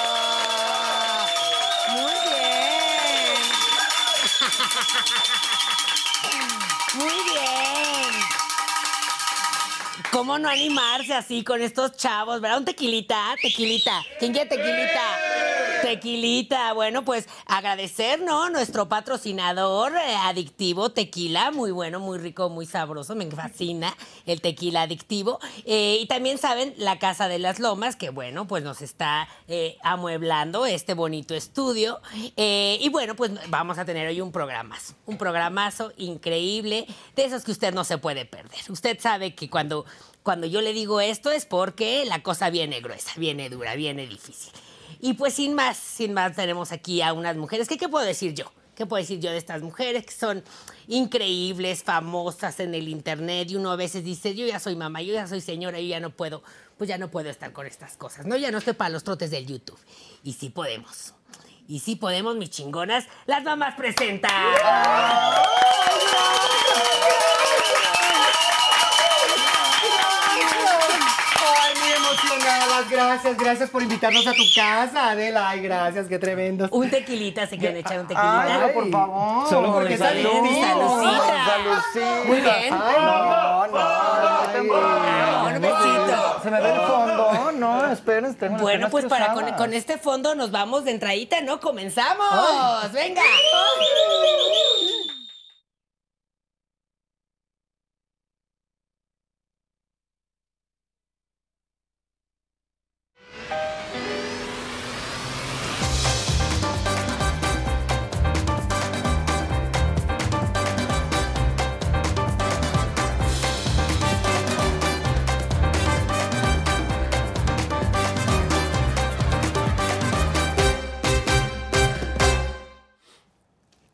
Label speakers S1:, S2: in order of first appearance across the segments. S1: ¡Eso! Muy bien. Muy bien. ¿Cómo no animarse así con estos chavos, verdad? Un tequilita, ah, tequilita. ¿Quién quiere tequilita? Tequilita. Bueno, pues agradecer, ¿no? Nuestro patrocinador eh, adictivo, tequila. Muy bueno, muy rico, muy sabroso. Me fascina el tequila adictivo. Eh, y también saben, la Casa de las Lomas, que bueno, pues nos está eh, amueblando este bonito estudio. Eh, y bueno, pues vamos a tener hoy un programazo. Un programazo increíble, de esos que usted no se puede perder. Usted sabe que cuando cuando yo le digo esto es porque la cosa viene gruesa, viene dura, viene difícil. Y pues sin más, sin más tenemos aquí a unas mujeres. ¿Qué, qué puedo decir yo? ¿Qué puedo decir yo de estas mujeres que son increíbles, famosas en el internet? Y uno a veces dice, yo ya soy mamá, yo ya soy señora, yo ya no puedo, pues ya no puedo estar con estas cosas, ¿no? Ya no estoy para los trotes del YouTube. Y sí podemos. Y sí podemos, mis chingonas, las mamás presentan.
S2: Ay, muy emocionadas. Gracias, gracias por invitarnos a tu casa, Adela. Ay, gracias, qué tremendo.
S1: Un tequilita, se quieren echar un tequilita.
S2: Ay, no, por favor.
S3: Solo
S1: porque
S2: salud.
S1: salud, salucita.
S2: Salucita.
S1: Muy bien.
S2: Ay, no, no.
S1: Ah,
S2: ay.
S1: bueno, besito.
S2: Se me ve el fondo. No, esperen, tengo las
S1: Bueno,
S2: piernas
S1: pues para con,
S2: cruzadas.
S1: con este fondo nos vamos de entradita, ¿no? ¡Comenzamos! ¡Venga!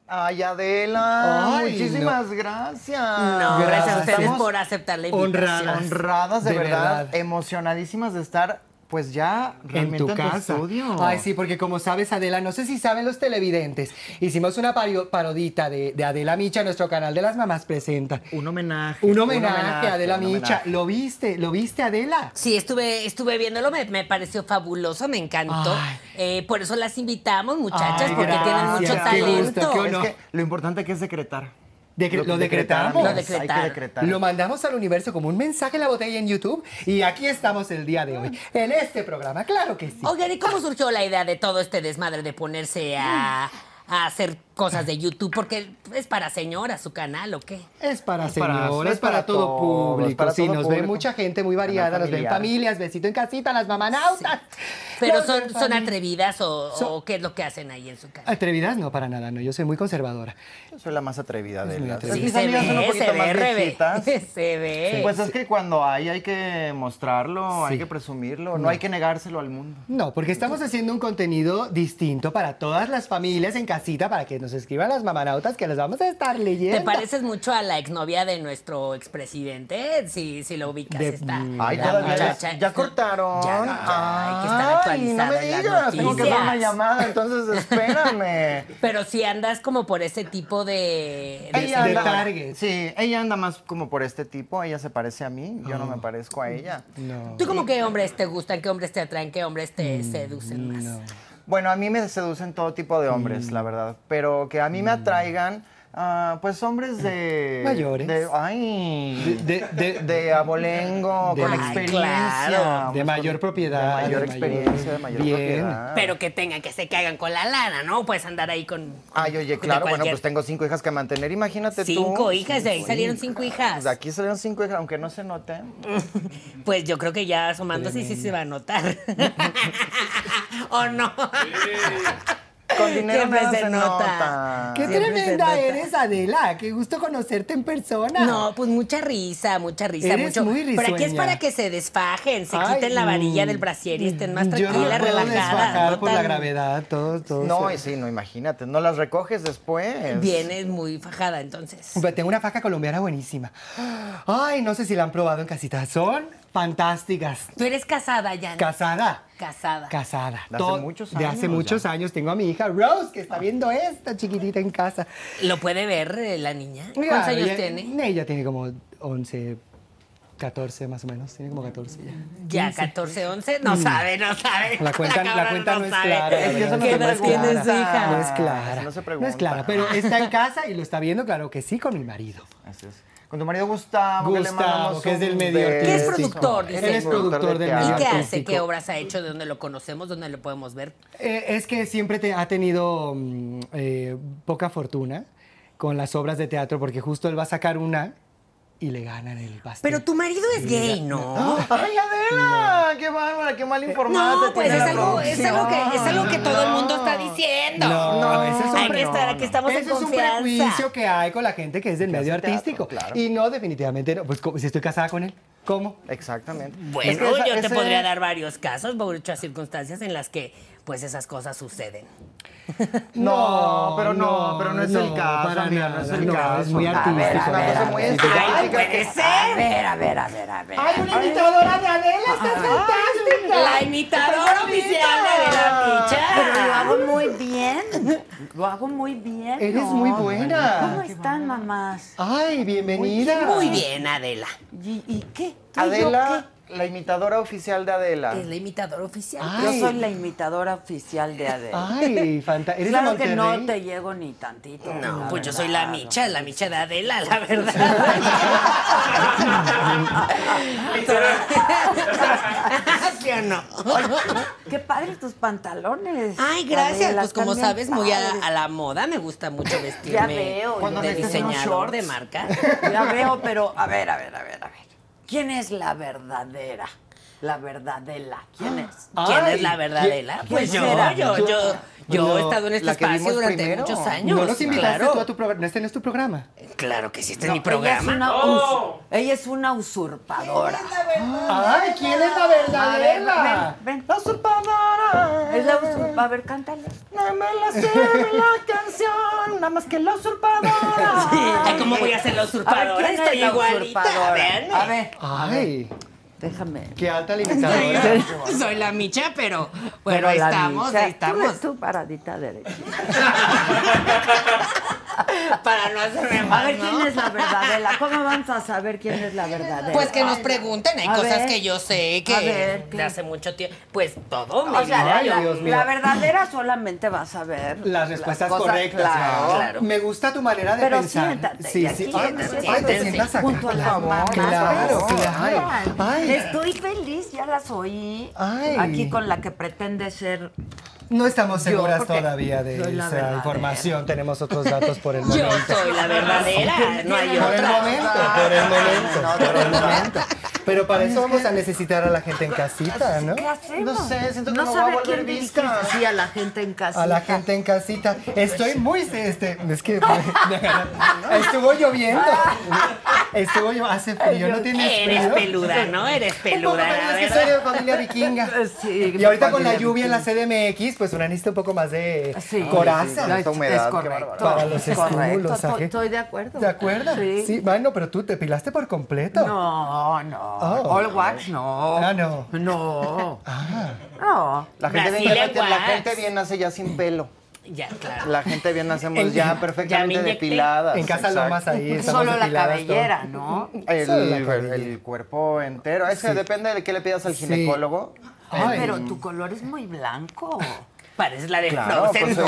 S2: Ay, Adela,
S3: Ay,
S2: muchísimas gracias.
S1: No, gracias, a ustedes
S2: Estamos
S1: por aceptar la
S3: honradas.
S1: invitación.
S2: honradas, de,
S3: De
S2: verdad,
S3: verdad.
S2: emocionadísimas de estar, pues ya,
S3: en
S2: realmente
S3: tu casa.
S2: estudio.
S3: Ay, sí, porque como sabes, Adela, no sé si saben los televidentes, hicimos una pario- parodita de, de Adela Micha, nuestro canal de las mamás presenta.
S2: Un homenaje.
S3: Un homenaje, a Adela
S2: un
S3: Micha.
S2: homenaje.
S3: ¿Lo viste? ¿Lo viste, Adela?
S1: Sí, estuve, estuve viéndolo, me, me pareció fabuloso, me encantó.
S3: Ay.
S1: Eh, por eso las invitamos, muchachas,
S3: Ay,
S1: porque tienen mucho
S3: gracias, qué gusto,
S1: talento.
S3: qué
S2: Es
S3: honor.
S2: que lo importante que es decretar.
S3: Decre- lo decretamos.
S2: amigas,
S1: Lo decretaron.
S2: Hay que decretar.
S3: Lo mandamos al universo como un mensaje en la botella en YouTube y aquí estamos el día de hoy, en este programa, claro que sí.
S1: Oigan, ¿y cómo surgió la idea de todo este desmadre de ponerse a, a hacer cosas de YouTube? Porque es para señora su canal, ¿o qué?
S3: Es para
S2: para-
S3: señores,
S2: es
S3: para,
S2: para
S3: todo
S2: todos,
S3: público.
S2: para
S3: sí,
S2: todo
S3: nos ve
S2: público.
S3: mucha gente muy variada, nos ven
S2: familiares.
S3: familias, besito en casita, las mamanautas.
S1: Pero
S3: Las
S1: son, son
S3: familias.
S1: atrevidas o,
S3: Son-
S1: o qué es lo que hacen ahí en su canal.
S3: Atrevidas no, para nada, no, yo soy muy conservadora.
S2: Yo soy la más atrevida de
S3: muy
S2: las.
S3: atrevida.
S2: Pues
S3: Sí,
S2: mis
S1: se
S2: amigas son un
S1: ve,
S2: poquito
S1: se
S2: más
S1: ve, Rebe.
S2: viejitas.
S1: Se ve.
S2: Pues es que cuando hay, hay que mostrarlo, hay
S3: Sí.
S2: que presumirlo, no hay que negárselo al mundo.
S3: No, porque estamos haciendo un contenido distinto para todas las familias en casita para que nos escriban las mamanautas que las vamos a estar leyendo.
S1: ¿Te pareces mucho a la exnovia de nuestro expresidente? Si, si lo ubicas,
S3: De-
S1: está.
S2: Ay,
S1: la
S2: todavía
S1: muchacha-
S2: les- ya cortaron.
S1: Ya, ya, hay que estar
S2: Ay, no
S1: actualizada
S2: me
S1: en las
S2: digas, tengo que hacer una
S1: noticias.
S2: llamada, entonces espérame.
S1: Pero si andas como por ese tipo de... de-
S3: Ella- de Target.
S2: Sí, ella anda más como por este tipo, ella se parece a mí, yo no me parezco a ella.
S3: Ah. No.
S1: ¿Tú como qué hombres te gustan? ¿Qué hombres te atraen? ¿Qué hombres te
S2: Mm,
S1: seducen más?
S3: Mm.
S2: Bueno, a mí me seducen todo tipo de hombres, la verdad, pero que a mí me atraigan
S4: ah, pues hombres de...
S3: Mayores.
S4: de- ay.
S3: De- de- de-
S4: de abolengo,
S3: de-
S4: con
S3: Ay,
S4: experiencia.
S1: claro.
S3: De mayor propiedad,
S4: De mayor
S3: de mayor-
S4: experiencia, de mayor
S3: Bien.
S4: propiedad.
S1: Pero que tengan, que se caigan con la lana, ¿no? Puedes andar ahí con.
S4: Ay, oye,
S1: de
S4: claro, bueno,
S1: cualquier-
S4: pues tengo cinco hijas que mantener, imagínate tú. Ah,
S1: Cinco hijas, de ahí salieron cinco hijas.
S4: pues De aquí salieron cinco hijas, aunque no se note.
S1: Pues yo creo que ya asomándose sí se va a notar. ¿O no?
S4: Con dinero
S1: Siempre
S4: nada
S1: se
S4: se
S1: nota.
S4: nota.
S3: Qué
S1: Siempre se
S3: tremenda
S1: nota.
S3: eres, Adela. Qué gusto conocerte en persona.
S1: No, pues mucha risa, mucha risa.
S3: Eres
S1: mucho.
S3: muy
S1: Pero aquí es
S3: risueña.
S1: para que se desfajen, se
S3: Ay,
S1: quiten la varilla
S3: mm.
S1: del brasier y estén más
S3: Yo
S1: tranquilas,
S3: no me puedo
S1: relajadas.
S3: desfajar
S1: no
S3: por la
S1: tan-
S3: gravedad, todo, todo.
S4: No,
S3: se-
S4: y sí, no, imagínate, no las recoges después.
S1: Vienes muy fajada entonces.
S3: Pero Tengo una faca colombiana buenísima. Ay, no sé si la han probado en casita. Son fantásticas.
S1: Tú eres casada ya.
S3: Casada.
S1: casada.
S3: Casada.
S4: De hace
S3: To-
S4: muchos
S3: De hace
S4: años Ah.
S3: muchos
S4: ya.
S3: años. Tengo a mi hija Rose, que está viendo esta chiquitita en casa.
S1: ¿Lo puede ver eh, la niña? ¿Cuántos
S3: Claro,
S1: años
S3: ella-
S1: tiene?
S3: Ella tiene como 11, 14 más o menos. Tiene como 14 ya.
S1: Ya, 14, 11. No sabe, no sabe.
S3: Mm. La cuenta, la
S1: cabrona
S3: cuenta no, es
S1: sabe.
S3: clara. la
S4: Es que
S3: verdad,
S4: eso no
S1: ¿Qué
S4: se
S1: edad
S4: puede
S1: tiene su
S4: preguntar.
S1: hija?
S3: No es clara.
S4: Eso no se
S3: No es
S4: pregunta.
S3: clara, pero está en casa y lo está viendo, claro que sí, con mi marido.
S4: Así es. Con tu marido Gustavo, que le
S3: Gustavo,
S4: mandamos
S3: que es
S4: un
S3: del medio
S4: beso.
S1: Que
S3: artístico.
S1: es productor,
S4: Él
S1: dicen.
S4: es productor de
S3: ¿Y
S1: ¿Y
S4: teatro.
S1: qué
S3: Artístico.
S1: hace? ¿Qué obras ha hecho? ¿De dónde lo conocemos? ¿Dónde lo podemos ver?
S3: Eh, es que siempre te- ha tenido mm, eh, poca fortuna con las obras de teatro porque justo él va a sacar una y le ganan el pastel.
S1: Pero tu marido es gay,
S3: Ah,
S1: ¿no?
S4: Ay, Adela, qué bárbara, qué mal informada.
S1: No,
S4: Ah, te
S1: pues
S4: tiene
S1: es
S4: la
S1: algo, es algo que, es algo que todo el mundo está diciendo.
S3: No, no, ese es un
S1: Hay que
S3: pre-
S1: estar, aquí estamos en
S3: Eso es un
S1: confianza.
S3: prejuicio que hay con la gente que es del medio
S4: hace teatro,
S3: artístico.
S4: claro.
S3: Y no, definitivamente no. Pues ¿cómo? si estoy casada con él, ¿cómo?
S4: Exactamente.
S1: Bueno,
S4: Es que esa-
S1: yo te
S4: ese-
S1: podría dar varios casos, muchas circunstancias en las que pues esas cosas suceden.
S4: No, pero no, pero no es el caso,
S3: para
S4: amiga, no
S3: nada,
S4: es el
S3: no,
S4: caso.
S3: es muy
S4: A ver,
S3: artístico.
S4: a ver,
S3: ¿verdad?
S4: es muy
S3: Sí,
S4: artístico.
S1: Ay,
S4: Ay,
S1: puede
S4: que-
S1: ser. A ver, a ver, a ver, a ver.
S3: ¡Ay, una imitadora de Adela! ¡Estás fantástica!
S1: La imitadora oficial de la
S5: Pero lo
S1: Ticha.
S5: hago muy bien. Lo hago muy bien.
S3: Eres muy buena.
S5: ¿Cómo están, mamás?
S3: ¡Ay, bienvenida!
S1: Muy bien, Adela.
S5: ¿Y, y qué? ¿Tú y yo
S4: Adela, la imitadora oficial de Adela.
S1: Es la imitadora oficial.
S5: qué? Yo soy la imitadora oficial de Adela.
S3: ¡Ay, fanta- Ah, ¿Eres de
S5: claro que no
S3: Monterrey?
S5: te llego ni tantito.
S1: No,
S5: la
S1: pues yo soy la
S5: verdad.
S1: micha, la micha de Adela, la verdad. ¿Sí o no?
S5: Qué padre tus pantalones.
S1: Ay, gracias.
S5: Adela,
S1: Pues como
S5: están bien
S1: sabes, muy a,
S5: padres.
S1: a la moda me gusta mucho vestirme
S5: Ya veo,
S4: Cuando
S1: de
S4: me estás en unos
S1: diseñador
S4: shorts.
S1: de marca.
S5: Ya veo, pero a ver, a ver, a ver, a ver. ¿Quién es la verdadera? La verdadera.
S3: Ah.
S5: ¿Quién es?
S1: ¿Quién
S3: Ay,
S1: Este es la verdadera?
S5: ¿quién
S1: Pues yo,
S5: será?
S1: yo, yo, yo,
S4: No,
S1: he estado en este
S4: la que
S1: espacio
S4: vimos
S1: durante
S4: primero.
S1: muchos años.
S3: No los invitaste
S1: claro,
S3: tú a tu programa. Este no es tu programa.
S1: claro que sí, este es mi
S5: Ella es
S1: programa.
S5: una, us- ella es una usurpadora.
S3: ¡Ay, quién es la
S5: A ver,
S3: verdadera!
S5: ven, ven.
S4: La usurpadora.
S5: Es la usurpadora. A ver, cántale.
S4: No me la sé la canción, nada más que la usurpadora.
S1: Ay, ¿Cómo voy a ser la
S5: A ver,
S1: usurpadora?
S5: ¿quién
S1: Estoy
S5: es la
S1: igualita.
S5: usurpadora?
S1: véanme.
S5: A ver,
S3: ¡Ay!
S5: déjame.
S3: ¡Qué alta limitadora!
S1: Soy la Micha, pero bueno, ahí
S5: la
S1: estamos,
S5: Micha,
S1: ahí estamos.
S5: Tú, tú paradita derecha.
S1: Para no hacerme
S5: A
S1: mal,
S5: ver,
S1: ¿no?
S5: ¿quién es la verdadera? ¿Cómo vamos a saber quién es la verdadera?
S1: Pues que nos pregunten, hay
S5: A
S1: cosas
S5: ver.
S1: que yo sé
S5: A
S1: que
S5: ver, ¿qué?
S1: de hace mucho tiempo. Pues todo, mi
S5: O sea,
S3: Ay,
S5: la,
S3: Dios mío.
S5: la verdadera solamente vas a ver
S3: Las respuestas
S5: cosas,
S3: correctas.
S5: claro.
S1: claro.
S3: Me gusta tu manera de
S5: Pero
S3: pensar.
S5: siéntate,
S3: Sí,
S5: aquí,
S3: sí. Ay,
S5: siéntate,
S3: ay, te
S1: siéntate,
S3: sientas acá,
S5: junto a las
S3: claro,
S5: mamás,
S3: Claro,
S5: pues.
S3: claro.
S5: Oigan,
S3: Ay,
S5: Estoy feliz, ya las oí.
S3: Ay.
S5: Aquí con la que pretende ser.
S3: no estamos
S5: Yo,
S3: seguras
S5: porque
S3: todavía de
S5: soy la
S3: esa
S5: verdadera.
S3: información. Tenemos otros datos por el
S1: Yo
S3: momento.
S1: soy la verdadera, no hay
S3: Por el
S1: otra.
S3: momento,
S5: Ah,
S3: por el momento, por el momento. Pero para eso vamos a necesitar a la gente en casita, ¿no?
S5: Pues, ¿Qué hacemos?
S4: No sé, siento que me voy a
S5: sabe a
S4: volver
S5: quién
S4: visca.
S5: dirigirse, sí, a la gente en casa.
S3: A la gente en casita. Estoy muy este, es que estuvo lloviendo. Estuvo lloviendo, hace frío, no tienes
S1: Eres
S3: frío?
S1: peluda, ¿no? Eres
S3: Un poco,
S1: peluda,
S3: pero
S1: la
S3: es que soy
S1: verdad.
S3: de familia vikinga.
S5: Sí,
S3: Y ahorita con la
S5: familia
S3: lluvia en la CDMX, pues una necesita un poco más de
S5: Sí.
S3: coraza.
S4: Sí, sí, Esta humedad,
S5: es
S4: qué
S5: correcto.
S4: bárbaro.
S3: Para los
S5: correcto.
S3: estímulos,
S5: Estoy,
S3: Aje.
S5: estoy de acuerdo.
S3: ¿Te acuerdas?
S5: Sí.
S3: Sí, bueno, pero tú te pilaste por completo.
S5: No, no.
S3: Oh.
S5: All wax, no.
S3: Ah, no. Ah.
S5: No. No.
S4: La gente, bien,
S1: Brasilia
S4: nace- la
S1: Wax.
S4: gente bien nace ya sin pelo.
S1: Ya, claro.
S4: La gente bien nacemos
S3: En-
S4: ya
S3: ya
S4: perfectamente
S1: inyecté.
S4: depiladas.
S3: En casa
S4: exacto.
S3: lo más ahí. estamos
S5: Solo la
S3: depiladas todas.
S5: cabellera, ¿no?
S4: El,
S3: Solo la
S4: el-
S3: cabellera.
S4: el cuerpo entero. Es que depende de qué le pidas al
S3: Sí.
S4: ginecólogo.
S3: Ay.
S5: Pero tu color es muy blanco.
S1: Pareces la de
S4: Claro,
S1: Frozen.
S4: pues, no.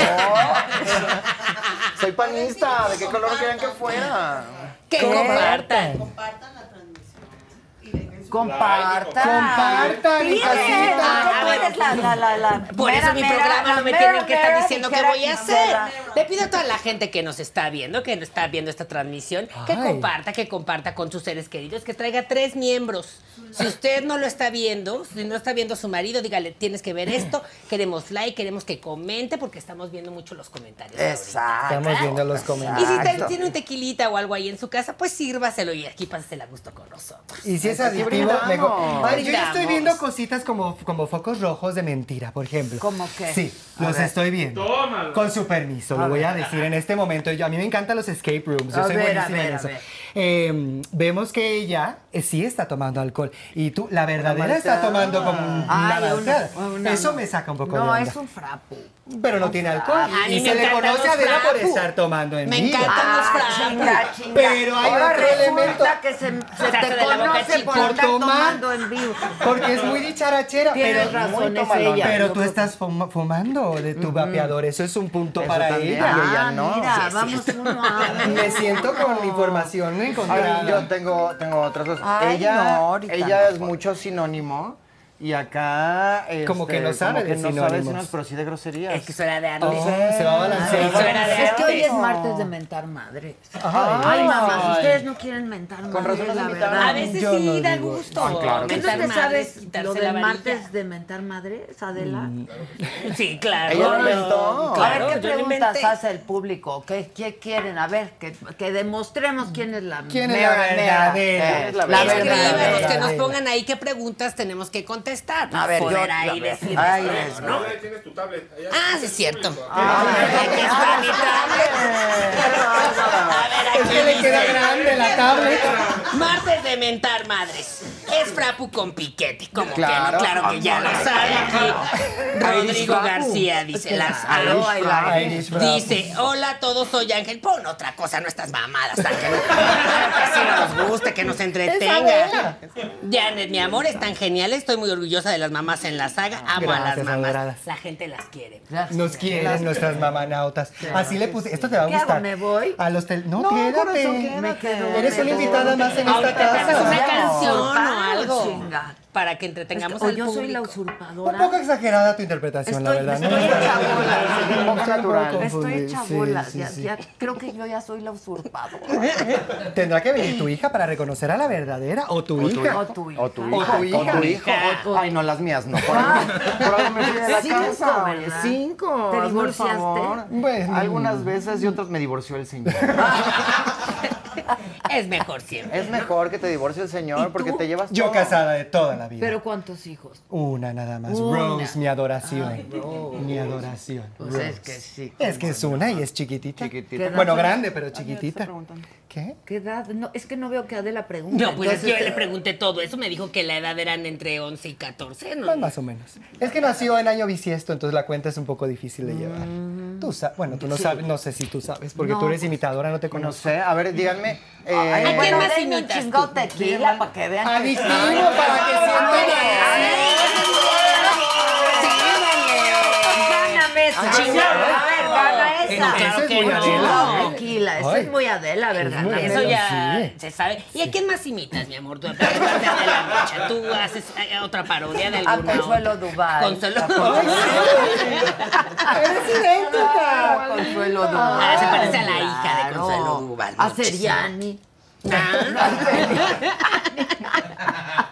S4: Soy panista, ¿de qué color querían que fuera?
S1: Que compartan.
S5: Compartan.
S3: Compartan,
S5: Pide,
S3: hijacita.
S5: ah, no
S1: A ver.
S5: puedes la, la, la, la.
S1: Por eso
S5: mera,
S1: mi
S5: mera,
S1: programa
S5: la
S1: no me
S5: mera,
S1: tienen que estar
S5: mera,
S1: diciendo qué
S5: dijera
S1: voy a hacer.
S5: Gisela.
S1: Le pido a toda la gente que nos está viendo, que está viendo esta transmisión, que
S3: Ay.
S1: comparta, que comparta con sus seres queridos, que traiga tres miembros. Si usted no lo está viendo, si no está viendo a su marido, dígale, tienes que ver esto, queremos like, queremos que comente, porque estamos viendo mucho los comentarios. ahorita.
S5: Exacto.
S3: Estamos viendo los
S1: Y
S3: comentarios.
S1: si te-
S5: Exacto.
S1: tiene un tequilita o algo ahí en su casa, pues sírvaselo y aquí pásasela a gusto con nosotros.
S3: Y si es adictivo,
S4: brindamos.
S3: mejor. Ay, yo ya estoy
S1: Brindamos.
S3: viendo cositas como, como focos rojos de mentira, por ejemplo.
S5: ¿Cómo qué?
S3: Sí,
S5: A
S3: los
S5: ver.
S3: estoy viendo.
S6: Tómalo.
S3: Con su permiso, lo voy a decir en este momento. Yo, a mí me encantan los escape rooms. Yo
S5: A
S3: soy
S5: ver, a
S3: buenísima en
S5: ver, a
S3: eso.
S5: ver.
S3: Eh, vemos que ella eh, sí está tomando alcohol. Y tú, la verdadera, está
S4: malteada.
S3: tomando como un- una
S5: Ay, una-
S3: malteada.
S5: una-
S3: Eso me saca un poco de
S5: No,
S3: onda.
S5: es un frapo.
S3: Pero no tiene alcohol.
S1: A mí
S3: Y
S1: me
S3: se le
S1: encantan
S3: conoce
S1: los
S3: a Adela por
S1: frappu.
S3: estar tomando en
S1: Me
S3: viva.
S1: encantan los
S5: Ah,
S1: frapos.
S5: chinga, chinga.
S3: Pero hay
S5: Ahora
S3: otro
S5: resulta
S3: elemento.
S5: que se, se
S1: Sácate
S5: te
S1: de la boca,
S5: conoce
S1: chico.
S5: por
S3: Por
S5: estar
S3: tomar.
S5: tomando en vivo.
S3: Porque es muy dicharachera,
S5: Tienes
S3: pero
S5: razón,
S3: muy
S5: es
S3: tomalona.
S5: ella.
S3: Pero
S5: Yo
S3: tú
S5: creo
S3: estás fuma- fumando de tu vapeador, eso es un punto
S4: Eso
S3: para
S4: también.
S3: ella.
S4: ella
S5: Ah,
S4: no.
S5: Mira,
S4: Sí, es
S5: vamos uno a uno.
S3: Me siento con información encontrada.
S4: Ahora, yo tengo, tengo otras cosas.
S5: Ay,
S4: ella
S5: no, ahorita
S4: ella
S5: no,
S4: es mucho sinónimo y acá.
S3: Como
S4: este,
S3: que no sabe
S4: como que
S3: de
S4: no sabe
S3: sinónimos.
S4: sinónimos, pero sí de groserías.
S1: Es que eso era de antes.
S3: Oh, se va a
S5: Ay,
S3: balancear.
S1: Fuera de
S5: es que hoy
S1: antes.
S5: es martes de mentar madres.
S3: Ay.
S5: Ay, mamás, ustedes no quieren mentar madres,
S4: Con razón nos
S5: la
S4: invitaron.
S5: verdad.
S1: A veces
S3: Yo
S1: sí
S3: no
S1: da
S3: digo-
S1: gusto.
S4: Ah, claro que
S5: ¿Qué no
S4: Mentar
S5: te
S1: madres,
S5: sabes lo
S1: quitarse la
S5: del
S1: varilla.
S5: martes de mentar madres, Adela?
S3: Mm,
S1: Sí, claro.
S4: Ella lo inventó.
S1: Claro,
S5: a ver, ¿qué
S1: yo lo
S5: preguntas
S1: inventé.
S5: hace el público? ¿Qué, qué quieren? A ver, que, que demostremos quién es la
S3: ¿Quién es la
S5: mera, mera.
S3: verdadera?
S4: Es la
S5: La
S4: verdadera.
S1: Escríbanos,
S5: verdadera.
S1: que nos pongan ahí qué preguntas tenemos que contestar.
S5: A ver,
S1: poder
S5: yo-
S1: ahí
S5: la-
S1: decir.
S5: ahí les va.
S6: Ahí tienes tu tablet. Allá Ah,
S1: Ah, sí es cierto. Ah, Aquí está mi tablet.
S4: Ah,
S1: A ver,
S3: Es
S1: aquí
S3: que le queda
S1: dice,
S3: grande la tablet.
S1: Martes de mentar madres. Es frapu con piquete. Como que no,
S4: Claro.
S1: claro que ya
S5: Ah,
S1: lo sabe aquí. Rodrigo García dice, las amo.
S5: Ay, la-
S3: Irish Frapp.
S1: Dice, hola a todos, soy Ángel. Pon otra cosa, no estas mamadas, Ángel. que sí nos guste, que nos entretenga. Janet, mi amor, es tan genial. Estoy muy orgullosa de las mamás en la saga. Amo a las
S3: Gracias,
S1: mamás.
S3: adoradas.
S1: La gente las quiere.
S3: Nos quieren nuestras mamanautas. Así le puse. Esto te va a
S5: ¿Qué hago,
S3: gustar.
S5: me voy?
S3: A los tel- No,
S4: No,
S3: quédate.
S4: corazón, quédate.
S5: Me quedo,
S3: Eres
S5: me
S3: una
S5: quedo.
S3: invitada más en esta
S1: Ahorita tenemos
S3: casa.
S1: una
S5: Vamos.
S1: canción o
S5: Vamos,
S1: algo
S5: chinga.
S1: para que entretengamos
S5: o
S1: al
S5: yo soy
S1: público.
S5: la
S3: Un
S5: usurpadora.
S3: poco exagerada tu interpretación,
S5: Estoy,
S3: la verdad.
S5: estoy hecha bolas.
S4: Un poco natural.
S5: Estoy
S3: confundida.
S5: hecha
S3: Sí,
S5: bolas.
S3: sí,
S5: ya,
S3: sí.
S5: ya creo que yo ya soy la usurpadora.
S3: Tendrá que venir tu hija para reconocer a la verdadera o tu hija.
S5: O tu hija.
S4: O tu
S3: O tu
S4: hijo. O tu hijo.
S5: hija. Ah.
S4: Ay, no, las mías no. Por algo, por algo me fui de la
S5: Cinco,
S4: casa.
S5: ¿verdad?
S4: Cinco.
S5: ¿Te
S4: hazme el
S5: divorciaste?
S4: favor.
S3: Bueno.
S4: Algunas veces y otras me divorció el señor.
S1: Es mejor siempre.
S4: es mejor que te divorcie el señor porque te llevas
S3: Yo
S4: todo.
S3: casada de toda la vida.
S5: Pero ¿cuántos hijos?
S3: Una nada más.
S5: Una.
S3: Rose, mi adoración. Mi adoración.
S5: Pues
S3: Rose.
S5: es que sí.
S3: Es que es una y es chiquitita.
S4: Chiquitita.
S5: ¿Qué
S3: Bueno,
S5: razón?
S3: grande, pero chiquitita. ¿Qué?
S5: ¿Qué edad? No, es que no veo que Adela pregunte.
S1: No, pues
S5: Entonces, eh,
S1: yo le pregunté todo eso. Me dijo que la edad eran entre 11 y 14. ¿no?
S3: Pues más o menos. Es que nació en año bisiesto, entonces la cuenta es un poco difícil de llevar. Tú sabes, bueno, tú no sabes, no sé si tú sabes, porque
S5: Mm. No,
S3: tú eres
S5: pues-
S3: imitadora, no te
S4: No
S3: conozco.
S4: sé, a ver, díganme. eh,
S5: Ay,
S1: ¿A quién
S5: bueno,
S1: más
S5: denme un
S1: imitas
S5: chingado
S1: tú?
S5: tequila para que vean. que-
S3: Adictivo para que sientan.
S5: Gáname esa.
S1: Ah,
S5: A ver, gana esa.
S3: Eso es muy
S1: no.
S3: Adela. ¿eh?
S5: Tranquila, eso
S3: Ay.
S5: es muy Adela,
S3: Es
S5: ¿verdad?
S3: muy
S1: Eso
S3: Pero
S1: ya
S3: sí.
S1: se sabe. ¿Y a quién más imitas, mi amor? Tú, aparte de la marcha, tú haces eh, otra parodia de
S5: A
S1: alguna
S5: Consuelo
S1: otra.
S5: Duval.
S1: Consuelo
S3: ¡Eres idéntica!
S5: Consuelo Duval.
S1: Ah, se parece a la hija de Consuelo Duval,
S5: A
S1: muchísimo.
S5: Seriani. Ah,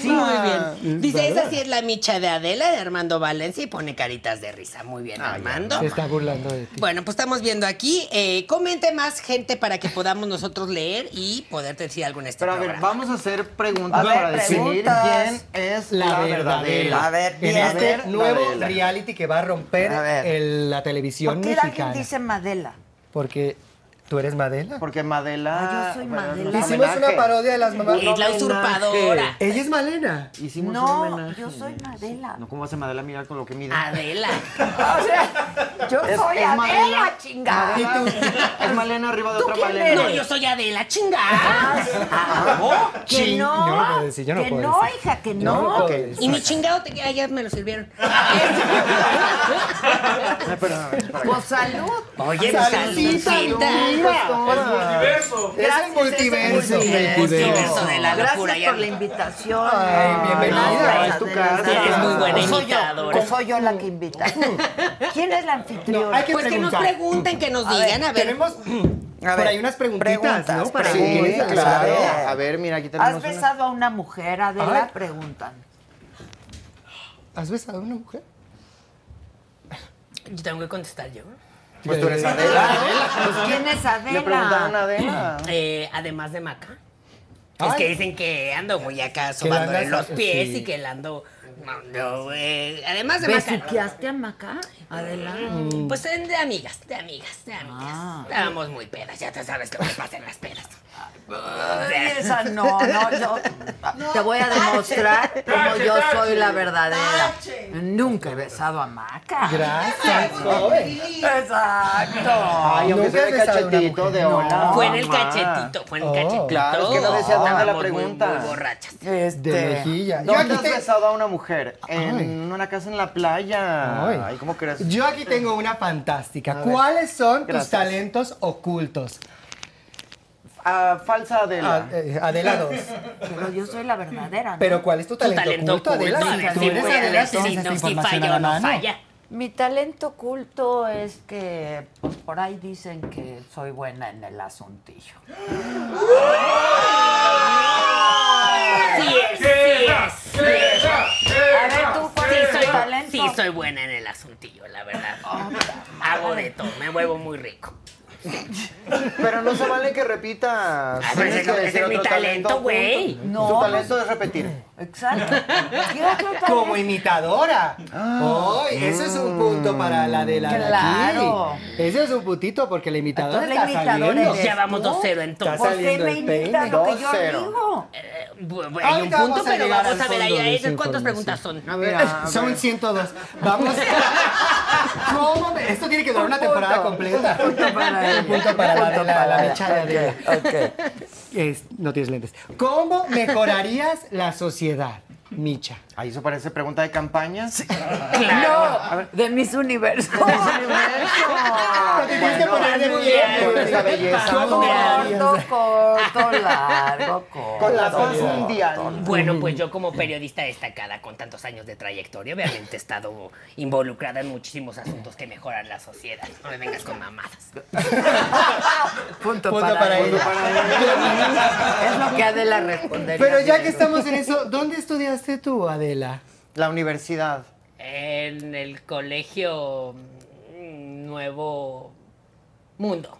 S1: Sí, muy bien. Dice, esa sí es la micha de Adela, de Armando Valencia, y pone caritas de risa. Muy bien,
S5: Ah,
S1: Armando.
S3: Se está burlando de ti.
S1: Bueno, pues estamos viendo aquí. Eh, comente más gente para que podamos nosotros leer y poder decir algo en este
S4: Pero a ver,
S1: programa.
S4: vamos a hacer preguntas
S5: A ver,
S4: para decidir
S5: preguntas.
S4: quién es
S3: La
S4: la,
S3: verdadera.
S4: verdadera.
S5: A ver,
S3: En
S5: bien.
S4: la
S3: este
S4: verdadera.
S3: nuevo reality que va a romper
S5: A ver.
S3: el- la televisión
S5: ¿Por qué
S3: mexicana.
S5: alguien dice Madela?
S3: Porque ¿Tú eres Madela?
S4: Porque Madela.
S5: Ah, yo soy
S4: bueno,
S5: Madela.
S4: un
S5: Hicimos
S4: homenaje.
S3: una parodia de las mamás.
S1: Es la
S4: homenaje.
S1: usurpadora.
S3: Ella es Malena.
S4: Hicimos un
S5: No,
S4: homenaje.
S5: yo soy Madela.
S4: No, ¿cómo hace Madela mirar con lo que mide?
S3: Ah,
S1: Adela.
S5: O sea, yo
S4: Es-
S5: soy
S4: es
S5: Adela,
S4: Madela.
S5: chingada.
S4: Adela, es Malena arriba de
S5: ¿Tú
S4: otra
S5: quién
S4: Malena.
S5: eres?
S1: No, yo soy Adela, chingada.
S5: Ah, que
S3: Ching.
S5: no,
S3: Yo no puedo decir, yo no
S5: que
S3: puedo
S5: no,
S3: decir.
S5: hija, que
S3: Yo
S5: no.
S3: no puedo
S4: ok.
S3: decir.
S1: Y mi chingado te Ay, ya me lo sirvieron.
S4: Ay, perdóname, espera.
S5: Pues salud.
S1: Oye, pues saludcita.
S3: Es el multiverso.
S5: Es el
S3: Es el
S1: multiverso de la
S5: Gracias
S1: locura, ya
S5: por
S1: no.
S5: la invitación.
S3: Ay, bienvenida.
S5: Gracias,
S4: Es tu
S5: Adela.
S4: casa.
S1: Eres muy buena
S5: O soy yo,
S1: imitadora.
S5: o soy yo la que invita. ¿Quién es la anfitriona?
S3: No, hay que
S1: Pues que nos
S3: preguntar.
S1: pregunten, que nos digan, a ver.
S3: Tenemos
S5: A
S3: por
S5: ver,
S3: ahí unas preguntitas,
S5: preguntas,
S3: ¿no? Para
S4: Sí,
S5: preguntas,
S4: claro.
S5: Adela.
S4: A ver, mira, aquí tenemos
S5: ¿Has
S4: una.
S5: besado a una mujer, Adela?
S3: Ay.
S5: Preguntan.
S3: ¿Has besado a una mujer?
S1: Yo tengo que contestar yo.
S4: Pues tú eres Adela.
S5: Pues, ¿Quién es Adela?
S4: Le preguntaron a Adela.
S1: Eh, además de Maca. Es
S3: Ay.
S1: que dicen que ando muy acá
S3: la
S1: sobándole
S3: andas-
S1: los pies
S3: sí.
S1: y que la ando. no, no, eh, además de Maca.
S5: ¿Besuqueaste a Maca? Adela.
S1: Pues eh, de amigas, de amigas, de amigas.
S5: Mm. Ah.
S1: Estábamos muy pedas, ya te sabes lo que pasa en las pedas.
S5: Ay, esa no, no, yo te voy a demostrar cómo yo soy la verdadera. Nunca he besado a Maca.
S3: Gracias, joven.
S5: Exacto.
S4: Ay, aunque
S3: Nunca
S4: sea
S3: he
S4: de
S3: besado a una
S4: cachetito,
S3: mujer.
S4: de
S3: No.
S4: hola.
S1: fue en el
S4: mamá.
S1: cachetito, fue en el
S3: Oh.
S1: cachetito.
S4: Claro, es que no decía dónde la
S1: Estábamos muy,
S4: pregunta.
S1: Muy, borrachas.
S5: Este,
S3: De mejilla. Yo
S4: ¿Dónde
S3: aquí,
S4: has
S3: te-
S4: besado a una mujer?
S3: Ay.
S4: En una casa en la playa.
S3: Ay.
S4: Ay, ¿cómo crees?
S3: yo aquí tengo una fantástica.
S4: A ver.
S3: ¿Cuáles son
S4: Gracias.
S3: tus talentos ocultos?
S4: Ah, falsa Adela.
S3: A- eh, Adela 2.
S5: pero yo soy la verdadera. ¿no?
S3: Pero ¿cuál es tu talento,
S1: talento
S3: oculto, Adela?
S1: oculto, a
S3: Si
S1: ver
S3: tú
S1: si
S3: eres
S1: puede, a
S3: Adela,
S1: ver si
S3: tienes
S1: no,
S3: esta
S1: si
S3: información
S1: falla
S3: a
S1: o no
S3: la mano.
S1: falla.
S5: Mi talento oculto es que pues, por ahí dicen que soy buena en el asuntillo.
S1: Sí es, sí es. sí es.
S5: A ver, tú, ¿cuál
S1: Sí
S5: es tu
S1: soy,
S5: talento?
S1: sí soy buena en el asuntillo, la verdad.
S4: Oh,
S1: Hago de todo, me muevo muy rico.
S4: Pero no se vale que repitas.
S1: Ah,
S4: Tienes
S1: ese
S4: que
S1: no- ese
S4: decir
S1: es mi
S4: otro
S1: talento,
S4: oculto.
S1: güey.
S5: No,
S4: Tu
S5: no
S3: pues-
S4: talento es repetir.
S5: Exacto. ¿Qué otro talento?
S3: Como imitadora.
S4: Ah.
S3: Ay, eso es un punto para la de la de aquí.
S5: Claro.
S3: Eso es un puntito porque la imitadora
S5: Entonces, la
S3: está
S5: imitadora
S3: saliendo.
S5: eres
S1: Ya vamos
S5: tú.
S1: 2-0 entonces.
S3: Está
S5: ¿Por qué
S3: saliendo
S5: me
S3: el
S5: imitas
S3: peine.
S5: lo que yo
S4: 2-0.
S5: digo?
S1: Eh, bu- bu- Hay un
S3: Ahorita
S1: punto,
S3: vamos a
S1: pero
S3: llegar
S1: vamos
S3: al
S1: a ver ahí.
S3: fondo de
S1: ahí,
S3: esa
S1: ¿Cuántas
S3: información.
S1: preguntas son?
S4: A ver, a ver.
S3: Son 102. Vamos. ¿Cómo? me- Esto tiene que durar una temporada completa.
S5: Punto para ella.
S3: Un punto para la,
S5: Punto
S3: la-
S5: para
S3: la
S5: ella.
S3: mecha de Adela.
S5: Ok,
S3: Es- no tienes lentes. ¿Cómo mejorarías la sociedad, Micha?
S4: Ay, eso parece pregunta de campaña.
S5: ok. No, de mis universos. Ah,
S3: Pero te tienes que poner de pie.
S4: Con esta belleza.
S3: ¿Cómo
S4: Con-
S3: mejorarías?
S5: Corto, corto, largo, corto.
S4: Con la paz mundial.
S1: Bueno, pues yo como periodista destacada con tantos años de trayectoria, obviamente he estado involucrada en muchísimos asuntos que mejoran la sociedad. No me vengas con mamadas.
S3: Punto
S5: Punto,
S3: para
S5: ella.
S3: ella.
S5: Es lo que Adela respondería.
S3: Pero ya que
S5: Mira,
S3: estamos en eso, ¿dónde estudiaste tú, Adela?
S4: La universidad.
S1: En el colegio mm, Nuevo Mundo.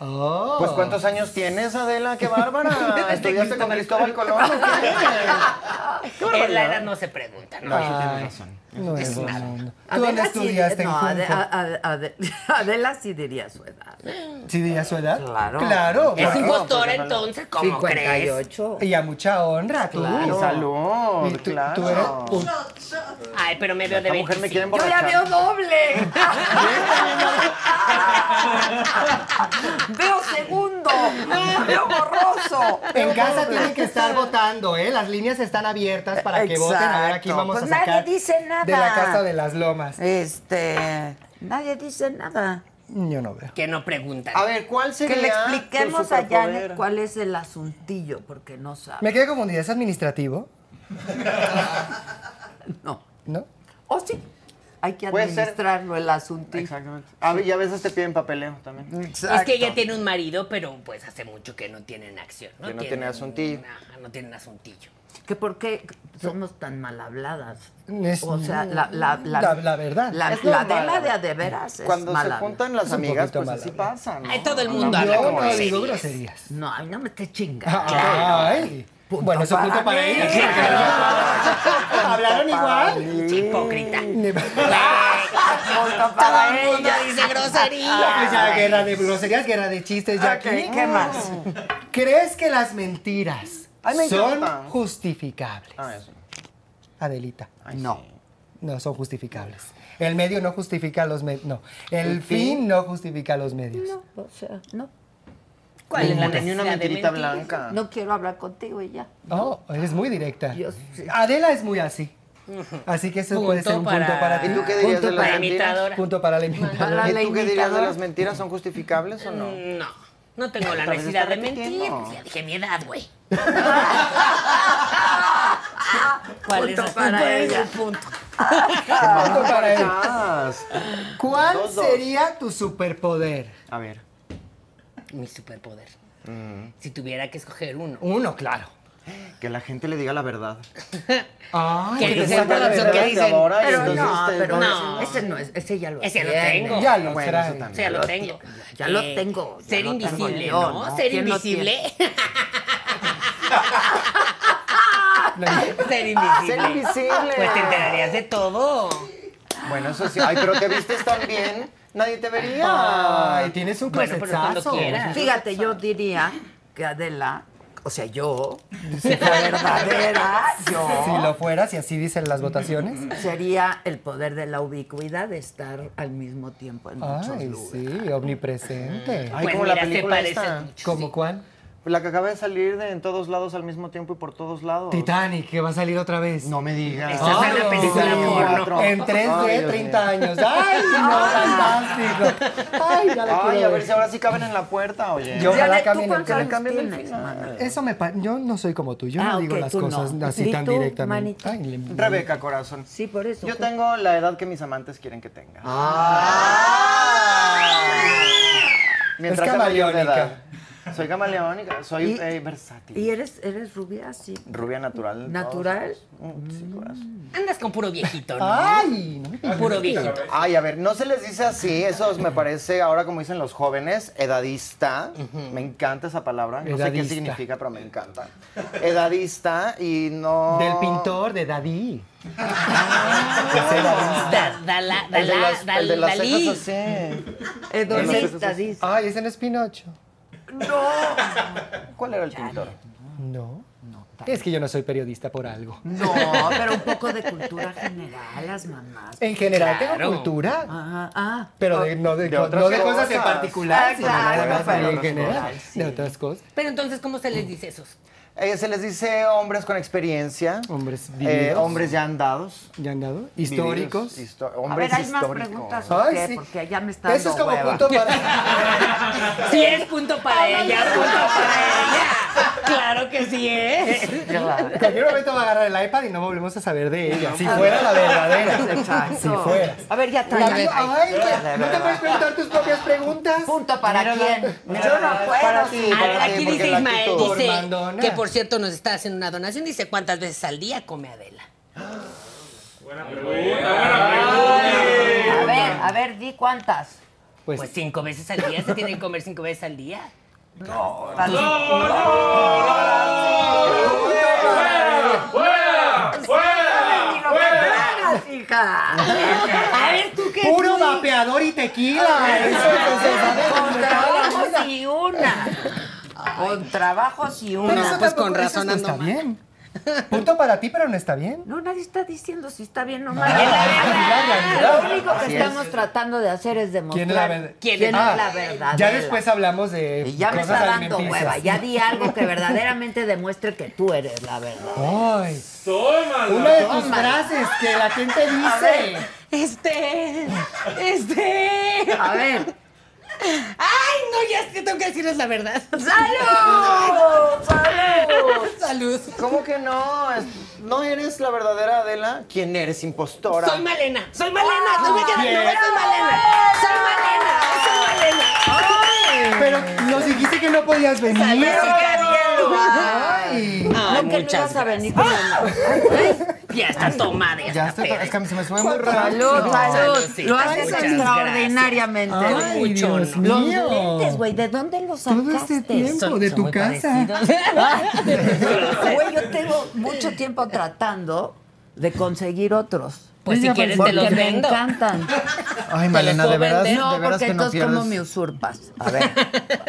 S3: Oh.
S4: Pues ¿cuántos años tienes, Adela? ¡Qué bárbara! ¿Estudiaste con Cristóbal Colón? o qué? Qué
S1: En la
S4: barbaridad.
S1: edad no se pregunta, ¿no?
S4: No, sí tienes
S3: Ay,
S4: razón.
S3: Nuevo mundo. ¿Tú
S5: Pues, Adela
S3: dónde
S5: sí-
S3: estudiaste
S5: no, ah,
S3: en
S5: Ade-
S3: Junco?
S5: a- a- Ade- Adela sí diría su edad.
S3: ¿Sí diría su edad?
S5: Claro.
S3: Claro.
S1: Es
S3: claro.
S1: impostora entonces, ¿cómo crees?
S5: 58.
S3: Y a mucha honra, tú.
S4: Y
S3: Y
S4: salud,
S3: tú,
S4: claro.
S3: tú eres
S1: Pues
S3: un-
S1: Ay, pero me veo de
S4: Esta mujer me quiere
S1: 25.
S5: Yo ya
S4: emborrachar.
S5: veo doble. veo segundo. Veo borroso.
S3: En casa tienen que estar votando, ¿eh? Las líneas están abiertas para que voten. A ver, aquí
S5: Exacto.
S3: vamos
S5: Pues
S3: a sacar
S5: nadie dice nada.
S3: de la casa de las lomas.
S5: Este. Nadie dice nada.
S3: Yo no veo.
S1: Que no preguntan.
S4: A ver, ¿cuál
S5: Que
S4: sería
S5: le expliquemos
S4: tu
S5: a Janet
S4: superpoder?
S5: cuál es el asuntillo, porque no sabe.
S3: Me quedé confundida. ¿Es administrativo?
S5: No.
S3: ¿No?
S5: O sí. Hay que
S4: Puede ser.
S5: administrarlo el asuntillo.
S4: Exactamente. A ver, y a veces te piden papeleo también.
S1: Es que ella tiene un marido, pero pues hace mucho que no tienen acción.
S4: Que no tiene asuntillo.
S1: Ajá, no tienen asuntillo.
S5: que por qué somos tan mal habladas.
S3: Es-
S5: o sea, la, la,
S3: la- la verdad.
S5: La,
S4: Es
S5: la
S4: normal.
S5: Adela de a de veras es
S4: Cuando se
S5: mala.
S4: juntan las
S3: Es un
S4: amigas,
S3: poquito
S4: pues
S3: mala
S4: así
S3: onda.
S4: pasa, Ah, ¿no?
S1: Ay, todo el mundo habla
S3: Yo
S1: como
S3: no
S1: ese.
S3: digo groserías.
S5: No, ay, no me esté
S3: Ah,
S5: chingando.
S3: Ay.
S5: Punto
S3: bueno, eso es punto
S5: para
S3: para
S5: mí.
S3: ella. Hablaron igual.
S1: Hipócrita.
S3: Ne-
S1: Ay,
S5: Punto
S1: Todo
S5: para
S1: el mundo
S5: ella.
S1: dice grosería.
S3: Pues ya, guerra de groserías, guerra de chistes, ya
S5: Ok,
S3: aquí.
S5: ¿qué más?
S3: ¿Crees que las mentiras
S4: Ay, me
S3: son
S4: encanta.
S3: justificables?
S4: Ah, eso.
S3: Adelita,
S5: No.
S3: no son justificables. El medio no justifica los medios. No. El, fin, no justifica los medios.
S5: O sea, no.
S1: ¿Cuál es la
S4: Ni una
S1: necesidad de
S4: mentirita
S1: mentir?
S4: blanca.
S5: No quiero hablar contigo y ya.
S3: Oh, eres muy directa.
S5: Yo sí.
S3: Adela es muy así. Así que eso puede ser un
S1: Punto
S3: punto
S1: para-
S3: para ti.
S4: ¿Y tú qué dirías de
S1: Punto para
S4: las mentiras?
S1: imitadora.
S3: Punto para la
S5: Para la Mm.
S3: imitadora.
S4: ¿Y tú qué dirías de
S5: imitadora.
S4: las mentiras? ¿Son justificables o no?
S1: No, no tengo la
S4: Tal vez
S1: necesidad
S4: está
S1: de mentir. pues,
S4: repitiendo.
S1: Ya dije mi edad, güey. ¿Cuál
S5: Punto
S1: es?
S5: para
S1: ¿Cuál es
S5: ella.
S1: el punto?
S5: Ah.
S3: Punto para él.
S4: Más.
S3: ¿Cuál
S4: Dos, dos.
S3: sería tu superpoder?
S4: A ver.
S1: Mi superpoder. Si tuviera que escoger uno.
S3: Uno, claro.
S4: Que la gente le diga la verdad.
S3: Ay,
S1: Que
S3: te
S1: dicen
S3: saca
S1: todo
S3: la
S1: lo
S3: verdad.
S1: que dicen.
S4: ahora y
S5: Pero
S4: entonces
S5: no,
S4: ustedes
S5: pero
S4: van a
S1: no.
S5: no. ese no es, ese ya lo
S1: Ese lo
S5: tiene.
S1: tengo.
S3: Ya lo
S4: Bueno,
S3: trae.
S4: eso también.
S1: O sea, lo tengo.
S5: Ya lo
S1: Eh,
S5: tengo, ya
S1: Ser
S5: lo tengo
S1: invisible,
S5: yo,
S1: ¿no?
S5: ¿no?
S1: Ser
S5: ¿Quién lo
S1: invisible.
S3: La-
S1: Ser invisible.
S4: Ser invisible.
S1: Pues te enterarías de todo.
S4: decir. Bueno, eso sí. Ay, pero te vistes tan bien. Nadie te vería.
S3: Ay, tienes un
S1: Bueno, pero cuando
S3: closetazo.
S1: quieras.
S5: Fíjate, yo diría que Adela, o sea, yo, si fuera verdadera, yo
S3: Si lo fueras y así dicen las votaciones.
S5: sería el poder de la ubicuidad de estar al mismo tiempo en muchos
S3: Ay,
S5: lugares.
S3: sí, omnipresente.
S4: Ay,
S1: Pues
S4: como la
S1: mira, te
S4: película
S1: parece
S4: esta.
S3: ¿Cómo cuál?
S4: La que acaba de salir de en todos lados al mismo tiempo y por todos
S5: Oh.
S4: lados.
S3: Titanic, que va a salir otra vez.
S4: No me digas.
S1: Esa es una
S3: Ay,
S1: película
S3: sí.
S1: porno.
S3: En 3D,
S4: Ay, Dios
S3: 30 años. ¡Ay, no, fantástico! ¡Ay, ya la quiero
S4: Ay, a ver
S3: ver.
S4: si ahora sí caben en la puerta, oye.
S3: Yo- Ojalá
S5: Janet,
S3: cambien
S5: ¿tú
S3: el
S5: cuántos
S3: canal,
S5: años
S4: cambien el
S5: tienes,
S4: final.
S5: mana?
S3: Eso me pa- Yo no soy como tú. Yo
S5: Ah,
S3: no digo
S5: ok,
S3: las
S5: tú no.
S3: cosas así
S5: ¿Y
S3: tan
S5: tú,
S3: directamente.
S5: manito?
S3: Ay, le-
S4: Rebeca, corazón.
S5: Sí, por eso.
S4: Yo
S5: ¿qué?
S4: tengo la edad que mis amantes quieren que tenga. Mientras
S3: Es
S4: sea mayor de
S3: camaleónica.
S4: edad. Soy camaleónica, soy
S5: Y-
S4: eh, versátil.
S5: ¿Y eres, eres rubia? Sí.
S4: Rubia natural.
S5: ¿Natural?
S4: todos. Mm, Sí, corazón.
S1: Andas con puro viejito, ¿no?
S3: ¡Ay! No me pidas.
S1: Puro viejito.
S4: Ay, a ver, no se les dice así, eso me parece ahora como dicen los jóvenes, edadista. Me encanta esa palabra, no sé qué
S3: Edadista.
S4: significa, pero me encanta. Edadista y no
S3: Del pintor, de Dadí.
S1: Da- Dala,
S4: El
S1: dala,
S4: de las, el de
S1: dala,
S4: las cejas
S1: dalí.
S4: así.
S5: Hedonista, dice.
S3: Ay, ese no es Pinocho.
S4: ¿Cuál era el pintor?
S3: No. Es que yo no soy periodista por algo.
S5: No, pero un poco de cultura general, las mamás.
S3: En general
S1: Claro.
S3: tengo cultura,
S5: Ah, ah.
S3: pero de- no de,
S4: De
S3: co-
S4: otras
S3: no de cosas. en
S4: cosas.
S3: particular,
S5: Ah,
S3: sino
S5: claro,
S3: nada más
S5: pero
S3: en
S4: otras
S3: general,
S4: cosas,
S3: de otras cosas.
S1: Pero entonces, ¿cómo se les dice esos?
S4: Eh, se les dice hombres con experiencia.
S3: Hombres
S4: eh,
S3: vividos.
S4: hombres ya andados.
S3: ¿Ya han dado? Históricos.
S4: vividos, histo-
S5: A
S4: hombres
S5: ver, hay más
S4: históricos.
S5: preguntas. ¿o
S3: Ay,
S5: qué?
S3: sí.
S5: Porque ya me está
S3: Eso es
S5: dando
S3: como
S5: hueva.
S3: punto para...
S1: Sí es punto para ella, punto para ella. Claro que sí es.
S3: En cualquier momento va a agarrar el iPad y no volvemos a saber de ella. Si fuera la verdadera.
S5: Exacto.
S3: Si fuera.
S5: A ver, ya trae.
S3: La
S5: a ver,
S3: vida- Ay,
S5: trae.
S3: pues, ¿no te puedes preguntar tus propias preguntas?
S5: Punto para quién.
S4: mira,
S5: Yo no puedo. Ah,
S4: para ti,
S5: sí.
S4: para
S1: Aquí
S4: ti, porque
S1: dice
S4: la
S1: Ismael,
S4: actitud-
S1: dice
S3: Mandona.
S1: que por cierto nos está haciendo una donación, dice cuántas veces al día come Adela.
S5: A ver, a ver, di cuántas.
S3: Pues,
S1: Pues cinco veces al día, se tiene que comer cinco veces al día.
S5: Para- Ni lo que tragas, hija.
S1: A ver, ¿tú qué?
S3: puro vapeador y tequila. Eso es lo que sabe
S5: Con
S3: de cada
S5: trabajos
S3: cosa.
S5: y una. Con trabajos y
S3: Pero
S5: una.
S3: eso
S1: pues,
S3: tampoco-
S1: con
S3: eso
S1: razón
S3: no
S1: ando
S3: está
S1: mal.
S3: bien. Punto para ti, pero no está bien.
S5: No, nadie está diciendo si está bien o mal.
S3: Ah, es la realidad.
S5: Lo único que estamos tratando de hacer es demostrar
S3: ¿Quién es la verdad?
S5: quién es
S3: Ah,
S5: la verdadera.
S3: Ya después hablamos de
S5: Y ya me
S3: cosas
S5: está dando
S3: alimenticias.
S5: hueva. Ya di algo que verdaderamente demuestre que tú eres la verdad.
S3: Ay. Una de tus frases que la gente dice.
S1: Este, este.
S5: A ver.
S1: Ay, no, ya es que tengo que decirles la verdad.
S5: ¡Salud! ¡Salud!
S1: Salud.
S4: ¿Cómo que no? Es- ¿No eres la verdadera Adela? ¿Quién eres, impostora?
S1: Soy Malena, soy Malena, no me quedas, no, soy Malena, soy Malena, soy Malena.
S3: Pero nos dijiste que no podías venir.
S1: Salud,
S3: Ay.
S1: Ay,
S5: No, que no
S1: muchas
S5: vas a venir con
S1: Ya está tomada, ya,
S4: Ya
S1: está
S4: está,
S1: peda.
S4: es que a mí se me sube muy rápido.
S5: Ah, Salud, salud.
S1: saludcita,
S5: Lo haces
S1: muchas
S5: extraordinariamente.
S3: Ay,
S1: mucho,
S3: Dios
S5: Los
S3: mío.
S5: lentes, güey, ¿de dónde los sacaste?
S3: Todo este tiempo de tu casa.
S5: Güey, yo tengo mucho tiempo tratando de conseguir otros.
S1: Pues si
S3: Ella
S1: quieres te
S3: parece-
S5: Porque
S1: los
S5: me
S1: vendo.
S5: encantan.
S1: Te
S4: Ay, Malena,
S1: los puedo
S4: de veras,
S1: vender.
S4: de
S5: No,
S4: veras
S5: porque
S4: que no
S5: entonces
S4: pierdes.
S5: como me usurpas. A ver,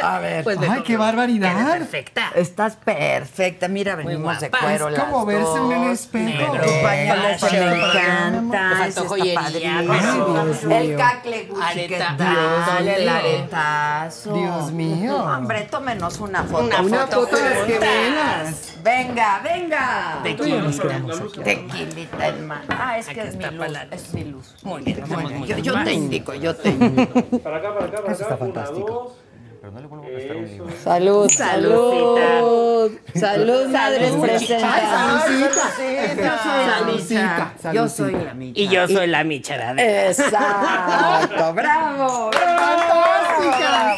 S5: a ver.
S1: Pues
S3: Ay, qué barbaridad.
S1: Perfecta.
S5: Estás perfecta. Mira, venimos de
S1: guapa.
S5: cuero
S3: Es
S5: las
S3: como verse
S5: dos.
S3: en el espejo.
S5: Tus pañales
S1: Fashion.
S5: me encantan.
S1: Nos
S5: Está
S1: faltó joyería,
S5: padrísimo.
S3: Ay, Dios
S5: El
S3: mío.
S5: cacle Gucci
S1: Areta.
S5: que
S1: Dios
S5: tal, el
S1: mío.
S5: aretazo.
S3: Dios mío.
S5: Hombre, tómenos una foto.
S3: Una foto de las que velas.
S5: Venga, venga.
S3: Tú y yo nos quedamos aquí.
S5: Tequilita, hermano. Ah, es que es mi luz. Es mi luz.
S1: Muy bien,
S5: Muy
S1: estamos
S5: bien.
S1: muy
S5: Yo,
S1: bien.
S5: yo te indico, yo te indico.
S6: Para acá, para acá, para
S3: Eso
S6: acá.
S3: está
S6: Una,
S3: fantástico.
S6: dos.
S4: Pero no le vuelvo a prestar un libro.
S5: Salud, salud. Salud, madres presenta.
S3: Salucita,
S5: Yo
S3: salucita.
S5: soy la Ah. micha.
S1: Y Eh, yo soy la micharada.
S5: Exacto, bravo.
S3: ¡Fantástica!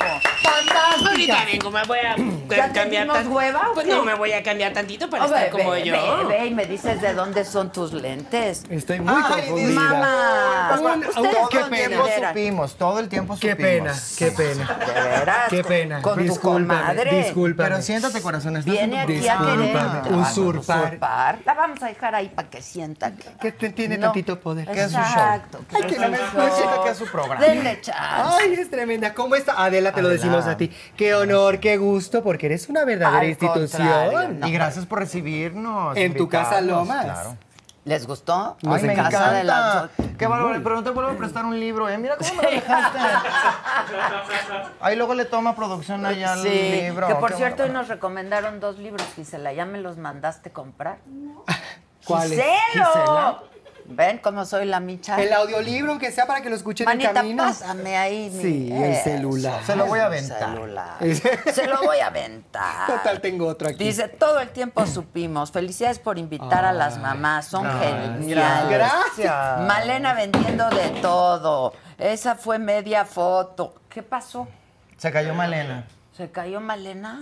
S1: Ahorita vengo, me voy a
S5: ¿Ya te
S1: cambiar
S5: dimos
S1: tan-
S5: hueva o
S1: Pues
S5: qué?
S1: no, me voy a cambiar tantito para
S5: Oh,
S1: estar
S5: ve,
S1: como
S5: ve,
S1: yo.
S5: ve, ve y me dices de dónde son tus lentes.
S3: Estoy muy confundida.
S5: Mamá,
S3: Un- un-
S5: ustedes
S4: Todo el
S5: son
S4: tiempo
S5: de veras.
S4: supimos, todo el tiempo
S3: Qué
S4: supimos.
S3: pena, qué pena.
S5: De veras.
S3: Qué
S5: con-
S3: pena.
S5: Con tu
S3: Discúlpame,
S5: comadre.
S3: discúlpame.
S4: Pero siéntate, corazón, estás
S5: Viene
S4: en tu-
S5: aquí a
S3: Discúlpame,
S5: querer
S3: usurpar.
S5: usurpar. La vamos a dejar ahí para que sienta que.
S3: Que te- tiene
S5: No.
S3: tantito poder.
S4: Que es su show.
S5: Exacto.
S4: Ay, que
S5: es
S4: la
S5: su
S4: vez
S5: show.
S4: no sienta que es su programa.
S5: Denle chance.
S3: Ay, es tremenda. ¿Cómo está? Adela, te lo
S4: Adela.
S3: decimos a ti. Qué honor, qué gusto, porque eres una verdadera
S5: Al contrario,
S3: institución.
S5: no.
S4: Y gracias por recibirnos.
S3: En tu casa,
S4: invitarnos,
S3: Lomas.
S4: Claro.
S5: ¿Les gustó?
S4: Ay, me
S5: Pues Casa
S4: encanta.
S5: de las-
S4: Qué bárbaro. Pero no te vuelvo a prestar un libro, ¿eh? Mira cómo me lo dejaste. Ahí luego le toma producción allá al
S5: Sí,
S4: libro.
S5: que por
S4: Qué
S5: cierto hoy
S4: bárbaro.
S5: nos recomendaron dos libros, Gisela, ya me los mandaste comprar.
S3: ¿Cuáles?
S5: ¡Giselo!
S3: Gisela.
S5: ¿Ven cómo soy la micha?
S3: El audiolibro, aunque sea para que lo escuchen en
S5: Manita,
S3: camino.
S5: pásame ahí. mi- eh,
S3: Sí, el
S5: Eso,
S3: celular.
S4: Se lo voy a
S5: el
S4: aventar.
S5: celular.
S3: Es-
S5: Se lo voy a aventar.
S3: Total, tengo otro aquí.
S5: Dice, todo el tiempo supimos. Felicidades por invitar a las mamás. Son geniales.
S3: Gracias.
S5: Malena vendiendo de todo. Esa fue media foto. ¿Qué pasó?
S4: Se cayó Malena.
S5: ¿Se cayó Malena?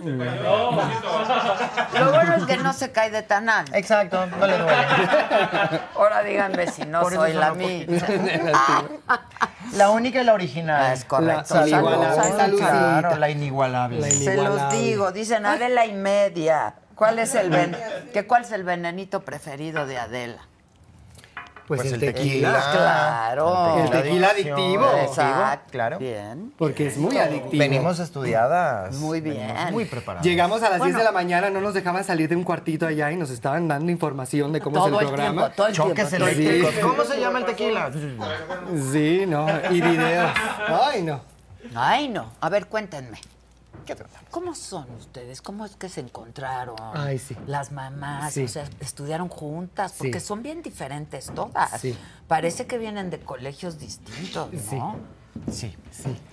S5: Lo bueno es que no se cae de tan alto.
S4: Exacto, no le duele.
S5: Ahora díganme si no
S4: Por eso
S5: soy
S4: se
S5: la
S4: lo puse.
S5: micha.
S4: La única y la original.
S5: Ah, es correcto.
S3: La
S5: Salud,
S3: inigualable.
S5: salud,
S3: Salud,
S5: salud.
S4: Claro, la inigualable.
S3: La
S5: Se los
S3: Inigualable.
S5: digo, dicen Adela y media. ¿Cuál es el ven que cuál es el venenito preferido de Adela?
S3: Pues, el tequila.
S5: tequila. Claro.
S3: El tequila adictivo.
S5: Exacto.
S4: Claro.
S5: Bien.
S3: Porque es muy adictivo.
S4: Venimos estudiadas.
S5: Muy bien.
S4: Venimos muy preparadas.
S3: Llegamos a las 10
S5: Bueno.
S3: de la mañana, no nos dejaban salir de un cuartito allá y nos estaban dando información de cómo
S5: Todo
S3: es el,
S5: el,
S3: programa.
S5: tiempo, todo el tiempo.
S4: Choques
S5: todo el tiempo.
S4: eléctricos. ¿Cómo se llama el tequila?
S3: Sí, no, y videos. Ay, no.
S5: Ay, no. A ver, cuéntenme. ¿Cómo son ustedes? ¿Cómo es que se encontraron?
S3: Ay, sí.
S5: Las mamás,
S3: Sí.
S5: o sea, estudiaron juntas,
S3: Sí.
S5: porque son bien diferentes todas.
S3: Sí.
S5: Parece que vienen de colegios distintos,
S3: Sí.
S5: ¿no?
S4: Sí.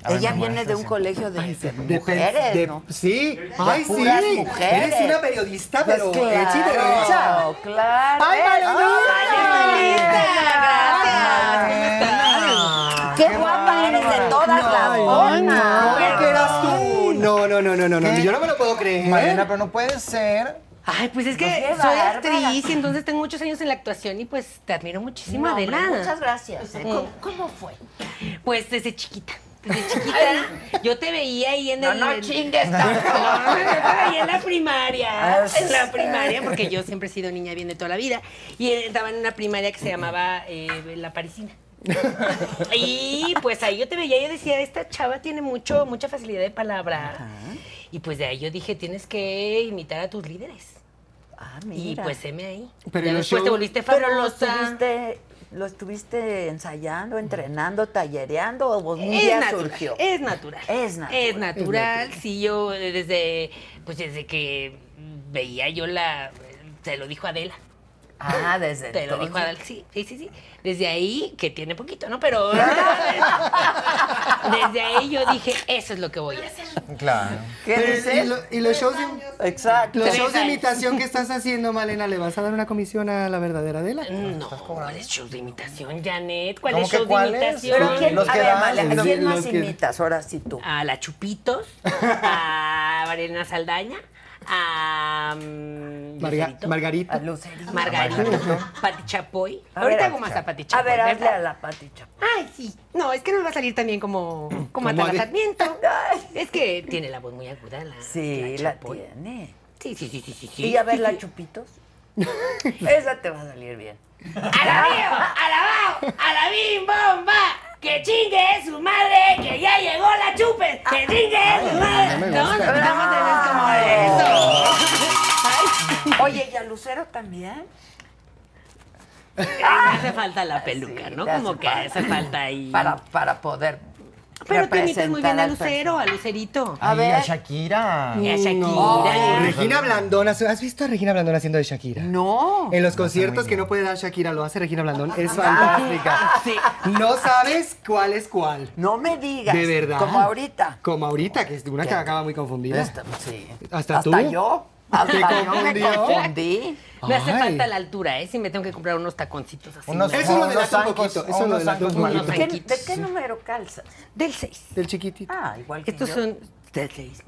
S4: A ver,
S5: Ella
S4: mamá,
S5: viene de un
S4: sí.
S5: colegio de, de
S3: De pe-
S5: mujeres,
S3: de-
S5: ¿no?
S3: Sí. Ay, sí.
S5: puras mujeres.
S3: Eres una periodista,
S5: Pues
S3: pero
S5: claro,
S3: hecha y derecha.
S5: claro.
S3: ¡Ay, Malena!
S5: ¡Eh! ¡Ay, estoy
S4: Ay,
S5: linda! Gracias. ¡Qué guapa eres de todas las
S3: Ay,
S5: formas!
S3: no, que eras tú. No, no, no, no, no, no.
S4: ¿Qué?
S3: Yo no me lo puedo creer.
S4: Malena, pero no puede ser.
S1: Ay, pues es que
S5: Qué
S1: soy
S5: bárbara.
S1: actriz y entonces tengo muchos años en la actuación y pues te admiro muchísimo,
S5: No, hombre,
S1: Adela.
S5: Muchas gracias. ¿eh? ¿Cómo, cómo fue?
S1: Pues desde chiquita. Desde chiquita yo te veía ahí en
S5: No,
S1: el.
S5: no
S1: en-
S5: chingues
S1: No, yo
S5: tampoco.
S1: te veía en la primaria.
S5: Ah,
S1: En la primaria, porque yo siempre he sido niña bien de toda la vida. Y estaba en una primaria que se llamaba eh, La Parisina. Y pues ahí yo te veía y yo decía, esta chava tiene mucho, mucha facilidad de palabra. Y pues de ahí yo dije, tienes que imitar a tus líderes.
S5: Ah,
S1: Y
S5: mira.
S1: pues heme ahí.
S3: Pero
S1: Ya
S3: en los
S1: después te
S3: shows-
S1: volviste
S5: Pero este, lo
S1: famosa.
S5: estuviste, lo estuviste ensayando, entrenando, tallereando, o un
S1: es
S5: día
S1: natural,
S5: surgió.
S1: es natural.
S5: Es natural.
S1: Es natural. Sí, yo eh, desde, pues desde que veía yo la, se lo dijo Adela.
S5: Ah, desde
S1: Te lo
S5: entonces.
S1: dijo Adela, sí, sí, sí, sí. Desde ahí, que tiene poquito, ¿no? Pero desde ahí yo dije, eso es lo que voy a hacer.
S4: Claro.
S5: ¿Qué
S3: Pero-
S5: dices?
S3: y, lo- y los shows de,
S5: Exacto.
S3: los
S1: Tres
S3: shows de
S1: años.
S3: imitación que estás haciendo, Malena, ¿le vas a dar una comisión a la verdadera Adela?
S5: Mm,
S1: No, ¿cuál es show de imitación, Janet? ¿Cuál
S4: ¿Cómo
S1: es
S4: que
S1: show
S4: cuál
S1: de
S4: es?
S1: imitación?
S5: Pero quién,
S4: Los
S5: a
S4: que
S5: ver,
S4: dan,
S5: Male, ¿a
S3: los-
S5: quién
S3: los
S5: más
S3: que-
S5: imitas? Ahora sí tú.
S1: a la Chupitos, a Mariana Saldaña, a mm,
S3: Marga-
S1: Lucerito,
S3: Margarita.
S5: A Lucerito.
S1: Margarita, Pati Chapoy.
S5: A
S1: Ahorita
S5: ver,
S1: hago más a Pati
S5: A
S1: Chapoy.
S5: ver, hazle
S1: ¿verdad?
S5: a la Pati Chapoy.
S1: Ay, sí. No, es que no me va a salir también como, como
S3: Como
S1: Atala
S3: de-
S1: Sarmiento. Es que tiene la voz muy aguda la
S5: Sí, la,
S1: Chapoy.
S5: tiene.
S1: Sí, sí, sí, sí, sí, sí.
S5: Y a ver la Chupitos. Esa te va a salir bien.
S1: ¡Alabao! ¡Alabao! ¡A la bim bomba! ¡Que chingue su madre! ¡Que ya llegó la chupe!
S5: Ah.
S1: ¡Que chingue su madre! No, no,
S5: Vamos a tener este como eso. Ay, Oye, ¿y a Lucero también?
S1: no hace falta la peluca,
S5: Ah. Sí,
S1: ¿no?
S5: te hace
S1: Como que
S5: falta.
S1: hace falta ahí.
S5: Para, para poder
S1: Pero tú imitas muy bien
S5: representar
S1: a
S5: al per-
S1: Lucero, a Lucerito.
S5: A ver.
S4: Shakira.
S1: Y a Shakira.
S3: Regina Blandón, ¿has has visto a Regina Blandón haciendo de Shakira?
S5: No.
S3: En los conciertos que no puede dar Shakira, lo hace Regina Blandón. Es fantástica. No sabes cuál es cuál.
S5: No me digas.
S3: De verdad.
S5: Como ahorita.
S3: Como ahorita, que es una que acaba muy confundida.
S5: Esta- sí.
S3: ¿Hasta tú?
S5: yo. Hasta
S3: ¿Te
S5: yo me
S3: confundió?
S5: confundí.
S1: Me hace
S3: Ay.
S1: falta la altura, ¿eh? Si me tengo que comprar unos taconcitos así.
S4: Unos,
S3: Eso lo
S4: unos
S3: delata un
S4: zancos,
S3: poquito, eso lo
S4: unos
S3: delata un
S4: zancos
S3: poquito.
S5: ¿De
S4: malitos.
S5: qué, de qué número calzas?
S1: Del 6.
S3: Del chiquitito.
S5: Ah, igual que
S1: Estos
S5: yo.
S1: son del 6.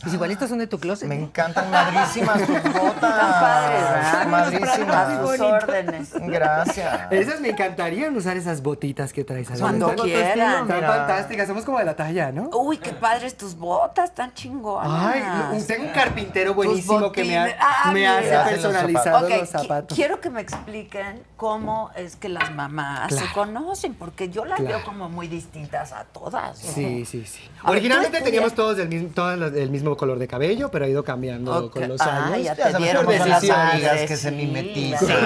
S1: Pues igual estos son de tu closet.
S4: Me
S1: ¿no?
S4: encantan madrísimas tus botas.
S5: Tan padres, ¿verdad? A
S4: Madrísimas.
S5: sus órdenes.
S4: Gracias.
S3: Esas me encantarían usar esas botitas que traes. Adela.
S5: Cuando
S3: Están
S5: quieran.
S3: Están fantásticas, somos como de la talla, ¿no?
S5: Uy, qué padres tus botas, tan chingonas.
S3: Ay, un- tengo un carpintero Pues buenísimo que me, ha-
S5: botines. Ah,
S3: me
S5: mira.
S3: hace
S4: Hace los
S3: personalizado
S5: Ok,
S3: los
S5: qui-
S3: zapatos.
S5: quiero que me expliquen cómo es que las mamás se
S3: Claro.
S5: conocen, porque yo las veo
S3: Claro.
S5: como muy distintas a todas. ¿no?
S3: Sí, sí, sí.
S5: A ver,
S3: Originalmente
S5: ¿tú
S3: teníamos
S5: estudias?
S3: todos del mismo, todas las- el mismo color de cabello, pero ha ido cambiando
S5: Ok.
S3: con los
S5: Ah,
S3: años.
S5: ya
S4: Ya
S5: te
S4: sabes,
S5: dieron
S3: por
S5: la
S3: decisiones.
S5: madre,
S4: que se
S5: sí,
S4: mimetizan.
S5: la-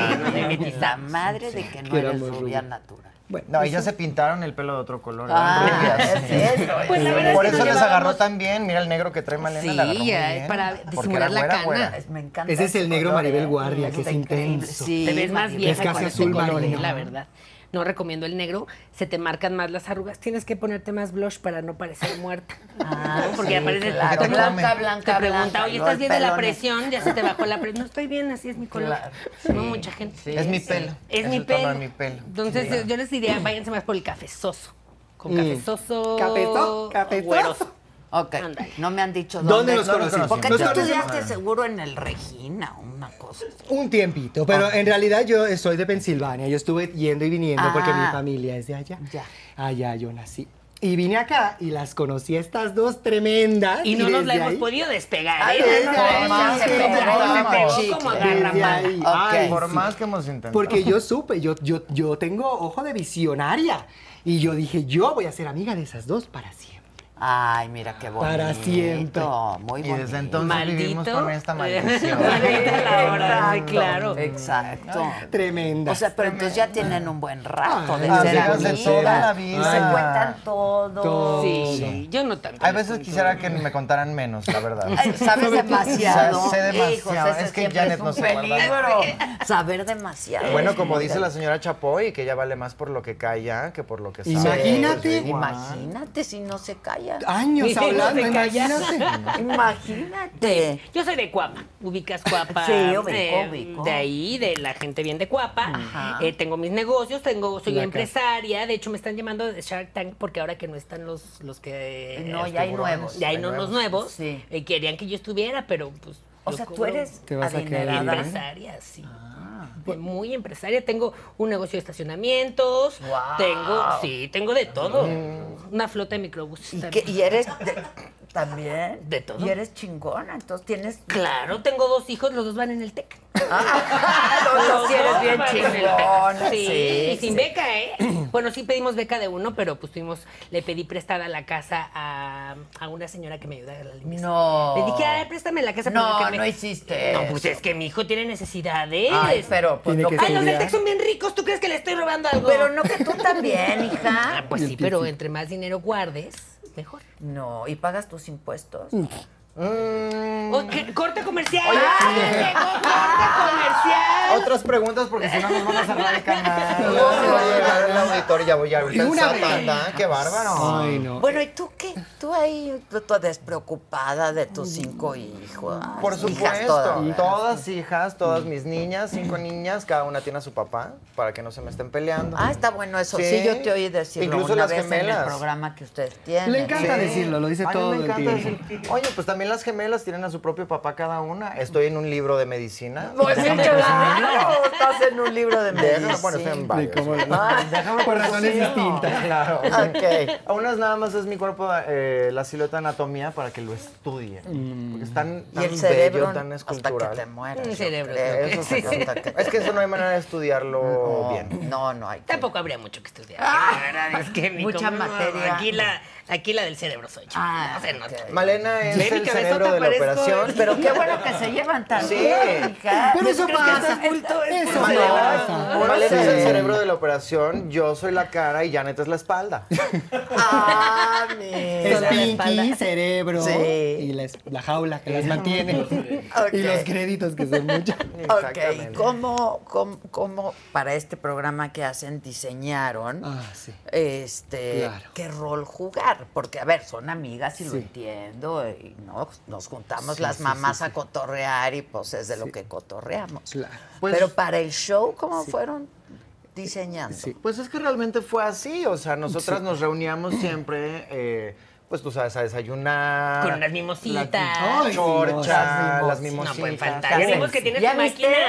S5: La madre de que no
S3: Que
S5: eres
S3: éramos
S5: rubia
S3: rubias.
S5: natural.
S3: Bueno,
S4: No, ellas se pintaron el pelo de otro color.
S5: Ah,
S4: eran rubias.
S5: es eso,
S1: Pues la
S5: es
S1: verdad es
S4: Por
S1: que
S4: eso
S1: nos
S4: les
S1: llevábamos-
S4: agarró tan bien. Mira el negro que trae Malena.
S1: Sí,
S4: la agarró muy
S1: ya,
S4: bien,
S1: para
S4: porque
S1: disimular
S4: era
S1: la
S4: güera,
S1: cana.
S4: güera.
S5: Es- Me encanta.
S3: Ese es el negro Maribel Guardia, que
S5: Está
S3: es
S5: increíble.
S3: intenso.
S5: Sí,
S1: Te ves más
S5: Maribel.
S3: Es
S1: vieja
S3: casi
S1: con este
S3: azul
S1: color, eh,
S3: marino.
S1: la verdad. No recomiendo el negro, se te marcan más las arrugas. Tienes que ponerte más blush para no parecer muerta.
S5: Ah,
S1: ¿no? porque
S5: sí,
S1: aparece
S5: claro,
S1: todo el mundo
S5: blanca, blanca,
S1: Te pregunta,
S5: blanca,
S1: oye,
S5: luego
S1: ¿estás
S5: el
S1: bien de la
S5: pelón es-
S1: presión? Ya se te bajó la presión. No estoy bien, así es mi color.
S5: Claro,
S1: no mucha gente.
S4: Es mi pelo.
S1: Es,
S4: Es
S1: mi
S4: el tono
S1: pelo.
S4: de mi pelo.
S1: Entonces, eh, yo les diría, váyanse más por el cafezoso.
S3: Mm.
S1: Con cafezoso.
S3: Cafezo- cafezoso.
S1: güeroso.
S5: Ok,
S1: Ándale.
S5: no me han dicho
S3: ¿Dónde
S5: dónde.
S3: los conocimos?
S5: Porque
S3: Nos
S5: tú
S3: conocimos.
S5: estudiaste seguro en el Regina, una cosa. así.
S3: un tiempito, pero en realidad yo soy de Pensilvania. Yo estuve yendo y viniendo porque
S5: Ah.
S3: mi familia es de allá.
S5: Ya.
S3: Allá yo nací. Y vine acá y las conocí a estas dos tremendas.
S1: Y no nos la
S3: desde
S1: hemos
S3: ahí-
S1: podido despegar.
S5: Ay,
S1: ¿eh?
S3: desde
S1: No,
S3: ahí,
S1: no,
S3: sí,
S1: se pegó,
S3: desde
S1: se
S3: ahí,
S1: pegó
S5: chicle.
S1: como
S3: Desde
S1: agarrapada.
S3: ahí.
S5: Ok.
S3: Ay,
S4: Por
S3: sí.
S4: más que hemos intentado.
S3: Porque yo supe, yo, yo, yo tengo ojo de visionaria. Y yo dije, yo voy a ser amiga de esas dos para siempre.
S5: Ay, mira qué bonito.
S3: Para siempre.
S5: Muy
S4: Y
S5: bonito.
S4: desde entonces vivimos
S1: Maldito.
S4: con esta maldición.
S1: Maldita la hora, ay, claro.
S5: Exacto.
S3: Tremenda.
S5: O sea, pero entonces ya tienen un buen
S4: Ah,
S5: rato de
S3: Ay,
S5: ser
S3: amigas de
S5: amigas.
S3: toda
S4: la vida.
S5: Se cuentan todo.
S3: Todo.
S1: Sí, yo no tanto.
S4: Hay
S1: les
S4: veces
S1: cuento.
S4: quisiera que me contaran menos, la verdad.
S5: Ay, Sabes demasiado.
S4: Sé demasiado.
S5: Hijos,
S4: Es
S5: ese
S4: que
S5: siempre
S4: Janet
S5: es un
S4: no se
S5: peligro. Saber demasiado.
S4: Bueno, como dice la señora Chapoy, que ella vale más por lo que calla que por lo que sabe.
S3: Imagínate.
S1: Pues,
S5: Sí, Imagínate si no se callan.
S3: Años hablando,
S1: No te callas.
S3: imagínate.
S5: Imagínate.
S1: Yo soy de Cuapa, ubicas Cuapa.
S5: Sí, ubico,
S1: eh,
S5: ubico.
S1: De ahí, de la gente bien de Cuapa.
S5: Ajá.
S1: Eh, tengo mis negocios, tengo, soy
S3: La
S1: empresaria. De hecho, me están llamando de Shark Tank porque ahora que no están los, los que.
S5: No, ya hay nuevos.
S1: este Ya hay, no- los nuevos.
S5: Sí.
S1: Eh, querían que yo estuviera, pero pues.
S5: O
S1: yo
S5: sea, tú
S1: cobro
S5: eres
S3: Te vas a ¿eh? quedar
S5: adinerada.
S3: bien.
S1: empresaria, sí.
S5: Ah.
S1: Pues, Muy empresaria. Tengo un negocio de estacionamientos.
S5: Guau. Mm.
S1: Tengo, sí, tengo de todo. Una flota de microbuses.
S5: ¿Y,
S1: también.
S5: qué- y eres de- también
S1: De todo.
S5: Y eres chingona, entonces tienes
S1: Claro, tengo dos hijos, los dos van en el TEC. Ah,
S5: Los dos Ah, sí eres bien
S1: van en el
S5: chingona.
S1: TEC. Sí, y sin
S5: sí.
S1: beca, ¿eh? Bueno, sí pedimos beca de uno, pero pues tuvimos, le pedí prestada la casa a, a una señora que me ayuda a la limpieza.
S5: No.
S1: Le dije, ay, préstame la casa.
S5: No,
S1: porque me-
S5: no hiciste.
S1: No, pues es que mi hijo tiene necesidades.
S5: Ay, pero pues
S3: Tiene
S5: no
S3: que
S5: que-
S1: Ay, los del
S3: seguridad.
S1: TEC son bien ricos, ¿tú crees que le estoy robando algo?
S5: Pero no que tú también, hija.
S1: Ah, pues sí, pero entre más dinero guardes, mejor.
S5: No, y pagas tus impuestos. Ah.
S1: O que- corte comercial. ¡Ay, llegó corte comercial!
S4: Otras preguntas porque si no nos vamos a cerrar el canal.
S5: No,
S4: Ya se va a
S5: no,
S4: llegar el auditorio, ya voy a
S3: Y
S4: ahorita el
S3: una
S4: SAT,
S3: vez.
S4: anda, ¡Qué bárbaro!
S3: Ay, no.
S5: Bueno, ¿y tú qué? Tú ahí, tú, tú despreocupada de tus cinco hijos.
S4: Por
S5: Hijas
S4: supuesto,
S5: todas,
S4: todas,
S5: ¿verdad?
S4: hijas, todas mis niñas, cinco niñas, cada una tiene a su papá para que no se me estén peleando.
S5: Ah, está bueno eso. Sí, yo te oí decirlo
S4: Incluso
S5: una
S4: las
S5: vez en el
S4: gemelas.
S5: programa que ustedes tienen.
S3: Le encanta
S4: Sí.
S3: decirlo, lo dice
S4: A mí
S3: todo
S4: me
S3: el
S4: encanta
S3: tiempo.
S4: decir, Oye, pues también también las gemelas tienen a su propio papá cada una. Estoy en un libro de medicina.
S5: Pues sí,
S4: Déjame
S5: claro, estás en un libro de
S4: Déjame-
S5: medicina.
S4: bueno, estoy en varios.
S3: cómo-
S4: Ah, déjame
S3: Por razones
S4: presumirlo.
S3: distintas.
S4: Claro. Ok. A unas nada más es mi cuerpo, eh, la silueta anatomía para que lo estudien. Porque es tan,
S5: Mm. Y
S4: tan
S5: el cerebro
S4: bello, tan
S5: hasta que
S4: escultural.
S5: te mueras.
S1: El
S5: yo
S1: cerebro,
S5: creo.
S4: Eh, eso
S5: Sí,
S4: sí.
S5: hasta que-
S4: Es que eso no hay manera de estudiarlo bien.
S5: No, no hay. que-
S1: Tampoco habría mucho que estudiar.
S3: Ah.
S1: la verdad es que ni
S5: mucha
S1: cómo, no,
S5: materia.
S1: Aquí la, aquí la del cerebro soy yo.
S5: Ah,
S1: no se nota.
S5: ok.
S4: Malena es
S1: Ve, mi
S4: el
S1: cabezota
S4: cerebro de la
S1: parezco-
S4: operación.
S5: Pero qué bueno que se llevan tan
S4: Sí.
S5: bien, hija.
S3: Pero eso
S5: Creo que
S3: pasa.
S5: estás bulto, es
S3: Eso
S5: bulto.
S4: Malena,
S3: pasa.
S4: Malena es el
S3: Sí.
S4: cerebro de la operación, yo soy la cara y Janet es la espalda.
S5: Ah,
S3: Es
S5: mira.
S3: Pinky, cerebro
S5: Sí.
S3: y la, es- la jaula que las mantiene.
S5: Ok.
S3: Y los créditos que son muchos.
S5: Ok,
S4: Exactamente.
S5: ¿y ¿cómo, cómo, cómo para este programa que hacen diseñaron
S3: Ah, sí.
S5: este
S3: Claro.
S5: qué rol jugar? Porque, a ver, son amigas y lo entiendo, y no, nos juntamos las mamás a cotorrear y pues es de lo que cotorreamos.
S3: Claro.
S4: Pues-
S5: Pero para el show, ¿cómo fueron diseñando?
S3: Sí.
S4: Pues es que realmente fue así, o sea, nosotras nos reuníamos siempre, eh, pues tú sabes, a desayunar.
S1: Con unas mimositas. pues,
S4: La
S3: Ay,
S4: chorcha,
S3: mimosas.
S4: las
S1: No
S4: mimositas.
S1: pueden faltar. Ya
S5: sí.
S1: vimos que tienes
S5: ¿Ya
S1: tu
S5: viste?
S1: máquina.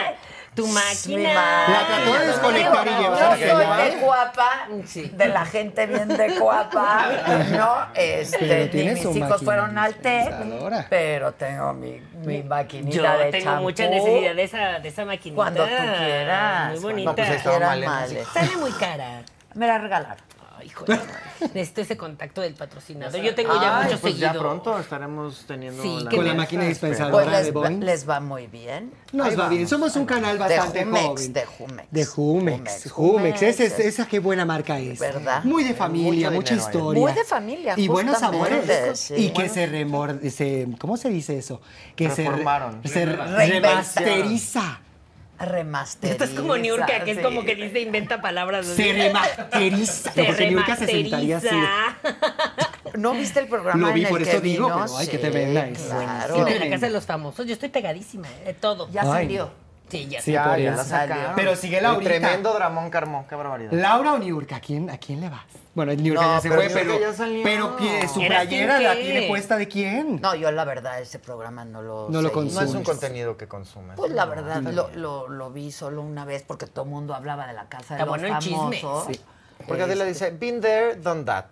S1: Tu
S5: Mi
S1: máquina.
S5: madre.
S3: La trató de desconectar y
S5: Digo,
S3: llevar
S5: Yo
S3: a la
S5: soy de
S3: llamada.
S5: guapa,
S1: Sí.
S5: de la gente bien de guapa, ¿no? Este,
S3: Pero
S5: ni
S3: tiene
S5: mis
S3: su
S5: hijos
S3: maquinita
S5: fueron al té,
S3: pensadora.
S5: pero tengo mi, mi maquinita
S1: Yo
S5: de
S1: tengo
S5: champú.
S1: mucha necesidad de esa, de esa maquinita.
S5: Cuando tú
S1: Muy
S5: quieras. cuando
S1: bonita.
S4: No, pues ahí
S5: tú
S4: está
S5: quieras,
S4: Malena,
S5: Male.
S4: así.
S1: Sale muy cara.
S5: Me la regalaron.
S1: Ay, joder. Necesito ese contacto del patrocinador. Yo tengo ya
S4: Ay,
S1: muchos
S4: pues ya
S1: seguidos.
S4: pronto estaremos teniendo
S1: Sí, que
S3: Con
S4: nuestra.
S3: la máquina
S5: Pues
S3: dispensadora de
S5: les, va-
S3: Boeing.
S5: les va muy bien.
S3: Nos va bien. Somos un canal bastante
S5: Jumex,
S3: joven.
S5: de Jumex.
S3: De
S5: Jumex,
S3: Jumex.
S5: Jumex,
S3: Jumex. Ese es-
S5: es-
S3: esa qué buena marca es.
S5: ¿Verdad?
S3: Muy de familia,
S4: Mucho
S3: mucha
S4: dinero hay.
S3: historia.
S5: Muy de familia,
S3: Y buenos
S5: justamente,
S3: sabores.
S5: sí.
S3: Y que
S5: Buenos-
S3: se remor... se- ¿Cómo se dice eso? Que se re-
S4: Reformaron.
S3: Se
S5: Reinvención.
S3: remasteriza.
S1: Esto
S5: Remasteriza.
S1: es como Niurka, que es
S5: sí.
S1: como que dice inventa palabras.
S3: Se remasteriza.
S1: Se
S3: No, porque Niurka se sentaría así.
S5: ¿No viste el programa
S3: Lo vi,
S5: en el
S3: por
S5: que
S3: eso digo,
S5: vino?
S3: pero ay, que
S5: Sí,
S3: te vendáis.
S5: claro.
S3: Que
S1: De
S3: te
S1: la casa de los famosos. Yo estoy pegadísima eh, de todo.
S5: Ya
S3: Ay.
S5: salió.
S1: Sí, ya.
S3: Sí,
S1: sé.
S4: Ya,
S3: por
S4: ya
S3: eso.
S4: la sacaron.
S3: Pero sigue la
S4: El
S3: ahorita.
S4: Tremendo dramón, Carmón, qué barbaridad.
S3: ¿Laura o Niurka? ¿A quién, ¿A quién le vas? Bueno, el Niurka
S5: No,
S3: ya se
S5: pero
S3: fue,
S4: Niurka
S3: pero,
S4: ya salió.
S3: pero ¿quién- su
S1: ¿Era
S3: playera
S1: sin
S3: la
S1: qué?
S3: tiene puesta de quién?
S5: No, yo la verdad, ese programa no lo
S3: No lo
S5: seguí.
S4: No es un
S3: Consumes.
S4: contenido que consumes.
S5: Pues la verdad, lo, lo, lo vi solo una vez porque todo el mundo hablaba de la casa de
S1: Está
S5: los
S1: bueno el chisme.
S5: famosos.
S4: Porque Adela dice, been there, done that.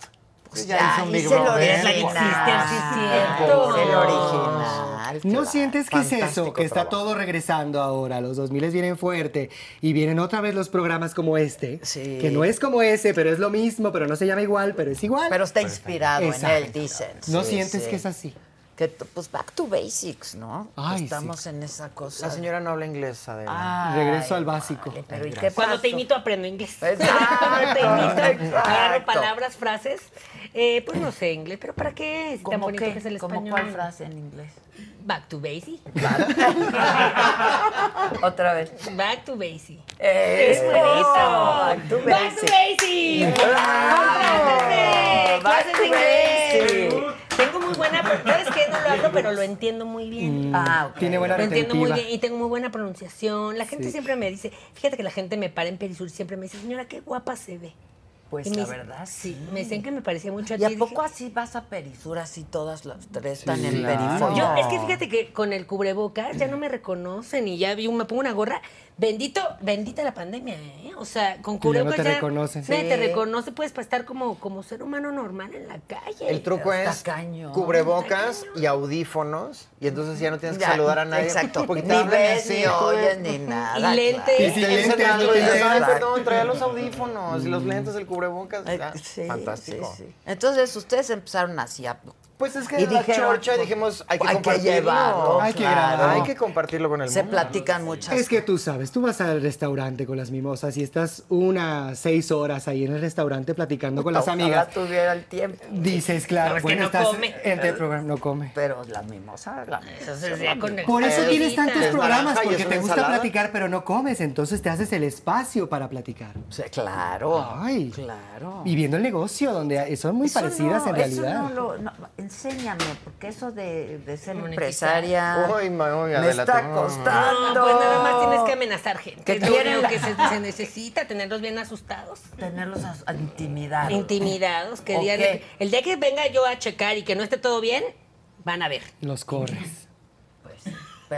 S5: Pues
S4: Ya hizo un Big
S5: hice el
S4: Brother.
S1: Es la que existe,
S5: original.
S1: sí, cierto.
S5: Hice el original.
S3: ¿No
S5: claro.
S3: sientes que es eso?
S4: Fantástico
S3: Que está
S4: trabajo.
S3: todo regresando ahora. Los 2000 vienen fuerte y vienen otra vez los programas como este.
S5: Sí.
S3: Que no es como ese, pero es lo mismo, pero no se llama igual, pero es igual.
S5: Pero está inspirado
S3: Exacto.
S5: en él, dicen.
S3: ¿No
S5: Sí,
S3: sientes
S5: sí.
S3: que es así?
S5: Que, t- pues back to basics, ¿no?
S3: Ay,
S5: Estamos en esa cosa.
S4: La señora no habla inglés, Adela.
S5: Ay,
S3: Regreso al básico.
S5: vale, pero ¿y qué
S1: Cuando te
S5: pasó?
S1: imito aprendo inglés.
S5: Exacto,
S1: Cuando te imito,
S5: exacto.
S1: agarro palabras, frases. Eh, pues no sé inglés, pero ¿para qué? Si tan
S5: ¿Cómo
S1: bonito
S5: qué?
S1: que es el
S5: ¿Cómo
S1: español.
S5: cuál frase en inglés?
S1: Back to basic.
S5: Otra vez.
S1: Back to basic.
S5: Es
S1: buenísimo.
S5: Tú
S1: Back to basic.
S5: Bravo.
S1: Cómprate
S5: Back
S1: clases
S5: to
S1: de inglés.
S5: basic.
S1: Tengo muy buena, ¿sabes qué? No lo hablo, pero lo entiendo muy bien.
S5: Ah, ok.
S3: Tiene buena
S1: Lo entiendo muy
S3: retentiva.
S1: bien y tengo muy buena pronunciación. La gente siempre me dice, fíjate que la gente me para en Perisur y siempre me dice, señora, qué guapa se ve.
S5: Pues
S1: Y me
S5: la
S1: dicen-
S5: verdad,
S1: Sí, me decían que me parecía mucho a ti.
S5: ¿Y a
S1: Dije,
S5: poco así vas a perisura así todas las tres están en
S3: claro.
S1: Yo,
S5: periferia?
S1: es que fíjate que con el cubrebocas ya no me reconocen y ya vi, un- me pongo una gorra. Bendito, bendita la pandemia, ¿eh? O sea, con
S3: Que ya no
S1: cubrebocas
S3: te reconocen.
S1: Nadie
S5: Sí.
S1: te reconoce, puedes pa- estar como, como ser humano normal en la calle.
S4: El truco
S5: Está
S4: es
S5: cañón.
S4: cubrebocas y audífonos y entonces ya no tienes que
S5: Ya,
S4: saludar a nadie.
S5: Exacto.
S4: Porque te
S5: ni
S4: hablan
S5: ves,
S4: así,
S5: ni
S4: todo
S5: oyes,
S4: el-
S5: ni nada.
S1: Y lentes.
S4: Y
S3: Y
S4: si
S3: sin
S4: le dicen
S3: lentes,
S4: algo,
S3: no
S4: dices,
S3: te
S4: "Ay,
S5: ves".
S4: perdón, traía los audífonos y los lentes, el cubrebocas.
S5: Claro.
S4: ya,
S5: Eh, Mm. sí,
S4: Fantástico.
S5: sí, sí. Entonces ustedes empezaron así a...
S4: Pues es que
S5: Y
S4: en la
S5: dijeron, "Pues
S4: chorcha dijimos, hay que
S5: hay que
S4: compartirlo.
S5: llevarlo,
S3: Hay que claro. grabar.
S4: Hay que compartirlo con el
S5: Se
S4: mundo.
S5: platican muchas
S3: Es que tú sabes, tú vas al restaurante con las mimosas y estás unas seis horas ahí en el restaurante platicando con las
S5: Ojalá
S3: amigas.
S5: tuviera el tiempo.
S3: Dices, claro,
S1: No, es que
S3: bueno,
S1: no
S3: estás
S1: come.
S3: entre el programa, no come.
S5: Pero la mimosa, la mimosa.
S1: Entonces, ya con el-
S3: Por eso
S4: Es-
S3: tienes tantos
S4: es
S3: programas,
S4: naranja y
S3: porque
S4: es
S3: te
S4: una
S3: gusta
S4: ensalada.
S3: platicar, pero no comes, entonces te haces el espacio para platicar.
S5: Sí, claro.
S3: Ay.
S1: Oh.
S5: Claro.
S3: Y viendo el negocio, donde son muy
S5: Eso
S3: parecidas
S5: no,
S3: en realidad.
S5: Eso no lo, no, enséñame, porque eso de, de ser
S1: Monetizar.
S5: empresaria
S4: Uy, ma- uy,
S5: me
S4: Adela,
S5: está
S4: tú-
S5: costando.
S1: No, pues nada más tienes que amenazar gente.
S5: Que
S1: es lo
S5: quieren
S1: único
S5: la-
S1: que se, se necesita, tenerlos bien asustados.
S5: Tenerlos a, a intimidar.
S1: Intimidados, que
S5: Ok.
S1: día- el día que venga yo a checar y que no esté todo bien, Van a ver.
S3: Los corres.
S4: Pero,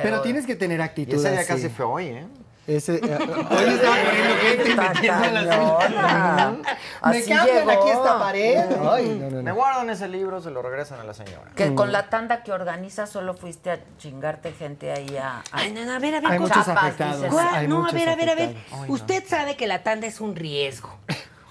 S3: Pero, tienes que tener
S4: Y
S3: actitud.
S4: ese día
S3: así.
S4: casi fue hoy, ¿eh?
S3: Ese, eh, hoy le estaba poniendo gente y metiendo las
S5: Tacañona.
S3: Me
S5: Así
S3: cambian
S5: llegó.
S3: aquí esta pared. Ay, no, no,
S4: Me
S3: no.
S4: guardan ese libro, se lo regresan a la señora.
S5: Que con la tanda que organiza solo fuiste a chingarte gente ahí a... a-
S1: Ay, no, no, a ver, a ver.
S3: Hay
S1: ¿cómo-
S3: muchos
S5: Chapas,
S3: afectados.
S5: dices.
S1: ¿Cuál?
S3: hay
S1: no, a
S3: muchos
S1: ver, a ver, a ver.
S3: afectados.
S1: Usted sabe que la tanda es un riesgo.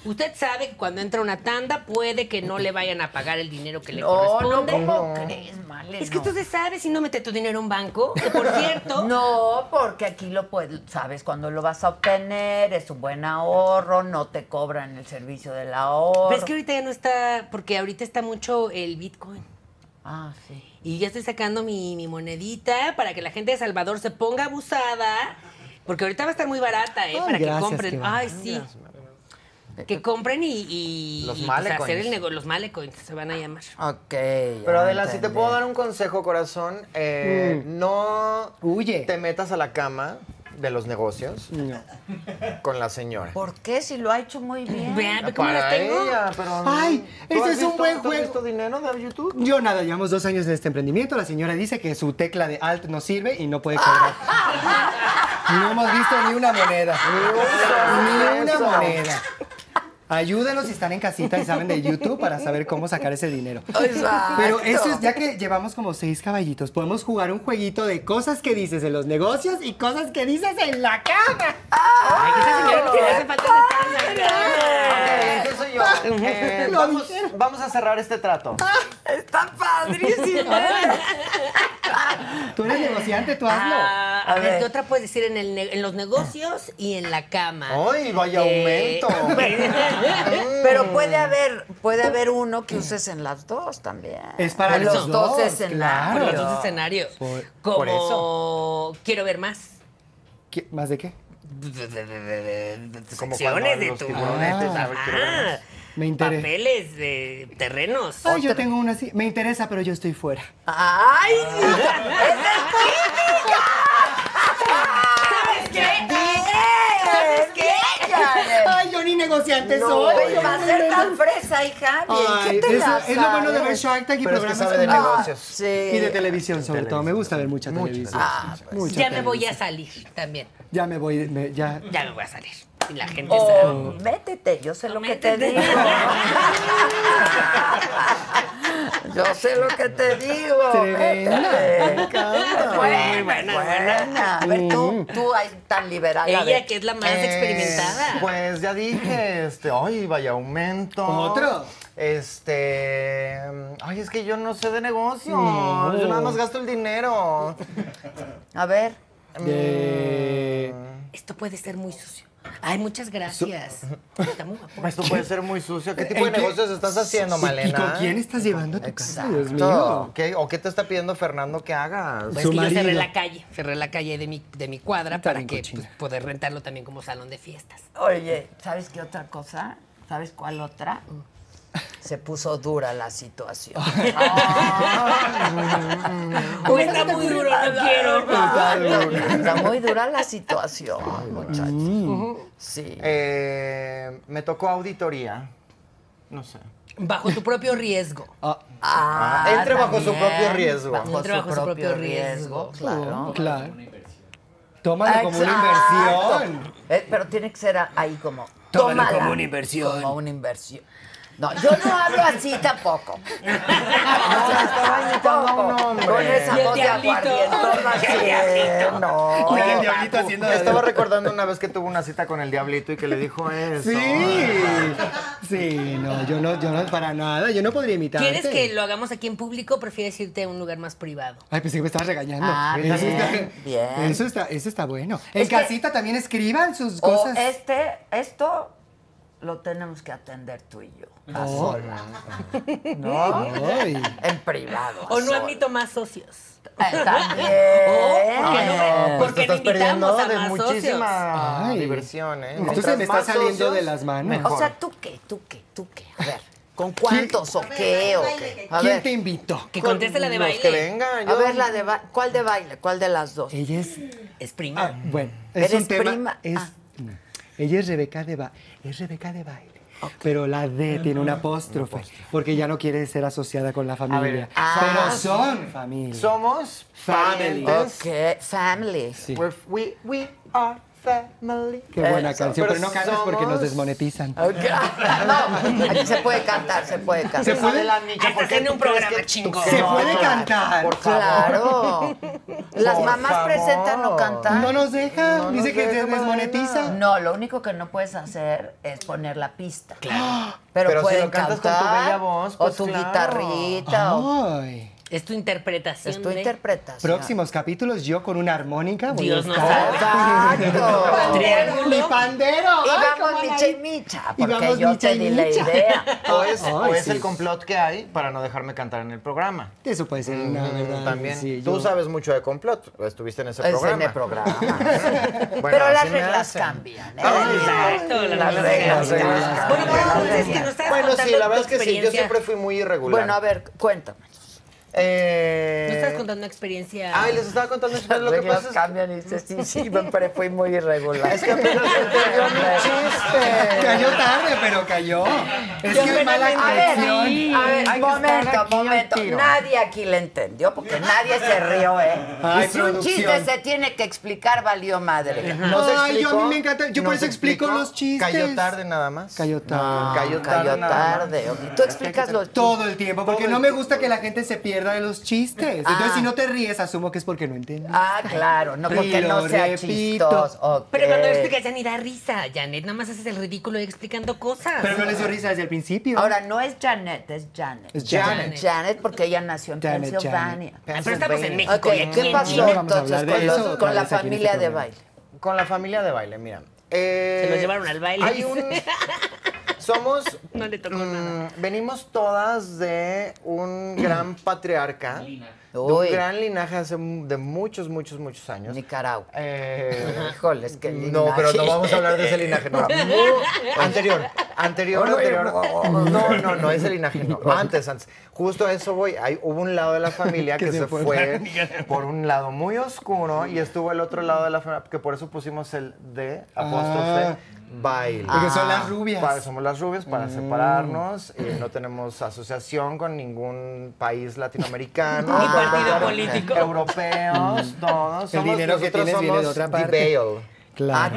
S1: Usted sabe que cuando entra una tanda puede que no le vayan a pagar el dinero que le
S5: No, no,
S1: corresponde.
S5: ¿cómo crees, Male?
S1: Es que
S5: no.
S1: tú se sabe si no mete tu dinero en un banco, que por cierto,
S5: No, porque aquí lo puedes, sabes cuando lo vas a obtener, es un buen ahorro, no te cobran el servicio del ahorro.
S1: pero es que ahorita ya no está, porque ahorita está mucho el Bitcoin.
S5: Ah, sí.
S1: Y ya estoy sacando mi, mi monedita para que la gente de Salvador se ponga abusada, porque ahorita va a estar muy barata, ¿eh?
S3: Ay,
S1: para que
S3: gracias,
S1: compren.
S3: qué bueno.
S1: Ay, sí. Que compren y, y-
S4: Los
S1: y, pues,
S4: malecoins.
S1: hacer el nego- los malecoins se van a llamar.
S5: Ok. Pero
S4: Pero Adela, si te puedo dar un consejo, corazón, eh, no
S3: Mm. Huye.
S4: te metas a la cama de los negocios
S3: No.
S4: con la señora.
S5: ¿Por qué? Si lo ha hecho muy bien.
S1: Vean, ¿cómo las
S4: Para
S1: tengo?
S4: ella, pero...
S3: Ay,
S4: ¿tú
S3: ese
S4: has
S3: es un
S4: visto-
S3: buen
S4: ¿tú has
S3: juego.
S4: visto dinero de YouTube?
S3: Yo nada, llevamos dos años en este emprendimiento. La señora dice que su tecla de alt no sirve y no puede cobrar. No hemos visto ni una moneda. Ni una
S4: peso.
S3: moneda. Ayúdenos si están en casita y saben de YouTube para saber cómo sacar ese dinero.
S5: Exacto.
S3: Pero eso es ya que llevamos como seis caballitos. Podemos jugar un jueguito de cosas que dices en los negocios y cosas que dices en la cama.
S1: Ay, esa señora no hace falta esa tanda.
S4: Ok, ¿qué soy yo? Eh,
S3: Lo
S4: vamos,
S3: dijeron.
S4: vamos a cerrar este trato.
S5: Está padrísimo.
S3: Tú eres negociante, tú hazlo.
S1: Ah, a
S5: A
S1: ver,
S5: ver.
S1: ¿qué otra puedes decir en, el ne- en los negocios y en la cama?
S4: Ay, vaya
S1: Eh,
S4: aumento.
S3: Ah.
S5: Pero puede haber, puede haber uno que uses en las dos también.
S3: Es para
S5: En
S3: los
S5: los
S3: dos,
S5: dos escenarios.
S3: claro.
S1: Por los dos escenarios.
S3: Por-
S1: como
S4: por
S1: quiero ver más.
S3: ¿Qué- ¿Más de qué?
S4: Como
S1: secciones
S4: cuando
S1: de
S4: los
S1: tu
S4: tiburones,
S3: Ah.
S4: ¿sabes? Quiero ver más.
S3: Me interesa.
S1: papeles de terrenos.
S3: Ay, yo tengo una así. Me interesa, pero yo estoy fuera.
S5: ¡Ay! hija! ¡Es el
S1: ¿Sabes qué?
S5: ¿Sabes qué?
S3: Ay, yo ni negociante
S5: No,
S3: soy. yo
S5: va a
S3: no,
S5: ser
S3: no,
S5: tan
S3: no.
S5: fresa, hija. Bien,
S3: Ay,
S5: ¿qué te
S3: eso-
S5: la
S3: es lo bueno de ver
S5: sabes?
S3: Shark Tank y
S4: Pero es que
S3: programas
S4: sabe de
S3: así.
S4: negocios.
S5: Sí.
S3: y de televisión sobre todo. Me
S4: televisión.
S3: gusta ver mucha
S4: Mucha
S3: televisión. Mucha
S1: Ya me
S3: televisión.
S1: voy a salir también. Oh,
S3: Ya me voy, me- ya.
S1: Ya me voy a salir. Y la gente sabe.
S5: O métete, yo sé lo que te
S1: Métete.
S5: digo. yo sé lo que te digo.
S3: Tremenda.
S5: métete.
S3: Me encanta.
S5: Buena,
S1: Muy buena,
S5: buena. A ver, tú, tú ahí tan liberal. a
S1: Ella
S5: ver.
S1: que es la más
S4: Eh,
S1: experimentada.
S4: Pues ya dije, este, ay, vaya aumento.
S3: ¿Otro?
S4: Este, ay, es que yo no sé de negocios.
S3: Mm, No.
S4: Yo nada más gasto el dinero.
S5: A ver.
S3: Ah. De-
S4: Mm.
S1: Esto puede ser muy sucio. Ay, muchas gracias. Está muy guapo.
S4: Esto puede ser muy sucio. ¿Qué tipo de
S3: Pues, ¿En qué-
S4: negocios estás haciendo, Malena?
S3: ¿Y con quién estás llevando tu casa? Dios
S4: Exacto.
S3: mío.
S4: ¿Qué- ¿O qué te está pidiendo Fernando que hagas?
S1: Pues
S3: Su
S1: que yo cerré
S3: marido.
S1: la calle, cerré la calle de mi, de mi cuadra
S3: Está
S1: para
S3: bien
S1: que
S3: cochina.
S1: pues, poder rentarlo también como salón de fiestas.
S5: Oye, ¿sabes qué otra cosa? ¿Sabes cuál otra? Se puso dura la situación.
S1: Uy, está muy duro, no quiero.
S5: Está muy dura la situación,
S4: Mm.
S5: muchachos. Sí.
S4: Eh, me tocó auditoría. No sé.
S1: Bajo tu propio riesgo.
S5: Ah,
S4: Entre bajo su
S5: también.
S4: propio riesgo.
S5: Bajo
S1: Entre
S5: su
S1: bajo su
S5: propio,
S1: propio riesgo.
S5: riesgo, claro.
S3: Claro. Tómalo como una
S5: Exacto.
S3: inversión.
S5: Eh, pero tiene que ser a- ahí como.
S1: Tómalo
S5: tómala,
S1: como una inversión.
S5: Como una inversión. No, yo no hablo así tampoco.
S4: estaba imitando a un
S5: Tampoco.
S4: hombre.
S5: Con esa
S1: Y el
S5: voz de
S1: diablito.
S5: aguardientona
S1: Y el
S5: así,
S1: diablito.
S5: No.
S3: Y el diablito haciendo la-
S4: Estaba recordando una vez que tuvo una cita con el diablito y que le dijo eso.
S3: Sí. Sí, no, yo no, yo no, para nada. Yo no podría imitarte.
S1: ¿Quieres que lo hagamos aquí en público o prefieres irte a un lugar más privado?
S3: Ay, pensé que me estabas regañando.
S5: Ah,
S3: eso,
S5: bien,
S3: está,
S5: bien.
S3: Eso, está, eso está bueno. En
S5: Es que-
S3: casita también escriban sus
S5: O
S3: cosas.
S5: este, esto lo tenemos que atender tú y yo. A
S1: Oh.
S5: solas. ¿No?
S3: Ay.
S5: En privado. a
S1: ¿O no
S5: solas.
S1: admito más socios?
S5: Eh, también.
S1: porque no me-
S5: Eh,
S1: porque
S4: Pues Te estás
S1: no invitamos
S4: perdiendo
S1: a
S4: de
S1: más
S4: muchísima
S3: Ay.
S4: diversión, ¿eh?
S3: Esto
S4: Mientras
S3: se me está
S4: más
S3: saliendo
S4: socios,
S3: de las manos.
S4: mejor.
S5: O sea, ¿tú qué? ¿Tú qué? ¿Tú qué? A ver, ¿con cuántos o qué? ¿O qué? A
S3: ¿Quién te
S5: ver,
S3: invitó?
S1: Que conteste la de
S4: Los
S1: baile.
S4: que vengan.
S5: a
S4: yo-
S5: ver la de ba- ¿cuál de baile? ¿Cuál de las dos?
S3: Ella es.
S1: Es
S3: ah,
S1: prima.
S3: bueno, es
S5: Eres
S3: un tema.
S5: prima,
S3: es-
S5: ah.
S3: no. Ella es Rebeca de ba- es Rebeca de baile. Pero la D tiene un apóstrofe, porque ya no quiere ser asociada con la familia.
S4: Ah.
S3: pero son familia.
S4: Somos
S3: Family.
S4: parientes.
S5: Ok, family.
S4: We're- we, we are family.
S3: Qué buena
S4: Eh,
S3: canción, pero, no cantes porque nos
S4: somos-
S3: desmonetizan.
S5: Ok. No, aquí se puede cantar, se puede cantar.
S3: Se puede-
S4: Adelante, Micha,
S1: Ah,
S4: ¿por
S1: estás
S4: qué
S1: en
S4: tú
S1: un
S4: crees
S1: programa
S4: que tú
S1: chingón.
S4: crees?
S3: Se puede
S4: No,
S3: cantar.
S4: Por favor.
S5: Claro. Las
S4: Por
S5: mamás
S4: favor.
S5: presentan no cantan.
S3: No nos dejan,
S4: No
S3: dice
S4: nos
S3: que
S4: deja,
S3: te desmonetiza.
S5: No, lo único que no puedes hacer es poner la pista. Claro. Pero,
S4: Pero si
S5: pueden
S4: lo cantas con tu
S5: cantar.
S4: bella voz,
S5: o
S4: pues
S5: tu
S4: claro. Ah.
S5: guitarrita. o-
S3: Ay.
S1: Es tu interpretación.
S5: es tu
S1: de-
S5: interpretación.
S3: Próximos capítulos yo con una armónica. voy a
S1: Dios nos
S3: estar-
S1: sabe.
S5: Exacto.
S3: Mi
S1: Triángulo.
S3: pandero.
S5: Y
S3: Ay,
S5: vamos
S3: cómo la-
S5: Micha y Micha,
S3: Y
S5: porque
S3: vamos
S5: yo
S3: Micha
S5: te
S3: y
S5: di la
S3: Micha.
S5: idea.
S4: O es, o
S3: Ay,
S4: es
S3: sí.
S4: el complot que hay para no dejarme cantar en el programa.
S3: Eso puede ser una
S4: Mm,
S3: verdad.
S4: También.
S3: sí,
S4: Tú
S3: yo-
S4: sabes mucho de complot. Estuviste en ese
S5: Es
S4: programa.
S5: en el programa.
S4: Bueno,
S5: Pero las
S4: así me
S5: reglas
S4: hacen.
S5: cambian. ¿eh?
S1: Exacto, las
S5: Las
S1: reglas
S5: reglas cambian.
S1: Bueno, pero
S5: Las
S1: entonces, que
S5: reglas.
S1: nos estás
S4: Bueno, sí,
S1: contando
S4: la
S1: tu
S4: verdad es que sí. Yo
S1: experiencia.
S4: siempre fui muy irregular.
S5: Bueno, a ver, cuéntame.
S4: Eh...
S1: Nos estás contando una experiencia.
S4: Ay, les estaba contando
S5: Las
S4: Lo que
S5: reglas
S4: pasa es
S5: cambian y dices, sí, sí, pero fui muy irregular.
S4: Es que apenas entendió mi chiste.
S3: Cayó tarde, pero cayó. Es que es mala
S5: A ver,
S3: conexión.
S5: a ver,
S4: Hay que estar
S5: momento,
S4: aquí al
S5: momento.
S4: tiro.
S5: Nadie aquí le entendió porque nadie se rió, ¿eh?
S3: Ay,
S5: y si un
S3: producción.
S5: chiste se tiene que explicar, valió madre.
S4: No se
S3: Ay, yo a mí
S4: explicó,
S3: me encanta- yo
S4: no
S3: por eso
S4: se
S3: explico
S4: explicó,
S3: los chistes.
S4: Cayó tarde nada más.
S3: Cayó
S4: No,
S3: tarde.
S4: cayó tarde.
S5: Cayó
S4: nada más.
S5: tarde. ok. Tú explicas los
S3: Todo el tiempo, porque
S4: Todo el
S3: no me gusta que la gente se pierda de los chistes. Entonces,
S5: Ah.
S3: si no te ríes, asumo que es porque no entiendes.
S5: Ah, claro, no porque
S3: Y
S5: no
S3: lo
S5: sea
S3: repito.
S5: chistoso. ok.
S1: Pero cuando lo explicas ya ni da risa, Janet. Nada más haces el ridículo ahí explicando cosas. Ah,
S3: Pero no les dio risa desde el principio.
S5: Ahora no es Janet, es Janet.
S3: Es Janet.
S5: Janet porque ella nació en
S3: Janet,
S5: Pensilvania.
S1: Ah, pero estamos en México.
S5: Ok,
S1: y aquí
S5: ¿qué
S1: en
S5: pasó
S3: Chile. Vamos a
S5: entonces
S3: hablar de
S5: con, los-
S3: eso otra
S5: con la
S3: vez aquí en este
S5: familia de
S3: programa.
S5: baile?
S4: Con la familia de baile, mira. eh,
S1: Se los llevaron al baile.
S4: Hay un. Somos. mm,
S1: No le tocó nada.
S4: Venimos todas de un gran patriarca. De
S5: Uy.
S4: un gran linaje hace mu- de muchos, muchos, muchos años.
S5: Nicaragua.
S4: Eh,
S5: Híjoles, qué
S4: No, pero no vamos a hablar de ese linaje, no. anterior, anterior, anterior. No, no, no, ese linaje no. Antes, antes. Justo a eso voy. Hay, hubo un lado de la familia que, se, fue, por un lado muy oscuro y estuvo el otro lado de la familia, que por eso pusimos el D, apóstrofe,
S3: Ah.
S4: baile.
S3: Porque son las rubias. Mm.
S4: Para- somos las rubias para separarnos. eh, no tenemos asociación con ningún país latinoamericano.
S1: Ni partido
S4: Claro,
S1: político.
S4: Europeos, todos.
S3: El
S4: somos-
S3: dinero que
S4: nosotros
S3: tienes viene de
S4: somos
S3: otra
S4: the
S3: parte.
S4: Bale.
S3: Claro.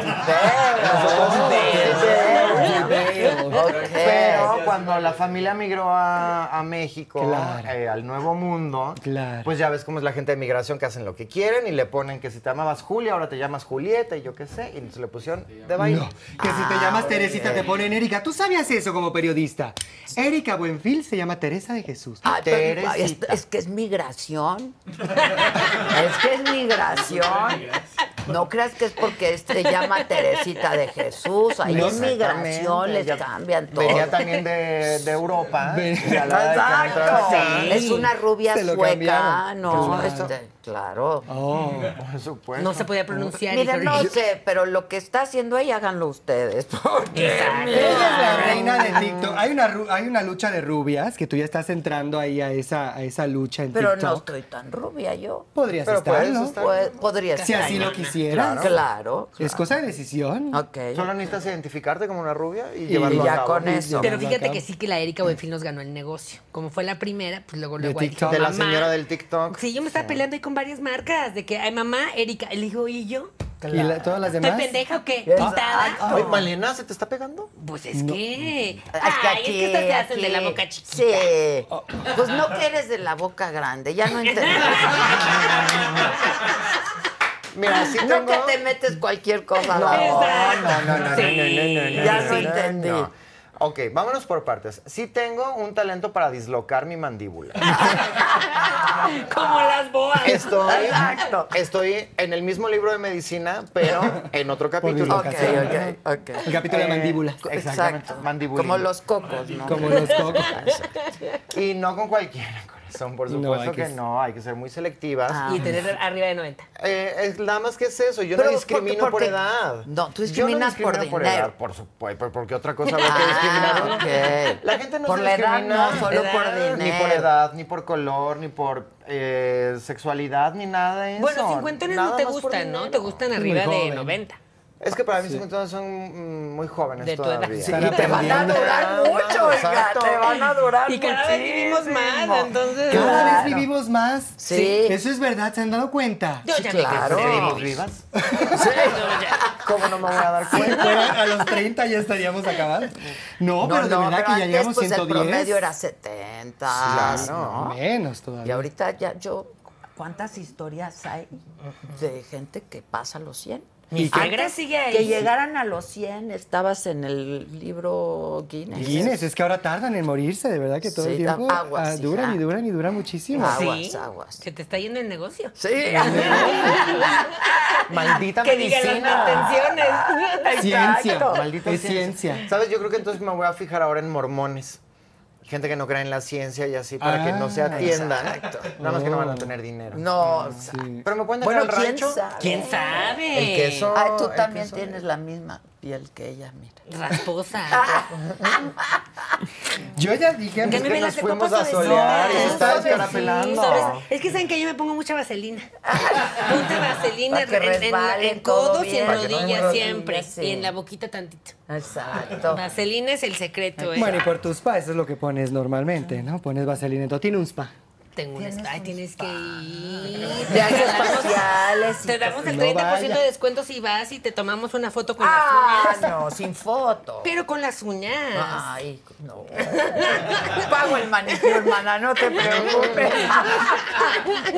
S4: Pero cuando la familia migró a, a México,
S3: Claro.
S4: eh, al Nuevo Mundo,
S3: Claro.
S4: pues ya ves cómo es la gente de migración que hacen lo que quieren y le ponen que si te llamabas Julia, ahora te llamas Julieta y yo qué sé, y entonces le pusieron de baile.
S3: No, que si
S5: Ah,
S3: te llamas Teresita te ponen Erika. ¿Tú sabías eso como periodista? Erika Buenfil se llama Teresa de Jesús.
S5: Ay, Ah, pero- ay, es,
S4: Teresita.
S5: es que es migración. es que es migración. No creas que es porque es- se llama Teresita de Jesús. Ahí
S3: No,
S5: es migración, les cambian todo.
S4: Venía también de, de Europa. y a la hora de que entrara
S5: Exacto.
S4: acá,
S5: Es una rubia
S3: Se lo
S5: sueca.
S3: cambiaron.
S5: No,
S3: Claro.
S5: este, claro.
S3: Oh.
S4: por supuesto.
S1: No se podía pronunciar.
S5: Miren,
S1: y-
S5: no sé, pero lo que está haciendo ella, háganlo ustedes. Porque
S3: Ella es la reina de TikTok. Hay una, ru- hay una lucha de rubias que tú ya estás entrando ahí a esa, a esa lucha en
S5: Pero no
S3: TikTok.
S5: estoy tan rubia yo.
S3: Podrías
S4: Pero
S3: estar,
S4: puedes
S3: ¿no?
S4: estar.
S5: Pues, podría
S3: Si
S5: ser.
S3: así lo quisieras.
S5: Claro. claro.
S3: Es cosa de decisión.
S5: Ok.
S4: Solo necesitas identificarte como una rubia y,
S3: Y
S4: llevarlo a
S5: ya
S4: cabo.
S5: con eso.
S1: Pero fíjate
S3: Acá.
S1: que sí que la Erika Buenfil nos ganó el negocio. Como fue la primera, pues luego, luego ahí
S3: TikTok.
S1: dijo,
S4: De la
S1: "Mamá".
S4: señora del TikTok.
S1: Sí, yo me estaba peleando ahí con varias marcas. De que, ay, mamá, Erika. Le digo, ¿y yo?
S3: ¿Y la- todas las
S1: ¿Estoy
S3: demás?
S1: pendeja o qué?
S5: Exacto.
S1: ¿Pitada?
S4: Oye, Malena, ¿se te está pegando?
S1: Pues es que.
S5: Ah, Es que
S1: Ay,
S5: aquí,
S1: es que estas se hacen de la
S5: aquí.
S1: boca chiquita.
S5: Sí. Pues no que eres de la boca grande, ya no entendí.
S4: Mira, sí
S5: no
S4: tengo...
S5: que te metes cualquier cosa. a la
S1: No.
S5: boca.
S4: no, no, no, no,
S1: Sí.
S4: no, no, no, no,
S5: Ya
S4: no,
S5: lo
S4: no,
S5: entendí.
S4: no. Ok, vámonos por partes. Sí tengo un talento para dislocar mi mandíbula.
S1: Como las boas.
S4: Estoy,
S5: Exacto.
S4: estoy en el mismo libro de medicina, pero en otro capítulo.
S5: Ok,
S3: dislocación.
S5: ok, ok.
S3: El capítulo
S4: Eh,
S3: de mandíbula.
S4: Exactamente, mandibulín.
S5: Como los cocos, ¿no?
S3: Como los cocos.
S4: Y no con cualquiera, corazón, por
S3: No,
S4: supuesto
S3: hay
S4: que,
S3: que-
S4: no, hay que ser muy selectivas.
S5: Ah.
S1: Y tener arriba de 90.
S4: Eh, es, nada más que es eso, yo
S5: Pero
S4: no discrimino
S5: porque-
S4: por
S5: porque-
S4: edad.
S5: No, tú
S4: Yo
S5: discriminas por
S4: discrimino
S5: dinero.
S4: edad, por supuesto, porque otra cosa habría que discriminar.
S5: Ah, ok.
S4: La gente no
S5: por
S4: se
S5: la edad,
S4: discrimina.
S5: no, solo por
S4: Edad,
S5: dinero.
S4: Ni por edad, ni por color, ni por eh, sexualidad, ni nada de eso.
S1: Bueno, cincuentones no
S4: Nada
S1: te
S4: más por
S1: gustan, ¿no?
S4: dinero.
S1: Te gustan arriba de
S3: joven.
S1: 90.
S4: Es que para mí 50 años son mm, muy jóvenes
S1: De tu edad.
S4: todavía.
S1: Sí,
S3: y
S5: Te van a durar mucho, oiga.
S4: Exacto.
S5: Te van a durar
S1: Y cada vez vivimos
S5: muchísimo.
S1: más, entonces.
S3: Cada
S5: Claro.
S3: vez vivimos más.
S5: Sí.
S3: Eso es verdad, ¿se han dado cuenta?
S1: Yo ya me
S5: claro.
S1: cansé de
S4: ¿Vivimos
S1: vivir.
S4: vivas? Sí. ¿Cómo no me voy a dar
S3: Si
S4: cuenta?
S3: fuera a los 30 ya estaríamos acabados. No, pero de verdad
S5: pero
S3: que ya
S5: antes,
S3: llevamos
S5: pues,
S3: 110.
S5: El promedio era 70.
S4: Sí,
S5: ¿no?
S3: Menos
S5: Y
S3: todavía.
S5: ahorita ya yo, ¿cuántas historias hay de gente que pasa los 100?
S1: Mi
S5: Antes
S1: suegra sigue ahí.
S5: Que llegaran a los 100, estabas en el libro Guinness.
S3: Guinness, es que ahora tardan en morirse, de verdad que todo el
S5: Sí, da-
S3: tiempo
S5: aguas,
S3: ah, duran
S5: hija.
S3: y duran y duran muchísimo.
S5: Aguas.
S1: Sí,
S5: aguas.
S1: Se te está yendo el negocio.
S5: Sí.
S4: Maldita
S1: Que digan las
S4: medicina.
S1: manutenciones.
S3: Ciencia,
S5: Exacto.
S3: maldita es ciencia.
S4: ¿Sabes? Yo creo que entonces me voy a fijar ahora en mormones. Gente que no cree en la ciencia y así para que no se
S3: Ah,
S4: atiendan. Nada más que no van a tener dinero.
S5: Oh. No,
S4: Pero me pueden dejar
S5: bueno,
S4: el
S5: ¿quién
S4: rancho.
S5: sabe?
S1: ¿Quién sabe?
S4: El queso.
S5: Ay, tú
S4: el
S5: también
S4: queso.
S5: tienes la misma piel que ella, mira.
S1: Rasposa.
S3: Yo ya dije,
S1: Que
S4: Es
S1: me
S4: que
S1: ven
S4: nos
S1: las
S4: fuimos a
S1: copas
S4: solear
S1: suavecitas,
S4: y se está
S5: suavecitas.
S4: escarapelando.
S1: ¿Sabes? Es que saben que yo me pongo mucha vaselina. Ponte vaselina
S5: Para que
S1: en, en- en
S5: resbalen todo
S1: codos y
S5: bien.
S1: en
S5: Para que no
S1: rodillas
S5: me
S1: siempre.
S5: rodille, sí.
S1: Y en la boquita tantito.
S5: Exacto.
S1: Vaselina es el secreto, ¿eh?
S3: bueno, y por tus spa, eso es lo que pones normalmente, ¿no? Pones vaselina en todo. Tiene un spa.
S1: Tengo un spa. Ay, tienes que ir.
S5: De haces
S1: Te damos-
S5: faciales y
S1: Te damos el
S3: No
S1: 30% de
S3: vaya.
S1: descuento si vas y te tomamos una foto con las
S5: Ah,
S1: uñas.
S5: no, sin foto.
S1: Pero con las uñas.
S5: Ay, no. Pago el manicure, hermana, no te preocupes.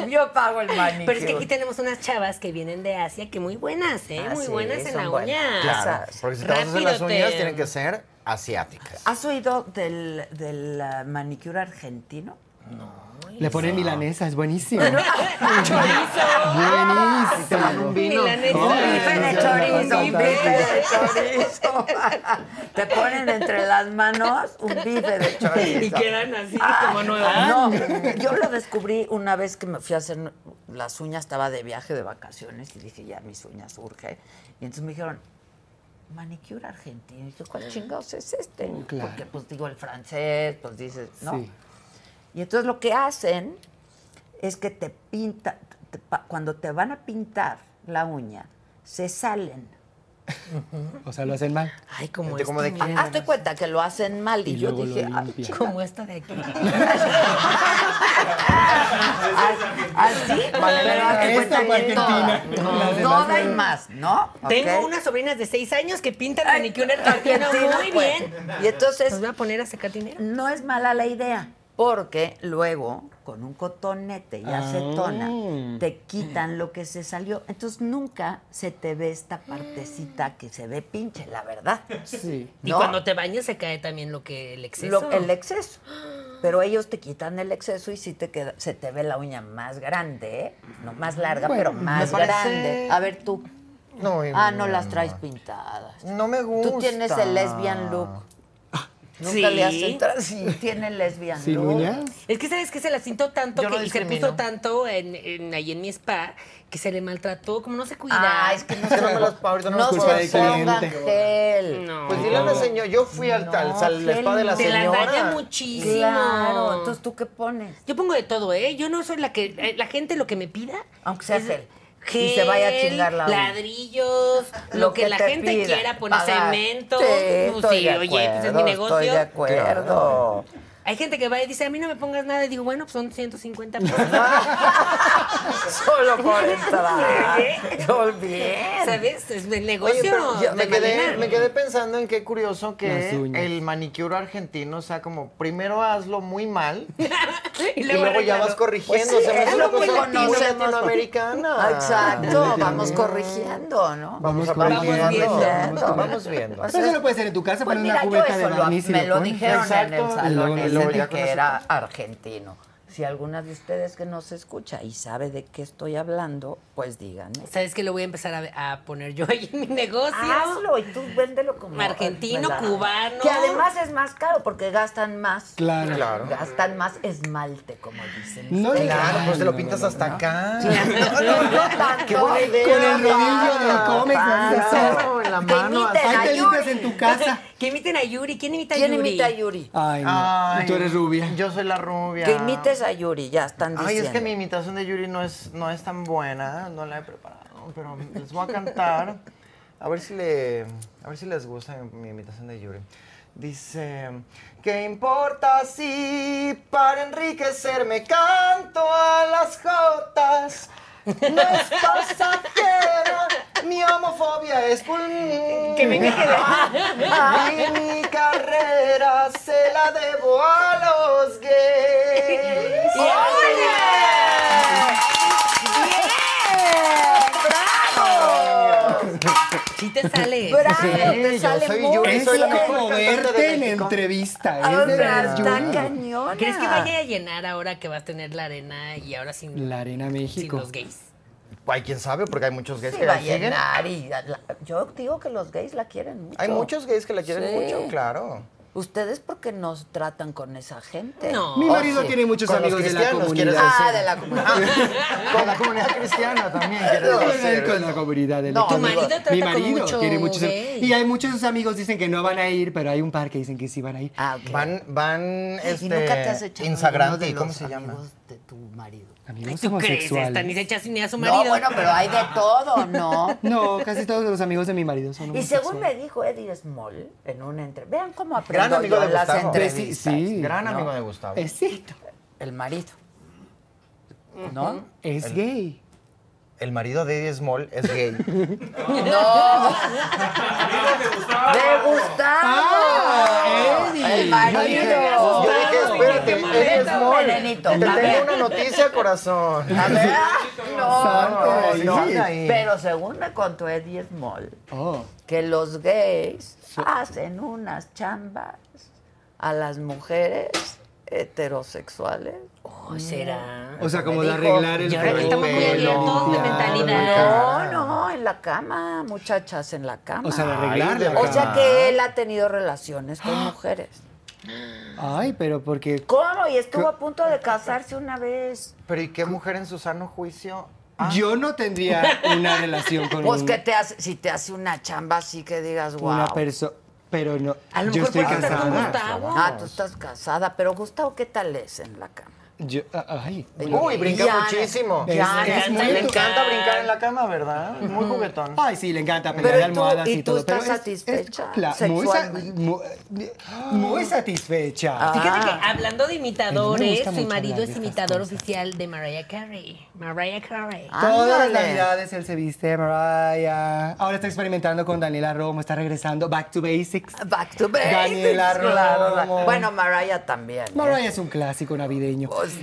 S5: Yo pago el manicure.
S1: Pero es que aquí tenemos unas chavas que vienen de Asia que muy buenas, ¿eh?
S5: Ah,
S1: muy
S5: sí,
S1: buenas en
S5: son
S1: la
S5: buenas.
S1: uña.
S4: Claro,
S5: Esas.
S4: porque si te vas a hacer las
S1: Rápido
S4: uñas,
S1: te-
S4: tienen que ser asiáticas.
S5: ¿Has oído del, del ah, manicure argentino?
S3: Le ponen milanesa, es buenísimo.
S4: un
S3: Buenísimo.
S4: vino.
S1: Milanesa.
S3: Oh,
S5: Bife
S3: no,
S5: de
S3: no,
S5: chorizo,
S3: no, no,
S5: bife
S3: no,
S5: de chorizo. Te ponen entre las manos un bife de chorizo.
S1: Y quedan así como nuevas.
S5: No, yo lo descubrí una vez que me fui a hacer las uñas, estaba de viaje de vacaciones y dije, ya mis uñas urge. Y entonces me dijeron, manicure argentino. Y yo, ¿cuál chingados es este?
S3: claro.
S5: Porque pues digo el francés, pues dices, ¿no?
S3: Sí.
S5: Y entonces lo que hacen es que te pinta, te pa- cuando te van a pintar la uña, se salen.
S3: O sea, lo hacen mal.
S1: Ay, como
S4: Este, como
S1: este,
S5: pues
S4: de-
S1: mira.
S5: Ah, Hazte cuenta que lo hacen mal. Y,
S3: Y
S5: yo
S3: luego lo
S5: dije, "Ay,
S3: limpian".
S5: chinga".
S1: Como esta de aquí.
S5: Así, pero
S3: esta
S5: hazte cuenta
S3: fue
S5: que
S3: Argentina.
S5: toda, toda y más, ¿no?
S1: Tengo
S5: Ok.
S1: unas sobrinas de 6 años que pintan manicure argentino
S5: Argentina,
S1: muy
S5: pues.
S1: bien.
S5: Y
S1: Los
S5: entonces,
S1: voy a poner a secar dinero.
S5: no es mala la idea, porque luego, con un cotonete y acetona, te quitan lo que se salió. Entonces, nunca se te ve esta partecita que se ve pinche, la verdad.
S3: Sí.
S1: Y
S5: ¿no?
S1: cuando te bañas se cae también lo que el exceso.
S5: Lo- el exceso. Pero ellos te quitan el exceso y sí te queda, se te ve la uña más grande, ¿eh? No más larga, pero más
S4: parece-
S5: grande. A ver tú.
S4: No, y-
S5: Ah, no las traes pintadas.
S4: No me gusta.
S5: Tú tienes el lesbian look. Nunca
S1: Sí.
S5: le has entrado. Sí, tiene lesbian
S3: ¿Sin
S5: look.
S3: uñas?
S1: Es que sabes que se la cinto tanto
S4: Yo no
S1: que, y se
S4: discrimino.
S1: puso tanto en, en- ahí en mi spa que se le maltrató, como no se cuida.
S5: Ah, es que no
S4: Es que
S5: se
S4: no me los ahorita no
S5: no
S4: los
S3: culpa
S5: se
S3: del
S5: pongan
S3: cliente.
S5: gel.
S1: No.
S4: Pues dile a la señora, yo fui al tal, al
S5: qué
S4: spa de la
S5: lindo.
S1: Te la
S4: señora.
S1: daña muchísimo.
S5: Claro, entonces tú qué pones?
S1: Yo pongo de todo, ¿eh? Yo no soy la que. eh, La gente lo que me pida.
S5: Aunque sea
S1: es
S5: gel. Y se vaya a chingar la uña.
S1: Ladrillos, lo,
S5: Lo
S1: que,
S5: que
S1: la
S5: te
S1: gente
S5: pida,
S1: quiera poner
S5: pagar.
S1: cemento.
S5: Sí,
S1: Pues
S5: estoy
S1: sí,
S5: de
S1: oye, pues es mi
S5: acuerdo,
S1: negocio.
S5: Estoy de acuerdo.
S1: Hay gente que va y dice, a mí no me pongas nada. Y digo, bueno, pues son 150 pesos.
S5: Solo por entrar.
S1: ¿Eh?
S5: Yo bien.
S1: ¿Sabes? Es el
S4: Oye,
S1: negocio.
S4: pero yo me,
S1: Magdalena.
S4: quedé, me quedé pensando en qué curioso que
S3: Las uñas.
S4: el manicure argentino, o sea, como primero hazlo muy mal
S1: y
S4: y luego ya vas corrigiendo.
S5: Pues sí,
S4: Se me
S5: es
S4: hace
S5: lo
S4: una
S5: que
S4: cosa muy
S5: conocemos.
S4: latinoamericana.
S5: Exacto, vamos corrigiendo, ¿no?
S4: Ah, Vamos,
S5: Vamos
S4: aprendiendo.
S5: viendo.
S4: Vamos viendo.
S5: O sea,
S3: Pero eso lo puedes hacer en tu casa,
S5: Pues
S3: poner
S5: mira,
S3: una
S5: yo
S3: cubeta de
S5: eso lo-
S3: barniz y
S5: me
S3: lo
S5: lo
S3: pones.
S5: dijeron en el
S4: Exacto.
S5: salón
S3: Y
S5: ese
S3: luego
S5: de
S4: ya con
S5: que
S4: eso-
S5: era argentino. Si alguna de ustedes que nos escucha y sabe de qué estoy hablando, pues díganme.
S1: ¿Sabes que lo voy a empezar a, a poner yo ahí en mi negocio?
S5: Ah, Hazlo y tú véndelo como
S1: Ah. Argentino,
S5: ¿verdad?
S1: cubano.
S5: Que además es más caro porque gastan más.
S3: Claro.
S4: Claro.
S5: Gastan más esmalte, como dicen.
S3: No le-
S4: Claro, pues te lo
S3: No,
S4: pintas
S3: no, no,
S4: hasta
S3: no.
S4: acá.
S5: Qué buena idea.
S3: Con el rodillo del cómic,
S4: Claro, en la
S5: Te
S4: mano,
S5: imiten
S4: así.
S5: a
S3: Ahí te
S5: Yuri.
S3: limpias en tu casa.
S1: Que imiten a Yuri. ¿Quién imita a
S5: ¿Quién
S1: Yuri?
S5: imita a Yuri?
S3: Ay, no.
S4: Ay,
S3: Y tú eres rubia.
S4: Yo soy la rubia.
S5: Que imites a Yuri, ya están diciendo.
S4: Ay, es que mi imitación de Yuri no es, no es tan buena, no la he preparado, pero les voy a cantar A ver si le, a ver si les gusta mi, mi imitación de Yuri. Dice, ¿qué importa si para enriquecerme canto a las jotas? No es pasajera, mi homofobia es pul-
S1: Que venga, que
S4: Ay, mi carrera se la debo a los gays.
S1: ¡Oye! Sí te sale.
S5: ¡Bravo!
S4: yo
S5: Te sale
S4: soy
S5: muy
S4: Yuri,
S5: bien.
S3: Es
S4: soy la mejor
S3: como
S4: cantante de
S3: verte en
S4: México.
S3: entrevista.
S5: Ahora
S3: Es de veras
S5: está
S3: Yuri.
S5: cañona.
S1: ¿Crees que
S3: Ah.
S1: vaya a llenar ahora que vas a tener la arena y ahora sin,
S3: La Arena
S1: sin
S3: México.
S1: los gays?
S4: Ay, quién sabe, porque hay muchos gays
S5: Sí,
S4: que
S5: va
S4: la
S5: a
S4: siguen.
S5: llenar y la- la- yo digo que los gays la quieren mucho.
S4: Hay muchos gays que la quieren
S5: Sí.
S4: mucho, claro.
S5: Ustedes porque nos tratan con esa gente.
S1: No.
S3: Mi
S4: Oh,
S3: marido
S4: sí.
S3: tiene muchos
S4: Con los
S3: amigos de la
S4: cristianos, ¿quieres
S3: comunidad.
S5: Ah, de la comunidad.
S4: Con la comunidad cristiana también. quieres
S3: Ah, No,
S4: decir.
S3: con la comunidad del
S4: No,
S3: equipo.
S4: tu marido
S1: trata
S3: Mi
S1: como
S3: marido
S1: mucho
S3: tiene muchos
S1: gay.
S3: Y hay muchos de sus amigos dicen que no van a ir, pero hay un par que dicen que sí van a ir.
S5: Ah, ok.
S4: Van, van,
S5: ¿Y nunca te has
S4: este,
S5: echado uno de
S4: Instagram,
S5: los
S4: ¿cómo se llama?
S5: amigos de tu marido?
S1: ¿Tú crees?
S3: Amigos
S1: Esta ni
S3: homosexuales.
S1: se echa sin ni a su marido.
S5: No, bueno, pero hay de todo, ¿no?
S3: No, casi todos los amigos de mi marido son
S5: Y
S3: homosexuales.
S5: según me dijo Eddie Small en una entrevista, vean cómo aprendo
S4: Gran amigo
S5: yo
S4: de
S5: en las
S4: Gustavo.
S3: Ve, sí,
S5: entrevistas.
S3: sí.
S4: Gran amigo de Gustavo.
S3: Es cierto.
S5: El marido. ¿No?
S3: Es gay.
S4: El marido de Eddie Small es gay.
S5: ¡No!
S3: Ah,
S5: ¡De Gustavo! ¡El marido!
S4: Yo dije, espérate, Eddie Small.
S5: Venenito,
S4: Te
S5: a
S4: tengo
S5: ver.
S4: una noticia, corazón.
S5: A ver, no,
S4: sí,
S5: no,
S4: sí.
S5: no. Pero según me contó Eddie Small,
S3: Oh.
S5: que los gays hacen unas chambas a las mujeres heterosexuales.
S3: Mm.
S1: Oh, será.
S3: O sea,
S5: Como
S3: como
S5: me
S3: de
S5: dijo,
S3: arreglar el
S1: y ahora que
S3: pelo,
S1: estamos muy abiertos de
S3: limpiar,
S1: mentalidad.
S5: No, no, en la cama, muchachas, en la cama.
S3: Ah. O sea, de arreglar
S4: Ay, de
S3: la
S5: O
S3: cara.
S5: sea que él ha tenido relaciones con mujeres.
S3: Ay, pero porque...
S5: ¿Cómo? Y estuvo a punto de casarse una vez.
S4: Pero ¿y qué mujer en su sano juicio? Ah,
S3: Yo no tendría una relación con
S5: Pues
S3: un-
S5: que te hace, si te hace una chamba así que digas, wow.
S3: una persona... Pero no,
S1: A lo
S3: yo
S1: mejor
S3: estoy
S1: porque estás con
S3: casada.
S1: Gustavo.
S5: Ah, tú estás casada, pero Gustavo, ¿qué tal es en la cama?
S3: Yo, ah, ay,
S4: Uy, brinca
S5: Ya,
S4: muchísimo.
S5: ya,
S3: Es- es
S5: ya,
S3: muy
S5: ya.
S4: Le encanta brincar en la cama, ¿verdad? Muy juguetón.
S5: Ah,
S3: Ay, sí, le encanta pelear
S5: Pero
S3: de
S5: ¿y tú-
S3: almohadas
S5: y
S3: y,
S5: tú
S3: todo. pero
S5: estás
S3: es- es
S5: satisfecha
S3: cla- muy, sa-
S5: sexualmente?
S3: mu- eh, muy satisfecha.
S1: Fíjate que
S5: Ah.
S1: hablando de
S3: A mí me
S1: imitadores,
S3: gusta
S1: mi
S3: mucho
S1: marido
S3: hablar de
S1: es
S3: estas
S1: imitador
S3: cosas.
S1: oficial de Mariah Carey. Mariah Carey.
S3: Todas las
S5: Ándale.
S3: navidades él se viste de Mariah. Ahora está experimentando con Daniela Romo, está regresando back to basics.
S5: Back to basics.
S3: Daniela
S5: claro,
S3: Romo.
S5: Bueno, Mariah también. ¿eh?
S3: Mariah es un clásico navideño.
S1: Oh,
S5: Pues,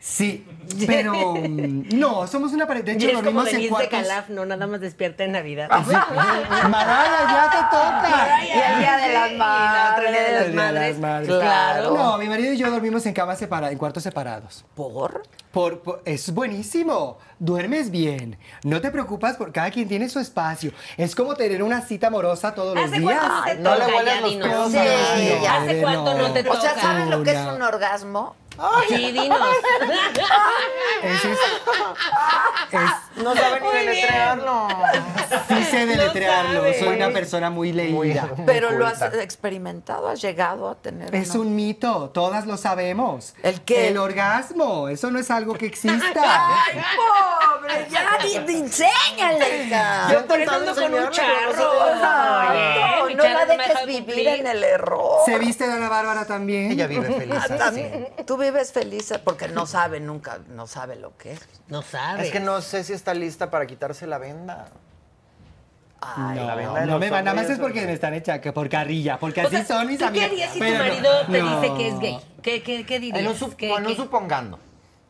S5: sí.
S3: Sí, pero mm, no, somos una pareja. De
S1: Y
S3: hecho,
S1: es como
S3: dormimos en
S1: Denise de
S3: cuartos.
S1: Calaf, no nada más despierta en Navidad.
S3: Mariah, ya te toca.
S5: Y el día de las
S1: Y la otra día de las
S3: El
S5: madres.
S3: Día de
S1: madres.
S3: las Madres.
S1: Claro.
S3: No, mi marido y yo dormimos en camas separadas, en cuartos separados.
S5: ¿Por?
S3: Por, por- es buenísimo. Duermes bien. No te preocupas por cada quien tiene su espacio. Es como tener una cita amorosa todos los
S1: ¿Hace
S3: días.
S1: cuánto se
S4: no le
S1: toca,
S4: hueles
S1: ya
S4: los
S1: dinos?
S4: pelos
S5: a la
S1: Sí,
S5: novia.
S1: ¿Hace cuánto no te
S3: O
S5: O
S1: toca?
S5: sea, ¿sabes lo que es
S3: Una.
S5: un orgasmo?
S1: Sí, dinos.
S3: Eso es- es-
S4: No sabe ni
S1: Muy bien.
S4: deletrearlo.
S3: sí sé deletrearlo.
S1: sabe.
S3: Soy una persona muy leída.
S5: Pero lo has
S4: culta.
S5: experimentado, has llegado a tener.
S3: Es
S5: una-
S3: un mito, todas lo sabemos.
S5: ¿El qué?
S3: El orgasmo, eso no es algo que exista.
S5: ¡Ay, pobre! Ya, di- di- enséñale, hija.
S4: Yo
S1: Por eso
S4: tratando
S1: ando
S4: de
S1: con un
S4: enseñarle, pero no se
S1: charro.
S5: Exacto,
S1: Oye, mi
S5: no
S1: charro
S5: la
S1: me
S5: dejes
S1: deja
S5: vivir
S1: cumplir.
S5: en el error.
S3: Se viste de Ana Bárbara también.
S4: Ella vive
S1: Ah,
S4: feliz así.
S5: También, Tú vives feliz porque no sabe nunca, no sabe lo que es.
S1: No sabes.
S4: Es que no sé si está lista para quitarse la venda.
S5: Ay,
S4: la venda
S3: No,
S4: de
S3: no
S4: los
S3: me van, nada más
S4: hombres,
S3: es porque me están echando que por carrilla, porque
S1: O
S3: así
S1: sea,
S3: son mis
S1: ¿tú
S3: amigos.
S1: ¿Qué harías si tu
S3: Pero no,
S1: marido te
S3: no.
S1: dice que es gay? ¿Qué, qué, qué dirías?
S4: En un sup-
S1: ¿Qué-
S4: en un
S1: qué-
S4: supongando.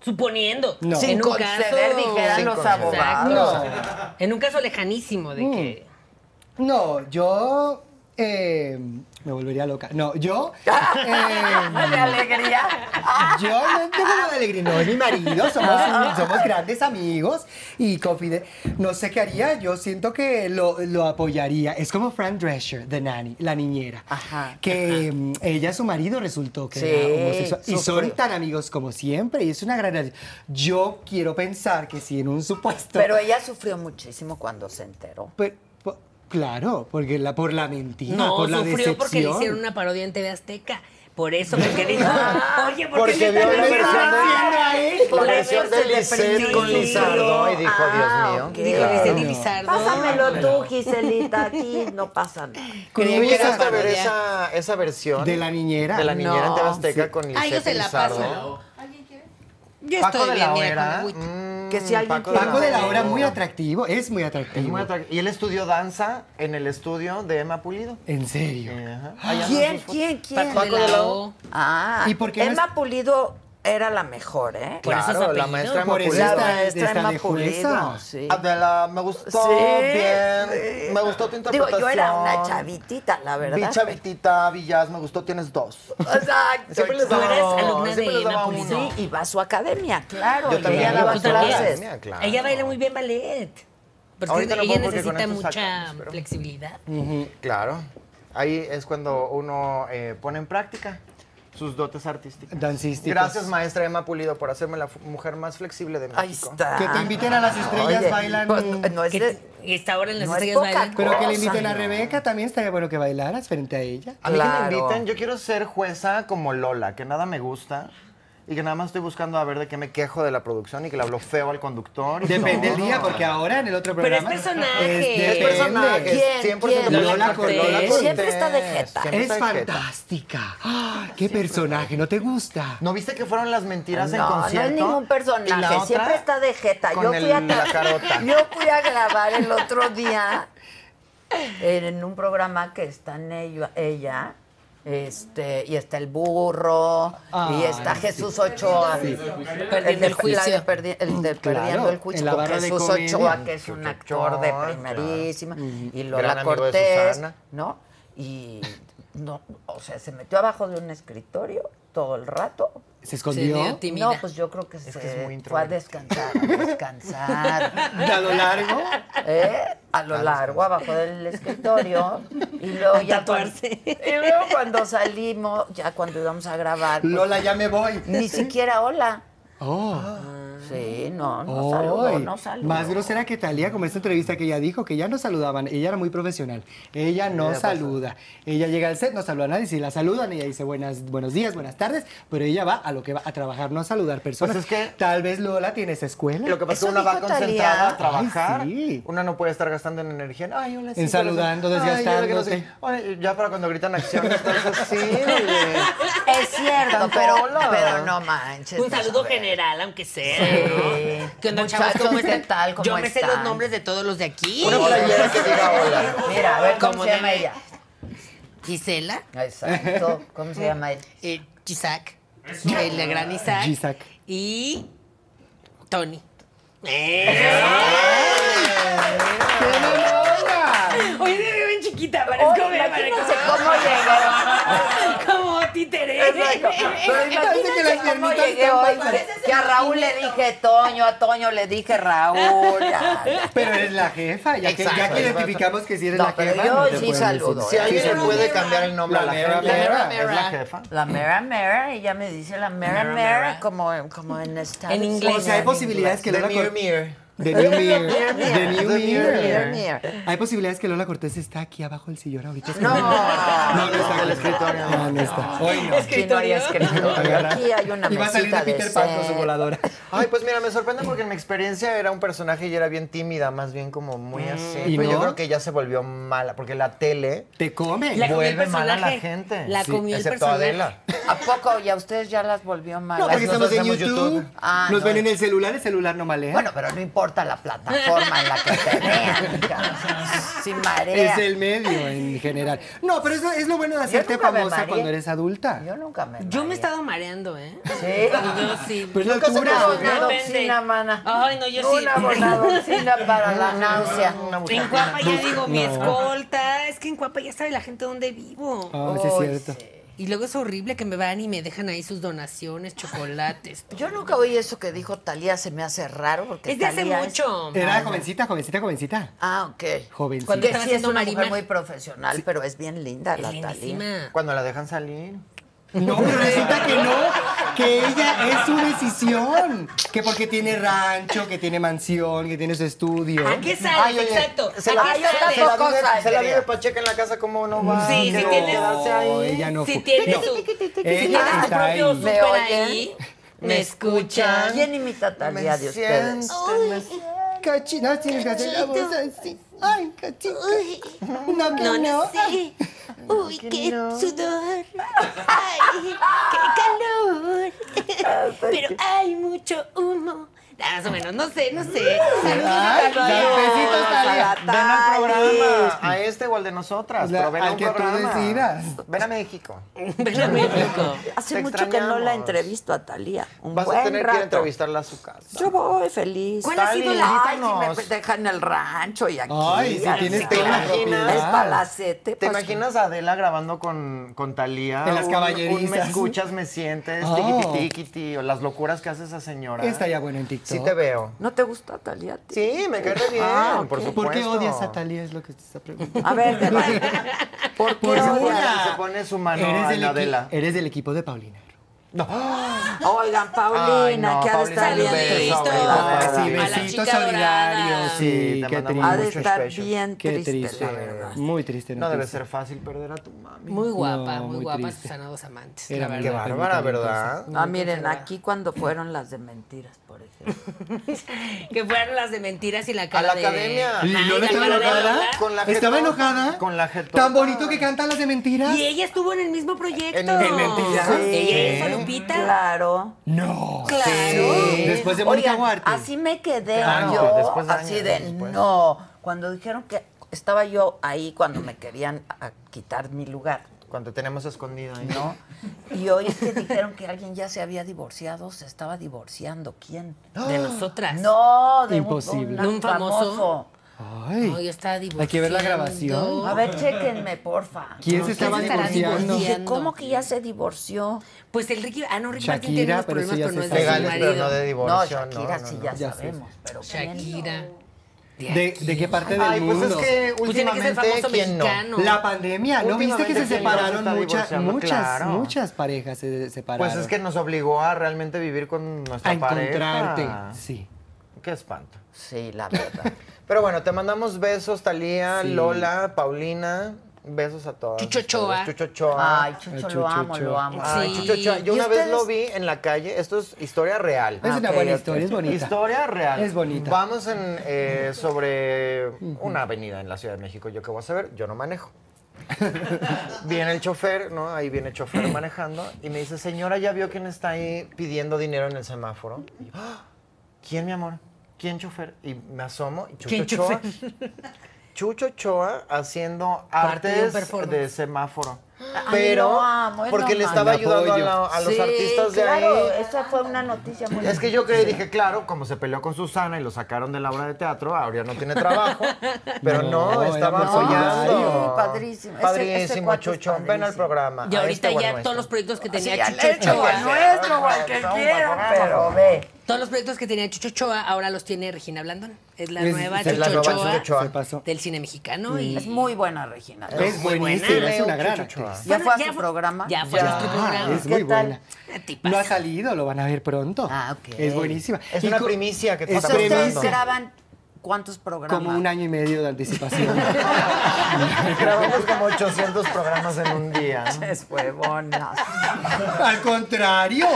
S1: Suponiendo.
S3: No.
S1: En
S5: sin
S1: un
S5: conceder,
S1: caso-
S5: dijeran
S4: Sin
S5: los
S4: conceder. Mm.
S5: abogados.
S1: Exacto. En un caso lejanísimo de que.
S3: No, yo eh, me volvería loca. No, yo
S5: De
S3: eh,
S5: alegría.
S3: yo no tengo nada de alegría. No, es mi marido, somos,
S5: Ah.
S3: un- somos grandes amigos y confide. No sé qué haría, yo siento que lo, lo apoyaría. Es como Fran Drescher, de Nanny, la niñera.
S5: Ajá.
S3: Que mm, ella, su marido, resultó que
S5: Sí,
S3: era homosexual. Y son
S5: sufrió.
S3: tan amigos como siempre y es una gran. relación. Yo quiero pensar que si en un supuesto.
S5: Pero ella sufrió muchísimo cuando se enteró.
S3: Pe- po- claro, porque la, por la mentira,
S1: No,
S3: por la
S1: sufrió
S3: decepción.
S1: porque le hicieron una parodia en TV Azteca. Por eso, porque dijo, oye, ¿por qué
S4: Porque
S1: le
S4: vio
S1: están
S4: la versión
S1: haciendo
S4: de la
S1: Por
S4: versión
S1: eso
S4: de
S1: se le
S4: Lisette con
S1: prendió.
S4: Lizardo y dijo,
S5: Ah,
S4: Dios mío.
S5: ok.
S1: Dijo
S4: claro.
S1: Vicente Lizardo.
S5: Pásamelo tú, Giselita, aquí no pasa nada.
S4: ¿Tú
S1: que era
S4: llegaste a ver
S1: parodia.
S4: esa, esa versión?
S3: De la niñera.
S4: De la niñera en
S5: No,
S4: TV Azteca con Lisette
S1: Ay, yo se
S4: y
S1: la
S4: Lizardo.
S1: paso. Yo
S3: Paco
S1: estoy
S3: de
S1: bien,
S3: la
S1: mira,
S3: Hora.
S1: con agüita.
S4: Mm,
S5: Que si alguien quiere-
S3: Paco de la Hora, muy atractivo, es muy atractivo.
S4: Es muy atrac- Y él estudió danza en el estudio de Emma Pulido.
S3: En serio.
S4: Ajá.
S5: ¿Quién, quién, quién?
S1: Paco de la O.
S5: Ah,
S3: ¿Y por qué no
S5: Emma
S3: es-
S5: Pulido era la mejor, ¿eh?
S1: Por eso es
S4: Claro, la
S1: apellido.
S4: maestra Emma
S3: Por eso
S4: Pulido.
S3: está,
S5: Maestra
S3: está
S5: Emma
S3: de jueza.
S5: Pulido, sí.
S4: Adela, me gustó
S5: Sí.
S4: Ah, bien. Me gustó tu
S5: Digo,
S4: interpretación.
S5: yo era una chavitita, la verdad.
S4: Vi chavitita, Villas, me gustó, tienes dos.
S5: Exacto.
S4: Siempre les
S5: Tú
S4: daba-
S5: eres
S1: alumna
S5: siempre
S1: de
S5: les daba
S1: Emma
S5: uno.
S1: Pulido.
S5: Sí, y va a su academia, claro.
S4: Yo
S5: y
S4: también,
S5: ella
S4: yo
S5: daba
S1: Tú
S4: también.
S5: clases.
S4: Mira, claro.
S1: Ella baila muy bien ballet. Porque
S4: Ahorita no
S1: ella
S4: puedo porque con
S1: necesita
S4: esto
S1: mucha
S4: sacamos, pero-
S1: flexibilidad.
S4: Claro. Ahí es cuando uno eh, pone en práctica sus dotes artísticas.
S3: Dancísticos.
S4: Gracias, maestra Emma Pulido, por hacerme la fu- mujer más flexible de
S5: Ahí
S4: México.
S5: está.
S3: Que te inviten a las estrellas,
S5: Oye,
S3: bailan.
S5: pues, no es
S1: Que
S5: de-
S1: está ahora en las
S5: no es
S1: estrellas
S5: poca
S1: bailan.
S5: cosa.
S3: Pero que le inviten a
S5: no.
S3: Rebeca también estaría bueno que bailaras frente a ella.
S4: A mí que
S5: Claro.
S4: me inviten, yo quiero ser jueza como Lola, que nada me gusta y que nada más estoy buscando a ver de qué me quejo de la producción y que le hablo feo al conductor. y
S3: Depende
S4: todo.
S3: del día, porque ahora en el otro
S1: Pero es
S3: programa.
S1: personaje.
S3: es-
S4: Es personaje,
S3: depende.
S5: ¿Quién?
S4: es 100%
S5: ¿Quién?
S4: Lola
S3: Lola
S4: Cortés.
S3: Cortés.
S4: Lola Cortés.
S5: Siempre está de jeta.
S4: Siempre
S3: Es
S4: está de jeta.
S3: fantástica. ¡Ah! ¡Qué personaje! ¿No te gusta?
S4: ¿No viste que fueron las mentiras en
S5: No,
S4: concierto?
S5: No es ningún
S4: Y la
S5: personaje,
S4: otra
S5: siempre está de jeta.
S4: con
S5: Yo fui, a
S4: el- la carota.
S5: yo fui a grabar el otro día en un programa que está en ello- ella. Este, y está el burro, y está Jesús Ochoa, el
S1: Perdiendo el
S5: del la de
S1: juicio.
S5: perdi-
S4: Mm,
S5: el de
S3: claro,
S5: perdiendo el juicio,
S3: en la
S5: con
S3: barra de
S5: Jesús
S3: comedia.
S5: Ochoa, que es un
S4: Jesús
S5: actor de
S4: Ochoa, Mm.
S5: primerísima, y
S4: Gran
S5: Lola
S4: amigo de
S5: Cortés,
S4: Susana.
S5: ¿no? Y no, o sea, se metió abajo de un escritorio todo el rato,
S1: Se dio
S3: ¿Se escondió?
S1: tímida.
S5: no, pues yo creo que se
S4: que es muy
S5: fue a descansar, a descansar,
S3: ¿A lo largo?
S5: ¿eh? a lo largo, abajo del escritorio, y luego ya cuando,
S1: tatuarse.
S5: y luego cuando salimos, ya cuando íbamos a grabar, pues,
S3: Lola, ya me voy.
S5: ni siquiera hola.
S3: Oh,
S5: Sí, Ah, no, no saludó,
S3: hoy.
S5: no saludó.
S3: Oh, Más grosera que Talía, como esta entrevista que ella dijo, que ya no saludaban. Ella era muy profesional. Ella no saluda. Ella llega al set, no saluda a nadie. Si la saludan, ella dice buenas, buenos días, buenas tardes, pero ella va a lo que va a trabajar, no a saludar personas.
S4: Pues es que-
S3: Tal vez Lola tiene esa escuela.
S4: Lo que pasa es
S5: Eso
S4: que una va
S5: dijo
S4: concentrada
S5: Thalía.
S4: a trabajar.
S3: Ay, sí.
S4: Una no puede estar gastando en energía. en, Ay, hola, sí,
S3: En saludando,
S4: hola, sí. Ay, hola, que no sé.
S3: desgastándote.
S4: Ay, ya para cuando gritan acción, estás así. oye.
S5: Es cierto,
S4: Tanto
S5: pero,
S4: hola.
S5: pero no manches.
S1: Un
S5: Este, no,
S1: saludo
S5: a ver.
S1: general, aunque sea.
S5: Sí.
S1: ¿no? ¿Qué onda, chavos?
S5: Muchachos,
S1: ¿Cómo
S5: ¿qué
S1: están?
S5: tal? ¿Cómo
S1: Yo me sé los
S5: están?
S1: nombres de todos los de aquí.
S4: Una playera que diga hola.
S5: Mira, a ver cómo
S1: Como
S5: se llama
S1: de-
S5: ella.
S1: Gisela,
S5: Exacto, ¿cómo se llama él?
S1: eh, Isaac, el de gran Isaac.
S3: Gisac.
S1: Y Tony. Oye, me veo bien chiquita, parezco
S5: Oye,
S1: me parezco-
S5: imagínense cómo llegó.
S1: Como títere.
S5: Pero imagínense que las cómo llegué hoy. Que a Raúl le dije Toño, a Toño le dije Raúl. ya, ya.
S3: Pero eres la jefa, ya que, ya
S4: Exacto.
S3: que identificamos que si eres
S5: No,
S3: la
S5: pero
S3: jefa.
S5: yo
S3: no te
S5: sí
S3: pueden
S5: saludo,
S3: decir.
S5: ¿eh?
S4: Si alguien
S5: Sí,
S4: le
S5: sí.
S4: puede cambiar el nombre
S3: La
S4: a la
S3: mera,
S4: gente,
S3: mera.
S4: es la jefa.
S5: La mera mera, ella me dice la mera
S1: Mera,
S5: mera,
S1: mera.
S5: Como, como en Estados
S1: En inglés.
S3: O sea, hay posibilidades que
S4: The
S3: Lola
S4: Mirror
S3: Cortés.
S4: Mirror.
S3: De New Mirror.
S5: Mirror.
S3: De New
S4: The
S3: Mirror.
S5: Mirror, Mirror.
S3: Hay posibilidades que Lola Cortés está aquí abajo del sillón ahorita.
S5: No,
S3: no, no está
S4: no,
S3: en el
S4: no.
S3: escritorio. No, no está. Hoy no.
S5: Aquí no hay escritorio. Aquí hay una
S3: Y va a salir de
S5: mesita de
S3: Peter Pan con su
S5: set.
S3: voladora.
S4: Ay, pues mira, me sorprende porque en mi experiencia era un personaje y era bien tímida, más bien como muy así.
S3: Mm, ¿Y
S4: Pero yo
S3: no?
S4: creo que ya se volvió mala, porque la tele
S3: Te come.
S1: La comió el
S4: vuelve mala a la
S1: personaje.
S4: gente.
S1: La
S4: Sí,
S1: comió el
S4: excepto a
S1: personaje.
S4: Adela.
S5: ¿A poco? ¿Y a ustedes ya las volvió
S3: No,
S5: malas?
S3: porque
S4: no
S3: estamos en
S4: hacemos
S3: YouTube.
S4: YouTube.
S5: Ah,
S3: Nos
S5: no.
S3: ven en el celular, el celular no malea.
S5: Bueno, pero no importa la plataforma en la que te vean. Sin marea.
S3: es el medio en general. No, pero eso es lo bueno de hacerte
S5: nunca me
S3: famosa
S5: mareé.
S3: cuando eres adulta.
S5: Yo nunca me
S1: Yo me he
S5: mareé.
S1: estado mareando, ¿eh?
S5: Sí.
S1: Yo sí.
S3: Pero es la
S4: Nunca se
S3: altura.
S4: me
S5: Una doxina,
S1: Depende.
S5: mana.
S1: Ay, no, Ah, yo sí.
S5: Una bonadoxina para la náusea.
S4: Una mujer.
S1: En Cuapa ya digo, mi escolta. Es que en Cuapa ya sabe la gente dónde vivo.
S3: Ah, sí, es
S5: Ay,
S3: cierto.
S5: sí.
S1: Y luego es horrible que me van y me dejan ahí sus donaciones, chocolates. todo.
S5: Yo nunca oí eso que dijo Talía, se me hace raro porque
S1: Es de hace
S5: Thalía es-
S1: mucho.
S3: Era jovencita, jovencita, jovencita.
S5: Ah, ok.
S3: Jovencita.
S1: Cuando
S5: Que
S1: estaba
S5: sí es
S1: haciendo
S5: una
S1: Marimar.
S5: mujer muy profesional, pero es bien linda
S1: Es
S5: la Talía.
S1: lindísima.
S4: Cuando la dejan salir.
S3: No, pero resulta que no, que ella es su decisión. Que porque tiene rancho, que tiene mansión, que tiene su estudio.
S1: ¿A qué sales?
S4: Ay, oye,
S1: Exacto.
S4: Se
S1: ¿A
S4: la,
S1: qué
S4: se la- se la
S5: tampoco
S4: vive,
S5: saldría.
S4: se la vive Pacheca en la casa, ¿cómo no va?
S1: Sí,
S4: a
S1: sí
S4: no
S1: tiene-
S4: quedarse
S3: No,
S4: ahí?
S3: ella no
S1: Si
S3: fue.
S1: tiene
S3: No,
S1: su, si
S3: ella
S1: tiene su
S3: está
S1: propio
S3: ahí.
S1: súper
S5: ¿Me oyen?
S1: ahí. ¿Me escuchan?
S5: ¿Quién imita a Talía de
S4: siento.
S5: ustedes?
S3: Cachito, no tienes que hacer la voz así. Ay, cachito. No, que no.
S6: Sí. Uy, qué sudor. Ay, qué
S4: Ah,
S6: calor. Pero
S1: ah,
S6: hay mucho humo.
S1: Más o menos, no sé, no sé.
S3: Ay,
S5: No,
S3: dale besitos, Talia.
S5: Talia.
S4: Ven al programa, a este o al de nosotras,
S3: La-
S4: pero ven
S3: al
S4: a un
S3: que tú
S4: programa.
S3: decidas.
S4: Ven a México.
S1: Ven a México.
S5: Hace
S4: Te
S5: mucho que no
S4: extrañamos.
S5: la entrevisto a Talía. Un
S4: Vas
S5: buen
S4: a tener
S5: rato.
S4: que ir a entrevistarla a su casa.
S5: Yo voy feliz.
S1: ¿Cuál ha sido la-
S5: Ay, si me
S4: Invítanos.
S5: dejan el rancho y aquí.
S3: Ay, si
S5: así
S3: tienes
S5: que-
S4: ¿Te
S3: toda la
S4: imaginas?
S5: Es
S3: propiedad.
S4: ¿Te
S5: palacete. pues,
S4: imaginas a Adela grabando con, con Talía?
S3: En las
S4: Un-
S3: caballerizas.
S4: un me escuchas, me sientes,
S3: Oh.
S4: tiquiti, tiquiti, o las locuras que hace esa señora.
S3: Estaría bueno en TikTok.
S4: Sí te veo.
S5: ¿No te gusta Talía? a ti?
S4: Sí, me cae re bien,
S5: Ah,
S4: por
S5: ok.
S4: supuesto.
S3: ¿Por qué odias a Talía? Es lo que te está preguntando.
S5: A ver, de verdad. ¿Por qué
S3: Por
S4: Se pone,
S5: odias?
S3: una.
S4: se pone su mano
S3: Eres
S4: en
S3: del, equi-
S4: Adela.
S3: eres del equipo de Paulina.
S5: Oigan,
S4: Ay,
S5: Paulina,
S4: no,
S5: que ha de
S4: Paulina,
S5: estar bien
S4: un beso,
S5: triste.
S4: Paulina.
S3: Ah,
S4: Ah,
S3: sí,
S4: a la
S3: besitos
S1: chica dorada.
S3: solidarios.
S4: Sí,
S3: Sí,
S4: te
S3: qué
S4: mandamos
S5: Ha de
S4: muchos
S3: triste.
S5: estar
S4: besos.
S5: bien
S3: Qué
S5: triste,
S3: triste.
S5: la verdad.
S3: Muy triste.
S4: No debe
S3: noticia.
S4: ser fácil perder a tu mami.
S1: Muy guapa,
S3: No,
S1: muy,
S3: muy
S1: guapa
S3: triste.
S1: Susanados Amantes,
S3: Era
S1: la
S3: muy
S4: Qué
S1: verdad.
S3: guapa.
S4: bárbara, ¿verdad?
S5: Ah, miren, aquí cuando fueron las de mentiras, por ejemplo.
S1: Que fueron las de mentiras y la
S4: A
S1: cara
S4: la
S1: de-
S4: academia.
S3: ¿Y
S1: Ay,
S3: Lola
S1: la
S3: estaba
S1: cara de
S3: enojada?
S1: Lola.
S4: Con la
S3: ¿Estaba
S4: jetota.
S3: enojada?
S4: Con la jetota.
S3: ¿Tan bonito que cantan las de mentiras?
S1: Y ella estuvo en el mismo proyecto.
S4: En- en
S1: mentiras.
S4: Mentiras.
S1: Ella
S5: Sí.
S1: hizo Lupita.
S5: Claro.
S3: No.
S1: Claro.
S3: Después de Mónica
S5: Oigan,
S3: Huarte.
S5: Así me quedé
S4: Claro,
S5: yo,
S4: después de
S5: así
S4: años
S5: de
S4: después.
S5: no. Cuando dijeron que estaba yo ahí cuando me querían a- quitar mi lugar,
S4: Cuando tenemos escondido ahí.
S5: ¿no? Y hoy que dijeron que alguien ya se había divorciado, se estaba divorciando. ¿Quién?
S1: De nosotras.
S5: No, de un-
S3: Imposible.
S5: Un,
S1: ¿De un famoso?
S3: Ay.
S1: No, yo estaba divorciando.
S3: Hay que ver la grabación.
S5: A ver, chéquenme, porfa.
S3: ¿Quién se estaba
S1: se estará
S3: divorciando?
S1: divorciando?
S5: Dije, ¿cómo que ya se divorció?
S1: Pues el Ricky. Ah, no, Ricky Martin
S3: Shakira,
S1: tiene unos
S3: pero eso
S1: problemas,
S3: ya
S1: pero no es de su
S3: se sabe.
S4: Legales, pero no
S1: marido.
S4: de
S5: No,
S4: divorcio.
S5: Shakira sí ya,
S3: Ya sé.
S5: sabemos, pero ¿quién?
S1: Shakira.
S3: ¿De, de qué parte del
S4: Ay, pues
S3: mundo?
S4: es que
S1: Pues tiene que ser
S4: últimamente,
S1: famoso
S4: ¿quién no?
S1: mexicano.
S3: La pandemia, ¿no viste que
S4: Últimamente
S3: se
S4: sí,
S3: separaron
S4: no se está
S3: muchas,
S4: divorciando,
S3: muchas,
S4: claro.
S3: muchas parejas se separaron?
S4: Pues es que nos obligó a realmente vivir con nuestra
S3: a encontrarte.
S4: pareja.
S3: Sí.
S4: Qué espanto.
S5: Sí, la verdad.
S4: Pero bueno, te mandamos besos, Talía,
S3: Sí.
S4: Lola, Paulina. Besos a todas.
S1: Chucho Ochoa.
S4: ustedes. Chucho Ochoa.
S5: Ay, Chucho,
S3: Ay,
S5: lo
S3: Chucho,
S5: amo,
S3: Chucho.
S5: lo amo.
S4: Ay,
S1: Sí.
S4: Chucho Ochoa. Yo
S5: ¿Y
S4: una vez lo vi
S5: ustedes?
S4: en la calle. Esto es historia real.
S3: Es una
S5: ok,
S3: buena
S5: ok.
S3: historia, es bonita.
S4: Ah, Historia real.
S3: Es bonita.
S4: Vamos en, eh, sobre una avenida en la Ciudad de México. Yo qué voy a saber, yo no manejo. Viene el chofer, ¿no? Ahí viene el chofer manejando y me dice, señora, ¿ya vio quién está ahí pidiendo dinero en el semáforo? Y yo, "Ah, ¿Quién, mi amor? ¿Quién chofer? Y me asomo y Chucho
S1: ¿Quién
S4: Ochoa. Chucho Ochoa haciendo artes de,
S1: performance.
S4: semáforo.
S5: lo
S4: Pero
S5: amo, es
S4: porque
S5: lo
S4: le
S5: más.
S4: estaba
S3: El
S4: ayudando a,
S3: apoyo.
S4: la- a los
S5: Sí,
S4: artistas de
S5: claro,
S4: ahí.
S5: esa fue una noticia muy
S4: Es que yo creí, dije, claro, como se peleó con Susana y lo sacaron de la obra de teatro, ahora no tiene trabajo. Pero no,
S3: No, era
S4: estaba
S3: por
S4: apoyando.
S5: solidario. Sí, padrísimo. Ese- ese
S4: Padrísimo,
S5: cuate es
S4: Chucho. Ven
S5: padrísimo.
S4: al programa.
S1: Y
S4: a
S1: ahorita
S4: este o al
S1: ya
S4: nuestro.
S1: todos los proyectos que
S5: Ah, Sí,
S1: tenía
S5: al
S1: Chucho
S5: hecho,
S1: Ochoa.
S5: al nuestro, al que quieran, pero ve.
S1: Todos los proyectos que tenía Chucho Ochoa ahora los tiene Regina Blandón. Es la
S3: Es-
S1: nueva
S3: es
S4: Es la
S1: Chucho
S4: nueva
S1: Ochoa
S4: Chucho Ochoa.
S3: Se pasó.
S1: del cine mexicano. Y
S5: Es muy buena, Regina.
S3: Es buenísima, es una gran
S4: Chucho Ochoa.
S3: actriz.
S5: ¿Ya
S1: Bueno,
S5: fue a su programa?
S1: Ya fue a nuestro programa.
S3: es
S5: ¿Qué
S3: muy
S5: tal?
S3: buena.
S1: Una tipaza.
S3: No ha salido, lo van a ver pronto.
S5: Ah, ok.
S3: Es buenísima.
S4: Es
S3: Y
S4: una
S3: co-
S4: primicia que te
S3: es
S4: está
S5: O sea, ustedes
S4: Tremendo.
S5: graban cuántos programas.
S3: como un año y medio de anticipación.
S4: Grabamos como 800 programas en un día.
S5: Es huevonas.
S3: Al contrario,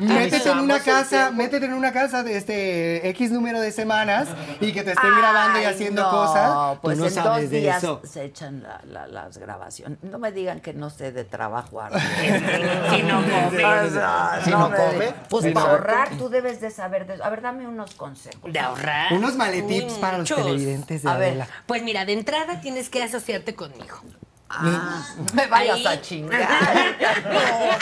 S3: métete en una
S4: el
S3: casa,
S4: tiempo.
S3: métete en una casa de este X número de semanas y que te estén
S5: Ay,
S3: grabando y haciendo
S5: no,
S3: cosas.
S5: Pues
S3: Tú no
S5: en
S3: sabes
S5: dos
S3: de
S5: días
S3: eso.
S5: se echan la- la- las grabaciones. No me digan que no sé de trabajo. Arturo.
S1: Si no come.
S5: O sea,
S4: Si no
S5: me-
S4: come,
S5: Pues
S4: exacto.
S5: para ahorrar tú debes de saber de eso. A ver, dame unos consejos.
S1: De ahorrar.
S3: Unos maletips
S1: Uy,
S3: para los
S1: muchos.
S3: televidentes de
S5: A ver,
S3: Adela.
S1: Pues mira, de entrada tienes que asociarte conmigo.
S5: Ah, no me vayas
S1: Ahí.
S5: a chingar. No,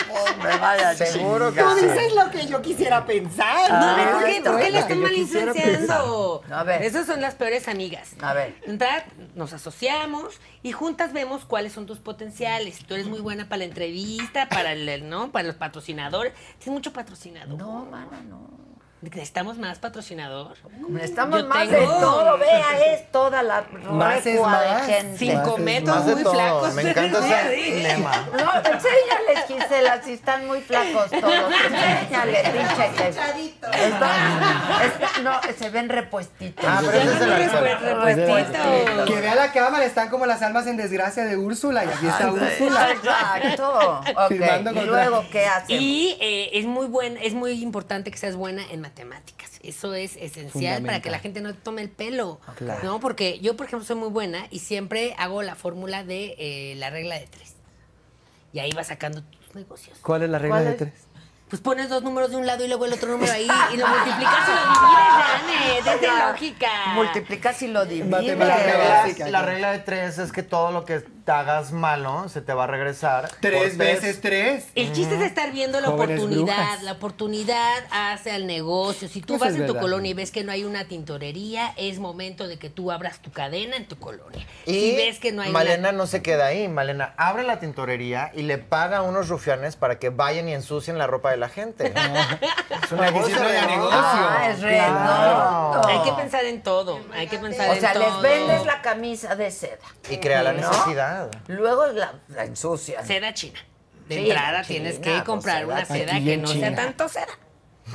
S5: pues, me vayas a
S4: Seguro que
S5: chingar.
S4: sí.
S3: lo que yo quisiera pensar.
S1: No, a ver,
S5: Ah,
S1: ¿por qué,
S5: esto
S1: ¿por qué
S5: es
S1: la
S5: lo que
S1: están
S5: yo
S1: mal
S5: quisiera
S1: influenciando?
S5: pensar. A ver.
S1: Esas son las peores amigas.
S5: A ver.
S1: Entrada, nos asociamos y juntas vemos cuáles son tus potenciales. Tú eres muy buena para la entrevista, para el, ¿no? Para los patrocinadores. Tienes mucho patrocinador.
S5: No, mana, no.
S1: Necesitamos más patrocinador.
S5: Estamos
S1: Yo
S5: más de
S1: tengo-
S5: todo, vea, es toda la
S3: Más es
S5: recua
S3: más.
S5: de gente.
S3: Más
S1: Cinco
S3: es
S1: metros
S4: Más de
S1: muy
S4: todo.
S1: flacos.
S4: Me encanta ese lema.
S5: No, enséñales, Gisela, si están muy flacos todos. Enséñales, pinche. Está- está- no, se ven repuestitos.
S4: Ah, pero ese es el alcohol.
S1: Repuestito.
S3: Que vea la cámara, están como las almas en desgracia de Úrsula. Y aquí está Úrsula.
S5: Exacto. Ok,
S3: Firmando
S5: ¿Y
S3: contrato.
S5: luego qué hacen?
S1: Y eh, es muy buen, es muy importante que seas buena en matemáticas. Eso es esencial para que la gente no te tome el pelo.
S5: Claro.
S1: ¿No? Porque yo, por ejemplo, soy muy buena y siempre hago la fórmula de eh, la regla de tres. Y ahí vas sacando tus negocios.
S3: ¿Cuál es la regla de tres?
S1: Pues pones dos números de un lado y luego el otro número ahí y lo multiplicas y lo divides, Dane. Desde
S5: Oiga,
S1: lógica.
S7: Pues
S5: Multiplicas y lo divides.
S4: La
S3: Matemática
S4: regla,
S3: básica.
S4: la regla de tres es que todo lo que te hagas malo se te va a regresar.
S3: Tres
S4: por
S3: veces tres.
S1: El chiste es estar viendo la
S3: Ah, Jóvenes
S1: oportunidad.
S3: brujas.
S1: La oportunidad hace al negocio. Si tú
S3: Eso
S1: vas
S3: es
S1: en tu
S3: verdad.
S1: colonia y ves que no hay una tintorería, es momento de que tú abras tu cadena en tu colonia.
S4: Y
S1: si ves que no hay
S4: Malena
S1: una...
S4: no se queda ahí. Malena abre la tintorería y le paga a unos rufianes para que vayan y ensucien la ropa de la gente. es un
S3: Para que
S4: negocio
S3: sirva
S4: de
S3: de
S4: negocio.
S5: Ah, es redondo.
S1: Hay que pensar en todo. Hay que pensar
S5: O
S1: en
S5: sea,
S1: todo.
S5: les vendes la camisa de seda.
S4: Y crea la
S5: ¿no?
S4: necesidad.
S5: Luego la, la ensucian.
S1: Seda china. De
S5: Sí,
S1: entrada
S5: china,
S1: tienes
S5: pues,
S1: que comprar
S5: seda
S1: una seda
S3: aquí
S1: que
S3: en
S1: no
S3: China.
S1: sea tanto seda.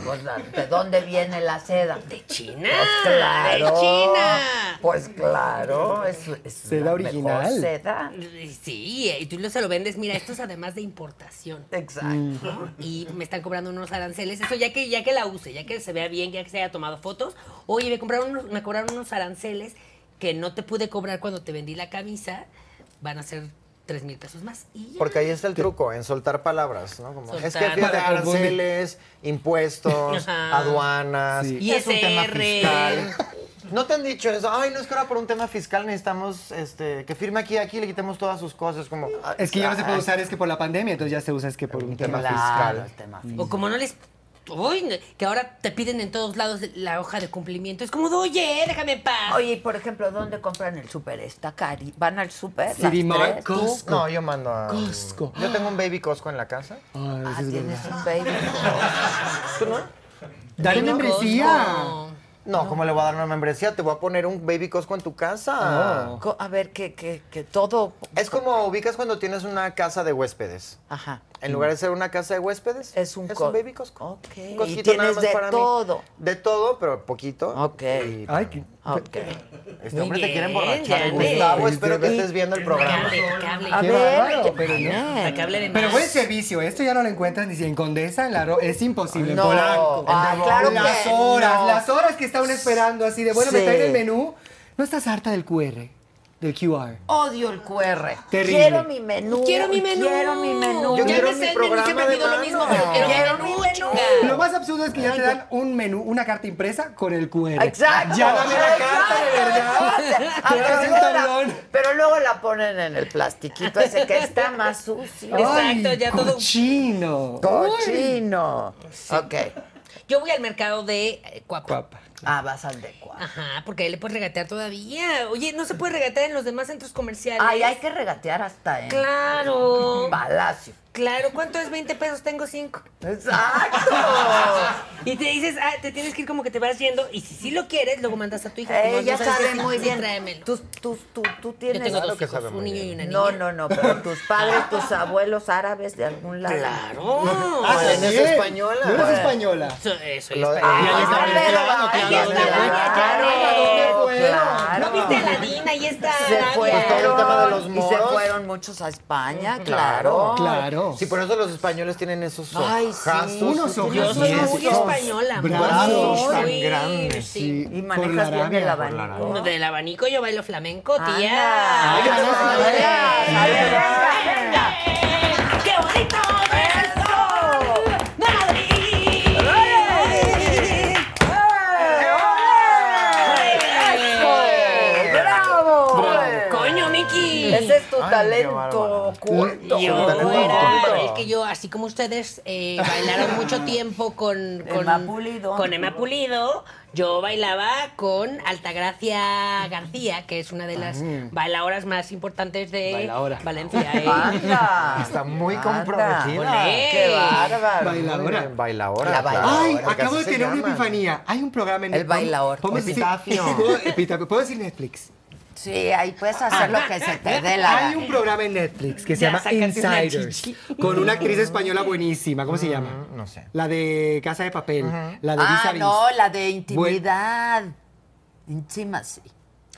S5: Pues, la- ¿De dónde viene la seda?
S1: De China.
S5: Pues claro.
S1: De China.
S5: Pues claro, es, es
S3: Seda
S5: la
S3: original.
S5: mejor seda.
S1: Sí, y tú lo se lo vendes. Mira, esto es además de importación.
S3: Mm,
S5: Exacto.
S1: y me están cobrando unos aranceles. Eso ya que ya que la use, ya que se vea bien, ya que se haya tomado fotos. Oye, me compraron unos- me cobraron unos aranceles que no te pude cobrar cuando te vendí la camisa. Van a ser tres mil pesos más. Y ya.
S4: Porque ahí está el truco, en soltar palabras, ¿no? Como, es que
S1: Soltar.
S4: fíjate,
S3: Para confundir.
S4: aranceles, impuestos,
S1: Ajá.
S4: aduanas,
S3: Sí.
S4: y es un tema
S1: ISR.
S4: fiscal. ¿No te han dicho eso? Ay, no, es que ahora por un tema fiscal necesitamos este, que firme aquí, aquí, le quitemos todas sus cosas. Como, ah,
S3: Es que ya no se puede usar es que por la pandemia, entonces ya se usa es que por un tema
S5: Claro,
S3: fiscal.
S5: el tema fiscal.
S1: O como no les. Uy, no- que ahora te piden en todos lados la hoja de cumplimiento. Es como, de, oye, déjame en paz.
S5: Oye, y por ejemplo, ¿dónde compran el súper? ¿Está cari? ¿Van al súper? las
S3: City Mart,
S5: tres?
S3: Costco.
S4: No, yo mando a...
S3: Costco.
S4: Yo tengo un baby Costco en la casa.
S3: Ah,
S5: Ah,
S3: eso es verdad.
S5: tienes un baby.
S4: ¿Tú no?
S3: Dale membresía.
S1: Costco.
S4: No, ¿cómo le voy a dar una membresía? Te voy a poner un baby Costco en tu casa.
S5: Co- A ver, que, que, que todo...
S4: Es como ubicas cuando tienes una casa de huéspedes.
S5: Ajá.
S4: En lugar de ser una casa de huéspedes,
S5: Es un
S4: es
S5: co-
S4: un baby Costco.
S5: Ok.
S4: Un
S5: Y
S4: cosquito
S5: tienes
S4: nada más
S5: de
S4: para mí.
S5: todo.
S4: De todo, pero poquito.
S5: Ok.
S4: Y-
S3: Ay, qué-
S5: Ok.
S4: este hombre
S1: bien,
S4: te quiere emborrachar.
S1: grande.
S4: Gustavo, espero que estés viendo el programa.
S1: Cable, cable.
S5: A
S3: Qué
S5: ver,
S3: bárbaro,
S5: que-
S3: pero no.
S5: Ay,
S1: Que hable de
S3: Pero
S1: más.
S3: buen servicio, esto ya no lo encuentras ni si en Condesa, en la Ro- es imposible, en
S5: No.
S3: Polanco.
S5: Ah,
S3: En la-
S5: claro
S3: las
S5: que
S3: horas,
S5: no.
S3: las horas que está uno esperando así de, bueno, me
S5: Sí.
S3: traen el menú. ¿No estás harta del QR, del QR?
S5: Odio el QR.
S3: Terrible.
S5: Quiero mi menú.
S1: Quiero mi menú.
S5: Quiero mi menú.
S1: Ya
S4: Yo quiero
S1: me sé
S4: mi
S1: el menú,
S4: programa
S1: siempre
S4: de
S1: pido lo
S4: mano.
S1: mismo, pero quiero,
S5: Quiero
S1: mi
S5: mi
S1: menú,
S5: menú.
S1: chinga.
S3: Lo más absurdo es que ya te dan un menú, una carta impresa con el QR.
S5: Exacto.
S3: Ya dame la carta, de verdad.
S5: Exacto.
S3: Te das un
S5: Ahora,
S3: tablón.
S5: Pero luego la ponen en el plastiquito ese que está más sucio.
S1: Exacto,
S3: Ay,
S1: ya todo-
S3: cochino.
S5: Cochino. Ok.
S1: Yo voy al mercado de eh, Cuapa.
S3: Guapa.
S5: Ah, vas al de cuadro.
S1: Ajá, porque ahí le puedes regatear todavía. Oye, no se puede regatear en los demás centros comerciales.
S5: Ay, hay que Mm, regatear hasta en
S1: Claro.
S5: Palacio.
S1: Claro, ¿cuánto es 20 pesos? Tengo 5.
S5: Exacto.
S1: Y te dices, ah, te tienes que ir como que te vas yendo. Y si sí lo quieres, luego mandas a tu hija. como,
S5: Ella
S1: "No, ¿sabes qué?
S5: sabe
S1: Sí,
S5: muy
S1: sí,
S5: bien.
S1: tráemelo".
S5: Tú, tú, tú, tú
S1: Yo
S5: tienes.
S1: tengo
S4: Claro
S1: dos
S4: que
S1: hijos,
S4: sabe muy
S1: un niño y
S4: bien.
S1: una niña.
S5: no, no, no, pero tus padres, tus abuelos árabes de algún lado. Ah,
S1: Claro.
S4: Malena es
S3: Así es.
S4: española.
S3: No eres española.
S1: Eso, eso
S4: Lo-
S1: es.
S4: Ah,
S3: ahí está,
S5: Ah,
S3: ahí
S5: pero
S3: está,
S5: ahí
S3: claro,
S5: está,
S3: claro,
S5: claro,
S3: ¿dónde fueron?
S5: claro.
S1: ¿No viste la Dina? Ahí está.
S5: Se Pues,
S1: Arabia.
S4: todo el tema de los
S5: fueron y se
S4: moros.
S5: fueron muchos a España, claro.
S3: Claro.
S4: Sí, por eso los españoles tienen esos
S5: Ay, sí.
S4: ojazos.
S3: Unos
S1: Yo
S3: ojazos.
S1: soy
S3: Esos
S1: muy española.
S3: brazos
S1: muy,
S4: tan
S1: muy,
S4: grandes.
S1: Sí.
S5: Y
S3: Por la
S5: manejas bien el
S3: Arabia,
S5: abanico.
S1: Del abanico yo bailo flamenco,
S5: Anda.
S1: tía.
S5: Ay,
S3: Ay,
S5: ¿eh? no,
S3: no,
S5: venga,
S3: venga,
S5: venga, venga.
S1: ¡Qué bonito!
S5: ¡Eso!
S1: ¡Madrid!
S5: ¡Eso! ¡Bravo!
S1: ¡Coño, Miki!
S5: Ese es tu
S4: Ay, qué
S5: talento.
S4: bárbara. oculto.
S1: Yo
S4: súper
S1: era,
S4: oculto.
S1: es que yo, así como ustedes eh, bailaron mucho tiempo con, con
S5: Emma Pulido.
S1: con Emma Pulido, yo bailaba con Altagracia García, que es una de las bailadoras más importantes de
S2: Bailaora.
S1: Valencia. ¿eh?
S5: Ah. Anda.
S4: Está muy
S5: Anda.
S4: comprometida.
S1: Olé.
S5: Qué bárbaro.
S3: Bailadora.
S4: Muy bien, Bailadora.
S5: La
S4: claro,
S5: bailadora.
S3: Ay,
S4: porque
S3: acabo de
S4: así se
S3: tener una
S4: llaman.
S3: epifanía. Hay un programa en
S5: El
S3: Netflix.
S5: bailador.
S3: Decir,
S5: Epitafio.
S3: ¿puedo, epitafio, ¿Puedo decir Netflix?
S5: Sí, ahí puedes hacer lo que se te dé la
S3: Hay
S5: gana.
S3: un programa en Netflix que se
S1: Ya,
S3: llama
S1: sácate una
S3: Insiders.
S1: chichi.
S3: Con una
S5: Mm.
S3: actriz española buenísima. ¿Cómo se llama?
S4: Mm, no sé.
S3: La de Casa de Papel. La de Vis a
S5: Ah,
S3: Vis.
S5: no, la de intimidad. Intimacy.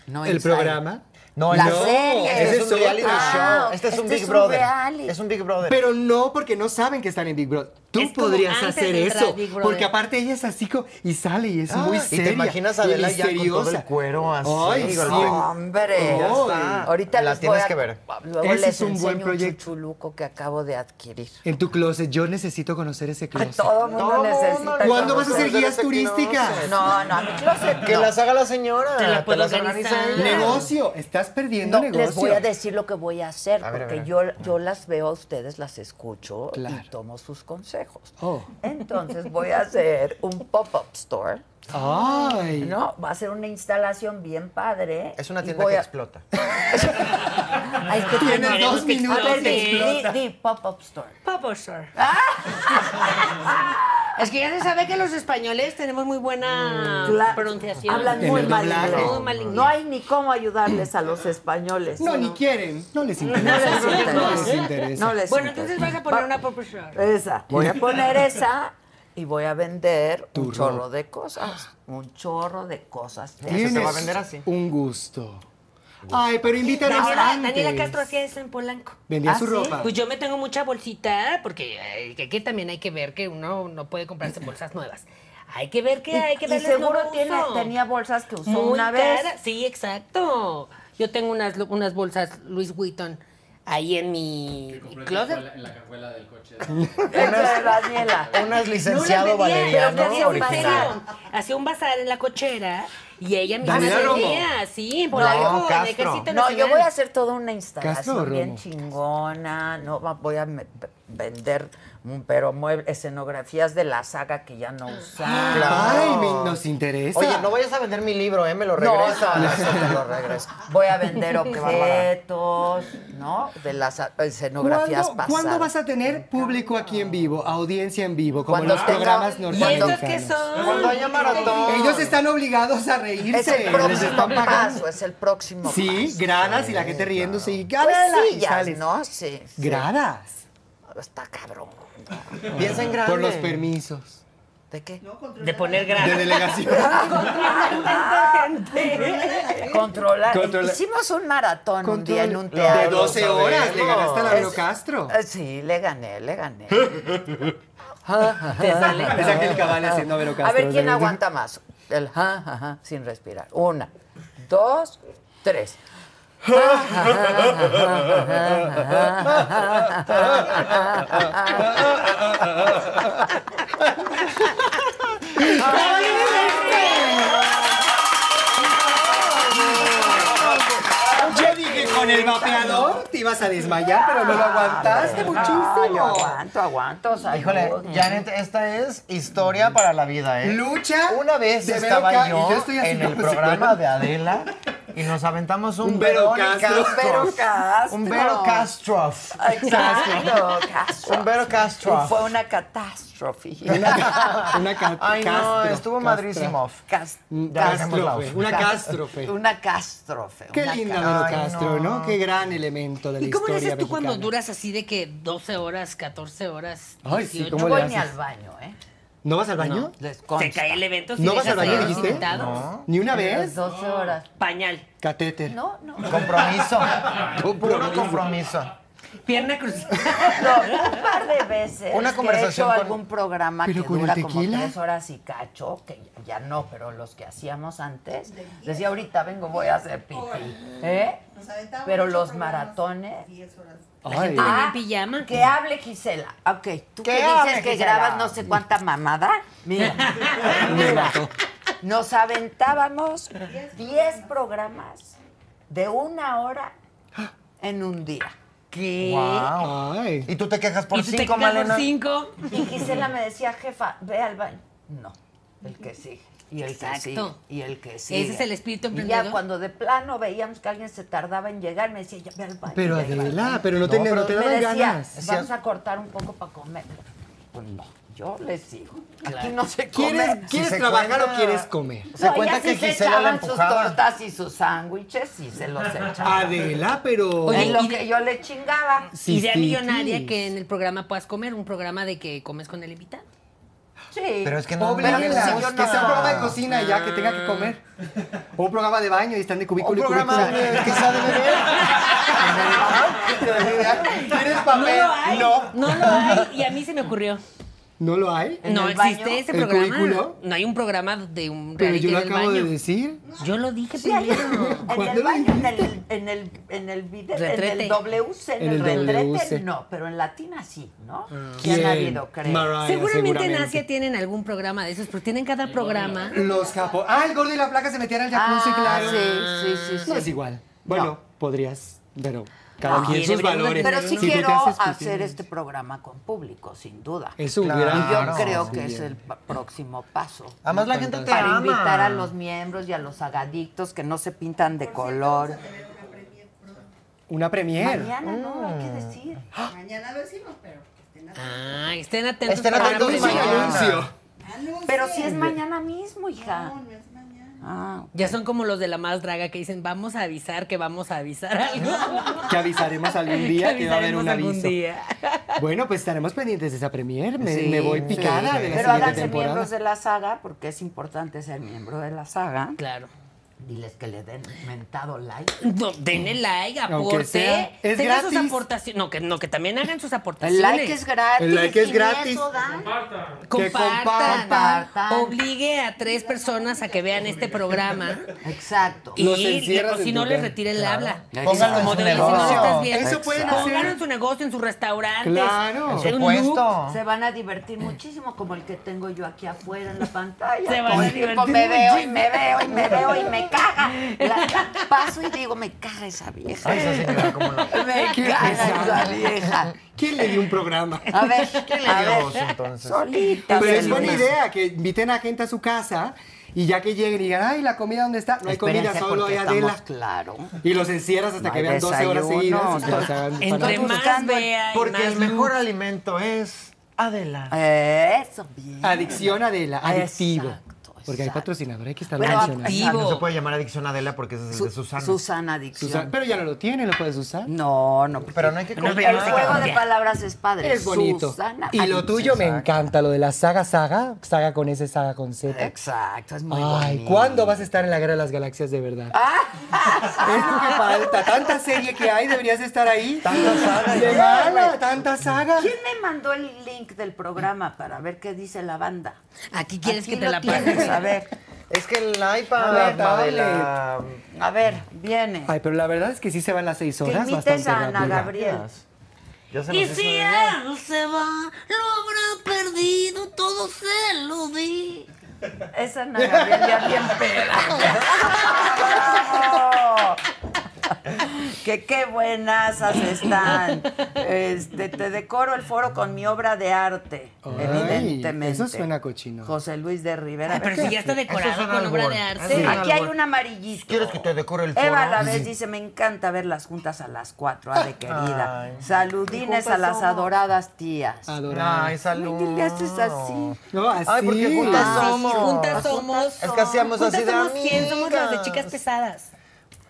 S5: No
S3: El
S5: inside.
S3: programa.
S4: No,
S5: La
S4: no,
S5: serie.
S4: Este
S3: Ese
S4: es
S3: es
S4: un reality
S3: otro.
S4: show.
S5: Ah,
S4: Este es un
S5: este
S4: Big
S5: es un
S4: Brother.
S5: reality.
S4: Es un Big Brother.
S3: Pero no porque no saben que están en Big Brother. Tú
S1: Es como
S3: podrías
S1: antes de
S3: hacer
S1: entrar
S3: eso.
S1: a Big Brother.
S3: Porque aparte ella es así co- y sale y es muy
S4: Ah,
S3: seria.
S4: Y te imaginas a
S3: y
S4: Adela ya con todo el
S3: misteriosa.
S4: cuero así.
S3: Ay,
S4: con-
S3: sí.
S5: Hombre,
S3: Ya está.
S5: ahorita
S4: La
S5: les voy
S4: tienes
S5: a-
S4: que ver.
S5: Luego
S3: Ese
S5: les
S3: es un buen
S5: enseño
S3: proyecto.
S5: chuchuluco que acabo de adquirir.
S3: En tu closet. Yo necesito conocer ese
S5: Ay,
S3: closet.
S5: todo el mundo
S4: Todo mundo
S5: necesita.
S4: le-
S3: ¿Cuándo vas a hacer
S4: Conocer
S3: guías
S4: ese
S3: turísticas?
S5: No, no, a mi closet
S4: Que
S5: no.
S4: las haga la señora.
S1: Te la puedo
S4: las organiza
S1: organizar.
S4: ella.
S3: Negocio. Estás perdiendo
S5: No,
S3: negocio.
S5: les voy a decir lo que voy a hacer,
S4: A ver, a
S5: porque
S4: ver.
S5: yo, yo las veo a ustedes, las escucho y
S3: Claro.
S5: tomo sus consejos.
S3: Oh.
S5: Entonces voy a hacer un pop-up store,
S3: Ay.
S5: ¿no? Va a ser una instalación bien padre.
S4: Es una
S5: y
S4: tienda
S5: voy
S4: que
S5: a-
S4: explota.
S5: Ay, que
S3: Tienes
S5: tengo-
S3: dos minutos,
S5: A ver,
S3: te
S5: di-
S3: explota.
S5: di, di pop-up store.
S1: Papo Shore. Es que ya se sabe que los españoles tenemos muy buena
S5: Cla-
S1: pronunciación.
S5: Hablan
S3: En
S5: muy
S3: el
S5: mal
S3: doblaje.
S5: inglés.
S1: Muy mal inglés.
S5: No hay ni cómo ayudarles a los españoles.
S3: No, ni quieren. No les
S5: No
S3: interesa.
S5: les interesa.
S3: No les interesa.
S5: No les
S1: Bueno,
S5: interesa.
S1: entonces vas a poner una Papo Shore.
S5: Esa. Voy a poner esa y voy a vender un
S3: Turrón.
S5: chorro de cosas. Un chorro de cosas.
S3: Tienes
S4: se va a vender así.
S3: Un gusto. Ay, pero invítanos
S1: Daniela,
S3: antes.
S1: Daniela Castro hacía eso en Polanco.
S3: Vendía
S5: ¿Ah,
S3: su
S5: sí?
S3: ropa.
S1: Pues yo me tengo mucha bolsita, porque eh, que, que también hay que ver que uno no puede comprarse bolsas nuevas. Hay que ver que hay que
S5: y
S1: darles
S5: seguro
S1: nuevo
S5: tiene-
S1: uso.
S5: tenía bolsas que usó
S1: Muy
S5: una vez.
S1: cara. Sí, exacto. Yo tengo unas, lu- unas bolsas Louis Vuitton ahí en mi closet.
S5: Esa es Daniela.
S4: Unas
S1: No
S4: licenciado
S1: las vendía,
S4: valeriano
S1: pero hacía un
S4: original.
S1: bazar. Hacía un bazar en la cochera y ella misma
S3: Daniela Romo.
S1: vendía, sí, en
S4: No,
S1: Polanco, en
S4: Castro.
S1: Ejército
S5: No, yo
S1: Nacional.
S5: voy a hacer toda una
S3: Castro o
S5: instalación bien
S3: Romo?
S5: chingona. No, va- voy a me- vender mm, pero mueble- escenografías de la saga que ya no usaba.
S3: Ay, me- nos interesa.
S4: Oye, no vayas a vender mi libro, ¿eh? Me lo regresa.
S5: No, no, eso te lo regreso. Voy a vender
S4: bárbara.
S5: objetos, ¿no? De las a- escenografías
S3: ¿Cuándo,
S5: pasadas.
S3: ¿Cuándo vas a tener público aquí en vivo, audiencia en vivo, como
S5: Cuando
S3: los
S5: tenga-
S3: programas
S5: ¿Y
S1: ¿Y estos
S3: norteamericanos?
S1: qué son?
S4: Cuando haya maratón.
S3: Ellos están obligados a reírse.
S5: Es el
S3: les
S5: próximo
S3: están pagando.
S5: paso, es el próximo
S3: Sí,
S5: paso.
S3: gradas y la gente riéndose y
S5: Pues
S3: gradas
S5: sí, ya, ¿no? Sí. sí.
S3: Gradas.
S5: Está cabrón.
S4: Piensa en grande.
S3: Por los permisos.
S5: ¿De qué?
S1: De poner grasa.
S3: De delegación.
S5: eh, Controlar. eh,
S3: Controla-
S5: Hicimos un maratón un día en un teatro.
S3: de 12 horas. Le ganaste a la Vero
S5: Es-
S3: Castro.
S5: Eh, Sí, le gané, le gané.
S1: Te sale.
S3: Es aquel cabal haciendo a Vero Castro.
S5: A ver quién
S3: ¿sabes?
S5: aguanta más. El ja, ja, ja, sin respirar. Una, dos, tres.
S3: Yo dije con el vapeador te ibas a desmayar, pero no lo
S5: Ah,
S3: aguantaste
S5: Ay,
S3: muchísimo.
S5: aguanto, aguanto. salud.
S4: Híjole, Janet, esta es historia para la vida, ¿eh?
S3: Lucha.
S4: Una vez
S3: de Vero
S4: estaba
S3: Ca- y
S4: yo,
S3: estoy así
S4: en el
S3: como
S4: programa de Adela y nos aventamos un,
S3: Un Vero
S4: Verónica
S3: Castro.
S5: Vero Castro.
S4: Un Vero Castroff.
S5: Exacto, Castro.
S4: Un Vero Castro.
S5: Fue una catástrofe.
S3: Una, una ca-
S4: Ay, no,
S3: castro,
S4: estuvo
S3: castra.
S4: madrísimo.
S5: Cas-
S4: Ya
S3: Cástrofe,
S4: dejémosla.
S3: una cástrofe.
S5: Una cástrofe.
S3: Qué
S5: una
S3: linda
S5: ca-
S3: Vero
S4: Ay,
S3: Castro, ¿no? Qué gran elemento de la
S1: ¿Y cómo
S3: historia
S1: lo haces tú cuando
S3: mexicana.
S1: duras así de que 12 horas, 14 horas?
S3: Ay, sí,
S1: 18?
S3: ¿cómo
S5: No
S3: le
S5: voy
S3: haces?
S5: ni al baño, ¿eh?
S3: ¿No vas al baño?
S5: Les
S1: Se
S5: consta.
S1: cae el evento. si
S3: ¿No vas
S1: dejas
S3: al baño,
S1: ahí los
S3: dijiste?
S1: invitados.
S3: ¿Ni una
S5: Las
S3: vez?
S5: 12 horas.
S1: Pañal.
S3: Catéter.
S5: No, no.
S4: Compromiso. Puro compromiso.
S1: Pierna cruzada.
S5: No, un par de veces.
S4: Una
S5: que
S4: conversación
S5: he hecho
S4: con-
S5: algún programa que
S3: Pero con el
S5: dura como
S3: tequila.
S5: tres horas y cacho, que ya, ya no, pero los que hacíamos antes, decía ahorita vengo, voy a hacer pipí. ¿Eh? Pero los maratones.
S3: Ay,
S1: Ah, en pijama.
S5: Que hable Gisela. Ok, tú
S4: Que
S5: que dices
S4: hable,
S5: que
S4: Gisela.
S5: grabas no sé cuánta mamada. Mira,
S3: me mató.
S5: nos aventábamos 10 programas de una hora en un día.
S7: ¿Qué?
S4: Wow.
S3: Ay.
S4: Y tú te quejas por
S1: y tú te
S4: cinco,
S1: quedas por
S4: Malena.
S1: cinco.
S7: Y Gisela me decía, jefa, ve al baño. No, el que sigue. Y el que sigue.
S1: Exacto.
S7: Y el que sigue.
S1: es el espíritu
S7: Y
S1: emprendedor.
S7: ya cuando de plano veíamos que alguien se tardaba en llegar, me decía, ya ve al baño.
S3: Pero
S7: ve al baño".
S3: Adela, pero no te, no, te
S7: me
S3: daban
S7: decía,
S3: ganas.
S7: Vamos a cortar un poco para comer. Pues no, yo le sigo. Aquí no se come.
S3: ¿Quieres,
S4: Si
S3: quieres
S4: se
S3: trabajar
S4: cuenta-
S3: o quieres comer?
S4: Se
S7: No,
S4: cuenta
S7: ellas
S4: que
S7: sí se
S4: Gisela la
S7: echaban sus
S4: empujaba.
S7: tortas y sus sándwiches y se los echaban.
S3: pues, Adela, pero.
S1: Oye,
S7: en lo
S1: y-
S7: que yo le
S1: Idea
S7: chingaba.
S3: Cistitis.
S1: millonaria que en el programa puedas comer, un programa de que comes con el invitado.
S7: Sí.
S4: Pero es que no.
S3: Oblíguenla,
S4: pero si yo
S3: que sea un
S4: no-
S3: programa de cocina ya, que tenga que comer. O un programa de baño y están de
S4: Un
S3: cubículo y
S4: programa
S3: cubículo.
S4: de- que sea de beber.
S3: ¿Tienes papel? No.
S1: No lo hay y a mí se me ocurrió.
S3: ¿No lo hay?
S7: ¿En
S1: no
S7: el baño?
S1: existe ese
S3: ¿El
S1: programa.
S3: cubículo?
S1: No hay un programa de un
S3: Pero
S1: reality
S3: yo lo
S1: del
S3: acabo de
S1: baño.
S3: decir.
S1: Yo lo dije
S7: Sí, hay
S1: primero.
S7: en, en
S3: ¿Cuándo
S7: el
S3: lo
S7: baño, en el, en el, en el vide- en
S1: Retrete.
S7: el WC, en,
S3: En
S7: el,
S3: el
S7: retrete,
S3: WC.
S7: no, pero en Latina sí, ¿no? Ya no ha habido, creo.
S3: Mariah,
S1: Seguramente en Asia tienen algún programa de esos, porque tienen cada programa.
S3: Los japo... Ah, el gordo y la placa se metían al jacuzzi,
S7: Ah,
S3: claro.
S7: sí, sí, sí,
S3: No
S7: sí.
S3: es igual. Bueno, podrías, pero cada
S7: No.
S3: quien sus
S1: deberíamos
S3: valores.
S7: Pero sí
S3: Si tú te
S7: quiero
S3: haces
S7: hacer
S3: pipí,
S7: este programa con público, sin duda.
S3: Es un
S4: Claro.
S3: gran
S7: Y yo
S4: Claro,
S7: creo
S3: sí, eh.
S7: que es
S3: bien.
S7: el pa- próximo paso.
S4: Además, la gente te ama.
S7: para invitar a los miembros y a los agadictos que no se pintan de color.
S3: Una premier.
S7: Mañana, no, hay
S1: Mm.
S7: que decir.
S1: Ah, estén atentos.
S4: Estén
S1: para
S4: atentos
S3: Es un
S1: mañana.
S4: mañana.
S3: anuncio.
S7: Pero si es mañana mismo, hija. No, no es mañana.
S1: Ya son como los de la más draga que dicen, vamos a avisar que vamos a avisar algo.
S3: Que avisaremos algún día que, va a haber
S1: avisaremos
S3: un
S1: algún
S3: aviso.
S1: día.
S3: Bueno, pues estaremos pendientes de esa premier. Me, me voy picada de la
S7: Pero
S3: siguiente
S7: háganse
S3: temporada.
S7: miembros de la saga, porque es importante ser miembro de la saga.
S1: Claro.
S7: Diles que le den mentado like.
S1: No, denle like,
S3: Aunque
S1: aporte.
S3: sea, es
S1: tengan sus
S3: gratis.
S1: aportaciones. No que, no, que también hagan sus aportaciones.
S7: El like es gratis.
S3: El like es
S7: y ni
S3: gratis.
S7: eso dan.
S1: Compartan,
S7: compartan.
S1: Obligue a tres personas a que vean este programa.
S7: Exacto.
S1: Y
S3: Los
S1: le-
S3: encierras
S1: o
S3: en
S1: si
S3: tu
S1: no les
S3: casa.
S1: retire el habla.
S4: Pónganlo en
S1: Como
S4: su
S1: de, "Oye, si no lo
S4: negocio.
S1: estás viendo,
S3: Eso pueden
S7: Exacto.
S1: Pónganlo en
S3: hacer.
S1: su negocio, en sus restaurantes.
S3: Claro.
S1: en
S3: Por
S1: un look.
S4: Supuesto.
S7: Se van a divertir muchísimo, como el que tengo yo aquí afuera en la pantalla.
S1: Se van
S7: Todo
S1: a
S7: el tiempo
S1: divertir
S7: me veo y
S1: muchísimo.
S7: me veo y me veo y me caga. La- paso y digo, me caga esa vieja.
S4: Ay, esa señora, cómo no.
S7: Me caga esa vieja.
S3: ¿Quién le dio un programa?
S7: A ver, ¿qué
S4: A ver,
S7: le digo?
S4: entonces.
S7: Solita.
S3: Pero es
S7: feliz.
S3: buena idea que inviten a gente a su casa y ya que lleguen y digan, ay, la comida dónde está. No hay comida,
S7: Espérense,
S3: solo
S7: porque
S3: hay Adela.
S7: estamos Claro.
S3: Y los encierras hasta
S7: No
S3: que
S7: hay
S3: vean 12 horas
S7: desayuno,
S3: seguidas. y
S7: no.
S3: los hagan
S1: Entre
S3: fanáticos.
S1: más vea y
S4: Porque
S1: más
S4: el mejor
S1: look.
S4: alimento es Adela.
S7: Eso, bien.
S3: Ah. Adicción Adela, adictivo.
S7: Exacto,
S3: Porque hay
S7: exacto.
S3: patrocinador, hay que estar
S7: Pero
S3: mencionando.
S7: adictivo.
S4: Ah, no se puede llamar adicción Adela porque ese es el de Susana.
S7: Susana Adicción.
S3: Susana- Pero ya no lo tiene, lo puedes usar.
S7: No, pues, no.
S4: Pero no hay que
S7: El
S4: copiar.
S7: juego de palabras es padre.
S3: Es bonito.
S7: Susana
S3: y lo
S7: Adicción.
S3: tuyo me encanta, lo de la saga saga, saga con ese saga con Z.
S7: Exacto, es muy
S3: Ay,
S7: bonito. Ah.
S3: ¿cuándo vas a estar en la Guerra de las Galaxias de verdad? Es lo que falta. Tanta serie que hay, deberías estar ahí. Tanta saga. De gala, tanta saga.
S7: ¿Quién me mandó el link del programa para ver qué dice la banda?
S1: Aquí quieres
S7: Aquí
S1: que te
S7: lo
S1: la
S7: tienes,
S1: pagues.
S7: A ver,
S4: Es que el
S3: A
S4: iPad,
S3: ver,
S4: Adela.
S7: a ver, viene.
S3: Ay, pero la verdad es que sí se van las seis
S7: que
S3: horas
S7: imites
S3: bastante
S7: a Ana
S3: rápido.
S7: Gabriel.
S4: Ya se nos
S8: Y
S4: hizo
S8: si
S4: idea.
S8: él se va, lo habrá perdido, todo se lo di.
S7: Esa Ana Gabriel ya bien peda. ¡Bravo! Que qué buenasas están. Este, te decoro el foro con mi obra de arte,
S3: Ay,
S7: evidentemente.
S3: eso suena cochino.
S7: José Luis de Rivera.
S1: Ay, pero si ya está
S4: Eso
S1: decorado
S4: suena
S1: con obra
S4: albur.
S1: de
S4: Eso
S1: arte.
S4: suena
S7: Aquí hay
S4: albur.
S7: un amarillito.
S4: Ah, ¿Quieres que te decore el
S7: Eva
S4: foro?
S7: a la vez dice, me encanta ver las juntas a las cuatro, a de querida.
S4: Ay.
S7: Saludines a las adoradas tías.
S3: Adorada.
S4: Ay, salud.
S7: Ay, ¿qué le haces así?
S3: No, así.
S4: Ay, porque juntas
S7: Así,
S4: somos.
S1: Juntas somos.
S4: Es que hacíamos
S1: juntas
S4: así de
S1: somos 100, somos las de
S4: amigas.
S1: chicas pesadas.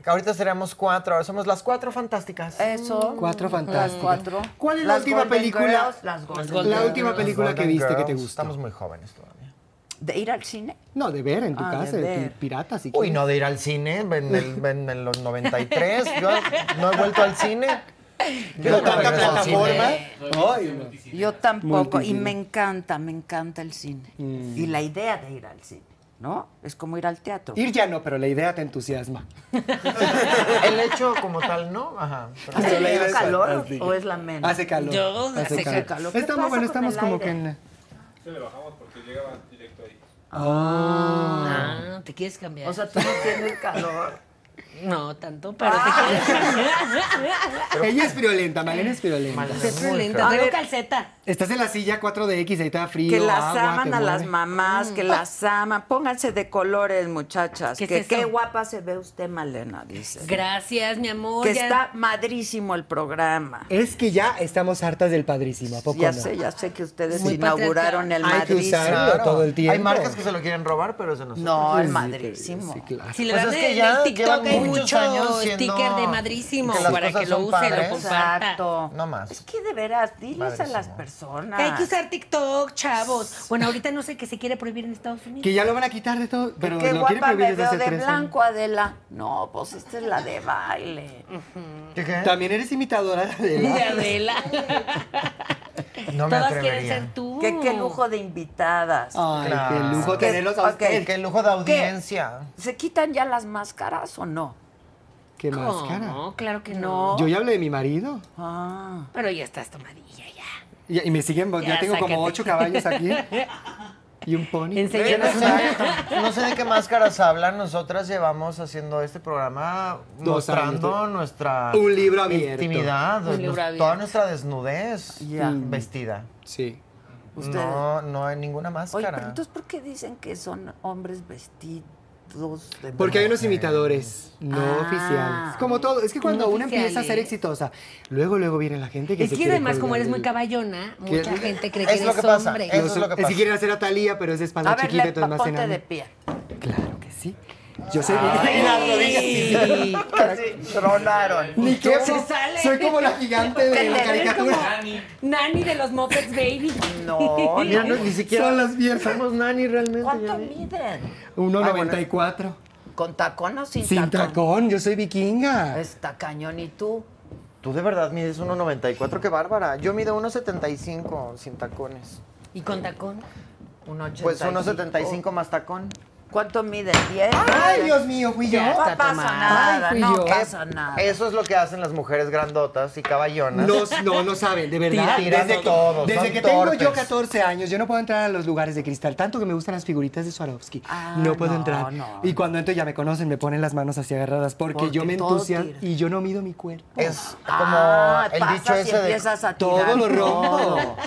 S4: Ahorita seremos cuatro, ahora somos las cuatro fantásticas.
S1: Eh,
S7: Eso.
S3: Cuatro fantásticas.
S7: Cuatro.
S3: ¿Cuál es la
S7: Las
S3: última
S7: Golden
S3: película?
S7: Girls, las Golden
S1: Golden
S3: la
S7: Girls.
S3: última película que
S4: Golden
S3: viste que te
S4: Girls.
S3: gustó.
S4: Estamos muy jóvenes todavía.
S7: ¿De ir al cine?
S3: No, de ver en tu
S7: Ah, de
S3: casa, de,
S7: ver.
S3: pi- pirata, si
S4: Uy,
S3: quieres.
S4: no de ir al cine, en, el- en- en los 93, yo no he vuelto al cine. Yo
S3: Pero
S4: no
S3: tanta
S4: regreso al cine.
S3: plataforma. Ay, no.
S7: Yo tampoco. Y
S3: Multicine.
S7: me encanta, me encanta el cine.
S3: Mm.
S7: Y la idea de ir al cine, ¿no? Es como ir al teatro.
S3: Ir ya no, pero la idea te entusiasma.
S4: El hecho como tal, ¿no? Ajá. pero-
S3: Pero la idea
S7: ¿Hace
S3: es
S7: calor
S3: fantástica.
S7: o es la menos?
S3: Hace calor.
S1: Yo- hace
S7: calor. ¿Qué
S3: Estamos,
S7: pasa
S3: bueno,
S7: con
S3: estamos
S7: el
S3: como
S7: aire?
S3: que en...
S1: Ah, ¿te quieres cambiar?
S7: O sea, tú no tienes calor.
S1: No, tanto, pero te
S7: Ah.
S3: Ella es friolenta, Malena es friolenta.
S1: quieres.
S7: A
S1: Traigo
S7: ver,
S1: calceta.
S3: Estás en la silla 4DX, ahí está frío.
S7: Que las
S3: agua,
S7: aman
S3: te
S7: a las
S3: mueve.
S7: mamás, que las aman. Pónganse de colores, muchachas.
S1: ¿Qué es
S7: que
S1: eso?
S7: qué guapa se ve usted, Malena, dice.
S1: Gracias, mi amor.
S7: que
S1: ya-
S7: está madrísimo el programa.
S3: Es que ya estamos hartas del padrísimo, ¿a poco
S7: Ya
S3: no?
S7: sé, ya sé que ustedes
S1: Muy
S7: inauguraron el
S3: Hay que
S7: madrísimo.
S3: usar- todo el tiempo.
S4: Hay marcas que se lo quieren robar, pero eso no se
S7: No, el
S3: Sí,
S7: madrísimo.
S3: sí, claro.
S1: Si le
S4: Pues
S1: dan
S4: es
S1: en
S4: que ya
S1: el TikTok
S4: llevan
S1: hay
S4: muchos
S1: mucho
S4: años siendo
S1: sticker de madrísimo
S4: que las
S1: para
S4: cosas
S1: que lo
S4: son
S1: use,
S4: padres.
S1: lo comparta.
S7: Exacto.
S4: No más.
S7: Es que de veras, diles a las
S4: Madrísimo.
S7: personas.
S1: Hay que usar TikTok, chavos. Bueno, ahorita no sé qué se quiere prohibir en Estados Unidos.
S3: Que ya lo van a quitar de todo, pero
S7: Qué
S3: lo quieren
S7: guapa me
S3: prohibir desde
S7: veo
S3: hace
S7: de
S3: tres años.
S7: blanco, Adela. No, pues esta es la de baile.
S4: ¿Qué,
S7: ¿eh?
S4: qué?
S3: También eres imitadora de
S1: De
S3: la...
S1: Adela.
S4: No me
S1: Todas quieren
S4: atrevería.
S1: ser tú.
S7: Qué, qué lujo de invitadas.
S3: Ay,
S4: Claro.
S3: qué lujo
S7: Que-
S3: tenerlos a
S7: ok.
S3: ustedes.
S4: Qué lujo de
S7: ¿Qué?
S4: audiencia.
S7: ¿Se quitan ya las máscaras o no?
S3: Qué máscara.
S1: No, claro que no.
S3: Yo ya hablé de mi marido.
S7: Ah.
S1: Pero ya estás tomadilla ya.
S3: Y, y me siguen, ya,
S1: Ya,
S3: tengo como
S1: sácate.
S3: ocho caballos aquí. Y un pony.
S4: Yo no,
S1: Enseñanos
S4: sé, no sé de qué máscaras hablan. Nosotras llevamos haciendo este programa
S3: Dos
S4: mostrando
S3: años.
S4: nuestra
S3: Un libro abierto.
S4: intimidad,
S1: Un libro
S4: nos-
S1: abierto.
S4: toda nuestra desnudez
S7: Ya.
S4: mm, vestida.
S3: Sí.
S7: Ustedes-
S4: No, no hay ninguna
S7: Oye,
S4: máscara.
S7: pero entonces, ¿por qué dicen que son hombres vestidos de
S3: Porque hay
S7: mujer?
S3: unos imitadores no
S7: Ah.
S3: oficiales. Como todo, es que cuando
S1: No
S3: una empieza a ser
S1: oficiales.
S3: exitosa, luego luego viene la gente que
S1: Es
S3: se
S1: que
S3: quiere
S1: además, como
S3: colgar
S1: eres muy
S3: del-
S1: caballona, mucha
S3: ¿Qué?
S1: gente cree que
S4: Es
S1: eres
S4: lo que pasa. Eh.
S1: hombre.
S4: Eso es lo que
S3: Es
S4: pasa.
S3: que quieren hacer a Talía, pero es de espalda
S7: A ver,
S3: chiquita,
S7: le,
S3: entonces más
S7: ponte
S3: enano.
S7: de pie.
S3: Claro que sí. Yo soy Y las rodillas.
S1: Sí.
S4: Así, tronaron.
S3: Ni
S1: tú
S3: que
S1: se sale.
S3: soy como la gigante de la
S1: Eres como
S3: caricatura.
S1: Nani de los Muppets Baby.
S7: No,
S4: Mira, no, ni siquiera.
S3: Son las viejas.
S4: Somos nani realmente. ya
S7: ¿Cuánto
S4: vi.
S7: miden?
S3: Ah, 1.94.
S7: ¿Con tacón o sin,
S3: Sin tacón, yo soy vikinga.
S7: Está cañón. ¿Y tú?
S4: Tú de verdad mides 1.94, qué bárbara. Yo mido 1.75 sin tacones.
S1: Y con tacón.
S7: Un
S4: Pues
S7: 1.75.
S4: 1.75 más tacón.
S7: ¿Cuánto miden? ¿10?
S3: Ay, Dios mío, fui yo.
S7: No pasa nada,
S3: Ay, fui
S7: no
S3: yo.
S7: pasa nada.
S4: Eso es lo que hacen las mujeres grandotas y caballonas.
S3: No, no, no saben, de verdad.
S4: Tiran
S3: desde que,
S4: todos,
S3: desde
S4: son
S3: que tengo yo
S4: torpes.
S3: 14 años, yo no puedo entrar a los lugares de cristal, tanto que me gustan las figuritas de Swarovski.
S7: Ah,
S3: no puedo
S7: no,
S3: entrar.
S7: no.
S3: Y cuando entro ya me conocen, me ponen las manos así agarradas porque,
S7: Porque
S3: yo me
S7: todo
S3: entusiasmo
S7: tira.
S3: y yo no mido mi cuerpo.
S4: Es como
S7: Ah,
S4: el
S7: pasas
S4: dicho
S7: y
S4: ese de.
S7: empiezas a
S3: Todo
S7: tirar.
S3: lo rompo.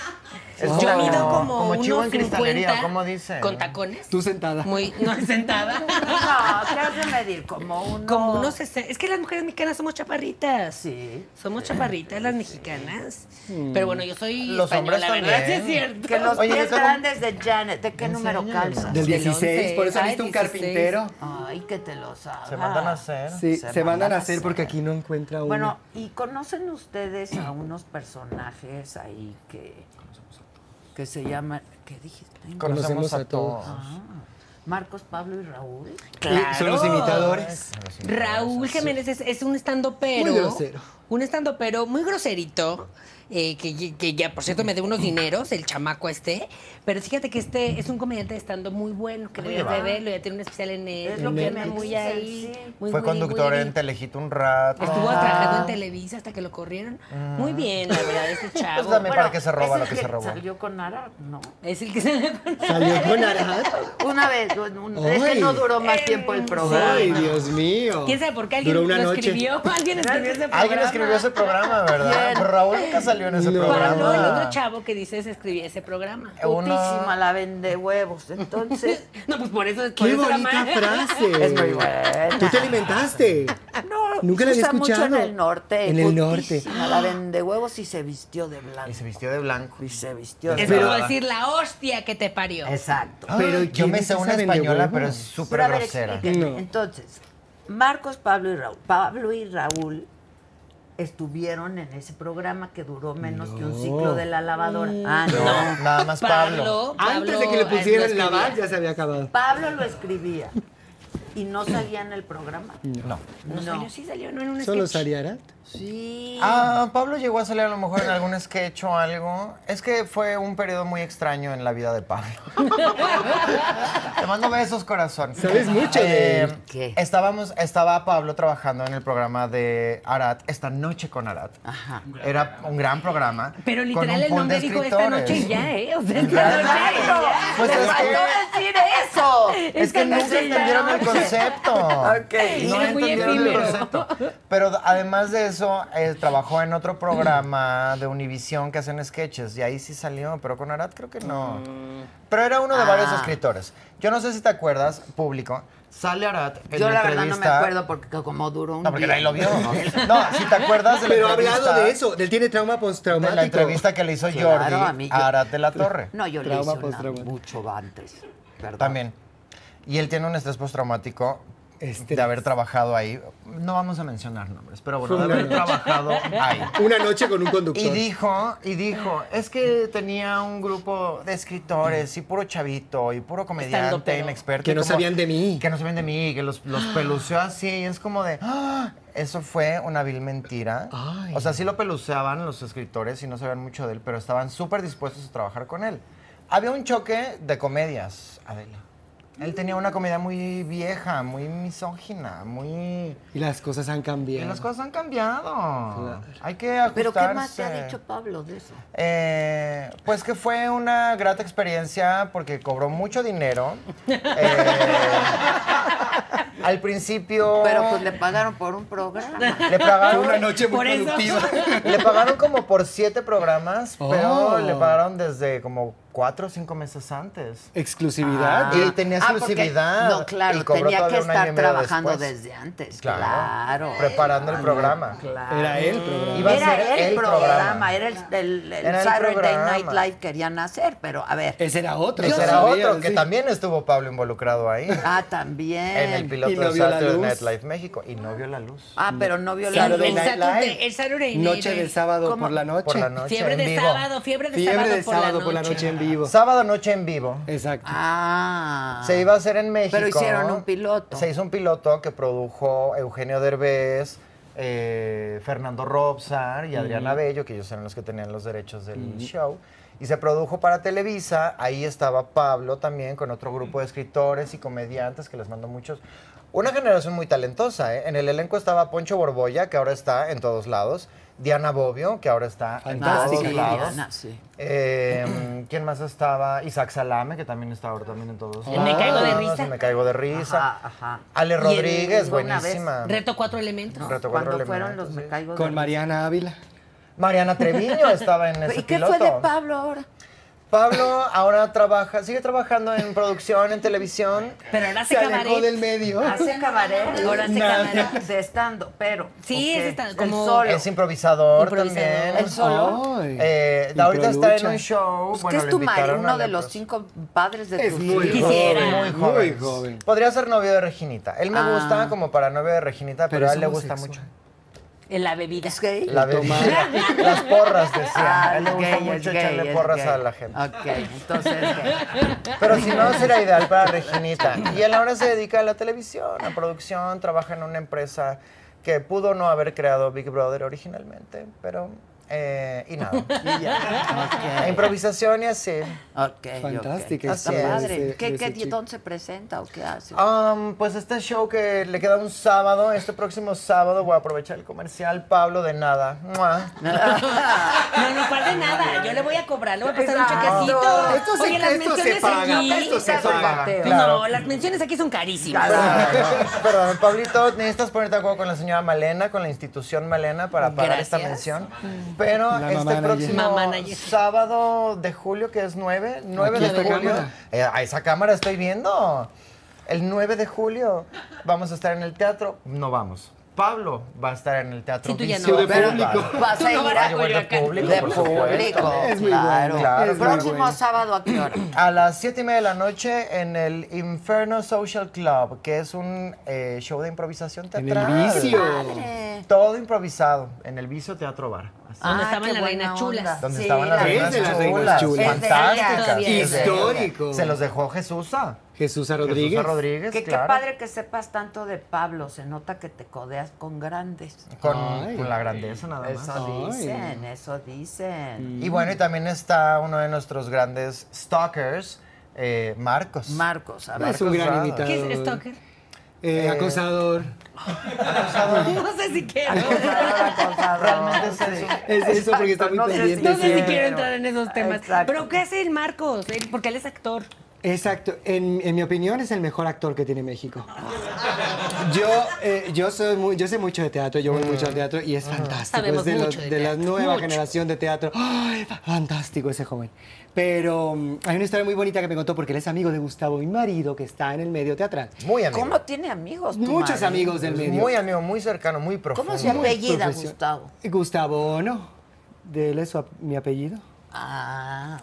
S4: es
S1: Yo
S4: como-
S1: mido como,
S4: como chivo
S1: 1.50,
S4: en cristalería, ¿cómo dicen?
S1: Con tacones.
S3: Tú sentada.
S1: Muy, no sentada.
S7: No, te has de medir como uno.
S1: Como unos sesen- Es que las mujeres mexicanas somos chaparritas.
S7: Sí.
S1: Somos chaparritas las mexicanas. Pero bueno, yo soy
S4: Mm. Los
S1: española,
S4: hombres
S1: la verdad, sí
S4: también.
S1: es cierto.
S7: Que los
S4: Oye,
S7: pies
S4: yo tengo-
S7: grandes de Janet, ¿de qué número calzas?
S3: Del 16,
S1: once.
S3: por eso
S1: Ay,
S3: necesito un
S1: 16.
S3: carpintero.
S7: Ay, que te los haga.
S4: Se mandan a hacer.
S3: Sí,
S7: Se
S3: se, mandan
S7: mandan
S3: a
S7: a
S3: hacer porque aquí no encuentra uno.
S7: Bueno, ¿y conocen ustedes a unos personajes ahí que, que se llaman, ¿qué dijiste? Ah,
S4: Conocemos a todos.
S3: Ah.
S7: Marcos, Pablo y Raúl.
S3: Y son los
S1: Claro.
S3: imitadores.
S1: Raúl Jiménez es, es un estando pero.
S3: Muy grosero.
S1: Un estando pero muy groserito. eh, que, que- que ya, por cierto, me dé unos dineros, el chamaco este. Pero fíjate que este es un comediante de estando muy bueno, que deberías de verlo, ya tiene un especial en él.
S7: Es lo
S3: que
S7: me
S1: muy
S7: dicen,
S1: ahí.
S7: sí.
S1: muy,
S4: Fue
S1: muy, muy
S4: conductor
S1: ahí.
S4: en Ah. Telejito un rato.
S1: Estuvo trabajando en Televisa hasta que lo corrieron. Muy bien, la verdad, este chavo.
S4: Pues también para
S7: Bueno,
S4: que se roba
S7: es
S4: lo
S7: el
S4: que se robó.
S7: Salió con Ara, no.
S1: Es el que se
S3: Salió con Arad.
S7: Una vez, un- un- es que
S3: Ay.
S7: no duró más tiempo el programa.
S3: Ay, Dios mío.
S1: ¿Quién sabe por qué alguien
S3: Duró una
S1: lo
S3: noche.
S1: escribió? Alguien escribió ese programa.
S4: Ah. Alguien escribió ese programa, ¿verdad? Pero Raúl nunca salió en ese
S3: No.
S4: programa.
S1: Pablo, el otro chavo que dices, escribía ese programa.
S4: Uno-
S7: Putísima la vende huevos. Entonces,
S1: No, pues por eso, por
S3: Qué
S1: eso la
S3: bonita
S1: madre.
S3: frase.
S7: es muy buena.
S3: Tú te alimentaste.
S7: No,
S3: Nunca la
S7: se
S3: había
S7: usa mucho
S3: escuchado.
S7: en el norte.
S3: En el norte.
S7: putísima, La vende huevos y se vistió de blanco.
S4: Y se vistió de blanco.
S7: Y se vistió de
S1: Es
S4: Pero-
S1: como decir la hostia que te parió.
S7: Exacto.
S4: Ah,
S3: Pero
S4: yo
S3: ¿quién
S4: me
S3: es
S4: sé
S3: esa
S4: una española,
S3: vendehuevos?
S4: pero es
S7: Pero
S4: súper
S7: a ver,
S4: grosera.
S7: explíquenme.
S3: No.
S7: Entonces, Marcos, Pablo y Raúl. Pablo y Raúl estuvieron en ese programa que duró menos que un ciclo de la lavadora. Ah,
S4: No,
S7: no.
S4: nada más Pablo.
S3: Antes de
S1: Pablo,
S3: que le
S1: eh, lo
S3: pusieran
S1: escribía.
S3: la van, ya se había acabado.
S7: Pablo lo escribía y no salía en el programa.
S4: Mm. No.
S1: No, salió, sí salió, no en un
S3: Solo
S1: sketch.
S3: salía Arad.
S7: Sí.
S4: Ah, Pablo llegó a salir a lo mejor en algún sketch o algo. Es que fue un periodo muy extraño en la vida de Pablo. Te mando besos, corazón. Eh,
S3: Sabes mucho de él.
S7: ¿Qué?
S4: Estábamos, estaba Pablo trabajando en el programa de Arat, Esta Noche con Arat.
S7: Ajá.
S4: Era un gran programa.
S1: Pero
S4: con
S1: literal
S4: un
S1: el
S4: pool de
S1: nombre dijo esta noche y
S4: escritores".
S1: ya, ¿eh? O sea, esta noche y ya.
S4: Pues
S7: ¡Me
S4: es
S7: faltó
S4: que-
S7: decir eso!
S4: Es que nunca entendieron el
S1: noche.
S4: concepto.
S5: Ok.
S4: No
S1: Era muy
S4: entendieron el
S1: efímero.
S4: concepto. Pero además de eso, eh, trabajó en otro programa de Univisión que hacen sketches. Y ahí sí salió, pero con Arad creo que no. Pero era uno de varios
S5: Mm. Ah.
S4: escritores. Yo no sé si te acuerdas, público. Sale Arad en
S5: Yo la verdad no me
S4: entrevista.
S5: acuerdo porque como duró un
S4: No, porque nadie
S5: día.
S4: lo vio. No, si te acuerdas de la
S3: Pero ha
S4: entrevista.
S3: hablado de eso, él tiene trauma
S4: de la
S3: postraumático.
S4: entrevista que le hizo Jordi
S5: Claro, a mí, yo-
S4: a Arad de la Torre.
S5: No, yo
S3: Trauma
S5: le hice una
S3: postraumático.
S5: mucho antes. ¿verdad?
S4: También. Y él tiene un estrés postraumático
S3: Estrés.
S4: de haber trabajado ahí. No vamos a mencionar nombres, pero bueno, de haber trabajado ahí.
S3: Una noche con un conductor.
S4: Y dijo, y dijo, es que tenía un grupo de escritores y puro chavito y puro comediante
S1: Estandopero.
S4: inexperto.
S3: Que
S4: y
S3: no sabían de mí.
S4: Que no sabían de mí, que los, los peluceó así. Y es como de, "Ah, eso fue una vil mentira.
S3: Ay.
S4: O sea, sí lo peluceaban los escritores y no sabían mucho de él, pero estaban súper dispuestos a trabajar con él. Había un choque de comedias, Adela. Él tenía una comedia muy vieja, muy misógina, muy...
S3: Y las cosas han
S4: Y
S3: cambiado.
S4: las cosas han cambiado. Hay que ajustarse.
S5: Pero ¿qué más te ha dicho Pablo de eso?
S4: Eh, pues que fue una grata experiencia porque cobró mucho dinero. Eh, al principio
S5: Pero pues le pagaron por un programa.
S4: le pagaron
S3: Una noche muy
S1: Por eso-
S3: productiva.
S4: le pagaron como por siete programas,
S3: Oh.
S4: pero le pagaron desde como cuatro o cinco meses antes.
S3: Exclusividad.
S4: Y tenía
S5: Ah, porque-
S4: exclusividad.
S5: no, claro,
S4: Y cobró
S5: tenía que
S4: todavía un año y
S5: estar
S4: medio
S5: trabajando
S4: después.
S5: desde antes.
S4: Claro.
S5: Claro.
S4: Preparando el programa.
S5: Claro.
S3: Era él el programa.
S4: Ah. Iba a
S5: Era
S4: ser
S5: el,
S4: el
S5: programa,
S4: programa.
S5: era el, el- el
S4: Era el
S5: Saturday
S4: programa. Eh,
S5: Night Live querían hacer, pero a ver.
S3: Ese era otro.
S4: Ese
S3: yo
S4: Pues era
S3: sabía,
S4: otro, que
S3: sí.
S4: también estuvo Pablo involucrado ahí.
S5: Ah, también.
S4: En el
S3: Y
S4: piloto
S3: no
S4: de
S3: vio la
S4: Saturday
S3: luz.
S4: Night Live México. Y no vio la luz.
S5: Ah, pero no vio
S1: El-
S5: la
S3: Saturday
S1: el,
S5: luz.
S3: Night
S1: Saturday-
S3: Live.
S1: el Saturday Night
S3: Noche
S1: Live.
S3: de sábado
S5: ¿Cómo?
S3: por la noche.
S4: Por la noche.
S1: Fiebre
S4: en
S1: de
S4: vivo.
S1: sábado, fiebre de
S3: Fiebre
S1: sábado,
S3: de sábado por la noche en vivo.
S4: Sábado noche en vivo.
S3: Exacto.
S5: Ah.
S4: Se iba a hacer en México.
S5: Pero hicieron un piloto.
S4: Se hizo un piloto que produjo Eugenio Derbez, eh, Fernando Robsar y Adriana Bello, que ellos eran los que tenían los derechos del show. Y se produjo para Televisa. Ahí estaba Pablo también con otro grupo de escritores y comediantes que les mando muchos. Una generación muy talentosa. ¿eh? En el elenco estaba Poncho Borboya, que ahora está en todos lados. Diana Bobbio, que ahora está
S3: Fantástica.
S4: en
S5: sí,
S4: todos lados.
S7: Ah,
S5: Diana, sí.
S4: Eh, ¿Quién más estaba? Isaac Salame, que también está ahora también en todos.
S1: El Me Caigo de
S4: lados,
S1: Risa.
S4: el Me caigo de risa.
S5: Ajá, ajá.
S4: Ale Rodríguez,
S5: Y una vez,
S4: buenísima.
S1: Reto cuatro elementos.
S4: Reto cuatro
S5: Cuando
S4: elementos,
S5: fueron los me
S4: sí.
S5: caigo de
S3: Con
S5: risa.
S3: Mariana Ávila.
S4: Mariana Treviño estaba en ese
S5: ¿Y qué
S4: piloto.
S5: fue de Pablo ahora?
S4: Pablo ahora trabaja, sigue trabajando en producción, en televisión.
S1: Pero ahora se
S3: Se alejó
S1: cabaret.
S3: del medio.
S5: Hace cabaret. Ahora hace
S3: Nada.
S5: cabaret de estando, pero.
S1: Sí,
S5: ok,
S1: es stand-
S5: el
S1: como-
S5: solo.
S4: Es improvisador,
S1: Improvisador.
S4: también.
S5: ¿El solo?
S3: Ay.
S4: Eh, ahorita está en
S3: Improlucha.
S4: un show.
S5: Pues,
S4: bueno,
S5: ¿Qué es
S4: lo
S5: tu marido?
S4: invitaron a
S5: Uno de
S4: la
S5: los
S4: pros-
S5: cinco padres de
S3: Es
S5: tus
S3: muy
S5: hijos.
S1: Quisiera.
S3: joven.
S4: Muy
S3: Muy
S4: joven.
S3: joven.
S4: Podría ser novio de Reginita. Él me
S5: Ah.
S4: gusta como para novio de Reginita, pero,
S3: Pero
S4: a
S3: es
S4: él le gusta mucho.
S3: homosexual.
S1: En la bebida.
S5: ¿Es gay?
S4: La bebida. Las porras, decía.
S5: Ah,
S4: a él le
S5: es
S4: gusta
S5: gay,
S4: mucho
S5: es gay,
S4: echarle
S5: es
S4: porras
S5: gay.
S4: a la
S7: Ah.
S4: gente.
S5: Ok, entonces es gay.
S4: Pero si no, será ideal para Reginita. Y él ahora se dedica a la televisión, a producción, trabaja en una empresa que pudo no haber creado Big Brother originalmente, pero... eh, y nada.
S5: Ok.
S4: Improvisación y así.
S5: Ok,
S3: Fantástica
S5: ok. Está
S4: historia de
S5: padre.
S3: ese-
S5: ¿Qué,
S3: de
S5: qué,
S3: ese chico.
S5: ¿Dónde se presenta o qué hace?
S4: Um, pues este show que le queda un sábado, este próximo sábado voy a aprovechar el comercial, Pablo, de nada. ¡Mua!
S1: No, no, ¿cuál de nada? Yo le voy a cobrar, le voy a pasar un
S5: Exacto.
S1: chequecito.
S3: Esto se-
S1: Oye, las
S3: esto se
S1: menciones
S3: paga,
S1: aquí.
S3: esto se
S5: Está
S3: paga.
S5: regateo.
S4: claro.
S1: No, las menciones aquí son carísimas.
S4: Perdón, perdón, Pablito, necesitas ponerte de acuerdo con la señora Malena, con la institución Malena para pagar esta mención. Pero
S3: La mamá
S4: este
S3: Nayeli.
S4: próximo
S1: Mm. Mamá Nayeli.
S4: sábado de julio, que es 9, 9
S3: Aquí
S4: de
S3: está
S4: julio,
S3: cámara.
S4: eh, a esa cámara estoy viendo. El 9 de julio vamos a estar en el teatro. No vamos. Pablo va a estar en el teatro.
S1: Sí, tú ya no
S4: Visión
S1: vas.
S4: Cultural.
S3: Tú de público.
S5: Vas
S1: Tú
S5: a
S1: no
S5: ir
S1: vas a
S5: a-
S4: Yo voy de
S1: Coyoacán.
S4: público,
S5: de
S4: por supuesto.
S5: público.
S3: Es muy
S5: claro.
S3: bueno,
S4: Claro. es muy
S5: Próximo
S3: bueno.
S5: sábado, ¿a qué hora?
S4: A las 7 y media de la noche en el Inferno Social Club, que es un eh, show de improvisación
S3: En
S4: teatral.
S3: el vicio.
S5: Padre.
S4: Todo improvisado en el Vicio Teatro Bar. Así.
S1: Donde estaban
S5: ah, qué
S1: las
S5: buena
S1: reinas chulas.
S5: onda.
S4: Donde
S5: Ah, Sí,
S4: estaban las
S5: la-
S4: reinas
S3: de las
S4: chulas,
S3: reinas chulas.
S5: Es
S4: fantásticas.
S5: de
S4: Es de-
S3: Histórico.
S4: Se los dejó Jesús a
S3: Jesús A. Rodríguez.
S4: Rodríguez,
S5: Que
S4: claro.
S5: qué padre que sepas tanto de Pablo. Se nota que te codeas con grandes.
S4: Con,
S3: Ay.
S4: con la grandeza nada más.
S5: Eso
S3: Ay.
S5: dicen, eso dicen.
S4: Y bueno, y también está uno de nuestros grandes stalkers, eh, Marcos.
S5: Marcos, a ver.
S3: Mm. Es un gran
S4: Rada.
S3: imitador.
S1: ¿Qué es stalker?
S3: Eh, acosador.
S1: No sé si quiero.
S4: Realmente es
S5: Ah,
S4: eso.
S3: Es eso porque está muy
S5: no sé si-
S3: pendiente.
S1: No sé si
S3: siempre.
S1: quiero entrar en esos temas.
S5: Exacto.
S1: Pero ¿qué hace el Marcos? Él- Porque él es actor.
S3: Exacto. En, en mi opinión es el mejor actor que tiene México. Yo, eh, yo, soy muy- yo sé mucho de teatro, yo voy mucho al teatro y es
S4: Ah.
S3: fantástico. es
S7: Sabemos
S3: de,
S7: mucho de
S3: de la
S7: teatro.
S3: nueva
S7: Mucho.
S3: generación de teatro. ¡Ay, fa- fantástico ese joven! Pero mm, hay una historia muy bonita que me contó porque él es amigo de Gustavo, mi marido, que está en el medio teatral.
S4: Muy amigo.
S5: ¿Cómo tiene amigos? tu
S3: Muchos
S5: madre?
S3: amigos del medio.
S4: Muy amigo, muy cercano, muy profundo.
S5: ¿Cómo se apellida
S3: Profesio-
S5: Gustavo?
S3: Gustavo, ¿no? ¿De él es su ap- mi apellido?
S5: Ah,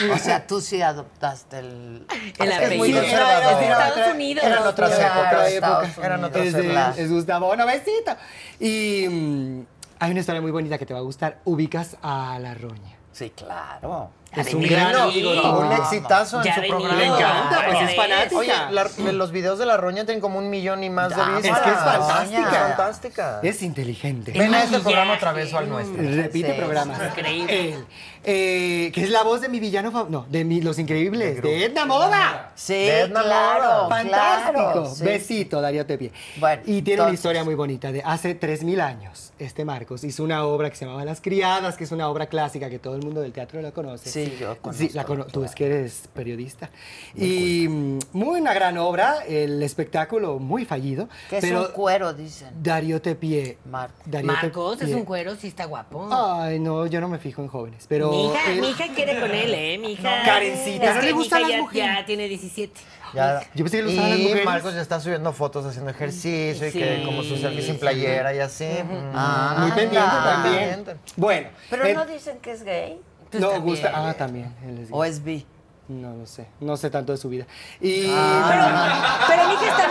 S5: bueno. o sea, tú sí adoptaste el,
S1: El
S4: Es muy
S1: apellido.
S4: conservador.
S3: Era- era-
S4: Estados
S3: otra-
S1: Unidos.
S3: Eran otras
S4: Claro,
S3: épocas.
S5: Estados
S3: Eran
S5: Unidos.
S3: otras
S4: Es de-
S3: épocas. Es Gustavo, una besito. Y mm, hay una historia muy bonita que te va a gustar. Ubicas a La Roña.
S4: Sí, claro.
S3: Es un
S4: Mira,
S3: gran
S4: no,
S3: amigo.
S4: un exitazo
S1: Ya
S4: en su
S1: venido.
S4: programa.
S3: Le encanta, pues,
S1: Ya
S3: es
S1: ves.
S3: fanático.
S4: Oye, la- los videos de La Roña tienen como un millón y más de
S5: Ah,
S4: vistas.
S3: Es que es
S5: Ah,
S3: fantástica.
S5: Roña.
S4: fantástica.
S3: Es inteligente.
S4: Ven a este
S1: maquillaje.
S4: programa otra vez o al nuestro.
S3: Repite
S5: Sí,
S3: programas.
S1: increíble.
S3: Él, eh, que es la voz de mi villano fav- No, de mi- Los Increíbles.
S4: Grupo.
S3: De Edna Moda.
S5: Sí,
S4: De Edna
S5: claro.
S4: Mora.
S3: Fantástico.
S5: claro, sí.
S3: Besito, Darío Tepie.
S5: Bueno,
S3: y tiene una
S5: entonces-
S3: historia muy bonita de hace 3.000 años. Este Marcos hizo una obra que se llamaba Las Criadas, que es una obra clásica que todo el mundo del teatro la conoce.
S5: Sí, yo
S3: Sí, la cono-
S5: conozco,
S3: Tú es que eres periodista. y mm, muy una gran obra, el espectáculo muy fallido.
S5: Que es
S3: pero
S5: un cuero, dicen.
S3: Darío Tepie.
S5: Mar-
S3: Darío
S1: Marcos es
S3: Tepie-
S1: un cuero, sí está guapo.
S3: Ay, no, yo no me fijo en jóvenes, pero...
S1: mi hija,
S3: él-
S1: mi hija quiere con él, ¿eh? Mi hija.
S3: eh. No, Karencita,
S1: Es
S3: no
S1: que
S3: le
S1: mi
S3: gustan
S1: hija
S3: las
S1: ya-
S3: mujeres.
S1: Ya tiene 17.
S4: Ya.
S3: Yo pensé que le
S4: y
S3: gustaban las mujeres.
S4: Marcos ya está subiendo fotos haciendo ejercicio
S1: Sí.
S4: y que como su selfie sin playera y así. Mm.
S5: Ah,
S3: Muy pendiente
S5: anda.
S3: también. Bueno.
S5: Pero
S3: él-
S5: no dicen que es gay.
S1: Pues
S3: no,
S1: también.
S3: gusta... Ah, también. él es
S5: O
S3: gay.
S5: es bi.
S3: No, no sé. No sé tanto de su vida. Y...
S4: Ah,
S1: Pero mi hija está,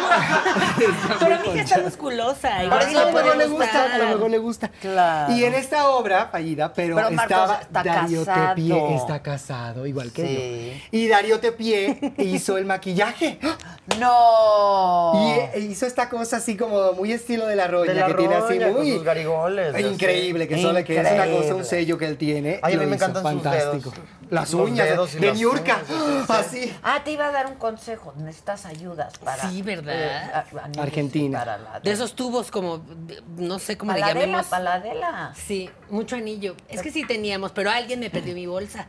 S1: mu- pero mi hija está
S4: Ah,
S1: musculosa.
S3: Por
S1: igual
S3: eso
S1: y
S3: a lo mejor
S1: puede
S3: le gusta, a
S1: gustar.
S3: lo mejor le gusta.
S5: Claro.
S3: Y en esta obra fallida, pero,
S5: Pero Marcos
S3: estaba
S5: está
S3: Darío
S5: casado.
S3: Tepié está casado, igual que
S5: Sí.
S3: yo. Y Darío Tepié hizo el maquillaje.
S5: No.
S3: Y eh, hizo esta cosa así como muy estilo de la roya,
S4: Oh. De la
S3: que tiene así
S4: Roña, con
S3: muy
S4: sus garigoles, yo sé.
S3: increíble, que solo que es una cosa, un
S5: Increíble.
S3: sello que él tiene.
S4: Ay, a
S3: lo
S4: mí me
S3: hizo
S4: encantan sus
S3: fantástico.
S4: dedos.
S3: Las
S4: Los
S3: uñas de-
S4: dedos y
S3: de
S4: las
S3: Niurka,
S4: uñas,
S3: así.
S5: Ah, te iba a dar un consejo. Necesitas ayudas para. eh,
S1: Sí, ¿verdad?
S5: a- a niños y
S3: Argentina.
S5: para la-
S1: De esos tubos como, de- no sé cómo
S5: Para
S1: le
S5: la Adela,
S1: llamemos.
S5: para la Adela.
S1: Sí, mucho anillo. Es que sí teníamos, pero alguien me perdió mi bolsa.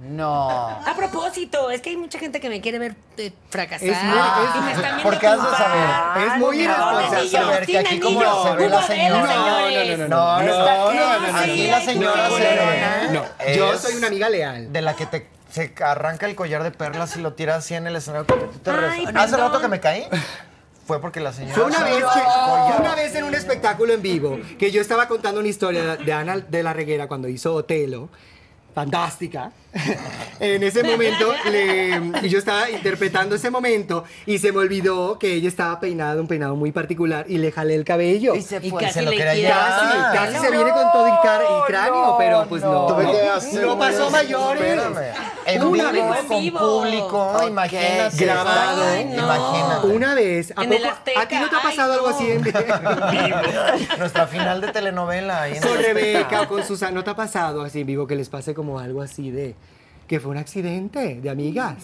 S5: No.
S1: A propósito, es que hay mucha gente que me quiere ver eh, fracasar.
S3: Es muy-
S1: y me
S3: es-
S1: están viendo
S4: ¿por qué has de
S1: triunfar.
S4: saber?
S3: Es muy
S5: Ay, no,
S3: irresponsable.
S4: Vas a saber que
S1: sin
S4: aquí como
S1: anillo.
S4: se ve la
S1: Hubo
S4: señora.
S1: velas,
S3: No,
S1: señores.
S3: no, no, no,
S4: No,
S3: no,
S4: esta-
S1: Ah,
S3: no, no,
S4: aquí
S3: no,
S4: la
S3: no,
S4: señora
S3: no,
S4: se
S3: no,
S1: ¿eh?
S4: ve.
S3: no. Yo
S4: Es
S3: soy una amiga leal.
S4: De la que te se arranca el collar de perlas y lo tira así en el escenario. como tú te
S1: Ay,
S4: regresas.
S1: perdón.
S4: Hace rato que me caí. Fue porque la señora.
S3: Fue una
S4: se
S3: vez
S4: arrancó
S3: que-
S4: el collar.
S3: fue una vez en un espectáculo en vivo que yo estaba contando una historia de Ana de la Reguera cuando hizo Otelo. Fantástica. en ese momento, le- y yo estaba interpretando ese momento y se me olvidó que ella estaba peinada, de un peinado muy particular, y le jalé el cabello.
S5: Y se
S1: Y
S5: fue.
S1: casi
S4: Se lo
S1: le
S4: quería
S1: quiero.
S4: llevar.
S3: Casi,
S4: Ah,
S3: casi
S5: no,
S3: se viene con todo y, cara y cráneo,
S5: no,
S3: pero pues no.
S5: no.
S3: No,
S4: Tuve que hacer
S3: no pasó
S4: un-
S3: mayores.
S4: Espérame. En
S3: Una
S4: vivo,
S3: vez.
S4: con
S1: vivo.
S4: público,
S5: Ok.
S4: imagínate.
S3: Grabado.
S4: Ay, no. Imagínate.
S3: Una vez. ¿A,
S1: En el
S3: poco-
S1: Azteca,
S3: ¿A ti no te ha
S1: ay,
S3: pasado algo
S1: no.
S3: así en vivo?
S4: Nuestra final de telenovela. ahí en
S3: con
S4: el
S3: Rebeca o
S4: espectáculo.
S3: con Susana, ¿no te ha pasado así en vivo que les pase como algo así de que fue un accidente de amigas?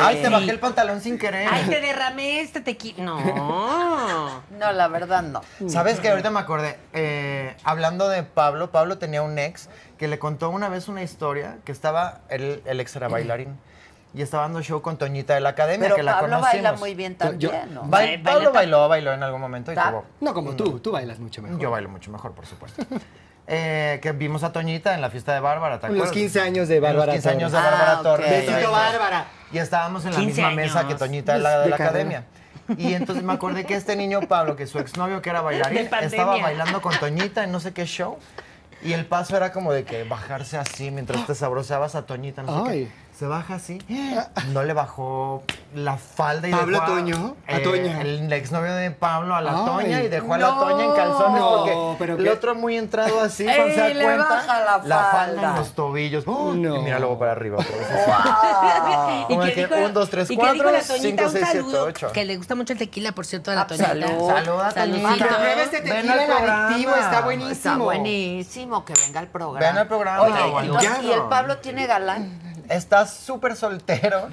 S4: Ay, te bajé el pantalón sin querer.
S1: Ay, te derramé este tequila. No.
S5: No, la verdad no.
S4: ¿Sabes que Ahorita me acordé. eh, hablando de Pablo, Pablo tenía un ex que le contó una vez una historia que estaba, él, el ex era bailarín. Y estaba dando show con Toñita de la Academia,
S5: Pero
S4: que la
S5: Pablo
S4: conocimos.
S5: baila muy bien
S3: Yo-
S5: también, ¿no?
S4: Ba-
S1: Baila-
S4: Pablo
S1: baila-
S4: bailó, bailó en algún momento y
S5: Tap.
S4: tuvo
S3: No como tú, tú bailas mucho mejor.
S4: Mm. Yo bailo mucho mejor, por supuesto. Eh, que vimos a Toñita en la fiesta de Bárbara, ¿te
S3: En
S4: acuerdas?
S3: los 15 años de
S4: En los
S3: Bárbara
S4: 15 años de
S5: Torres.
S4: Bárbara
S5: Ah,
S4: Torres.
S5: ok.
S4: Ahí
S3: Besito,
S4: está.
S3: Bárbara. Pues,
S4: Y estábamos en la
S1: 15
S4: misma
S1: años.
S4: mesa que Toñita de la, de
S3: De
S4: la
S3: carrera.
S4: academia. Y entonces me acordé que este niño Pablo, que su exnovio que era
S1: De
S4: bailarín,
S1: pandemia.
S4: estaba bailando con Toñita en no sé qué show. Y el paso era como de que bajarse así mientras te sabroseabas a Toñita, no sé
S3: Ay.
S4: qué. Se baja así, no le bajó la falda y
S3: ¿Pablo
S4: dejó
S3: Toño? ¿A
S4: eh,
S3: Toña?
S4: El exnovio de Pablo a la
S3: Ay.
S4: Toña y dejó a la
S3: No.
S4: Toña en calzones
S3: No,
S4: porque
S3: pero
S4: el
S3: qué-
S4: otro muy entrado así, cuando se da
S5: Ey, le
S4: cuenta,
S5: baja la falda.
S4: en los tobillos. ¡Oh!
S3: No.
S4: Y mira luego para arriba. otra vez así.
S1: ¿Y
S4: Como
S1: qué
S4: de que
S1: dijo
S4: un, dos, tres,
S1: ¿y qué
S4: cuatro,
S1: dijo la Toñita?
S4: cinco,
S1: Un
S4: seis, siete,
S1: saludo,
S4: ocho.
S1: Que le gusta mucho el tequila, por cierto, a
S5: Ah,
S1: la Toñita.
S5: salud.
S4: Saluda,
S3: Que
S4: Toñita.
S5: ¿eh?
S1: Saludcita.
S3: pruebe este
S4: Ven al
S3: tequila, el
S4: programa.
S3: adictivo, está buenísimo.
S5: Está buenísimo que venga al programa.
S4: Ven al programa,
S5: Oye,
S4: bueno.
S5: entonces,
S4: Ya
S5: ¿y el
S4: no.
S5: Pablo tiene galán?
S4: Está súper soltero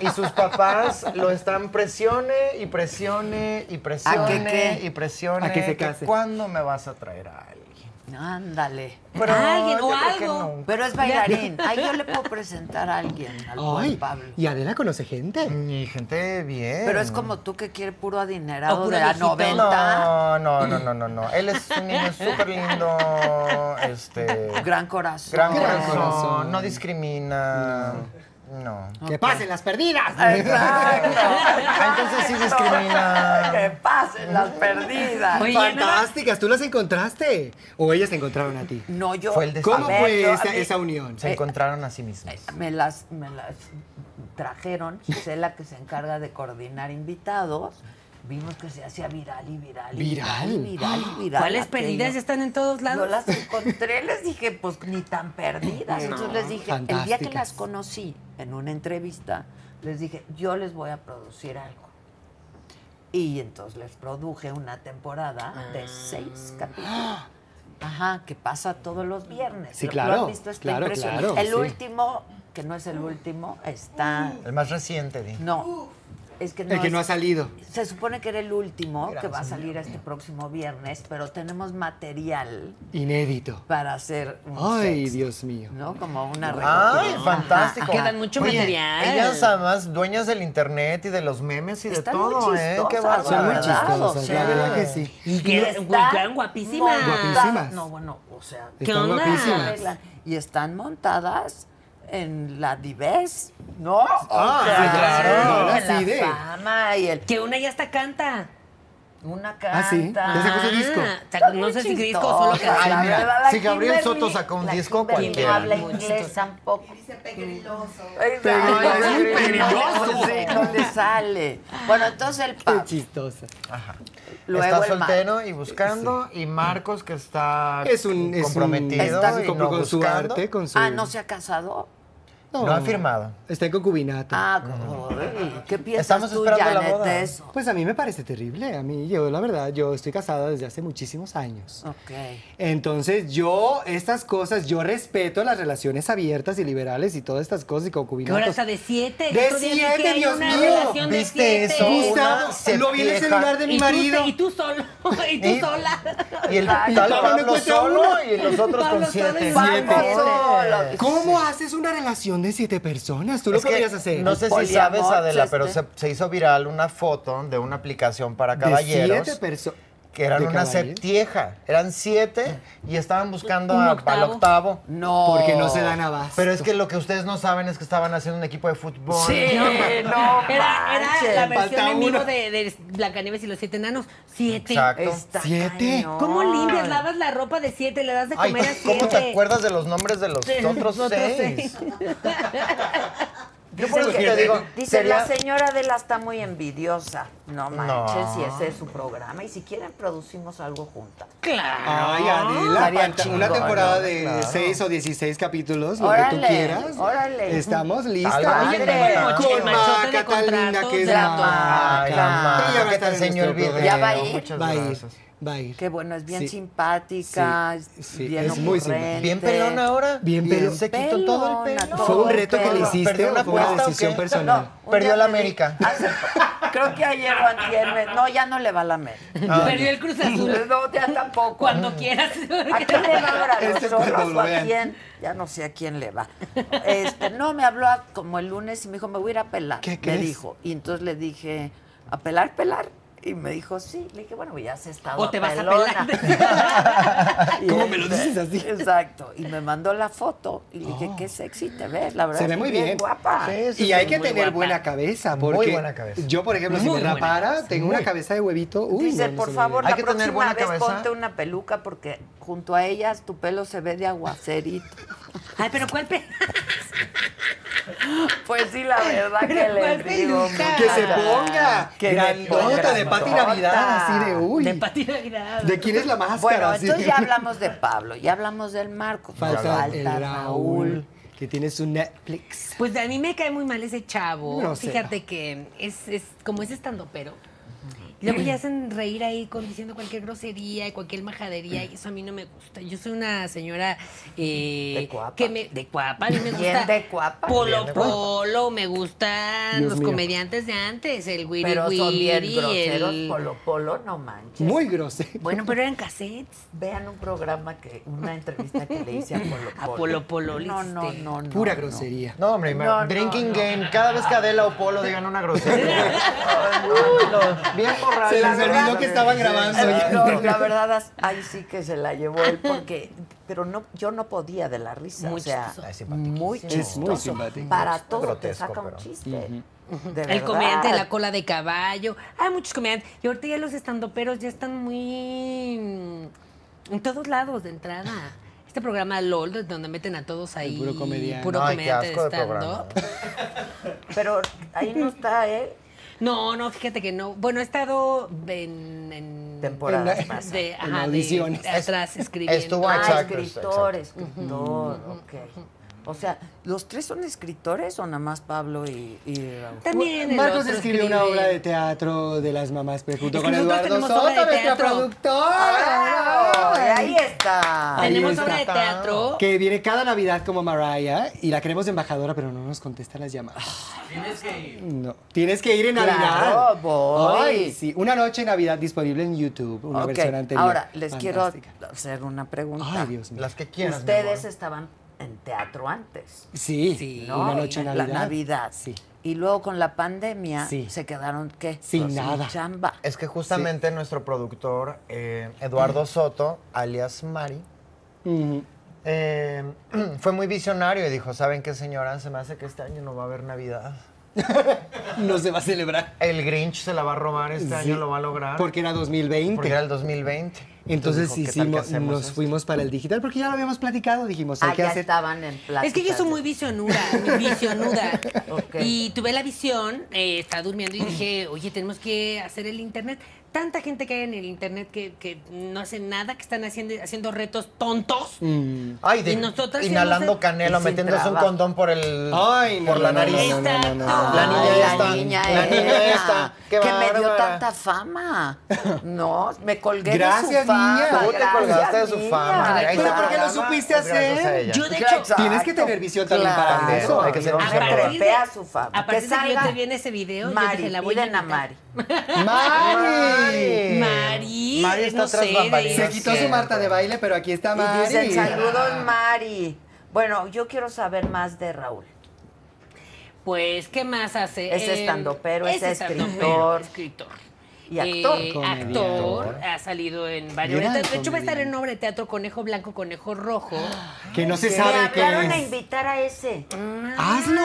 S4: y sus papás lo están presione y presione y presione
S5: qué?
S4: y presione.
S3: A que se case.
S4: ¿Cuándo me vas a traer a alguien?
S7: Ándale.
S4: Pero
S7: alguien
S4: yo
S7: o
S4: creo que
S7: algo.
S4: no.
S7: Pero es bailarín. Ahí yo le puedo presentar a alguien, al buen
S3: Ay,
S7: Pablo.
S3: y Adela conoce gente.
S4: Y gente bien.
S7: Pero es como tú que quiere puro adinerado
S1: O puro
S7: de la
S1: viejito.
S4: No,
S7: 90.
S4: no, no, no, no, no. Él es un niño súper lindo, este...
S7: Gran corazón.
S4: gran
S3: Gran
S4: corazón,
S3: corazón.
S4: no discrimina. No.
S3: Que pasen las perdidas.
S4: Ah, Entonces sí
S7: Que
S4: discrimina.
S7: pasen las perdidas.
S1: Oye,
S3: Fantásticas, tú las encontraste. O ellas te encontraron a ti.
S1: Mm,
S7: No, yo.
S4: Fue el de-
S3: ¿Cómo
S4: A
S7: ver,
S3: fue
S7: yo a
S3: esa,
S7: mí-
S3: esa unión?
S7: Eh,
S4: Se encontraron a sí mismos.
S7: Me las, me las trajeron, Gisela que se encarga de coordinar invitados. Vimos que se hacía viral y viral. y
S3: ¿Viral?
S7: y viral y viral.
S1: ¿Cuáles
S7: aquello.
S1: perdidas están en todos
S7: Yo
S1: lados?
S7: las encontré, les dije, pues ni tan perdidas. Entonces les dije, el día que
S3: fantásticas.
S7: las conocí en una entrevista, les dije, yo les voy a producir algo. Y entonces les produje una temporada
S3: Ah.
S7: de seis capítulos. Ajá, que pasa todos los viernes.
S3: Sí,
S7: Lo- ¿Lo
S3: claro,
S7: has visto? Está
S3: claro,
S7: impresionante.
S3: claro,
S7: el
S3: sí.
S7: último, que no es el último, está...
S4: El más reciente, di.
S7: No, es que no
S3: El que no ha
S7: es-
S3: salido.
S7: se supone que era el último que va a salir este próximo viernes, pero tenemos material
S3: Inédito.
S7: para hacer un
S3: Ay,
S7: sex,
S3: Dios mío.
S7: ¿No? Como una
S4: Ay,
S7: recogida. Ah,
S4: fantástico.
S1: Quedan mucho
S4: Oye,
S1: material.
S4: Ellas además duenas del internet y de los memes y de
S7: Están
S4: todo,
S7: muy
S4: ¿eh? Qué
S7: chistosas,
S3: Son muy
S7: ¿verdad?
S3: chistosas,
S7: Sí.
S3: la verdad que sí.
S1: Y
S7: Y
S1: que- güey,
S7: están
S1: quedan guapísimas.
S7: montadas-
S3: Guapísimas.
S7: No, bueno, o sea,
S1: ¿Qué
S3: Están
S1: onda?
S3: guapísimas.
S7: arreglan. Y están montadas en la Dives, ¿no? Ah,
S3: sí, claro.
S7: En la
S3: Así de-
S7: fama y el...
S1: Que una ya hasta canta.
S7: Una
S3: Ah,
S7: canta.
S3: sí. Ya sacó su disco.
S1: Ah, o sea,
S7: Está
S1: no
S7: muy
S1: sé si disco
S7: chistosa,
S1: o solo
S7: la
S4: Ay,
S1: canción.
S4: mira,
S7: verdad, la
S4: si Gabriel
S7: Kimberly-
S4: Soto sacó un
S7: la
S4: disco,
S7: Kimberly
S4: cualquiera.
S7: No habla
S1: Muy
S7: inglés
S1: chistosa.
S7: tampoco.
S3: Pegriloso,
S7: Ay,
S3: es
S7: pegriloso.
S3: pegriloso.
S7: Sí, No le sale. Bueno, entonces el
S3: Qué
S7: pap,
S3: chistosa.
S7: luego
S4: está
S7: el mar.
S4: soltero y buscando, y Marcos que está
S3: Es un es un-
S4: comprometido
S3: está
S4: y
S3: con,
S4: no
S3: con su
S4: buscando.
S3: arte, con su.
S7: Ah, ¿no se ha casado?
S4: No ha firmado.
S3: Está en concubinato.
S7: Ah, ay, ¿qué piensas
S4: Estamos
S7: tú,
S4: esperando la
S7: Janet,
S4: boda.
S7: de eso?
S3: Pues a mí me parece terrible. A mí, yo, la verdad, yo estoy casada desde hace muchísimos años.
S7: Ok.
S3: Entonces, yo, estas cosas, yo respeto las relaciones abiertas y liberales y todas estas cosas y
S1: Que ahora
S3: concubinatos.
S1: está de siete. El
S3: De
S1: otro día vi
S3: siete,
S1: que hay
S3: Dios
S1: una
S3: mío.
S1: relación de
S4: ¿Viste
S1: siete.
S4: eso?
S3: Gustavo,
S4: Una se
S3: lo vi en el
S4: pieja.
S3: celular de mi
S1: Y tú-
S3: marido.
S1: y tú solo. Y tú
S4: Y-
S1: sola.
S4: Y el
S7: Ay,
S4: tal
S3: Pablo no
S4: Pablo
S3: encuentra
S4: solo
S3: uno.
S4: y los otros
S1: Pablo
S4: con
S1: solo y
S4: siete.
S1: Pablo
S7: Vamos
S4: Siete.
S7: solo.
S3: ¿Cómo haces una relación de siete personas? Tú lo
S4: Es que
S3: podrías hacer.
S4: No sé si
S7: Poliamor,
S4: sabes, Adela, pero se,
S7: este.
S4: se hizo viral una foto de una aplicación para
S3: De
S4: caballeros.
S3: siete personas.
S4: que eran
S3: ¿De
S4: una
S3: caballeros?
S4: septieja. Eran siete y estaban buscando
S1: Un
S4: a-
S1: octavo.
S4: al octavo.
S7: No.
S3: Porque no se dan abasto.
S4: Pero es que lo que ustedes no saben es que estaban haciendo un equipo de fútbol.
S7: Sí, no.
S1: Eh, Era, era la
S7: manches.
S1: versión
S3: Falta
S1: en vivo
S3: uno.
S1: de, de Blancanieves y los siete enanos. Siete.
S4: Exacto.
S7: Está
S3: Siete.
S7: cañón.
S1: ¿Cómo limpias? Lavas la ropa de siete, le das de
S4: Ay,
S1: comer a siete.
S4: ¿cómo te acuerdas de los nombres de los
S1: De
S4: otros
S1: los otros
S4: seis? Yo por
S7: Dice
S4: eso
S7: que-
S4: te digo,
S7: dice,
S4: sería-
S7: la señora Adela está muy envidiosa. No manches,
S4: No.
S7: y ese es su programa. Y si quieren, producimos algo juntas.
S1: Claro.
S3: Ay, Adela,
S7: Estaría
S3: falta una
S7: Ah, chingón,
S3: temporada
S7: ¿no?
S3: de
S4: Claro.
S3: 6 o 16 capítulos, lo que tú
S7: Órale,
S3: quieras.
S7: órale.
S3: Estamos listas.
S4: Oye,
S3: Con
S4: tengo el mocho-
S1: el machote de
S3: Maca, tan linda
S1: contratos
S3: que es
S1: de la
S3: Maca.
S7: Maca.
S4: Ay, la Maca,
S3: Ella va a
S4: que
S3: estar
S4: te
S3: en
S4: enseñó el
S3: nuestro
S4: video.
S7: Ya va a
S3: programa.
S7: ir.
S4: Muchas
S3: Va a ir,
S4: gracias.
S3: va a ir.
S7: Qué bueno, es bien
S3: Sí.
S7: simpática,
S3: Sí,
S7: es
S3: sí,
S7: bien
S3: es muy simpática.
S7: ocurrente.
S4: Bien pelón ahora.
S3: Bien pelón.
S4: Se quitó todo el
S7: Este, Pelona,
S4: pelo.
S7: todo
S3: ¿Fue un reto
S7: el
S3: que le
S7: pelo.
S4: ¿Perdió
S3: hiciste
S4: una
S3: o fue una
S4: apuesta o
S3: decisión
S4: qué?
S3: personal?
S7: un
S4: Perdió
S7: día
S4: la
S7: me di-
S4: América.
S7: Hace- creo que ayer o antier me- No, ya no le va a la América.
S1: Perdió el Cruz Azul.
S7: No, ya tampoco.
S1: Cuando quieras.
S7: ¿A quién le va ahora? ¿A los
S3: Este
S7: zorros
S3: cuando lo
S7: o a
S3: vean.
S7: quién? Ya no sé a quién le va. Este, no, me habló a- como el lunes y me dijo, me voy a ir a pelar.
S3: ¿Qué
S7: me
S3: crees?
S7: dijo. Y entonces le dije, ¿a pelar, pelar? Y me dijo, sí. Le dije, bueno, ya has estado
S1: O te vas a
S7: pelona. Y
S3: ¿Cómo me lo
S7: este,
S3: dices así?
S7: Exacto. Y me mandó la foto y le dije, qué sexy te ves, la verdad.
S3: Oh. Se ve
S7: estás
S3: muy bien.
S7: guapa.
S4: Sí, sí,
S3: Y
S4: sí,
S3: hay que
S4: muy
S3: tener
S4: guapa.
S3: buena cabeza,
S4: Muy
S3: porque
S4: buena cabeza.
S3: yo, por ejemplo, si
S1: Muy
S3: me
S1: buena
S3: rapara, tengo una cabeza de huevito. Uy,
S7: Dice,
S3: no, no se
S7: por
S3: me
S7: favor,
S3: ve.
S7: la
S4: Hay que tener
S7: próxima
S4: buena
S7: vez
S4: cabeza.
S7: ponte una peluca porque junto a ellas tu pelo se ve de aguacerito.
S1: Ay, pero ¿cuál pe-
S7: Pues sí, la verdad que
S1: Pero
S7: les
S1: ¿cuál
S7: digo.
S1: peluca?
S7: muchachas,
S3: Que se ponga
S7: que me
S3: grandota
S7: ponga
S3: de Pati
S7: grandota.
S3: Navidad, así de uy.
S1: De Pati Navidad.
S3: ¿De quién es la máscara?
S7: Bueno,
S3: Así.
S7: entonces ya hablamos de Pablo, ya hablamos del Marco.
S3: Falta,
S7: Falta,
S3: el
S7: Raúl.
S3: Raúl, que tiene su Netflix.
S1: Pues a mí me cae muy mal ese chavo.
S3: Grosero.
S1: Fíjate que es, es como es estando pero. Luego ya hacen reír ahí con, diciendo cualquier grosería y cualquier majadería, y eso a mí no me gusta. Yo soy una señora eh,
S7: De cuapa.
S1: que me, de cuapa, a mí me
S7: Bien
S1: gusta
S7: de cuapa.
S1: Polo
S7: Bien de cuapa.
S1: Polo, me gustan
S3: Dios
S1: los
S3: mío.
S1: comediantes de antes, el Wiri
S7: Pero son bien
S1: Wiri,
S7: groseros,
S1: el-
S7: polo polo, no manches.
S3: Muy grosero.
S1: Bueno, pero eran cassettes.
S7: Vean un programa que, una entrevista que le hice a Polo Polo.
S1: A Polo Polo,
S7: No, no,
S1: ¿oíste?
S7: no, no.
S3: Pura
S7: no.
S3: grosería.
S4: No, hombre, me-
S7: No, no,
S4: drinking
S7: no.
S4: game. Cada vez que Adela o Polo digan una grosería. Uy, no, bien borracho.
S3: Se les olvidó
S7: verdad-
S3: que estaban
S4: Sí,
S3: grabando.
S4: sí,
S7: Eh, no, la verdad, as- ahí sí que se la llevó él porque, pero no, yo no podía de la risa,
S1: Muy
S7: o sea,
S1: chistoso.
S4: Ay, simpatiquísimo.
S7: muy
S3: Es
S7: chistoso.
S3: muy simpático.
S7: Para todo te
S4: Grotesco,
S7: saca un
S4: pero-
S7: chiste. De
S1: El
S7: verdad.
S1: comediante de la cola de caballo. Hay muchos comediantes. Y ahorita ya los estandoperos ya están muy. mm, en todos lados de entrada. Este programa LOL, de donde meten a todos ahí.
S3: puro comediante.
S1: puro
S4: No, ay, qué
S1: comediante de
S4: asco de programa.
S1: stand-up.
S7: Pero ahí no está él.
S1: No, no, fíjate que no. Bueno, he estado en. en
S7: Temporadas
S1: en-
S7: pasadas.
S1: de,
S3: En
S1: ajá, de
S3: audiciones.
S1: atrás escribiendo.
S4: estuvo
S7: Ah,
S4: exacto,
S7: escritor, escritor, ok. O sea, ¿los tres son escritores o nada más Pablo y, y Raúl?
S1: También. el
S3: Marcos
S1: otro
S3: escribió una
S1: escribe.
S3: obra de teatro de las mamás P junto
S1: Es que
S3: con
S1: nosotros
S3: Eduardo
S1: tenemos obra de
S3: Soto, nuestra
S1: teatro.
S7: ¡Bravo!
S3: productora.
S7: Ahí está.
S3: Ahí
S1: Ah, Tenemos
S3: está.
S1: obra de teatro.
S3: Que viene cada Navidad como Mariah y la queremos embajadora, pero no nos contesta las llamadas. Tienes que ir. No, tienes que ir en
S7: Claro,
S3: Navidad.
S7: voy.
S3: Ay, sí, una noche en Navidad disponible en YouTube, una
S7: Ok,
S3: versión anterior.
S7: Ahora, les
S3: Fantástica.
S7: quiero hacer una pregunta.
S3: Ay, Dios mío.
S4: Las que quieras. mi
S7: Ustedes
S4: amor.
S7: estaban en teatro antes,
S3: Sí,
S7: ¿no?
S3: una noche en Navidad.
S7: La Navidad.
S3: Sí.
S7: Y luego con la pandemia
S3: Sí.
S7: se quedaron, ¿qué?
S3: Sin nada.
S7: chamba.
S4: Es que justamente nuestro productor, eh, Eduardo Soto, alias Mari,
S3: Ujú.
S4: eh, fue muy visionario y dijo, ¿saben qué, señora? Se me hace que este año no va a haber Navidad.
S3: No se va a celebrar.
S4: El Grinch se la va a robar, este año lo va a lograr.
S3: Porque era 2020.
S4: Porque era el 2020.
S3: Entonces
S4: dijo, "¿Qué tal que
S3: hicimos,
S4: hacemos
S3: nos
S4: esto?".
S3: fuimos para el digital porque ya lo habíamos platicado, dijimos, hay
S7: Ah,
S3: que
S7: ya
S3: hacer.
S7: estaban en plan.
S1: Es que yo soy muy visionuda, visionuda.
S7: Ok.
S1: Y tuve la visión, eh, estaba durmiendo y dije, oye, tenemos que hacer el internet. Tanta gente que hay en el internet que, que no hace nada, que están haciendo, haciendo retos tontos.
S3: Mm.
S4: Ay, de-
S1: Y nosotras
S4: inhalando
S1: íbamos a-
S4: canela,
S7: y sin
S4: metiéndose un
S7: trabajo.
S4: condón por el
S3: Ay, no,
S4: por la
S3: no, no,
S4: nariz.
S3: no, no, no, no, no.
S4: La niña
S7: Ay,
S4: esta,
S7: La niña
S4: la niña
S7: esta,
S4: esta, qué
S7: que me dio
S4: bárbara.
S7: tanta fama. No, me colgué de
S3: Gracias,
S7: su fama.
S3: niña.
S4: Tú te
S7: gracias,
S4: colgaste de su
S7: niña.
S4: fama.
S7: Ay,
S4: Ahí
S3: Pero
S4: está.
S3: ¿por qué lo
S4: Programa,
S3: supiste
S4: pues, gracias
S3: hacer?
S4: a ella.
S1: Yo, de
S7: Claro,
S1: hecho,
S3: Tienes que tener visión también para
S7: claro,
S3: eso.
S4: Hay que ser
S7: a
S4: observador.
S7: partir de-
S1: a
S7: su fama.
S1: a partir de que yo
S7: salga
S1: te vi en ese video, yo
S7: Mari,
S1: dije, la voy a
S7: piden a
S1: invitar.
S7: Mari.
S3: ¡Mari!
S1: Mari,
S4: Mari está
S1: no
S4: tras
S1: sé, de-
S4: bambalinas.
S3: Se quitó su
S4: Siempre.
S3: Marta de baile, pero aquí está
S7: Y
S3: Mari.
S7: dicen saludos, Mari. Bueno, yo quiero saber más de Raúl.
S1: Pues, ¿qué más hace?
S7: Es
S1: Eh,
S7: estandopero, es
S1: estandopero,
S7: escritor.
S1: escritor. Eh,
S7: Y actor.
S3: Comediante.
S1: actor, ha salido en varios.
S3: Gran
S1: De hecho, va a estar en
S3: comediante.
S1: obra de teatro Conejo Blanco, Conejo Rojo.
S7: Ah.
S3: Que no se
S7: Me
S3: sabe qué
S7: hablaron a
S3: es.
S7: invitar a ese.
S1: Mm.
S3: ¡Hazlo!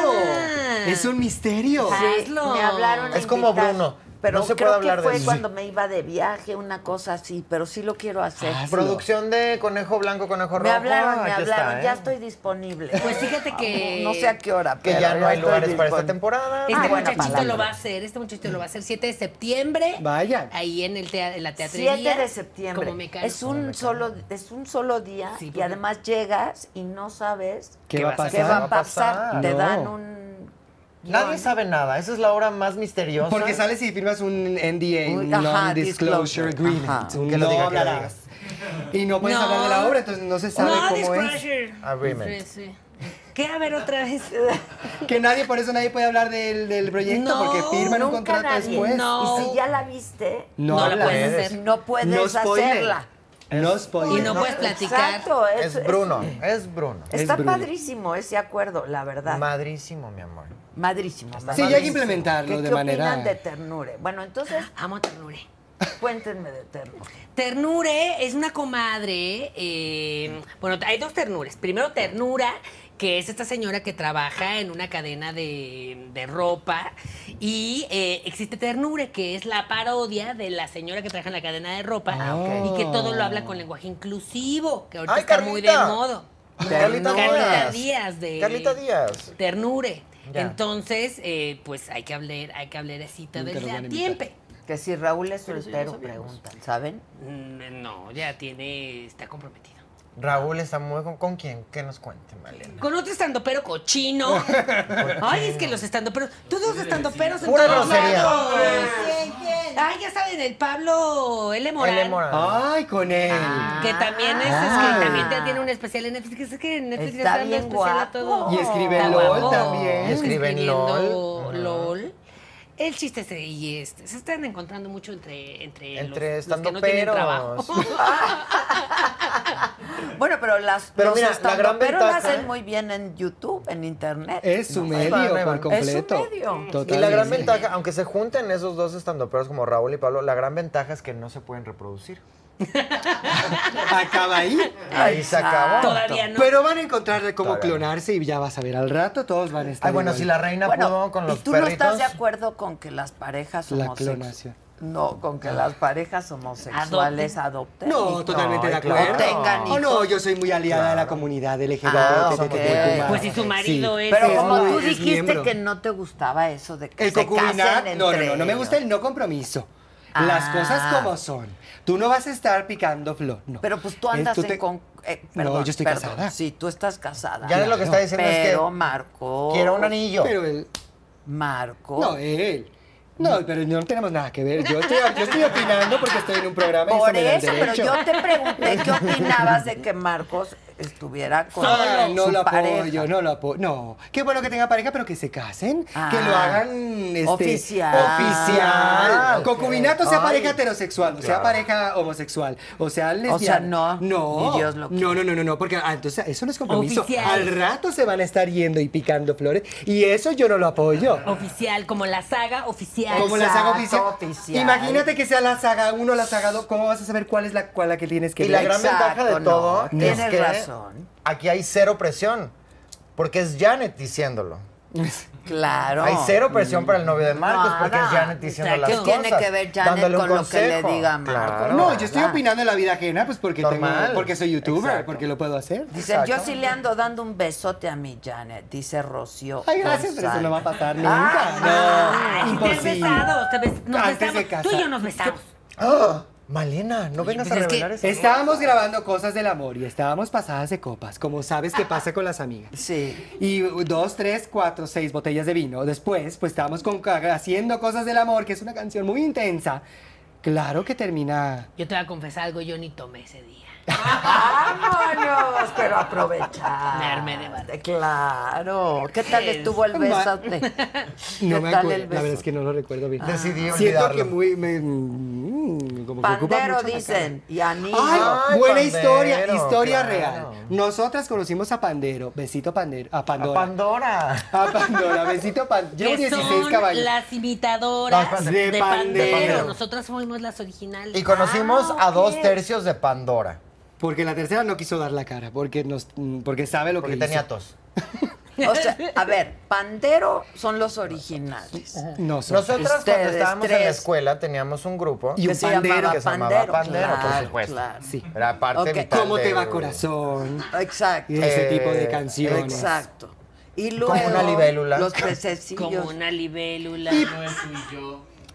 S3: Es un misterio.
S1: Sí. Hazlo.
S7: Me hablaron a
S4: Es como
S7: invitar,
S4: Bruno,
S7: Pero
S4: no se
S7: creo
S4: puede hablar
S7: que
S4: de
S7: fue
S4: eso.
S7: cuando me iba de viaje, una cosa así, pero sí lo quiero hacer.
S4: Ah,
S3: Hazlo.
S4: Producción de Conejo Blanco, Conejo
S7: me
S4: Rojo.
S7: hablaron, me
S4: aquí está,
S7: hablaron,
S4: ¿eh?
S7: ya estoy disponible.
S1: Pues fíjate que-
S7: No sé a qué hora,
S4: Que
S7: pero
S4: ya no hay
S7: estoy
S4: lugares para esta
S7: disponible.
S4: temporada.
S1: Este
S7: Ah, buena
S1: muchachito
S7: palabra.
S1: lo va a hacer, este muchachito lo va a hacer 7 de septiembre.
S3: Vayan.
S1: Ahí en, el tea- en la teatrería.
S7: 7 de septiembre.
S1: Como Mecano.
S7: Es un solo es un solo día
S1: Sí,
S7: y
S1: porque-
S7: además llegas y no sabes
S3: ¿Qué va a
S7: qué
S3: pasar?
S7: va a
S4: Va a pasar.
S7: pasar. Te
S3: No.
S7: dan un
S4: Nadie sabe nada. Esa es la hora más misteriosa.
S3: Porque sales y firmas un NDA, un
S7: Uy, ajá, disclosure,
S3: Non-Disclosure Agreement.
S7: ajá.
S3: un
S4: Que lo
S3: no
S4: diga, que lo
S3: hablarás. Y no puedes
S1: No.
S3: hablar de la obra, entonces no se sabe
S1: No,
S3: cómo es.
S1: disclosure.
S4: Agreement.
S1: Sí, sí. ¿Qué? A ver, otra vez.
S3: Que nadie, por eso nadie puede hablar del, del proyecto,
S1: No,
S3: porque firman un
S7: nunca
S3: contrato
S7: nadie.
S3: después.
S1: No.
S7: Y si ya la viste,
S3: No,
S1: No la
S3: hablas.
S1: puedes hacer.
S7: no puedes
S3: No spoiler.
S7: hacerla.
S3: No spoiler.
S1: Y no puedes platicar.
S7: Exacto,
S4: Es Bruno, es Bruno.
S7: es- está
S3: Es Bruno.
S7: padrísimo ese acuerdo, la verdad.
S4: Madrísimo, mi amor.
S7: madrísimo.
S3: Sí,
S7: madrísimo.
S3: ya hay que implementarlo
S7: ¿Qué,
S3: de
S7: qué
S3: manera.
S7: opinan de ternure? Bueno, entonces,
S1: Amo a Ternure.
S7: cuéntenme de ternure.
S1: Ternure es una comadre. eh, bueno, hay dos ternures. Primero, Ternura, que es esta señora que trabaja en una cadena de, de ropa. Y eh, existe Ternure, que es la parodia de la señora que trabaja en la cadena de ropa.
S3: Ah, ok. Oh.
S1: Y que todo lo habla con lenguaje inclusivo, que ahorita
S4: Ay,
S1: está
S4: Carlita.
S1: muy de modo. Carlita
S4: Carlita Díaz.
S1: Díaz de
S4: Carlita Díaz.
S1: Ternure.
S4: Ya.
S1: Entonces, eh, pues hay que hablar, hay que hablar así todo
S3: Nunca
S1: el
S3: los
S1: día
S3: van
S1: a
S3: a invitar.
S1: tiempo.
S7: Que si Raúl es soltero, preguntan, ¿saben?
S1: Mm, No, ya tiene, está comprometido.
S4: Raúl está muy con, ¿con quién? Que nos cuente, Malena.
S1: Con otro estandopero cochino. Ay, es que los estandoperos, todos estandoperos en
S4: Pura
S1: todos
S4: grosería.
S1: lados.
S9: ¿Quién, quién?
S7: Ay, ya saben, el Pablo L. Morán.
S4: L. Morán.
S3: Ay, con él.
S7: Que también es, es
S3: Ah.
S7: que también ya tiene un especial en Netflix. Es que en Netflix
S5: Está
S7: está dando
S5: bien
S7: especial a
S5: guapo.
S7: todo.
S3: Y escribe
S7: Está
S3: LOL
S7: guapo.
S3: también.
S7: Está
S4: Escribe en
S7: escribiendo
S4: LOL.
S7: LOL. El chiste es y este. Se están encontrando mucho entre, entre,
S4: Entre
S7: los, los que
S4: estando
S7: no tienen trabajo.
S4: peros.
S5: Bueno, pero las
S4: Pero
S5: los
S4: mira, la gran
S5: estandoperos la
S4: ventaja- ¿eh?
S5: hacen muy bien en YouTube, en internet.
S3: Es su
S5: No,
S4: para
S3: medio
S4: nueva.
S3: por completo.
S5: Es su medio.
S4: Y la gran
S3: Totalmente.
S4: ventaja, aunque se junten esos dos estandoperos como Raúl y Pablo, la gran ventaja es que no se pueden reproducir.
S3: Acaba ahí.
S4: Ahí se acabó.
S7: Todavía no.
S3: Pero van a encontrarle cómo
S4: Todavía no.
S3: clonarse y ya vas a ver al rato, todos van a estar.
S4: Ay, bueno,
S3: igual.
S4: si la reina pudo
S5: Bueno,
S4: con
S5: ¿y
S4: los
S5: tú no
S4: perritos.
S5: estás de acuerdo con que las parejas
S3: La
S5: homosexuales...
S3: clonación.
S5: No, con que las parejas homosexuales adopten.
S3: No,
S5: hijos.
S3: totalmente de
S4: Ay,
S3: acuerdo.
S4: claro.
S5: Tengan
S3: Oh, no,
S5: hijos.
S3: yo soy muy aliada de la comunidad LGBT.
S5: Ah,
S3: TTTQ+.
S5: ok.
S7: Pues si su marido es.
S5: Pero
S3: es
S5: como
S3: muy-
S5: tú
S3: es
S5: dijiste
S3: miembro.
S5: que no te gustaba eso de que
S3: El
S5: se casen
S3: concubinato,
S5: entre
S3: no, no, no, no me
S5: ellos.
S3: gusta el no compromiso. Las
S5: Ah.
S3: cosas como son. Tú no vas a estar picando flor, no.
S5: Pero pues tú
S3: Eh,
S5: andas en
S3: te-
S5: con... eh,
S3: No,
S5: perdón,
S3: yo estoy
S5: perdón.
S3: casada.
S5: Sí, tú estás casada.
S4: Ya lo que está diciendo es que-
S5: Pero Marco...
S4: Quiero un anillo.
S3: Pero él,
S5: Marco...
S3: no, eh, él. No, pero no tenemos nada que ver. Yo estoy, yo estoy opinando porque estoy en un programa y eso
S5: Por
S3: me da el
S5: eso, pero
S3: derecho.
S5: yo te pregunté qué opinabas de que Marcos estuviera con
S3: Ah,
S5: su
S3: no lo
S5: pareja.
S3: apoyo, no lo apoyo. No, qué bueno que tenga pareja, pero que se casen,
S5: Ah.
S3: que lo hagan este,
S5: Oficial.
S3: oficial.
S4: Ok.
S3: Concubinato sea
S4: Ay.
S3: pareja heterosexual, o sea
S4: Claro.
S3: pareja homosexual, o sea lesbiana.
S5: no,
S3: no,
S5: ni Dios lo
S3: no, no, no, no, no, porque ah, entonces eso no es compromiso.
S7: Oficial.
S3: Al rato se van a estar yendo y picando flores y eso yo no lo apoyo.
S7: Oficial, como la saga oficial.
S3: Como la saga oficial.
S5: Exacto, oficial.
S3: Imagínate que sea la saga 1, la saga 2. ¿Cómo vas a saber cuál es la, cuál la que tienes que
S4: Y
S3: ver?
S4: la gran
S5: Exacto,
S4: ventaja de
S5: no,
S4: todo es
S5: tienes
S4: que
S5: razón.
S4: aquí hay cero presión. Porque es Janet diciéndolo.
S5: Claro.
S4: Hay cero presión para el novio de Marcos
S5: Nada.
S4: porque es Janet diciendo
S7: Exacto.
S4: las
S7: ¿Qué
S4: cosas.
S5: tiene que ver Janet
S4: dándole un
S5: con lo que le
S4: consejo?
S5: diga Marcos?
S4: Claro.
S3: No, yo estoy
S5: ¿verdad?
S3: opinando de la vida ajena, pues porque tengo-
S4: Normal.
S3: porque soy youtuber,
S4: Exacto.
S3: porque lo puedo hacer.
S5: Dicen, yo sí le ando dando un besote a mi Janet, dice Rocío.
S3: Ay, gracias, pero eso
S5: González.
S3: no va a pasar
S5: Ah,
S3: nunca.
S7: Ay,
S3: no,
S7: te has
S3: imposible.
S7: besado. te bes- nos
S3: Antes de
S7: besamos. Tú
S3: casar.
S7: y yo nos besamos.
S4: ¡Ah! Malena, no vengas a
S7: pues es que
S4: revelar eso.
S3: Estábamos grabando cosas del amor y estábamos pasadas de copas, como sabes que pasa con las amigas.
S5: Sí.
S3: Y dos, tres, cuatro, seis botellas de vino. Después, pues estábamos con, haciendo cosas del amor, que es una canción muy intensa. Claro que termina.
S7: Yo te voy a confesar algo, yo ni tomé ese día.
S5: ¡Vámonos! Pero aprovechar.
S7: Me armé de valor.
S5: Claro. ¿Qué tal
S7: Es-
S5: estuvo el besote?
S3: Pues, No
S5: ¿Qué
S3: me
S5: tal
S3: acuerdo.
S5: el Ah.
S3: La verdad es que
S5: besote?
S3: no lo recuerdo bien.
S4: Decidí
S3: Siento
S4: olvidarlo.
S3: que muy. me- mm, como que ocupa mucho
S5: Pandero,
S3: la cara.
S5: dicen. Y anillo.
S3: Ay,
S4: Ay,
S3: buena
S4: Pandero,
S3: historia, historia
S4: claro.
S3: real. Nosotras conocimos a Pandero, besito Pandero, a
S4: A
S3: Pandora.
S4: Pandora.
S3: A Pandora, besito Pandero. Llevo
S7: que
S3: 16
S7: son
S3: caballos.
S7: las
S4: Las
S7: imitadoras
S4: pan-
S7: de,
S3: de
S7: pandero.
S3: Pandero.
S7: Nosotras fuimos las originales.
S4: Y conocimos
S5: Ah,
S4: a dos
S5: ok.
S4: tercios de Pandora.
S3: Porque la tercera no quiso dar la cara, porque nos, mm, porque sabe lo
S4: Porque
S3: que
S4: tenía
S3: hizo.
S4: tos.
S5: O sea, a ver, Pandero son los originales.
S3: No, son-
S4: Nosotras cuando
S5: Ustedes
S4: estábamos en la
S5: tres.
S4: escuela teníamos un grupo
S3: Y
S5: que
S3: un
S5: se
S3: pandero,
S5: llamaba
S4: que se llamaba
S5: Pandero.
S4: Pandero, por
S5: claro,
S4: supuesto.
S5: claro.
S3: Sí.
S4: Era parte
S5: Ok.
S4: vital
S3: ¿Cómo te
S4: de-
S3: va corazón?
S5: Exacto.
S3: Y ese
S4: Eh,
S3: tipo de canciones.
S5: Exacto. Y luego
S4: Como una libélula.
S5: los
S7: Como
S5: pececillos.
S7: una libélula.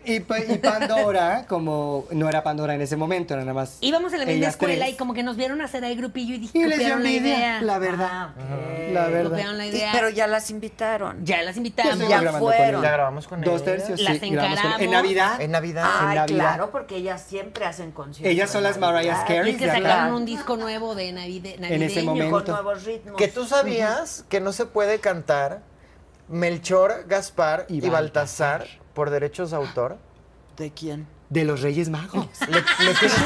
S3: Y, pa- y Pandora, como no era Pandora en ese momento, era nada más.
S7: Íbamos a la misma
S3: ellas
S7: escuela
S3: tres.
S7: y como que nos vieron hacer ahí grupillo y dije,
S3: Y les dio
S7: copiaron la
S3: envidia,
S7: idea.
S3: la verdad.
S7: Ah, ok.
S3: La
S7: Copiaron
S3: verdad.
S7: la
S5: Y-
S7: idea.
S5: pero ya las invitaron.
S7: ya las
S3: Yo
S7: invitamos.
S3: estuve
S5: ya
S3: grabando con
S5: fueron.
S3: ellas.
S4: La grabamos con
S3: Dos
S4: ellas.
S3: tercios,
S7: Las
S3: sí, grabamos con- En
S7: encaramos.
S3: Navidad.
S4: En Navidad.
S5: Ay,
S3: Navidad.
S5: claro, porque ellas siempre hacen conciertos.
S3: Ellas son
S5: en
S3: las
S5: Navidad.
S3: Mariah
S7: Y
S3: Carey.
S7: es que
S3: ya
S7: sacaron
S3: claro.
S7: un disco nuevo de Navide, navideño.
S3: ese momento.
S5: Con nuevos ritmos.
S4: Que tú sabías que no se puede cantar Melchor, Gaspar y,
S3: Y
S4: Baltasar por derechos de autor.
S5: ¿De quién?
S3: De los Reyes Magos.
S4: Le, le tienes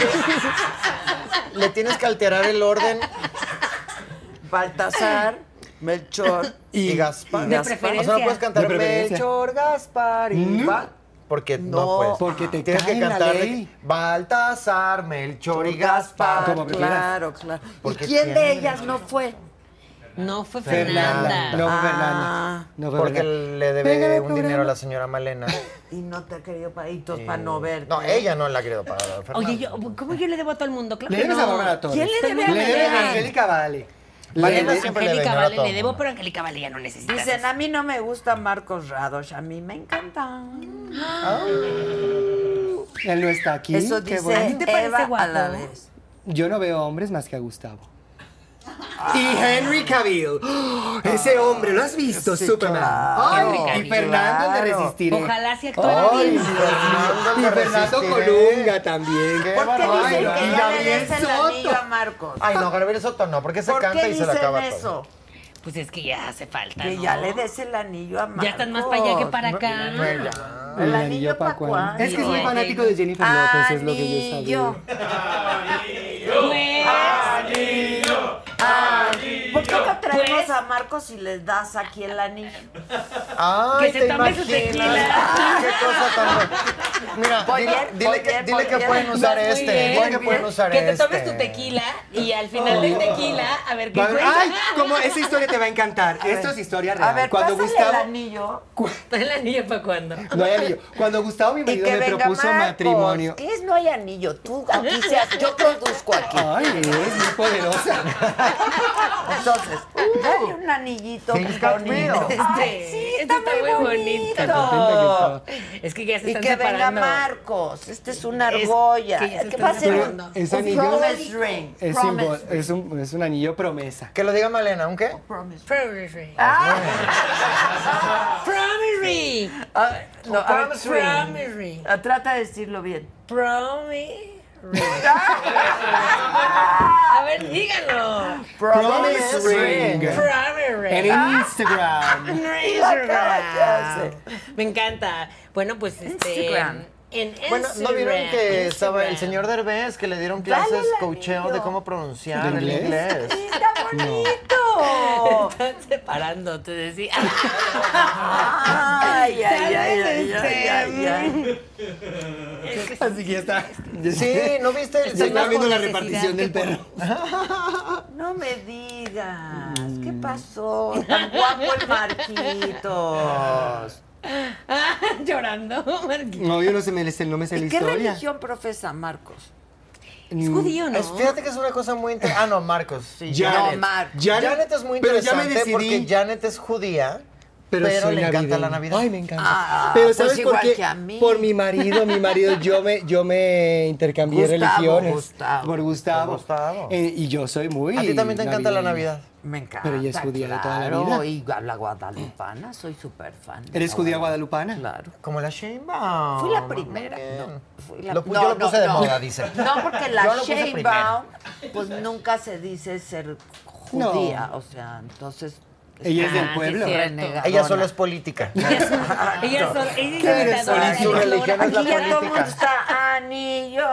S4: que, le tienes que alterar el orden.
S5: Baltasar, Melchor
S4: Y, Gaspar.
S5: y
S7: De
S5: Gaspar.
S4: O sea, no puedes cantar
S3: De preferencia.
S4: Melchor, Gaspar y
S3: No.
S4: Ba- Porque no,
S5: No,
S4: puedes.
S3: porque te
S4: Tienes
S3: cae
S4: que
S3: la
S4: cantar de-
S3: ley.
S4: Baltasar, Melchor y Gaspar.
S3: Como prefieras.
S5: claro, claro. ¿Y
S4: Porque
S5: quién de
S4: tienen-
S5: ellas no fue?
S7: No fue
S3: Fernanda.
S7: Fernanda.
S3: No,
S5: Ah.
S3: Fernanda. No, fue
S4: Porque
S3: Fernanda.
S4: le
S3: Venga,
S4: debe
S3: del
S4: un
S3: programa.
S4: dinero a la señora Malena.
S5: Y no te ha querido paditos para no ver.
S4: No, ella no la ha querido pagar. Fernanda.
S7: Oye, yo, ¿cómo yo le debo a todo el mundo? Claro
S3: Le
S7: que
S3: debes a
S7: no.
S3: Bárbara Torres.
S5: ¿Quién le debe a
S3: Le debe
S5: Malena?
S3: a Angélica Vale. Le
S4: Malena
S3: debe-
S7: Vale,
S4: siempre le
S7: Angélica
S4: vendió a
S7: Vale
S4: todo
S7: le debo,
S4: mundo.
S7: pero Angélica Vale ya no necesita.
S5: Dicen, a mí no me gusta Marcos Rados, a mí me encanta.
S3: Él no está aquí.
S5: Eso
S3: qué
S5: dice
S3: bueno.
S7: te parece
S5: Eva
S7: guapo?
S5: a la vez.
S3: Yo no veo hombres más que a Gustavo. Y Henry Cavill. Ese hombre, ¿lo has visto?
S4: Sí,
S3: Superman.
S4: claro. Henry
S3: Ay, y
S4: Cavill,
S3: Fernando de
S4: claro.
S3: Resistiré.
S1: Ojalá se actuara
S3: Ay,
S1: bien.
S3: Fernando el de ¿eh? Y Fernando
S4: Resistiré.
S3: Colunga también.
S4: Qué
S7: ¿Por qué
S4: barbaridad.
S7: dicen que
S3: y
S7: ya le
S3: Gabriel
S7: des el
S3: Soto.
S7: anillo a Marcos?
S4: Ay, no, Gabriel Soto no, porque Ah, se
S7: ¿Por
S4: canta
S7: qué
S4: y se le
S7: dicen
S4: acaba todo.
S7: eso?
S1: Pues es que ya hace falta.
S7: Que
S1: ¿no?
S7: ya le des el anillo a Marcos.
S1: Ya están más para allá que para acá.
S4: Bueno,
S7: ¿El, anillo para cuándo?
S3: Es que soy
S1: Ay,
S3: fanático de Jennifer López, es lo que yo sabía.
S7: Anillo.
S1: Eh,
S7: Anillo. ¿Por qué no traemos
S1: Pues-
S7: a Marcos y les das aquí el anillo?
S4: Ay,
S1: Que se
S4: te
S1: tome su
S4: imaginas.
S1: tequila.
S4: Qué cosa tan buena. Mira,
S7: Voy
S4: dile,
S7: bien,
S4: dile
S7: voy
S4: que,
S7: bien,
S4: dile
S7: voy
S4: que
S7: bien.
S4: pueden usar
S1: Vas muy
S4: este.
S1: bien,
S4: dile que
S1: muy
S4: pueden
S1: bien.
S4: usar
S1: Que
S4: este.
S1: te tomes tu tequila y al final del tequila, a ver qué
S3: Va a ver- Ay,
S1: encuentras.
S3: como esa historia te va a encantar. Esto es historia real.
S7: A ver,
S3: cuando
S7: pásale
S3: Gustavo
S7: el anillo
S1: ¿El anillo para cuándo?
S3: No hay anillo. Cuando Gustavo mi
S7: y
S3: marido
S7: que
S3: me
S7: venga
S3: propuso
S7: Marcos.
S3: matrimonio.
S7: ¿Qué es? No hay anillo. Tú aquí seas, yo conduzco aquí.
S3: Ay, es muy poderosa.
S7: Entonces, dale un anillito
S4: Think of me.
S7: bonito.
S1: Este, este está, muy bonito.
S3: contenta
S1: Es que ya se
S7: Y
S1: están
S7: que venga
S1: separando.
S7: Marcos. Este es una argolla.
S1: que ya se
S7: Es que
S1: están
S7: va a ser un,
S1: separando.
S3: Es
S7: un
S3: anillo.
S7: promise ring.
S3: Es,
S7: promise
S3: simbol- es, un, es un anillo promesa.
S4: Que lo diga Malena, ¿un qué?
S7: Promise.
S1: Promise ring.
S7: Ah, no, a ver,
S4: Promise ring.
S1: Promise ring.
S7: ah, trata de decirlo bien.
S1: Promise ring. A ver, díganlo.
S3: Promise ring.
S1: Promise
S3: En
S1: ring.
S4: Ah.
S3: Instagram.
S7: acaba de
S1: Me encanta. Bueno, pues este.
S7: Instagram.
S1: En Instagram.
S4: Bueno, ¿no vieron que estaba el
S1: Instagram.
S4: señor Derbez que le dieron
S7: Dale
S4: clases
S7: el
S4: coacheo
S7: anillo.
S4: de cómo pronunciar
S3: ¿De
S4: el
S3: inglés?
S4: inglés?
S7: Sí, Está bonito.
S1: Están separando, te decía.
S7: Ay, ay, ay, ay,
S1: Tal
S7: ay,
S1: vez,
S7: ay, ay.
S3: Así que ya está.
S4: Sí, ¿no viste el
S3: Se está
S4: señor?
S3: viendo la
S1: necesidad
S3: repartición del perro.
S7: No me digas. ¿Qué
S3: Mm.
S7: pasó? Tan guapo el Marquitos.
S1: Llorando. Marquito.
S3: No, yo no, se me, se- no me sé la
S7: ¿Y qué
S3: historia. Mm,
S7: religión profesa Marcos?
S1: Es judío, ¿no?
S4: Es- fíjate que es una cosa muy interesante. Ah, no, Marcos. Sí,
S3: Janet.
S7: No, Mar-
S4: Janet, es muy
S3: pero ya me
S4: interesante
S3: decidí.
S4: porque Janet es judía, pero,
S3: Pero, soy
S4: le encanta la
S3: navideña.
S4: Navidad.
S3: Ay, me encanta.
S7: Ah,
S3: pero
S7: pues
S3: ¿sabes por
S7: igual
S3: qué?
S7: que a mí.
S3: Por mi marido, mi marido, yo me, yo me intercambié
S7: Gustavo,
S3: religiones.
S7: Gustavo.
S3: Por Gustavo.
S4: Por Gustavo.
S3: Eh, y yo soy muy.
S4: A ti también te encanta la
S3: navideño.
S4: Navidad.
S7: Me encanta.
S3: Pero ella es judía de toda la
S7: claro,
S3: vida.
S7: Y a la guadalupana, soy súper fan. de
S3: ¿Eres
S7: la
S3: judía
S7: Guadalupe.
S3: guadalupana?
S7: Claro.
S4: Como la Sheinbaum.
S7: Fui la primera. No, fui la-
S4: Lo pu-
S7: no,
S4: yo lo
S7: no,
S4: puse de
S7: no.
S4: moda, dice.
S7: No, porque
S4: Yo
S7: la
S4: lo puse
S7: Sheinbaum, pues nunca se dice ser judía. O sea, entonces.
S3: Ella es
S1: Ah,
S3: del
S1: sí,
S3: pueblo.
S1: sí.
S7: renegadona.
S4: Ella solo es política.
S1: Ella solo. Ella es
S3: ¿Qué eres,
S1: imitadora,
S3: Solís? Su
S1: imitadora.
S4: religión es la
S7: Aquí ya todo el mundo
S4: política.
S7: está anillo.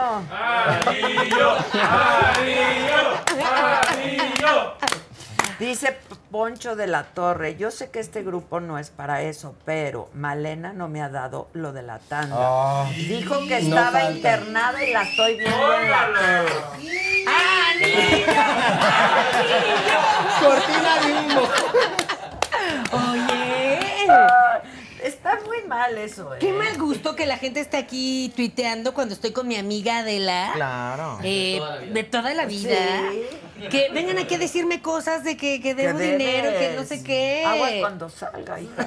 S7: Dice Poncho de la Torre, yo sé que este grupo no es para eso, pero Malena no me ha dado lo de la tanda.
S4: Ah.
S7: Dijo que estaba
S3: falta.
S7: internada y la estoy viendo en la
S1: Ah,
S3: Cortina de humo.
S7: Está muy mal eso, ¿eh?
S1: Qué mal gusto que la gente esté aquí tuiteando cuando estoy con mi amiga Adela.
S4: Claro.
S1: Eh, de toda la vida.
S7: Sí.
S1: Que vengan aquí a decirme cosas de que, que
S7: Que
S1: debo dinero, que no
S7: debes.
S1: sé qué.
S7: Aguas cuando salga, hija.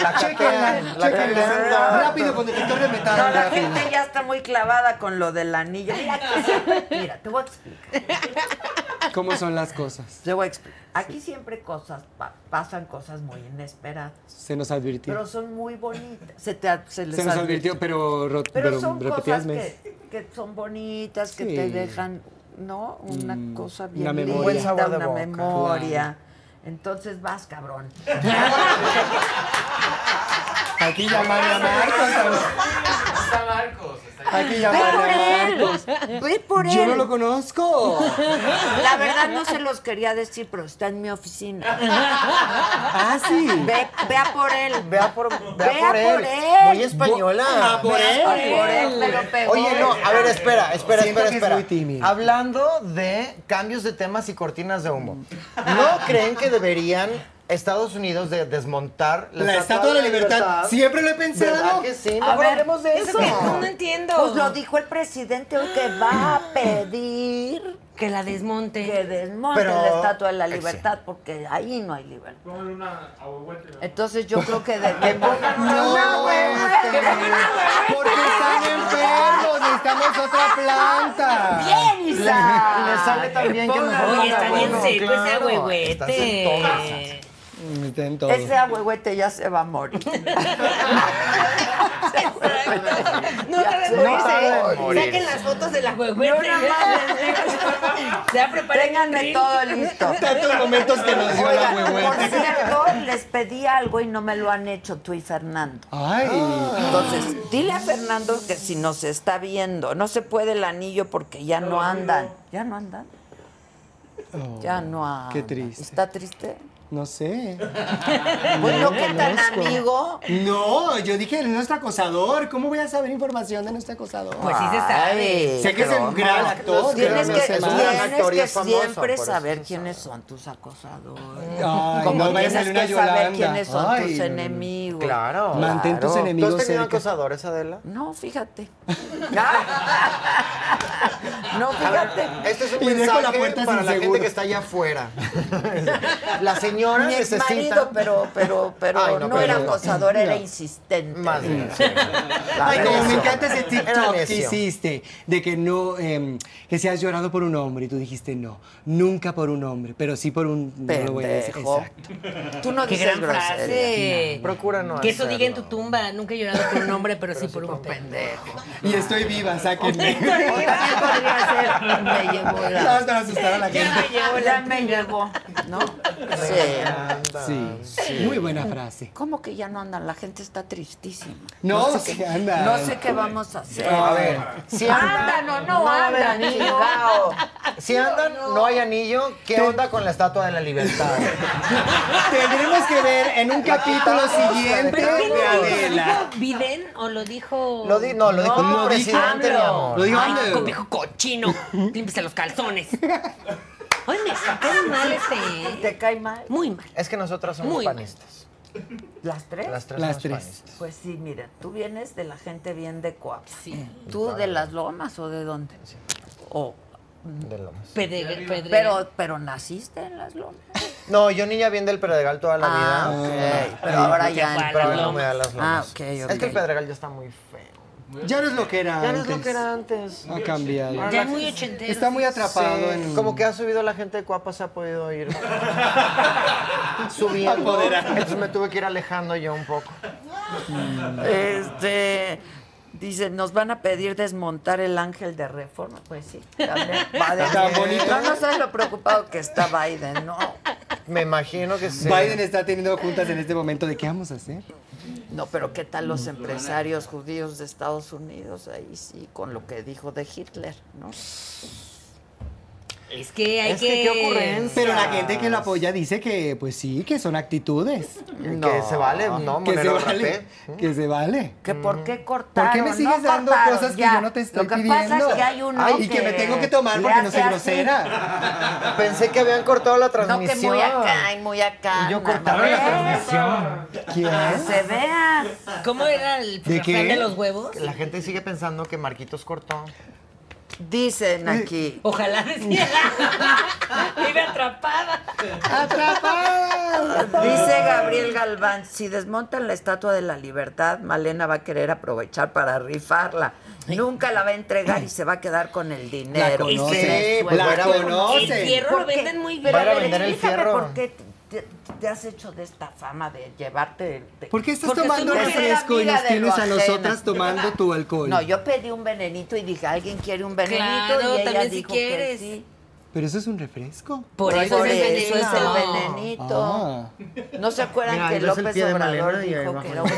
S4: La
S3: Chequenla, chequenla. Rápido con detector de metal.
S7: No, la
S3: rápido.
S7: gente ya está muy clavada con lo del anillo. Mira, aquí siempre- mira, te voy a explicar.
S3: ¿Cómo son las cosas?
S7: Te voy a explicar. Aquí siempre cosas pa- pasan cosas muy inesperadas,
S3: Se nos advirtió.
S7: pero son muy bonitas. Se, te, ha- se les
S3: se nos
S7: advirtió.
S3: advirtió, pero, ro-
S7: Pero,
S3: pero
S7: son
S3: repetías
S7: cosas
S3: mes.
S7: que, que son bonitas, que
S3: Sí.
S7: te dejan, ¿no? Una cosa bien
S3: una
S7: linda,
S3: memoria. Buen
S4: sabor de
S7: una
S4: boca.
S7: memoria. Entonces vas, cabrón.
S3: Aquí llaman a Marcos. Aquí llaman a Marcos.
S7: Ve por
S3: Yo
S7: él.
S3: no lo conozco.
S7: La verdad no se los quería decir, pero está en mi oficina.
S3: Ah, sí.
S7: Ve, vea por él.
S4: Vea por, vea
S7: Vea
S4: por él.
S7: por él.
S4: Muy española.
S3: Ah, por él.
S7: Por él, pero peor.
S4: Oye, no, a ver, espera, espera,
S3: Siento que
S4: espera,
S3: es
S4: espera.
S3: muy tímido.
S4: Hablando de cambios de temas y cortinas de humo, ¿no creen que deberían Estados Unidos de desmontar
S3: La Estatua de la Libertad. Siempre lo he
S4: ¿Verdad
S3: pensado.
S4: que sí?
S7: A
S4: Mejor
S7: ver,
S4: hablemos de
S1: Eso
S4: eso.
S5: Pues
S1: que no entiendo.
S7: Pues lo dijo el presidente hoy que va a pedir
S1: Que la desmonte.
S5: Que desmonte
S4: Pero-
S5: la estatua de la libertad, porque ahí no hay libertad. Entonces yo creo que de que pongan una huevuete.
S3: Porque están enfermos, necesitamos otra planta.
S5: Bien, Isa.
S4: Le sale tan bien que
S5: Pongan-
S4: mejor
S5: Oye,
S4: no la
S1: está bien
S4: vuelvo,
S1: seco ese
S4: claro.
S1: ahuehuete.
S4: Estás en todas, Sanz.
S3: Está en todo.
S5: Ese agüehuete ya se va a morir.
S1: No tardan
S5: No
S4: tardan
S1: en
S4: en
S1: morirse.
S4: morirse.
S1: Saquen las fotos de la
S5: Yo
S1: huehuete.
S5: nada más les digo,
S1: Ya preparen
S5: ténganme
S1: todo.
S5: todo listo.
S3: Tantos momentos que nos dio la
S5: Oigan, por
S3: huehuete.
S5: cierto, les pedí algo y no me lo han hecho tú y Fernando.
S3: Ay.
S5: Entonces, dile a Fernando que si nos está viendo, no se puede el anillo porque ya no andan. ¿Ya no andan?
S3: Oh,
S5: Ya no andan.
S3: Qué triste.
S5: ¿Está triste?
S3: No sé. lo
S5: Bueno, ¿qué tan
S3: conozco.
S5: amigo?
S3: No, yo dije, es nuestro acosador. ¿cómo voy a saber información de nuestro acosador?
S1: Pues sí se sabe.
S5: Ay,
S3: Sé que es un
S5: pero
S3: gran
S5: no.
S3: actor, pero
S5: Tienes
S3: no sé
S5: que,
S3: más.
S5: tienes
S4: Un gran actor y
S5: que
S4: es famoso, por
S5: siempre
S4: eso
S5: saber
S4: se
S5: quiénes son tus acosadores.
S3: Ay,
S5: Como
S3: no vaya a
S5: tienes
S3: salir una
S5: que saber
S3: Yolanda.
S5: quiénes son
S3: Ay,
S5: tus
S3: no, no, no.
S5: enemigos.
S4: Claro.
S3: Mantén tus
S4: claro.
S3: enemigos
S4: ¿Tú has tenido
S3: cerca.
S4: acosadores, Adela?
S5: No, fíjate. no, fíjate.
S4: Este es un
S3: Y dejo
S4: mensaje
S3: la puerta
S4: para
S3: sin
S4: la gente
S3: seguro.
S4: que está allá afuera. la señora
S5: Mi ex
S4: necesita...
S5: marido, pero, pero, pero
S4: Ay,
S5: no,
S4: no, pero
S5: era
S4: no.
S5: acosador, era
S3: No.
S5: insistente.
S4: Más bien. sí. La
S3: Ay, como me
S4: necio.
S3: encanta ese
S4: Era
S3: TikTok que
S4: necio.
S3: hiciste, de que no, em, que seas llorado por un hombre y tú dijiste no, nunca por un hombre, pero sí por un. No lo voy a decir.
S5: Pendejo.
S3: Exacto.
S5: Tú no
S1: Qué
S5: dices
S1: gran
S5: grosería.
S1: frase.
S4: Procura no
S1: Que eso
S4: hacerlo.
S1: diga en tu tumba. Nunca he llorado por un hombre, pero, sí por un pendejo.
S3: Y estoy viva, sáquenme.
S5: O también podría ser, me llevó
S3: Nada más
S5: la...
S3: para asustar a la
S1: Ya
S3: gente.
S1: me llevo
S5: Ya
S1: la...
S5: me llevó, ¿no? Sí.
S4: Anda.
S3: Sí, muy buena frase.
S5: ¿Cómo que ya no andan? La gente está tristísima.
S3: No, sí, anda.
S5: No sé qué vamos a hacer.
S4: A ver, si
S5: Andan
S1: Ah,
S4: andan,
S5: o no
S4: va a haber
S5: andan,
S4: anillo.
S5: chingao.
S4: Si andan, no, hay anillo. ¿Qué onda con la estatua de la libertad?
S3: Tendremos que ver en un capítulo siguiente
S4: Pero
S3: de
S4: ¿quién lo dijo?
S3: Adela.
S1: ¿Dijo Biden o lo dijo...?
S4: Lo di- no, lo
S3: No,
S4: dijo tu
S3: lo dijo
S4: presidente, mi
S3: AMLO.
S4: amor.
S3: Lo dijo
S1: Ay,
S3: AMLO.
S1: co- viejo cochino. Límpiese los calzones. Ay, me sacaron mal este.
S5: ¿Te cae mal?
S1: Muy mal.
S4: Es que nosotras somos
S1: Muy mal.
S4: panistas.
S5: ¿Las tres?
S4: Las tres
S3: Las
S4: somos
S3: tres.
S4: panistas.
S5: Pues sí, mira, tú vienes de la gente bien de Mm. Coapa. ¿Tú de las lomas o de dónde? O-
S4: De Lomas.
S1: Pedre, pedre.
S5: pero, pero naciste en las lomas.
S4: No, yo niña bien del Pedregal toda la
S5: Ah,
S4: vida.
S5: ok. Pero ahora ya.
S4: Pero ahora
S5: no.
S4: no me da las lomas.
S5: Ah, ok, ok.
S4: Es que el Pedregal ya está muy feo.
S3: Ya no es lo que era
S4: Ya no
S3: antes.
S4: es lo que era antes.
S3: Ha cambiado.
S1: ya es muy ochentero.
S3: Está muy atrapado
S4: Sí,
S3: en.
S4: Como que ha subido la gente de Cuapa, se ha podido ir subiendo.
S3: Apoderando.
S4: Entonces me tuve que ir alejando yo un poco.
S5: Este. Dice, nos van a pedir desmontar el ángel de reforma. Pues sí, también. Va de-
S3: Tan bonito.
S5: No, no sabes lo preocupado que está Biden, no.
S4: Me imagino que sí.
S3: Biden está teniendo juntas en este momento de qué vamos a hacer.
S5: No, pero ¿qué tal los empresarios judíos de Estados Unidos? Ahí sí, con lo que dijo de Hitler, ¿no?
S1: Es que hay
S4: Es
S1: que...
S4: que qué ocurrencia.
S3: Pero la gente que lo apoya dice que, pues sí, que son actitudes.
S4: Que se vale, ¿no?
S3: que se
S4: Manero
S3: vale.
S4: rapé.
S3: Que se vale.
S5: Que por qué cortaron.
S3: ¿Por qué me
S5: No
S3: sigues dando
S5: cortaron,
S3: cosas que
S5: ya.
S3: yo no te estoy
S5: Lo que pasa
S3: pidiendo?
S5: es que hay uno
S3: Ay, y que me tengo que tomar
S5: le
S3: porque no
S5: hace
S3: soy
S5: así.
S3: grosera.
S4: Pensé que habían cortado la
S5: No, que
S4: transmisión.
S5: muy acá y muy acá.
S4: Y yo
S5: nada
S4: cortaron la
S5: más.
S4: transmisión.
S3: ¿Quién?
S5: Que se vea.
S1: ¿Cómo era el
S3: ¿De qué?
S1: plan de los huevos?
S4: La gente sigue pensando que Marquitos cortó.
S5: Dicen aquí.
S1: Ojalá decía. Vive atrapada.
S5: Dice Gabriel Galván, si desmontan la Estatua de la Libertad, Malena va a querer aprovechar para rifarla. Nunca la va a entregar y se va a quedar con el dinero.
S3: La
S4: sí,
S3: conoce.
S4: pues,
S3: la
S4: bueno,
S1: el
S3: conoce.
S1: fierro lo venden muy bien.
S5: Pero
S4: Van a
S5: ver,
S4: vender el
S5: explícame
S4: fierro.
S5: ¿Por qué te, te- te has hecho de esta fama de llevarte? de-
S3: ¿Por qué estás
S1: Porque
S3: tomando
S1: soy una
S3: refresco y
S5: amiga
S3: nos
S5: de
S3: tienes a
S5: Roxana.
S3: nosotras tomando tu alcohol?
S5: No, yo pedí un venenito y dije, alguien quiere un venenito
S1: Claro,
S5: y ella
S1: también si
S5: dijo
S1: quieres.
S5: que sí.
S3: Pero eso es un refresco.
S1: Por eso
S5: Por
S1: es el
S5: eso es el
S1: venenito.
S5: venenito.
S3: Ah.
S5: ¿No se acuerdan
S4: Mira, ahí
S5: que
S4: ves el
S5: López
S4: pie de
S5: Obrador
S4: Malena y ahí
S5: dijo
S4: va
S5: que era un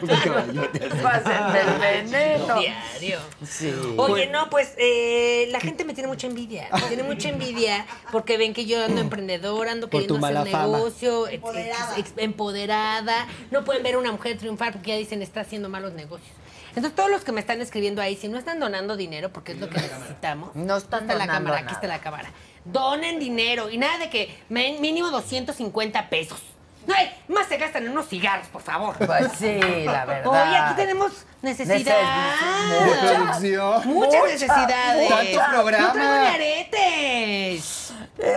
S5: Pues, veneno? Pasen del veneno.
S1: Diario.
S5: Sí.
S1: Oye, no, pues eh, la gente me tiene mucha envidia. Me tiene mucha envidia porque ven que yo ando emprendedora, ando
S3: Por tu
S1: queriendo
S3: mala
S1: hacer
S3: fama.
S1: negocio, ex- ex- ex- empoderada. No pueden ver a una mujer triunfar porque ya dicen está haciendo malos negocios. Entonces, todos los que me están escribiendo ahí, si no están donando dinero, porque es lo que necesitamos.
S5: No están
S1: Aquí está la
S5: donando
S1: cámara, aquí
S5: nada.
S1: está la cámara. Donen dinero y nada de que men- mínimo 250 pesos. No, eh, más se gastan en unos cigarros, por favor.
S5: Pues sí, la verdad.
S1: Oye, aquí tenemos necesidad.
S5: Neces-
S1: Mucha-
S3: producción.
S1: Muchas
S5: Mucha,
S1: necesidades.
S3: tantos
S1: Yo traigo ni
S3: programas.
S1: aretes,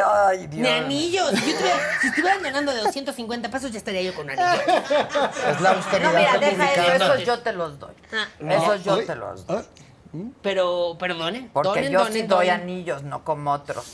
S5: Ay, Dios.
S1: ni anillos. Si yo tuviera- si estuvieran ganando de 250 pesos, ya estaría yo con anillos.
S4: Es la austeridad
S5: No, mira, deja eso,
S4: republicana.
S5: esos yo te los doy.
S1: Ah,
S5: Esos yo te los doy.
S1: Pero, perdonen.
S5: Porque
S1: donen,
S5: yo
S1: donen,
S5: sí doy
S1: donen.
S5: anillos, no como otros.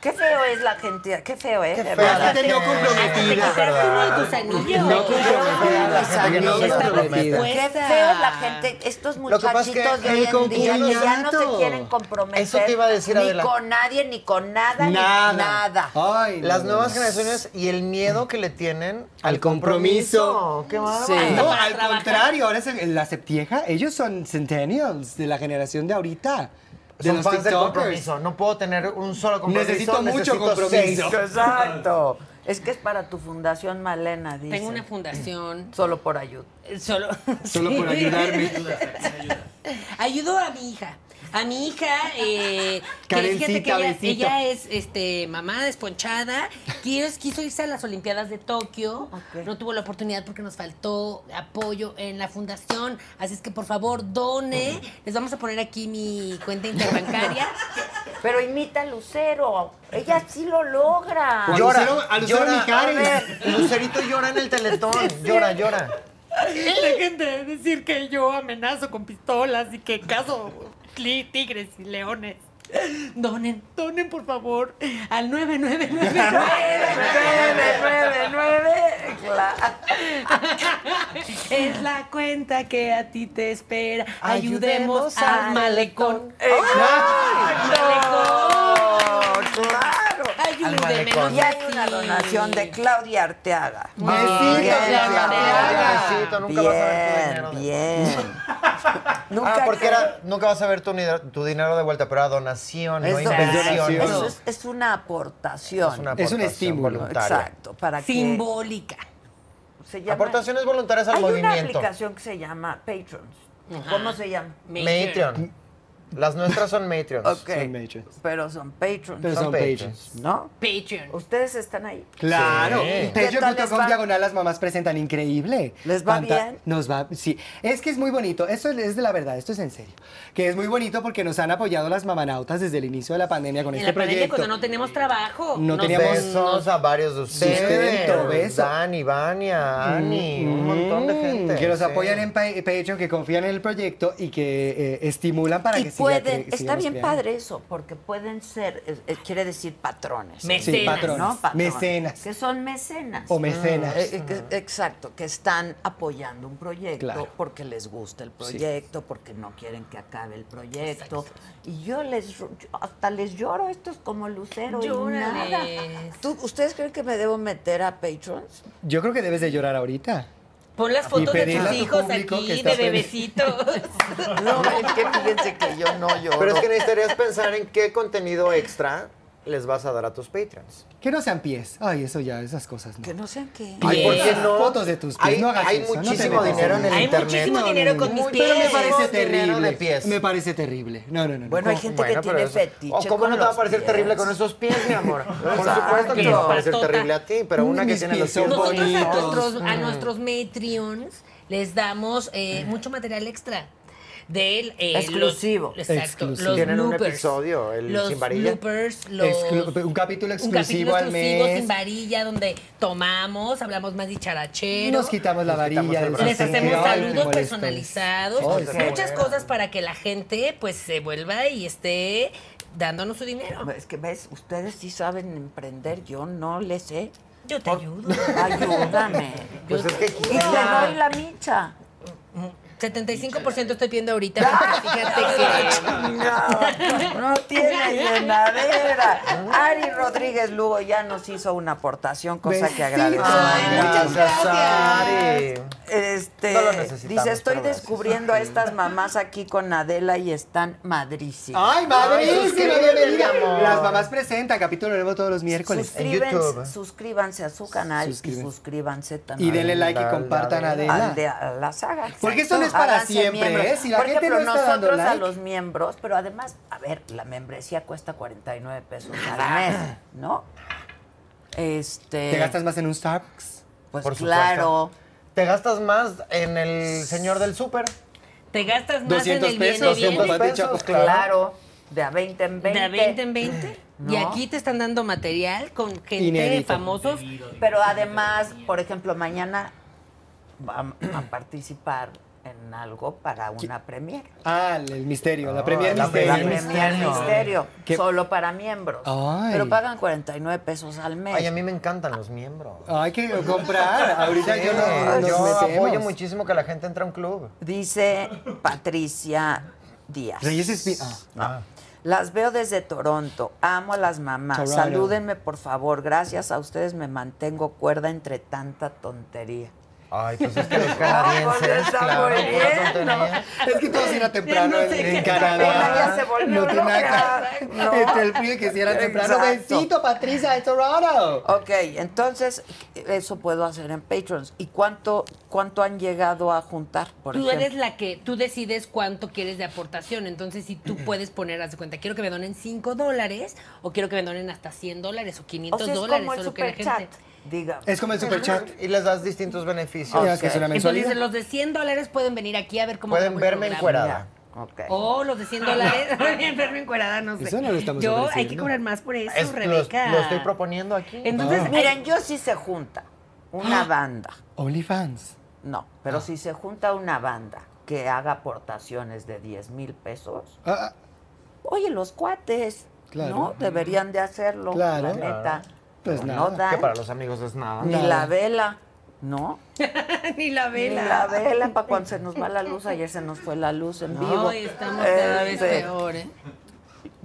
S5: Qué feo es la gente, qué feo, ¿eh?
S4: Qué
S5: De
S4: fea
S5: verdad.
S4: la gente no comprometida,
S1: Quitaste uno de tus
S4: ¿verdad?
S1: anillos.
S4: No comprometida, la gente que no
S5: Qué
S4: se
S5: feo
S4: compromete.
S1: Qué
S5: es la gente, estos
S4: Lo que pasa es que
S5: muchachitos de hoy
S3: el
S5: en día que ya no se
S3: concubinato.
S5: quieren comprometer
S4: Eso te iba a decir,
S5: ni
S4: Adela. Oh.
S5: con nadie, ni con nada,
S3: Nada.
S5: ni nada.
S3: Ay, no,
S4: Las
S3: no,
S4: nuevas
S3: no.
S4: generaciones y el miedo que le tienen
S3: Al compromiso.
S4: Qué bárbaro.
S3: No,
S1: para
S3: al
S1: trabajar.
S3: contrario, ahora es el- la septieja, ellos son centennials de la generación de ahorita. De
S4: Son
S3: los
S4: fans del
S3: tiktokers.
S4: compromiso. No puedo tener un solo compromiso.
S3: Necesito mucho compromiso.
S4: seis.
S5: Exacto. Es que es para tu fundación, Malena, dice.
S1: Tengo una fundación.
S5: Solo por ayuda.
S1: Solo,
S3: Solo por
S1: Sí.
S3: ayudarme.
S1: Ayudó a mi hija. A mi hija, eh, que
S3: Karencita,
S1: fíjate que ella,
S3: besito.
S1: ella es este, mamá desponchada. Quiso, quiso irse a las Olimpiadas de Tokio.
S5: Ok.
S1: No tuvo la oportunidad porque nos faltó apoyo en la fundación. Así es que por favor, done. Les vamos a poner aquí mi cuenta interbancaria.
S5: Pero imita a Lucero. Ella sí lo logra.
S3: Yo-
S4: Llora.
S3: Lucero- a Lucero
S4: llora.
S3: Mijares.
S4: A ver, Lucerito llora en el teletón. Llora, llora.
S1: Dejen de decir que yo amenazo con pistolas y que caso tigres y leones. Donen, donen por favor al 9999.
S5: 999. Claro.
S1: es la cuenta que a ti te espera. Ayudemos,
S5: Ayudemos al
S1: al malecón.
S5: Exacto. Claro.
S1: Ayúdenme.
S5: Y hay una donación de Claudia Arteaga.
S3: Besitos,
S5: Bien,
S3: Claudia Arteaga.
S4: Besito, nunca vas a ver tu dinero.
S5: Bien, bien.
S4: Ah, porque era, nunca vas a ver tu, nid- tu dinero de vuelta, pero era donación,
S5: Eso,
S4: no
S5: eso
S4: inversión.
S3: donación.
S5: es, es una aportación.
S4: Es una
S3: Es un
S4: aportación
S3: estímulo.
S4: voluntaria.
S5: Exacto. Para que
S1: Simbólica.
S5: se llama-
S4: Aportaciones voluntarias al
S5: Hay una
S4: movimiento.
S5: aplicación que se llama Patrons. ¿Cómo se llama?
S4: Matreon. Las nuestras son Matreons.
S5: Ok.
S3: Son patrons.
S5: Pero son Patrons.
S3: Pero
S4: Son
S3: son
S4: patrons.
S3: patrons.
S5: ¿No?
S1: Patreon.
S5: ¿Ustedes están ahí?
S3: Claro.
S4: Sí.
S5: ¿Qué tal les va?
S3: Patreon.com diagonal las mamás presentan increíble.
S5: ¿Les va bien?
S3: Nos va, sí. Es que es muy bonito. Esto es- es de la verdad, esto es en serio. Que es muy bonito porque nos han apoyado las mamanautas desde el inicio de la pandemia con
S1: En
S3: este
S1: la pandemia
S3: proyecto.
S1: cuando no tenemos trabajo.
S3: No
S1: nos-
S3: teníamos-
S4: Besos a varios de
S3: Sustento,
S4: ustedes.
S3: beso.
S4: Dani, Vania, Ani, un montón de gente.
S3: Mm. Que los
S4: sí.
S3: apoyan en Pa- Patreon, que confían en el proyecto y que eh, estimulan para
S5: y
S3: que siga
S5: pueden,
S3: cre-
S5: está
S3: sigamos
S5: bien
S3: creando.
S5: padre eso, porque pueden ser, eh, eh, quiere decir patrones.
S1: Mecenas.
S3: Sí, patrones.
S5: ¿no? Patrones,
S3: Mecenas.
S5: Que son mecenas.
S3: O mecenas.
S5: Eh, eh, que- Exacto, que están apoyando un proyecto
S3: Claro.
S5: porque les gusta el proyecto, porque no quieren que acabe el proyecto. Y yo les, yo hasta les lloro, esto es como lucero. y
S1: Llórales.
S5: nada. ¿Tú- ¿Ustedes creen que me debo meter a Patrons?
S3: Yo creo que debes de llorar ahorita.
S1: Pon las fotos de
S3: pedirle
S1: tus
S3: a tu
S1: hijos
S3: público que
S1: aquí,
S3: está
S1: de
S3: feliz.
S1: bebecitos.
S5: No, es que fíjense que yo no lloro.
S4: Pero es que necesitarías pensar en qué contenido extra les vas a dar a tus Patreons.
S3: Que no sean pies. Ay, eso ya, esas cosas no.
S5: Que no sean qué.
S4: Ay, ¿por qué no?
S3: Fotos de tus pies,
S4: Hay,
S3: no hagas
S4: hay
S3: eso, no te
S4: muchísimo
S3: metas en
S4: dinero en el
S3: eso.
S1: Hay
S4: internet.
S1: muchísimo
S3: No, no,
S1: dinero
S3: no,
S1: con
S3: no.
S1: mis
S4: Muy-
S1: pies.
S3: Pero me parece
S4: Dinero
S3: terrible.
S4: de pies.
S3: Me parece terrible. No, no, no. no.
S5: Bueno, hay
S3: ¿Cómo?
S5: gente que tiene fetiche
S4: Oh, ¿Cómo
S5: con
S4: no te va a
S5: los
S4: parecer
S5: pies?
S4: terrible con esos pies, mi amor? Por
S5: Exacto.
S4: supuesto que te va a parecer
S1: Patota.
S4: terrible a ti, pero una que
S3: Mis
S4: tiene los
S3: pies son
S4: pies
S1: Nosotros pues, a
S3: bonitos.
S1: nuestros, a nuestros Matreons les damos eh, mucho material extra. Del, eh, los-
S5: Exclusivo.
S1: exacto.
S3: Exclusivo.
S1: Los
S4: Tienen un
S1: bloopers,
S4: episodio, el
S1: los
S4: sin varilla.
S1: bloopers, los-
S3: Exclu- un capítulo exclusivo al
S1: exclusivo
S3: mes.
S1: sin varilla, donde tomamos, hablamos más dicharachero.
S3: Nos quitamos la
S4: Nos quitamos
S3: varilla. del
S4: el brazo.
S1: les hacemos
S3: sentido. Ay, me
S1: saludos
S3: molestó.
S1: personalizados,
S4: Ay, se
S1: muchas
S4: mueran.
S1: cosas para que la gente pues se vuelva y esté dándonos su dinero.
S5: Es que ves, ustedes sí saben emprender, yo no le sé.
S1: Yo te ayudo.
S5: Ayúdame.
S4: Pues es que
S5: Y te doy la micha.
S1: 75% estoy viendo ahorita, porque fíjate
S5: No, no tiene llenadera. Ari Rodríguez Lugo ya nos hizo una aportación, cosa que
S3: Besitos.
S5: agradezco.
S4: Ay,
S5: mucho.
S4: muchas gracias. Ari.
S5: Este,
S4: No lo necesitamos,
S5: dice, estoy
S4: pero gracias".
S5: descubriendo a estas mamás aquí con Adela y están madrísimas.
S3: Ay, madrísima,
S4: suscríbete,
S3: bienvenida.
S4: mi amor.
S3: Las mamás presentan capítulo nuevo todos los miércoles.
S5: Suscríbanse,
S4: En YouTube.
S5: suscríbanse a su canal y
S3: Suscríbanse.
S5: suscríbanse
S3: ¿eh? Y
S5: también.
S3: denle like y
S4: la-
S3: compartan
S4: la-
S3: a
S5: al
S3: Adela.
S5: de a la saga.
S3: Porque
S5: exacto.
S3: esto no es para
S5: Háganse
S3: siempre,
S5: miembros.
S3: ¿eh? Si la
S5: Por
S3: gente
S5: ejemplo,
S3: no está dando
S5: nosotros a
S3: like.
S5: los miembros, pero además, a ver, la membresía cuesta 49 pesos al mes, ¿no? Este,
S3: Ah. ¿Te gastas más en un Starbucks?
S5: Pues
S4: Por
S5: claro.
S4: ¿Te gastas más en el señor del súper?
S7: Te gastas más en
S3: 200
S7: el bien
S3: pesos,
S7: bien.
S3: 200
S7: De
S3: Has dicho, pues,
S5: claro.
S3: claro.
S5: De a 20 en 20.
S7: a 20 en 20. Y
S5: No.
S7: aquí te están dando material con gente
S3: Inédito.
S7: famosos.
S5: Pero además, por ejemplo, mañana van a participar en algo para una premier.
S3: Ah, el el misterio, la Premier
S4: la
S3: Misterio.
S5: La
S4: Premier.
S5: premier
S4: misterio.
S5: misterio,
S3: ¿Qué?
S5: solo para miembros.
S3: Ay.
S5: Pero pagan 49 pesos al mes.
S4: Ay, a mí me encantan los miembros.
S3: Hay que comprar. Ahorita yo no, nos
S4: yo
S3: metemos.
S4: apoyo muchísimo que la gente entre a un club.
S5: Dice Patricia Díaz.
S3: Reyes Espi- ah.
S4: Ah.
S5: Las veo desde Toronto. Amo a las mamás.
S3: Toronto.
S5: Salúdenme, por favor. Gracias a ustedes me mantengo cuerda entre tanta tontería.
S4: Ay, pues es que los
S5: Ay, pues
S4: canadienses,
S5: está
S4: claro,
S5: muy
S4: pura
S5: bien,
S4: tontería.
S3: Es que todos irán temprano
S7: Ya no sé
S3: en, en
S7: qué
S3: Canadá.
S5: Ya se volvió
S3: no tiene nada
S5: loca,
S3: que-
S5: ¿no?
S3: Entre el frío y que si era temprano.
S5: Exacto.
S3: Besito, Patricia de Toronto.
S5: Ok, entonces eso puedo hacer en Patreons. ¿Y cuánto, cuánto han llegado a juntar? Por
S7: Tú
S5: ejemplo?
S7: eres la que, tú decides cuánto quieres de aportación. Entonces, si tú puedes poner, haz de cuenta, quiero que me donen 5 dólares o quiero que me donen hasta 100 dólares o 500
S5: o sea, es
S7: dólares.
S5: como el
S7: o lo que la
S5: superchat.
S7: gente-
S5: Diga.
S3: Es como el superchat. Ah,
S4: Y les das distintos beneficios.
S3: Ya es que es una
S7: Entonces,
S3: mensualidad.
S7: los de 100 dólares pueden venir aquí a ver cómo
S4: Pueden
S7: hacemos el
S4: verme
S7: programa.
S4: encuerada.
S5: Ok.
S7: O los de 100 dólares. Bien, verme encuerada, no sé.
S3: Eso no lo estamos
S7: Yo, hay
S3: ofreciendo.
S7: que cobrar más por eso,
S4: Es- lo, lo
S7: Rebeca.
S4: estoy proponiendo aquí.
S7: Entonces,
S3: Ah.
S7: miren,
S5: Miren, yo sí se junta una banda.
S3: OnlyFans.
S5: No,
S3: Ah.
S5: pero si se junta una banda que haga aportaciones de 10 mil pesos,
S3: Ah,
S5: oye, los cuates,
S3: Claro.
S5: ¿no? Deberían de hacerlo,
S3: Claro.
S5: la neta.
S3: Pues
S5: Pero
S3: nada.
S5: no dan
S4: que para los amigos es nada.
S5: ni
S3: nada.
S5: la vela, ¿no?
S7: ni la
S5: Ni
S7: vela.
S5: la vela para cuando se nos va la luz. Ayer se nos fue la luz en vivo.
S7: Ay, estamos cada vez
S5: Este,
S7: peor, ¿eh?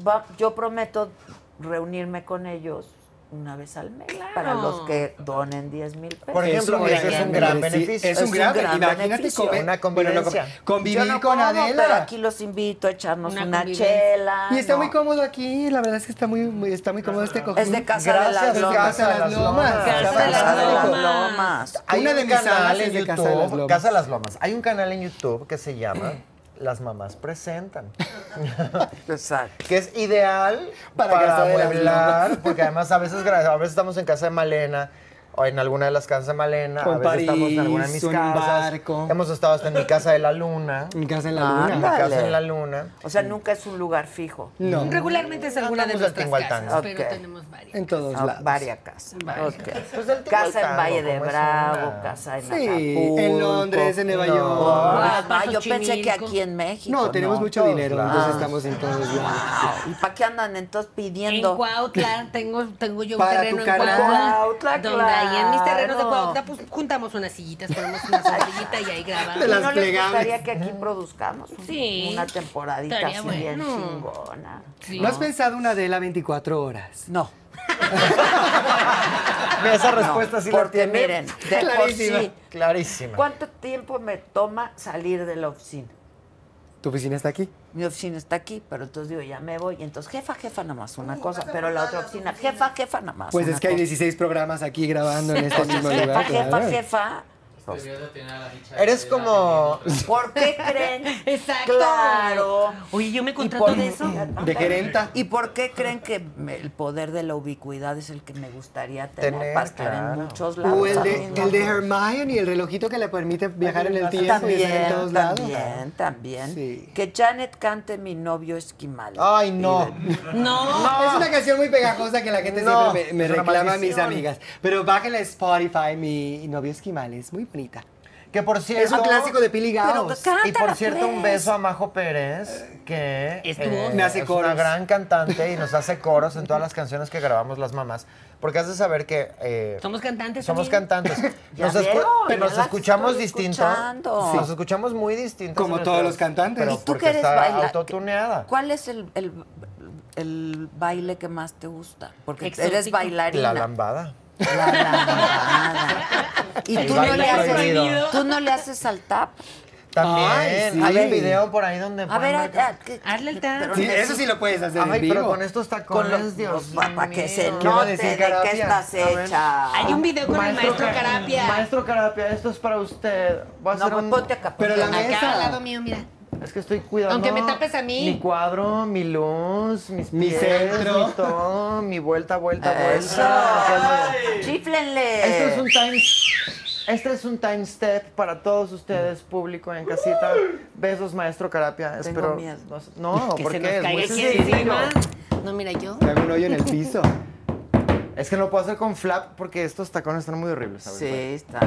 S5: va- yo prometo reunirme con ellos una vez al mes para los que donen 10 mil pesos.
S4: Por ejemplo,
S3: una
S4: ese es
S3: gran
S4: un gran
S3: beneficio.
S4: beneficio.
S3: Es un gran, imagínate
S5: beneficio.
S3: comer,
S4: Una
S3: bueno, no,
S4: convivencia.
S3: convivir
S5: Yo no
S3: con
S5: como,
S3: Adela.
S5: Pero aquí los invito a echarnos
S7: Una
S5: una,
S7: convivencia.
S5: chela.
S3: Y está
S5: Ah, ¿no?
S3: muy cómodo aquí, la verdad es que está muy, muy- está muy cómodo este cojín.
S5: Es de Casa
S4: Gracias,
S5: de las Lomas.
S3: Casa de las Lomas.
S7: Casa
S3: Está
S7: de las
S3: fantástico.
S7: Lomas.
S4: Ah. Hay
S3: Una
S4: un
S3: de mis
S4: canal
S3: salas
S4: en
S3: es de
S4: YouTube,
S3: Casa de las Lomas.
S4: Casa de las Lomas. Hay un canal en YouTube que se llama Las Mamás Presentan,
S5: Exacto.
S4: que es ideal
S3: Para
S4: para,
S3: Casa de las
S4: amueblar,
S3: Lomas.
S4: porque además a veces, gra- a veces estamos en casa de Malena o en alguna de las casas de Malena,
S3: O
S4: a
S3: en
S4: veces estamos en alguna de
S3: París,
S4: mis
S3: o en un
S4: casas.
S3: barco.
S4: Hemos estado hasta en mi casa de la luna,
S3: Mi
S4: en
S3: casa en la
S5: Ah,
S4: mi
S3: luna.
S4: casa
S5: Ándale.
S4: en la luna.
S5: O sea, nunca es un lugar fijo.
S3: No,
S7: Regularmente es alguna de
S4: Andamos al
S7: nuestras
S4: tingualtango.
S7: casas, pero
S5: Ok.
S7: tenemos varias.
S3: en todos
S5: Ah,
S3: lados.
S5: varias casas. Ok.
S4: Pues del
S5: casa en
S4: Tingualtango,
S5: Valle de
S4: como es
S5: Bravo,
S4: una-
S5: casa en
S3: Sí,
S5: Acapulco.
S3: en Londres, en Nueva York.
S5: Ah,
S7: Guapas,
S5: yo pensé que
S7: Xochimilco.
S5: aquí en México.
S3: No, tenemos mucho
S4: todos
S3: dinero,
S4: lados.
S3: entonces estamos en todos lados.
S5: Ah, ¿Y para qué andan entonces
S7: En
S5: pidiendo?
S7: Cuautla tengo, tengo yo un
S3: Para
S7: terreno
S3: tu
S7: en
S3: canal.
S7: Cuautla,
S5: Cuautla,
S7: donde ahí en mis terrenos de
S5: claro.
S7: Cuautla pues juntamos unas sillitas, ponemos una sombrillita y ahí grabamos.
S3: De
S5: ¿Y
S3: las
S5: no les
S3: plegables. Ah.
S5: gustaría que aquí produzcamos un-
S7: Sí.
S5: una temporadita
S7: Estaría
S5: así bien
S7: bueno.
S5: chingona?
S7: Sí.
S3: ¿No has pensado una de las 24 horas?
S5: No.
S4: Mira, Esa
S5: Ah, No,
S4: respuesta sí la
S5: porque
S4: tiene
S5: miren, de por
S3: Clarísima.
S5: sí,
S4: clarísima.
S5: ¿cuánto tiempo me toma salir de la oficina?
S3: ¿Tu oficina está aquí?
S5: Mi oficina está aquí, pero entonces digo, ya me voy. Y entonces, jefa, jefa, nada más una cosa. Pero la otra oficina, jefa, jefa, nada más
S3: Pues
S5: una
S3: es que hay
S5: cosa.
S3: 16 programas aquí grabando en este mismo
S5: Jefa,
S3: lugar.
S5: jefa,
S3: claro.
S5: jefa.
S4: Eres como...
S5: ¿Por qué creen?
S7: Exacto.
S5: Claro.
S7: Oye, yo me
S5: ¿Y
S7: contrato
S5: por-
S7: de eso.
S3: De gerenta.
S5: ¿Y por qué creen que me- el poder de la ubicuidad es el que me gustaría tener,
S4: Tener,
S5: para estar en
S4: claro.
S5: muchos lados?
S3: O el
S5: al
S3: de,
S5: mismo
S3: el de
S5: tiempo?
S3: Hermione y el relojito que le permite viajar en el tiempo y estar en
S5: También,
S3: todos lados.
S5: también, también.
S3: Sí.
S5: Que Janet cante Mi novio esquimal.
S4: Ay, no.
S7: No.
S3: Es una canción muy pegajosa que la gente
S4: No,
S3: siempre me, me
S4: es una
S3: reclama a mis
S4: maldición.
S3: amigas. Pero bájenla a Spotify, mi novio esquimal, es muy bonita.
S4: Que por cierto...
S3: Es un clásico de Pili Gaos.
S4: Y por cierto, un beso a Majo Pérez, que eh,
S7: Estuvo.
S3: Me hace
S4: es
S3: coros.
S4: una gran cantante y nos hace coros en todas las canciones que grabamos las mamás. Porque has de saber que... eh,
S7: Somos cantantes
S4: Somos
S7: también.
S4: cantantes.
S5: Ya
S4: Nos, escu-
S5: vieron,
S4: pero
S5: yo
S4: nos
S5: las
S4: escuchamos
S5: estoy
S4: distintos.
S5: escuchando.
S4: Nos escuchamos muy distintos.
S3: Como
S4: en
S3: todos
S4: nuestras-
S3: los cantantes.
S4: Pero
S5: ¿Y tú
S4: porque
S5: que eres
S4: está
S5: baila-
S4: autotuneada.
S5: ¿Cuál es el, el- el baile que más te gusta? Porque
S7: Exótico.
S5: eres bailarina.
S4: La lambada.
S5: La lambada. Y
S4: El
S5: tú no,
S4: baile
S5: le haces,
S4: prohibido.
S5: tú no le haces al tap.
S4: También.
S3: Ay, sí.
S4: Hay
S3: A ver.
S4: un video por ahí donde...
S5: A ver,
S4: ponen-
S5: a- a- que-
S7: Hazle el tap.
S5: pero
S3: Sí,
S5: no-
S3: eso sí lo puedes hacer en
S4: Ay,
S3: vivo.
S4: pero con estos tacones,
S5: con los, pues,
S4: Dios
S5: para que se
S4: mío.
S5: note
S3: decir
S5: de qué
S3: Carapia?
S5: estás
S4: A ver.
S5: hecha.
S7: Hay un video con el maestro
S4: Ca-
S7: Carapia.
S4: Maestro Carapia, esto es para usted. Voy a
S5: No,
S4: hacer
S5: pues
S4: un-
S5: ponte acá.
S3: Pero la
S7: Acá al lado
S3: mesa.
S7: mío, mira.
S4: Es que estoy cuidando.
S1: Aunque me tapes a mí.
S4: Mi cuadro, mi luz, mis
S3: Mi
S4: pies,
S3: centro.
S4: mi todo, mi vuelta, vuelta,
S5: Eso.
S4: vuelta.
S5: Chiflenle.
S4: Este es un time. Este es un time step para todos ustedes, público en casita. Besos, maestro Carapia.
S5: Tengo
S4: Espero.
S5: miedo.
S4: No,
S1: Que
S4: ¿por
S1: se nos
S4: qué? Es muy
S1: caiga aquí
S4: sencillo.
S1: encima. No, mira, yo.
S3: Te hago un hoyo en el piso.
S4: Es que no puedo hacer con flap porque estos tacones están muy horribles. ¿sabes?
S5: Sí, está.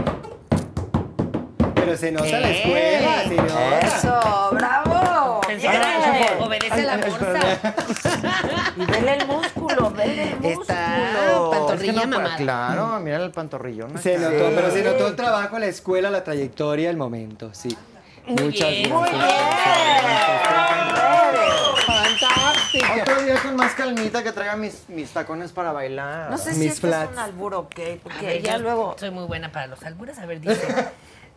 S3: Pero se nota la escuela, se nota.
S4: ¿Eh?
S5: Eso, bravo.
S1: Pensaba
S5: Bien.
S1: que eso fue- obedece la
S4: Ay, ay,
S1: bolsa.
S5: Y vele el músculo, vele el músculo.
S1: Está
S3: Ah,
S4: Es
S1: pantorrilla
S4: que no,
S1: mamada.
S4: Claro,
S3: Mm.
S4: mira el pantorrillón.
S3: Se
S4: acá.
S3: notó, pero se notó el trabajo, la escuela, la trayectoria, el momento, sí.
S1: Muy
S3: Muchas
S1: bien.
S5: Muy
S3: gracias.
S5: bien.
S3: Fantástico.
S4: Otro día con más calmita que traiga mis, mis tacones para bailar.
S5: No sé si
S3: Mis
S5: esto es un
S3: flats.
S5: albur o qué,
S1: A
S5: porque
S1: ver,
S5: ya
S1: yo
S5: luego...
S1: Soy muy buena para los albures. A ver, dice.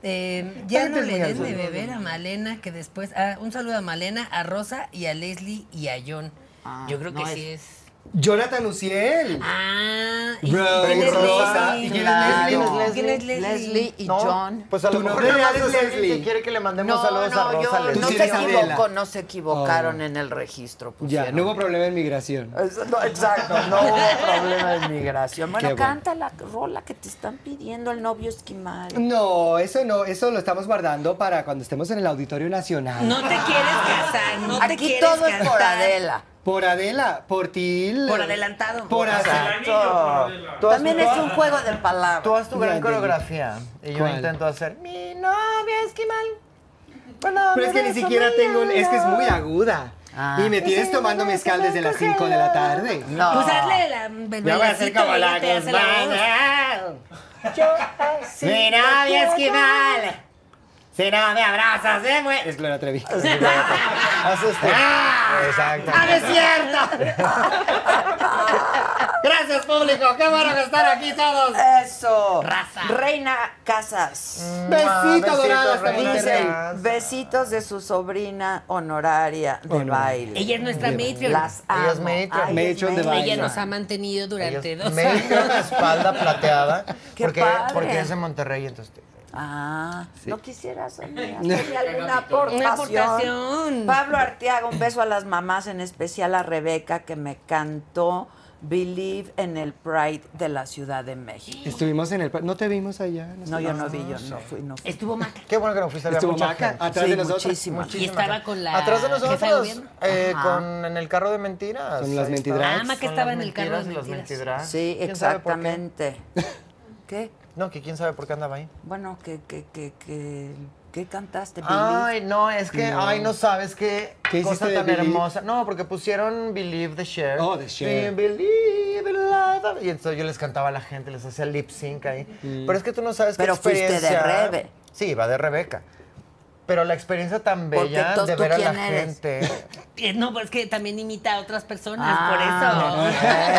S1: eh, ya no le des de beber a Malena, que después. ah, un saludo a Malena, a Rosa y a Leslie y a John.
S5: Ah,
S1: yo creo que
S5: no
S1: sí
S5: es-
S1: es.
S3: Jonathan Uciel.
S1: Ah, y-
S3: Bro,
S1: ¿quién es
S3: Rosa,
S1: Leslie?
S3: ¿y quién es
S5: Claro.
S3: Leslie?
S1: ¿Quién es Leslie?
S5: y
S4: No,
S5: John.
S4: Pues a lo
S3: Tu
S4: mejor
S3: nombre
S4: nada más
S3: real es
S4: es alguien
S3: Leslie.
S4: que quiere que le mandemos
S5: No,
S4: saludos a
S5: no,
S4: Rosa.
S5: yo
S4: Leslie.
S5: no
S3: Tú sí
S5: se
S3: eres Adela.
S5: equivocó, no se equivocaron en el registro.
S3: Ya,
S5: pusieron.
S3: no hubo problema en migración.
S5: Eso, no, exacto, no hubo problema de migración. Bueno,
S3: Qué bueno.
S5: canta la rola que te están pidiendo el novio esquimal.
S3: No, eso no, eso lo estamos guardando para cuando estemos en el Auditorio Nacional.
S1: No te quieres casar, no te
S5: Aquí
S1: quieres
S5: todo
S1: casar.
S5: es por Adela.
S3: Por Adela, por Til.
S1: Por adelantado.
S3: Por adelantado.
S4: Tú haz-
S5: También
S4: tú
S5: es
S4: haz-
S5: un juego de palabras.
S4: Tú haz tu gran
S3: Grande.
S4: coreografía y yo
S3: ¿Cuál?
S4: intento hacer. Mi novia esquimal.
S3: Pero es que ni siquiera tengo, un- es que es muy aguda.
S5: Ah.
S3: Y me tienes tomando mezcal desde las 5 de la tarde.
S5: No.
S1: Pues hazle la, el
S3: Ya voy a hacer
S1: bailecito
S3: como
S1: y ella
S3: la
S1: te hace la voz.
S3: Guzmán. ¿eh? Mi novia esquimal. Si no me abrazas, ¿eh? se muere. Es Gloria Trevi.
S4: Haces tú. este". Exacto.
S3: ¡Ah, no es cierto! Gracias, público. Qué bueno que están aquí todos.
S5: Eso.
S1: Raza.
S5: Reina Casas.
S3: Besito dorado hasta
S4: Reina
S3: Monterrey.
S5: Dice,
S4: Casas.
S5: besitos de su sobrina honoraria de baile.
S1: Ella es nuestra matria.
S5: Las amo.
S4: Ella es matron.
S5: Ay,
S3: Matron de
S5: matron.
S3: baile.
S1: Ella nos ha mantenido durante
S4: Ellos
S1: dos
S4: me
S1: años.
S4: dieron la espalda plateada
S5: Qué
S4: porque,
S5: padre.
S4: porque es de Monterrey, entonces
S5: Ah, no quisieras amiga, hacerle alguna aportación.
S1: Una aportación.
S5: Pablo Arteaga, un beso a las mamás, en especial a Rebeca, que me cantó Believe en el Pride de la Ciudad de México.
S3: Estuvimos en el. pa- No te vimos allá.
S5: No, yo no vi, yo no fui, no fui.
S1: Estuvo Maca.
S4: qué bueno que no fuiste a ver
S3: Estuvo
S4: mucha
S3: Maca,
S4: gente.
S3: atrás
S5: Sí,
S3: de nosotros.
S5: muchísimo.
S4: Muchísima
S1: Y estaba
S4: gente.
S1: con la
S4: atrás de
S1: jefa de
S4: nosotros
S1: gobierno.
S4: eh,
S5: Ajá.
S4: con en el carro de mentiras
S3: Con las
S4: Ahí
S3: mentidrags.
S4: estaba.
S1: Ah, Maca
S4: Con
S1: estaba
S4: las
S1: en el carro de
S4: mentiras y los
S1: mentiras.
S4: mentidrags.
S5: Sí,
S4: Ah, ¿Quién sabe por qué?
S5: exactamente. ¿Qué?
S4: no que quién sabe por qué andaba ahí
S5: Bueno, que, que, que, que, ¿qué cantaste? Believe.
S4: Ay, no, es que, ay, no sabes qué,
S3: ¿Qué
S4: cosa
S3: hiciste de
S4: tan
S3: Believe?
S4: hermosa. No, porque pusieron Believe the Share.
S3: Oh, the Cher.
S4: Believe in life. of- Y entonces yo les cantaba a la gente, les hacía lip sync ahí.
S3: Mm.
S4: Pero es que tú no sabes
S5: Pero
S4: qué
S5: fuiste de
S4: experiencia.
S5: Rebe.
S4: Sí, va de Rebeca. Pero la experiencia tan
S5: Porque
S4: bella de
S5: entonces, ¿tú
S4: ver a la
S5: quién eres?
S4: gente. es
S1: Eh, No, pues que también imita a otras personas,
S5: Ah.
S1: por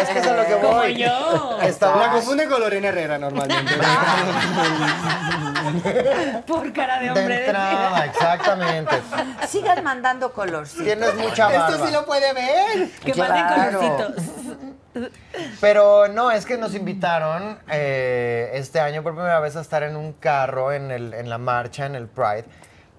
S1: eso.
S4: que eso es lo que
S1: Como
S4: voy.
S1: yo.
S4: Estaba-
S3: La confunde con Lorena Herrera normalmente.
S1: Por cara de
S4: de
S1: hombre.
S4: entrada, exactamente.
S5: Sigan mandando colorcito.
S4: Tienes mucha barba.
S3: Esto sí lo puede ver.
S1: Que manden
S5: Claro.
S1: colorcitos.
S4: Pero no, es que nos invitaron eh, este año por primera vez a estar en un carro en, el- en la marcha, en el Pride.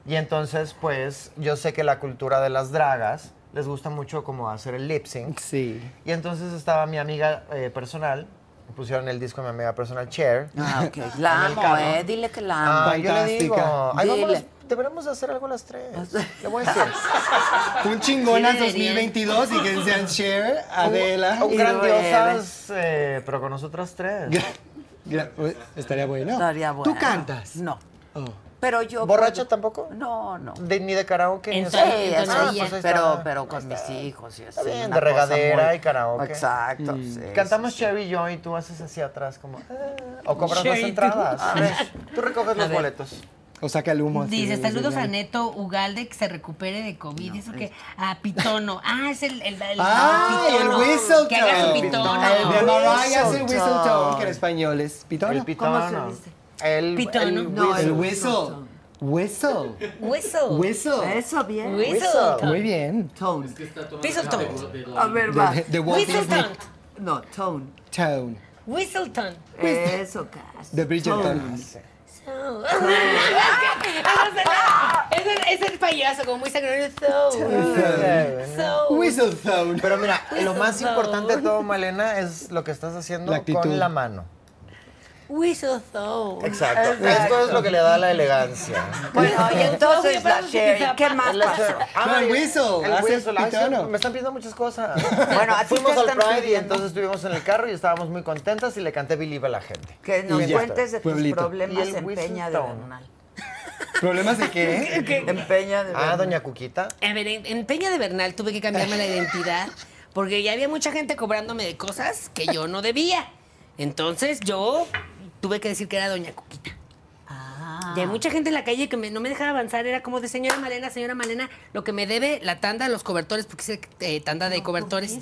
S4: Y entonces, pues, yo sé que la cultura de las dragas les gusta mucho como hacer el lip sync.
S3: Sí.
S4: Y entonces estaba mi amiga eh, personal, pusieron el disco de mi amiga personal, Cher.
S5: Ah, ok. La
S4: En el
S5: amo,
S4: carro.
S5: eh. Dile que la amo.
S4: Ah, yo le digo,
S3: Fantástica.
S4: ay, vámonos,
S5: Dile.
S4: deberemos hacer algo a las tres. Le voy a decir.
S3: Un chingonas
S1: Sí, debería.
S3: 2022 y que sean Cher, Adela.
S4: Un
S3: y-
S4: grandiosas, eh, pero con nosotras tres.
S3: Gra- gra- Estaría bueno.
S5: Estaría bueno.
S3: ¿Tú cantas?
S5: No.
S3: Oh.
S5: Pero yo.
S4: ¿Borracha
S5: puedo-
S4: tampoco?
S5: No, no.
S4: De- ni de karaoke. ni
S1: Entonces-
S5: Sí,
S4: así.
S5: eso
S4: Ah,
S5: sí,
S4: Mm, pues ahí
S5: pero,
S4: está.
S5: pero con mis hijos y así.
S4: bien,
S5: una
S4: de
S5: cosa
S4: regadera y karaoke. Mm.
S5: Exacto, sí.
S4: Cantamos Cherry y yo y tú haces así atrás como... "Ah", o cobras las entradas. A ver, Ah, tú recoges los boletos.
S3: O saca el humo. así,
S1: Dice,
S3: desde
S1: saludos a
S3: la-
S1: Neto Ugalde, que se recupere de COVID. Eso que, ah, Pitono. Ah, es el, el, el
S3: ¡Ay, Ah, el
S1: pitono.
S3: whistle
S1: Que haga su
S3: tone!
S1: pitono.
S3: El de Mariah es el
S5: Whistle
S3: whistle
S5: tone.
S3: tone, que en español es pitono.
S4: El pitón.
S5: dice?
S4: El,
S1: Pitón,
S4: el
S1: ¿no?
S4: whistle.
S3: El whistle. Whistle.
S1: Whistle.
S3: Whistle.
S5: Eso, bien.
S1: Whistle.
S3: Muy bien.
S5: Tone.
S1: Whistle tone.
S5: A ver, va.
S3: De- de Walt
S1: Whistle
S3: Disney
S1: tone.
S5: No, tone.
S3: Tone.
S1: Whistle tone.
S4: Pues,
S5: Eso, casi.
S3: De Bridgerton.
S5: Tone.
S1: so. es, que, Ah, es, el- es el payaso, como muy sangrón. So. So.
S3: Whistlezone.
S4: Pero mira, Eh, lo más
S1: Whistlezone.
S4: importante de todo, Malena, es lo que estás haciendo
S3: La actitud.
S4: con la mano.
S1: Whistle so.
S4: Exacto. Esto es lo que le da la elegancia.
S5: Bueno, y entonces
S1: Oye,
S5: la
S1: pero
S5: Sherry,
S1: quizá
S5: ¿qué más
S4: El
S5: pasó?
S4: hacer- Ah,
S3: No, el
S4: María,
S3: whistle,
S4: el
S3: hace
S4: whistle, ay, sí,
S3: pitano.
S4: me están pidiendo muchas cosas.
S5: Bueno, a ti
S4: Fuimos
S5: te
S4: al
S5: están
S4: Pride y
S5: pidiendo.
S4: entonces estuvimos en el carro y estábamos muy contentas y le canté Believe a la gente.
S5: Que nos
S4: Y ya
S5: cuentes de tus
S3: Pueblito.
S5: problemas
S4: Y el
S5: en Peña de
S4: Whistlestone.
S5: Bernal.
S3: ¿Problemas de qué?
S5: En Peña de
S4: Ah,
S5: Bernal.
S4: doña Cuquita.
S1: A ver, en, en Peña de Bernal tuve que cambiarme la identidad porque ya había mucha gente cobrándome de cosas que yo no debía. Entonces yo tuve que decir que era Doña Cuquita.
S5: Ah.
S1: Y hay mucha gente en la calle que me- no me dejaba avanzar, era como de señora Malena, señora Malena, lo que me debe la tanda de los cobertores, porque hice eh, tanda de cobertores.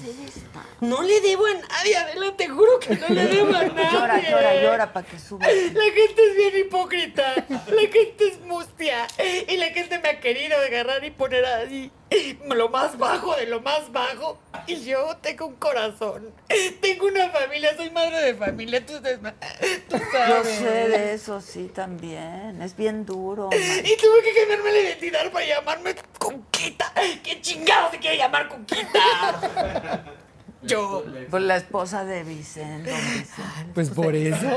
S1: No le debo a nadie, Adela, te juro que no le debo a nadie.
S5: Llora, llora, llora para que suba.
S1: La gente es bien hipócrita, la gente es mustia y la gente me ha querido agarrar y poner así lo más bajo de lo más bajo y yo tengo un corazón, tengo una familia, soy madre de familia, entonces ma- tú
S5: Yo
S1: sabes.
S5: sé de eso, sí, también. Es bien duro. man.
S1: Y tuve que cambiarme la identidad para llamarme Conquita. ¿Qué chingado se quiere llamar Conquita? Yo.
S5: Pues la esposa de Vicente. don Vicente.
S3: Pues por eso.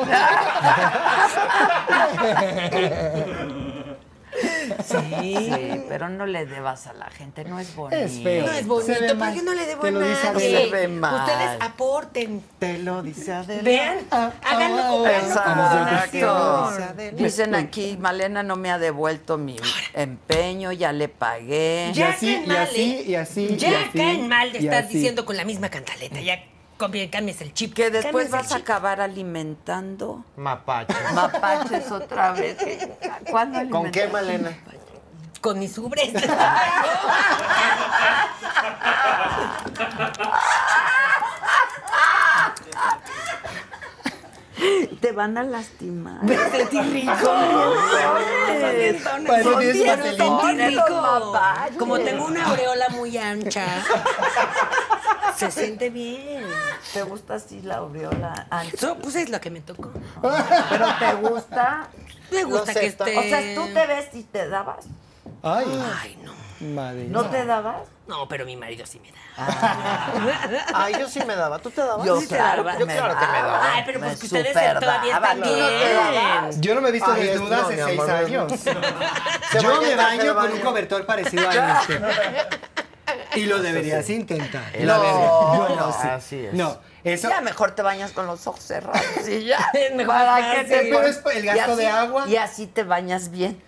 S5: Sí, pero no le debas a la gente, no es bonito.
S3: Es feo.
S1: No es
S3: Se
S1: bonito,
S3: ve
S1: ¿por
S3: mal.
S1: qué no le debo
S3: Te
S1: a
S3: lo dice
S1: nadie?
S3: Adela.
S5: Se ve mal.
S1: Ustedes aporten.
S10: Te lo dice Adela.
S1: Vean, háganlo
S3: ah,
S1: con háganlo con
S5: Exacto.
S1: corazón.
S5: Dicen aquí, Malena no me ha devuelto mi empeño, ya le pagué.
S1: Ya
S3: así,
S1: caen
S3: y
S1: mal,
S3: así,
S1: ¿eh?
S3: y así,
S1: Ya
S3: y así,
S1: caen mal de
S3: y
S1: estar
S3: así.
S1: diciendo con la misma cantaleta. Ya cambie- cambies el chip.
S5: Que
S1: Cambies
S5: después
S1: el
S5: vas a
S1: chip.
S5: acabar alimentando
S4: Mapache.
S5: mapaches otra vez. ¿Cuándo
S4: ¿Con qué,
S5: alimentas?
S4: Malena?
S1: Con mis ubres.
S5: Te van a lastimar.
S1: Sentí rico.
S3: Parece
S5: Son
S3: que es
S5: bien
S3: vaselina.
S5: horribles los mapaches.
S1: Como tengo una aureola muy ancha, se siente bien.
S5: ¿Te gusta así la aureola? ancha?
S1: So, pues es lo que me tocó.
S5: Pero te gusta.
S1: Me gusta que
S4: acepta.
S1: esté.
S5: O sea, tú te ves y te dabas.
S3: Ay,
S1: Ay, no.
S3: madre.
S5: ¿No, te dabas?
S1: No, pero mi marido sí me da.
S4: Ay, yo sí me daba. ¿Tú te dabas?
S5: Yo
S4: Sí te
S5: claro
S4: daba.
S5: que
S4: Yo
S5: me
S4: claro que me
S5: daba. Ah,
S4: daba.
S1: Ay, pero
S5: Me
S1: pues que ustedes
S5: super
S1: todavía
S5: daba,
S1: están
S5: ¿no? No te dabas.
S1: bien.
S3: Yo no me he visto
S4: Ay,
S3: desnuda
S4: no,
S3: hace
S4: mi
S3: seis
S4: amor, no,
S3: años.
S4: Se
S3: Yo
S4: baña
S3: me
S4: en el
S3: baño con
S4: baño.
S3: un cobertor parecido a este. Y lo deberías intentar.
S4: No,
S3: La verdad, yo
S4: no,
S3: no sé.
S4: así es.
S3: No, eso.
S5: Ya mejor te bañas con los ojos cerrados y ya.
S1: Es mejor
S5: ¿Para qué
S1: fácil.
S5: te
S3: Pero es
S5: pones-
S3: el
S5: y
S3: gasto
S5: así-
S3: de agua.
S5: Y así te bañas bien.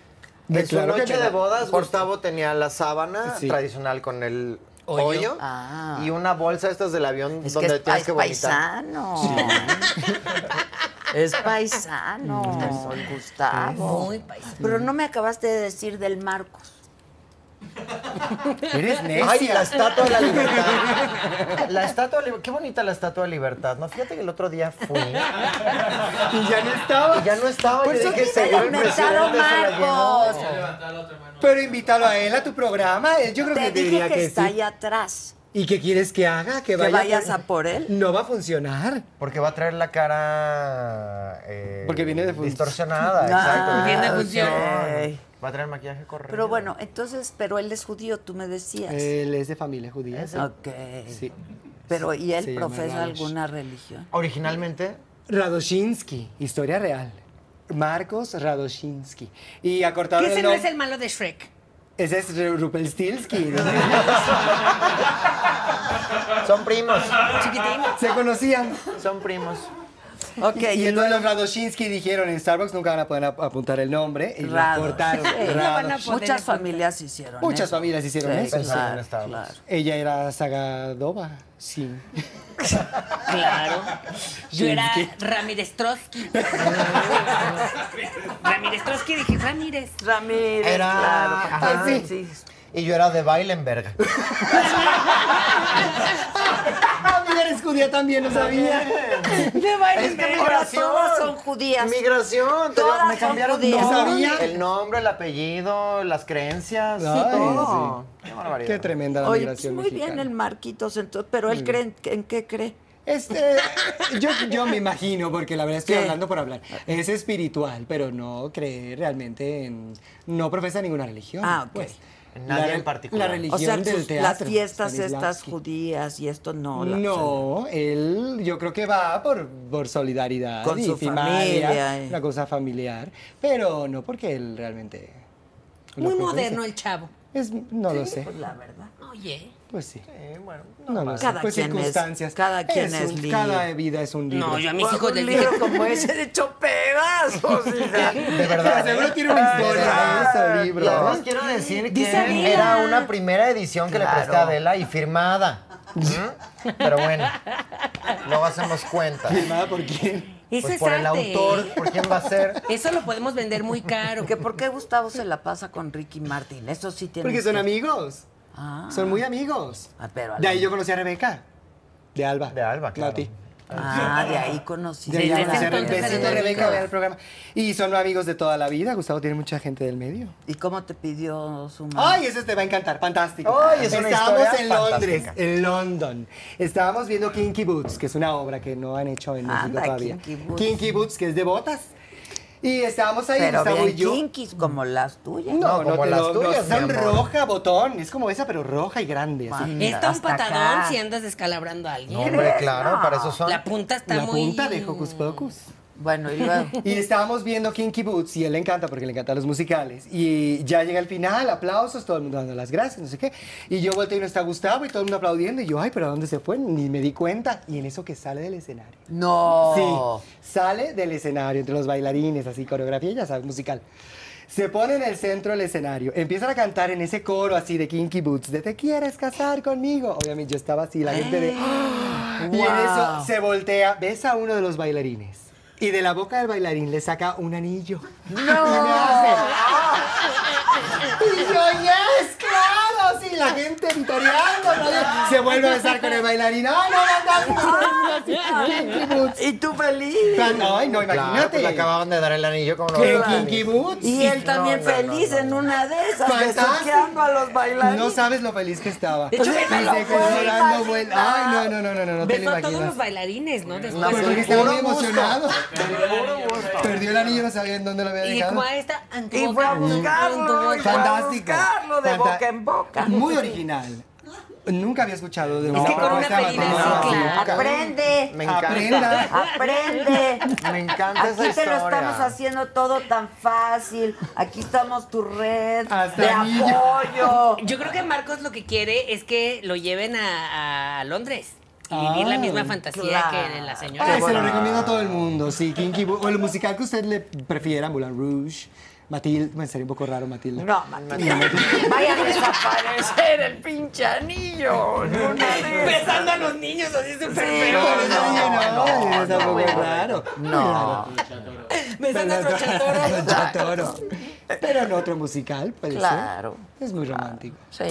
S3: De
S4: En su
S3: claro que
S4: noche
S3: no.
S4: de bodas, Gustavo tenía la sábana
S3: Sí.
S4: tradicional con el
S1: Hoyo.
S4: hoyo,
S5: Ah.
S4: y una bolsa estas del avión
S5: Es
S4: donde
S5: que es,
S4: tienes
S5: es
S4: que vomitar.
S5: paisano. Es paisano, el Gustavo.
S1: Muy paisano.
S5: Pero no me acabaste de decir del Marcos.
S3: Eres necia.
S4: Ay, la estatua de la libertad. La estatua de la- qué bonita la estatua de libertad. No, fíjate que el otro día fui y
S3: Y ya no estaba.
S4: ya no estaba.
S5: Por
S4: yo
S5: eso
S4: dije,
S5: te
S4: seguro el
S5: Pues inventado
S4: presidente se la llevó.
S5: Marcos.
S3: Pero invítalo a él a tu programa. Él yo creo
S5: Te
S3: que te
S5: dije
S3: diría
S5: que,
S3: que
S5: está
S3: sí.
S5: allá atrás.
S3: ¿Y qué quieres que haga? Que,
S5: Que
S3: vaya
S5: vayas a por él.
S3: No va a funcionar.
S4: Porque va a traer la cara eh,
S3: Porque viene de fun-
S4: distorsionada,
S5: Ah,
S4: exacto.
S1: Viene de
S5: ok.
S1: función.
S4: Va a traer maquillaje correcto.
S5: Pero bueno, entonces, pero él es judío, tú me decías.
S3: Él es de familia judía.
S5: ok.
S3: Sí.
S5: Pero, ¿y él
S3: Se llama
S5: profesa
S3: Radosh.
S5: alguna religión?
S4: originalmente
S3: Radoshinsky, historia real. Marcos Radoshinsky. Y acortado
S1: Que ese
S3: el
S1: no
S3: nom-
S1: es el malo de Shrek.
S3: Ese es Ru- Rupelstiltsky. ¿no?
S4: son primos,
S1: Chiquitín.
S3: Se conocían.
S4: son primos.
S5: Ok,
S3: Y entonces los Radoshinsky dijeron en Starbucks nunca van a poder ap- apuntar el nombre. Y lo
S5: Radosh.
S3: cortaron.
S5: Sí, no
S3: Radosh.
S1: van a poder
S5: Muchas
S1: encontrar.
S5: familias hicieron
S3: Muchas
S5: eso.
S3: familias hicieron eso, sí,
S5: Claro,
S4: en Estados
S5: claro.
S4: Unidos.
S3: Ella era Zagadova. Sí.
S1: Claro. Yo era Ramírez Trotsky. Ramírez Trotsky, dije Ramírez.
S5: Ramírez,
S4: Era-
S5: claro.
S4: Ajá.
S5: Pues sí, sí.
S4: Y yo era de Weilenberg.
S3: Ah, mira, eres judía también, no sabía.
S5: Es que ahora todas son judías.
S4: Migración. te-
S5: Todas
S4: me
S5: son
S4: cambiaron
S5: judías.
S4: todo.
S3: No sabía.
S4: El nombre, el apellido, las creencias.
S3: Ay,
S4: todo. Qué barbaridad.
S3: Qué tremenda la
S5: Oye, pues
S3: migración
S5: muy bien
S3: mexicana.
S5: el Marquitos, entonces, pero él cree en, en qué cree.
S3: Este, yo, yo me imagino, porque la verdad estoy
S5: ¿Qué?
S3: hablando por hablar. Es espiritual, pero no cree realmente en. No profesa ninguna religión.
S5: Ah, ok.
S3: pues.
S4: Nadie
S3: La-
S4: en particular.
S3: La religión
S5: O sea,
S3: del
S5: tus-
S3: teatro.
S5: las fiestas estas
S3: Stanislavski.
S5: judías y esto no. la-
S3: No, él yo creo que va por, por solidaridad
S5: Con
S3: y
S5: su
S3: primaria,
S5: familia, eh.
S3: una cosa familiar, pero no porque él realmente lo
S7: Muy
S3: profesa.
S7: moderno el chavo.
S3: Es, no lo sé,
S5: Pues la verdad.
S7: Oye.
S3: pues sí.
S4: bueno,
S3: No lo sé.
S5: Cada
S3: pues
S5: quien es-
S3: circunstancias.
S5: cada quien es
S3: un-
S5: libre.
S3: Cada vida es un libro.
S7: No, yo a mis hijos
S5: un
S7: les dije.
S5: libro como ese de hecho pedazos, hija.
S4: De verdad.
S3: Pero seguro tiene una historia de ese libro.
S4: Y además quiero decir que
S5: Dice Adela.
S4: era una primera edición que le
S5: Claro.
S4: presté a Adela y firmada. ¿Mm? Pero bueno, luego hacemos cuenta.
S3: ¿Firmada por quién?
S7: Eso
S4: Pues
S7: es
S4: por
S7: arte.
S4: el autor, ¿por quién va a ser?
S7: Eso lo podemos vender muy caro.
S5: Que por qué Gustavo se la pasa con Ricky Martin. Eso sí tiene.
S3: Porque son
S5: que-
S3: amigos.
S5: Ah.
S3: Son muy amigos.
S5: Ah, pero a
S3: de
S5: la-
S3: ahí yo conocí a Rebeca. De Alba.
S4: De Alba, claro.
S3: Nati.
S5: Ah, de ahí conocí.
S3: De
S7: Sí,
S3: ahí
S7: desde
S3: conocí a Rebeca.
S7: entonces
S3: Besito,
S7: a
S3: Rebeca, ve al programa. Y son amigos de toda la vida. Gustavo tiene mucha gente del medio.
S5: ¿Y cómo te pidió su mamá?
S3: Ay, eso te va a encantar, fantástico.
S4: Ay, es una
S3: Estábamos
S4: historia
S3: en Londres,
S4: fantástica.
S3: en London. Estábamos viendo Kinky Boots, que es una obra que no han hecho en México
S5: Anda,
S3: todavía.
S5: Kinky Boots.
S3: Kinky Boots, que es de botas. Y estábamos ahí,
S5: pero
S3: Gustavo
S5: bien
S3: y yo.
S5: kinkis como las tuyas.
S3: No,
S4: No,
S3: no,
S4: como
S3: te
S4: las
S3: lo- no,
S4: tuyas, mi
S3: son
S4: amor.
S3: roja botón, es como esa pero roja y grande así.
S5: Manda,
S7: Está un
S5: hasta acá.
S7: patadón si andas descalabrando a alguien.
S4: No, hombre, claro,
S5: No.
S4: para eso son.
S7: La punta está
S3: La
S7: muy.
S3: punta de Hocus Pocus.
S5: Bueno, y luego.
S3: Y estábamos viendo Kinky Boots y él le encanta porque le encantan los musicales. Y ya llega el final, aplausos, todo el mundo dando las gracias, no sé qué. Y yo volteo y no está Gustavo y todo el mundo aplaudiendo. Y yo, ay, pero ¿a dónde se fue? Ni me di cuenta. Y en eso que sale del escenario.
S5: No.
S3: Sí, sale del escenario, entre los bailarines, así, coreografía, ya sabes, musical. Se pone en el centro del escenario, empiezan a cantar en ese coro así de Kinky Boots, de te quieres casar conmigo. Obviamente yo estaba así, la gente de... ¡Ah! Y en eso se voltea, ves a uno de los bailarines y de la boca del bailarín le saca un anillo. ¡No! Y me hace... ¡Ah! Y yo, yes, claro, sí, la gente vitoreando, ¿no? se vuelve a besar con el bailarín. ¡Ay, no, no, no, no, no, así, Kinky Boots!
S5: Y tú feliz.
S3: Tan- Ay, no,
S4: Claro,
S3: imagínate.
S4: pues le acababan de dar el anillo como
S3: Que
S4: no.
S3: Kinky Boots.
S5: Y él también
S4: no, no,
S5: feliz
S4: no, no.
S5: en una de esas,
S3: Fantástico.
S5: besuqueando a los bailarines.
S3: No sabes lo feliz que estaba.
S7: De hecho,
S3: Y
S7: me
S3: se
S7: lo
S3: quedó
S5: puedo
S3: dando
S5: imaginar.
S3: vueltas. Ay, no, no, no, no, no, no te lo
S7: Besó a todos
S3: imaginas.
S7: los bailarines, ¿no? Después.
S3: Pues porque
S4: Por
S3: estaba muy
S4: puro gusto.
S3: emocionado.
S4: Puro gusto.
S3: Perdió el anillo, no sabía en dónde lo había
S7: Y
S3: dejado.
S7: como a esta
S5: Y fue a buscarlo. y fue a
S3: Fantástico.
S5: buscarlo de
S3: Fanta-
S5: boca en boca.
S3: Muy original. Nunca había escuchado de
S7: Es que con
S3: propuesta
S7: una pedida
S3: más
S7: así,
S3: así.
S7: claro.
S5: Aprende.
S4: Me encanta.
S3: Aprenda.
S5: Aprende.
S4: Me encanta esa
S5: Aquí te lo
S4: historia.
S5: estamos haciendo todo tan fácil. Aquí estamos tu red
S3: Hasta
S5: de
S3: anillo.
S5: apoyo.
S7: Yo creo que Marcos lo que quiere es que lo lleven a, a Londres y vivir la misma fantasía
S5: Ah, claro.
S7: que la
S3: Ay,
S7: señora.
S3: se lo recomiendo a todo el mundo. Sí, Kinky Boots. O el musical que usted le prefiera, Moulin Rouge. Matilde, me sería un poco raro Matilda.
S5: No, Matilda. Vaya a desaparecer el pinche anillo. de una vez.
S7: Besando a los niños así súper feo.
S3: Pero ese
S5: no,
S3: niño
S5: no,
S3: no,
S5: no,
S3: no, tampoco es
S5: no.
S3: raro.
S5: No.
S7: Besando a Trochatoro.
S3: Trochatoro. Pero en otro musical, puede ser.
S5: Claro.
S3: Es muy romántico.
S5: Sí,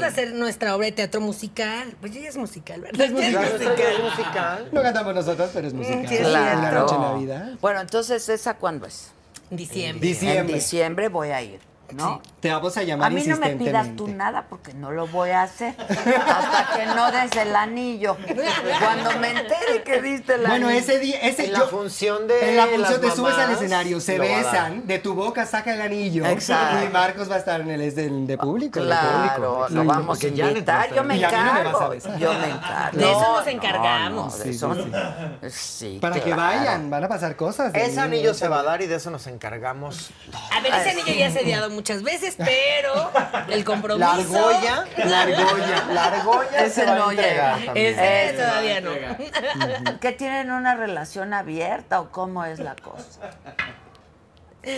S5: bonito.
S7: de hacer nuestra obra de teatro musical. Pues ya es musical, ¿verdad? Ya Es
S4: Claro,
S7: musical.
S4: es musical.
S3: No cantamos nosotros, pero es musical.
S5: Mm, Sí,
S3: Una
S5: claro.
S3: noche en Navidad.
S5: Bueno, entonces, ¿esa cuándo es?
S7: Diciembre.
S5: En
S3: Diciembre.
S5: diciembre voy a ir, ¿no?
S3: Te vamos a llamar
S5: A mí no me
S3: insistentemente.
S5: pidas tú nada porque no lo voy a hacer hasta que no des el anillo. Cuando me entere que diste el anillo.
S3: Bueno, ese día, ese
S4: En la función de
S3: en la
S4: las
S3: función te subes al
S4: mamás,
S3: escenario, se
S4: lo va a dar.
S3: besan, de tu boca saca el anillo.
S5: Exacto.
S3: Y Marcos va a estar en el es del- de público. del público.
S5: Claro, lo
S3: Exacto,
S5: vamos a
S3: porque ya le
S5: invitar.
S3: entraste
S5: Yo me
S3: al- Y a mí no me vas a
S5: encargo.
S3: besar.
S5: Yo me encargo.
S7: De eso
S5: No,
S7: nos encargamos.
S5: no, de
S3: Sí,
S5: eso
S3: sí,
S5: no. Sí,
S3: Para que
S5: claro.
S3: vayan, van a pasar cosas.
S4: Ese anillo se va a
S3: dar.
S4: dar y de eso nos encargamos.
S7: A ver, ese anillo ya se ha dado muchas veces, pero el compromiso.
S4: La argolla, la argolla, la argolla
S5: Ese
S4: se va
S5: no
S4: a entregar
S5: llega.
S4: también.
S7: Ese todavía no.
S5: ¿Que tienen una relación abierta o cómo es la cosa?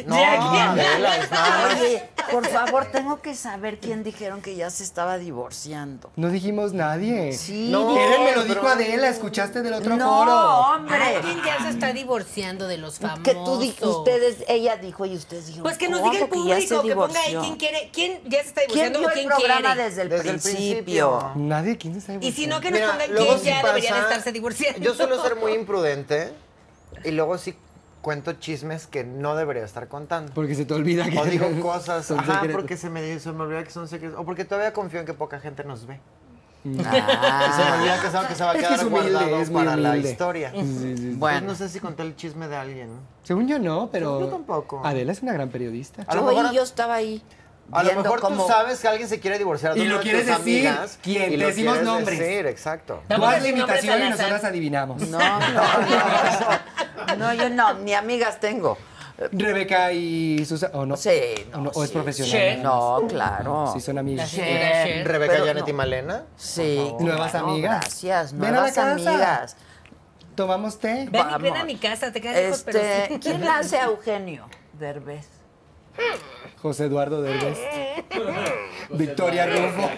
S4: No,
S7: Ya, ya.
S4: Adela, es más.
S5: Oye, por favor, tengo que saber quién dijeron que ya se estaba divorciando.
S3: No dijimos nadie.
S5: Sí,
S3: No,
S5: dije,
S3: Eren me lo dijo
S5: bro.
S3: Adela, escuchaste del otro
S5: no,
S3: foro.
S1: Ah,
S5: hombre.
S7: Alguien ya se está divorciando de los famosos.
S5: Que tú di- ustedes, ella dijo y ustedes dijeron.
S7: Pues que nos
S5: "¿Cómo
S7: diga el
S5: que ya se
S7: público, que, ponga ahí
S5: divorció?".
S7: quién quiere, quién ya se está
S5: ¿Quién
S7: divorciando
S5: vio
S7: o Pues, quién
S5: el programa
S7: quiere.
S5: desde el
S4: Desde el
S5: principio?
S3: Nadie, ¿quién sabe?
S7: Y si no, que nos
S4: Mira,
S7: pongan
S4: luego
S7: quién
S4: sí
S7: ya deberían
S4: pasa-
S7: estarse divorciando.
S4: Yo suelo ser muy imprudente y luego sí cuento chismes que no debería estar contando.
S3: Porque se te olvida que.
S4: O digo cosas,
S3: son
S4: ajá,
S3: secretos.
S4: porque se me, se me olvida que son secretos. O porque todavía confío en que poca gente nos ve. Y
S5: Ah,
S4: se me olvida que se, va- que se va a
S3: Ah. Es que
S4: quedar
S3: es humilde,
S4: guardado
S3: es muy
S4: para la
S3: humilde.
S4: historia.
S3: Sí, sí, sí.
S4: Bueno. no sé si conté el chisme de alguien.
S3: Según yo no, pero.
S4: Yo tampoco.
S3: Adela es una gran periodista.
S4: A lo mejor-
S5: yo estaba ahí.
S4: A lo
S5: viendo
S4: mejor
S5: cómo-
S4: tú sabes que alguien se quiere divorciar. de
S3: Y
S4: una
S3: lo
S4: de
S3: quieres
S4: tus
S3: decir.
S4: amigas,
S3: ¿Quién?
S4: y
S3: Te
S4: lo
S3: decimos
S4: quieres
S3: nombres.
S4: decir, exacto.
S3: Tú haz la
S5: nombres
S3: imitación
S5: al
S3: y
S5: azar.
S3: nosotras adivinamos.
S5: No, no, no. No, yo no, ni amigas tengo.
S3: Rebeca y Susana. ¿O no?
S5: Sí,
S3: ¿O, no?
S5: no.
S3: ¿O es
S5: sí.
S3: profesional?
S5: Sí. No, claro.
S3: Sí, son amigas.
S5: Sí,
S4: Eh, Rebeca,
S5: pero
S4: Janet
S5: no.
S4: y Malena.
S5: Sí.
S3: Nuevas
S5: claro,
S3: amigas.
S5: Gracias,
S3: Ven a la
S5: nuevas
S3: casa.
S5: amigas.
S3: ¿Tomamos té?
S7: Ven, y ven a
S5: Vamos.
S7: mi casa, te quedas lejos, pero sí.
S5: Este, ¿quién la hace a Eugenio Derbez?
S3: José Eduardo Derbez. Victoria Rufo.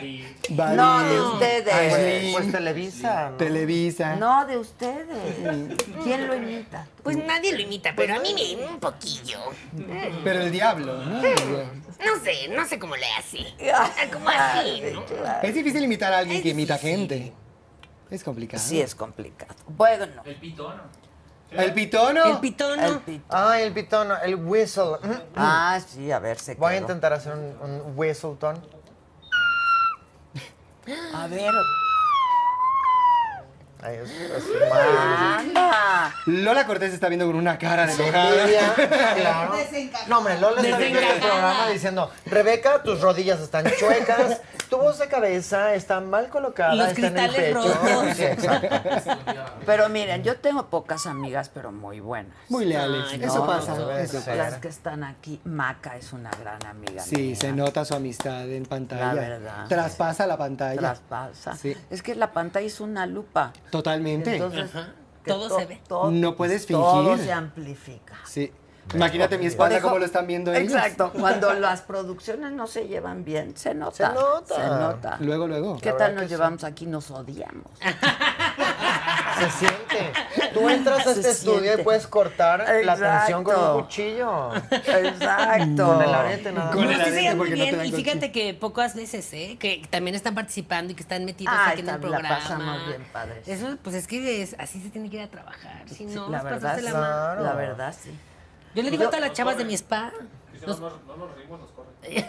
S3: Barí,
S5: No, de ustedes.
S3: Eh, Aislinn,
S4: Pues Televisa. ¿no?
S3: Televisa.
S5: No, de ustedes. ¿Quién lo imita?
S7: Pues nadie lo imita, pero a mí me un poquillo.
S3: Pero el diablo. ¿no?
S7: No sé, no sé cómo le hace. Como así,
S5: Ah, Ay,
S7: ¿no?
S5: claro.
S3: Es difícil imitar a alguien que imita gente. Es complicado.
S5: Sí, es complicado. Bueno,
S3: ¿El pitono?
S7: El pitono.
S5: el pito.
S4: Ay, el pitono, el whistle. Mm.
S5: Ah, sí, a ver, se
S4: Voy a
S5: quedó.
S4: intentar hacer un, un whistle tone.
S5: A ver.
S4: Ay, es, es mal.
S5: Anda.
S3: Lola Cortés está viendo con una cara de enojada.
S4: Lidia, claro. No, hombre, Lola está viendo este programa diciendo, Rebeca, tus rodillas están chuecas, tu voz de cabeza está mal colocada,
S7: Los
S4: está en el
S7: cristales
S4: pecho.
S7: rotos.
S4: Sí, exacto.
S5: Pero miren, yo tengo pocas amigas, pero muy buenas.
S3: Muy leales.
S7: Ay,
S3: eso
S5: no,
S3: pasa.
S5: no,
S3: eso
S4: no.
S3: pasa.
S5: Las que están aquí, Maca es una gran amiga.
S3: Sí,
S5: mía.
S3: se nota su amistad en pantalla.
S5: La verdad.
S3: Traspasa la pantalla.
S5: Traspasa.
S3: Sí.
S5: Es que la pantalla es una lupa.
S3: Totalmente.
S5: Entonces, que
S7: Todo se ve.
S5: todo-
S3: No puedes
S5: Todo
S3: fingir.
S5: se amplifica.
S3: sí. Imagínate mi espalda
S5: Por eso-
S3: como lo están viendo ellos.
S5: Exacto. Cuando las producciones no se llevan bien, se nota.
S4: Se nota.
S5: se nota.
S3: Luego, luego.
S5: ¿Qué
S4: La
S5: tal
S4: verdad
S5: nos
S4: que Ah,
S5: llevamos aquí? Nos odiamos.
S4: Se siente. Tú entras a
S5: Se
S4: este estudio
S5: siente.
S4: y puedes cortar la
S5: Exacto.
S4: tensión con un cuchillo.
S5: Exacto.
S4: Con el arete nada
S3: Con el
S4: más.
S7: No, sí se
S3: arete
S7: llevan muy
S3: porque no te
S7: bien.
S3: dan
S7: y
S3: coche.
S7: fíjate que pocas veces, ¿eh? Que también están participando y que están metidos
S5: Ah,
S7: aquí en el
S5: está- la
S7: programa.
S5: pasamos bien padre.
S7: Eso, pues es que es- así se tiene que ir a trabajar. Si no,
S5: la
S7: es
S5: verdad,
S7: pasarse
S5: sí.
S7: la mano.
S4: mano.
S5: La verdad, sí.
S7: Yo le digo a todas las chavas de mi spa.
S4: Y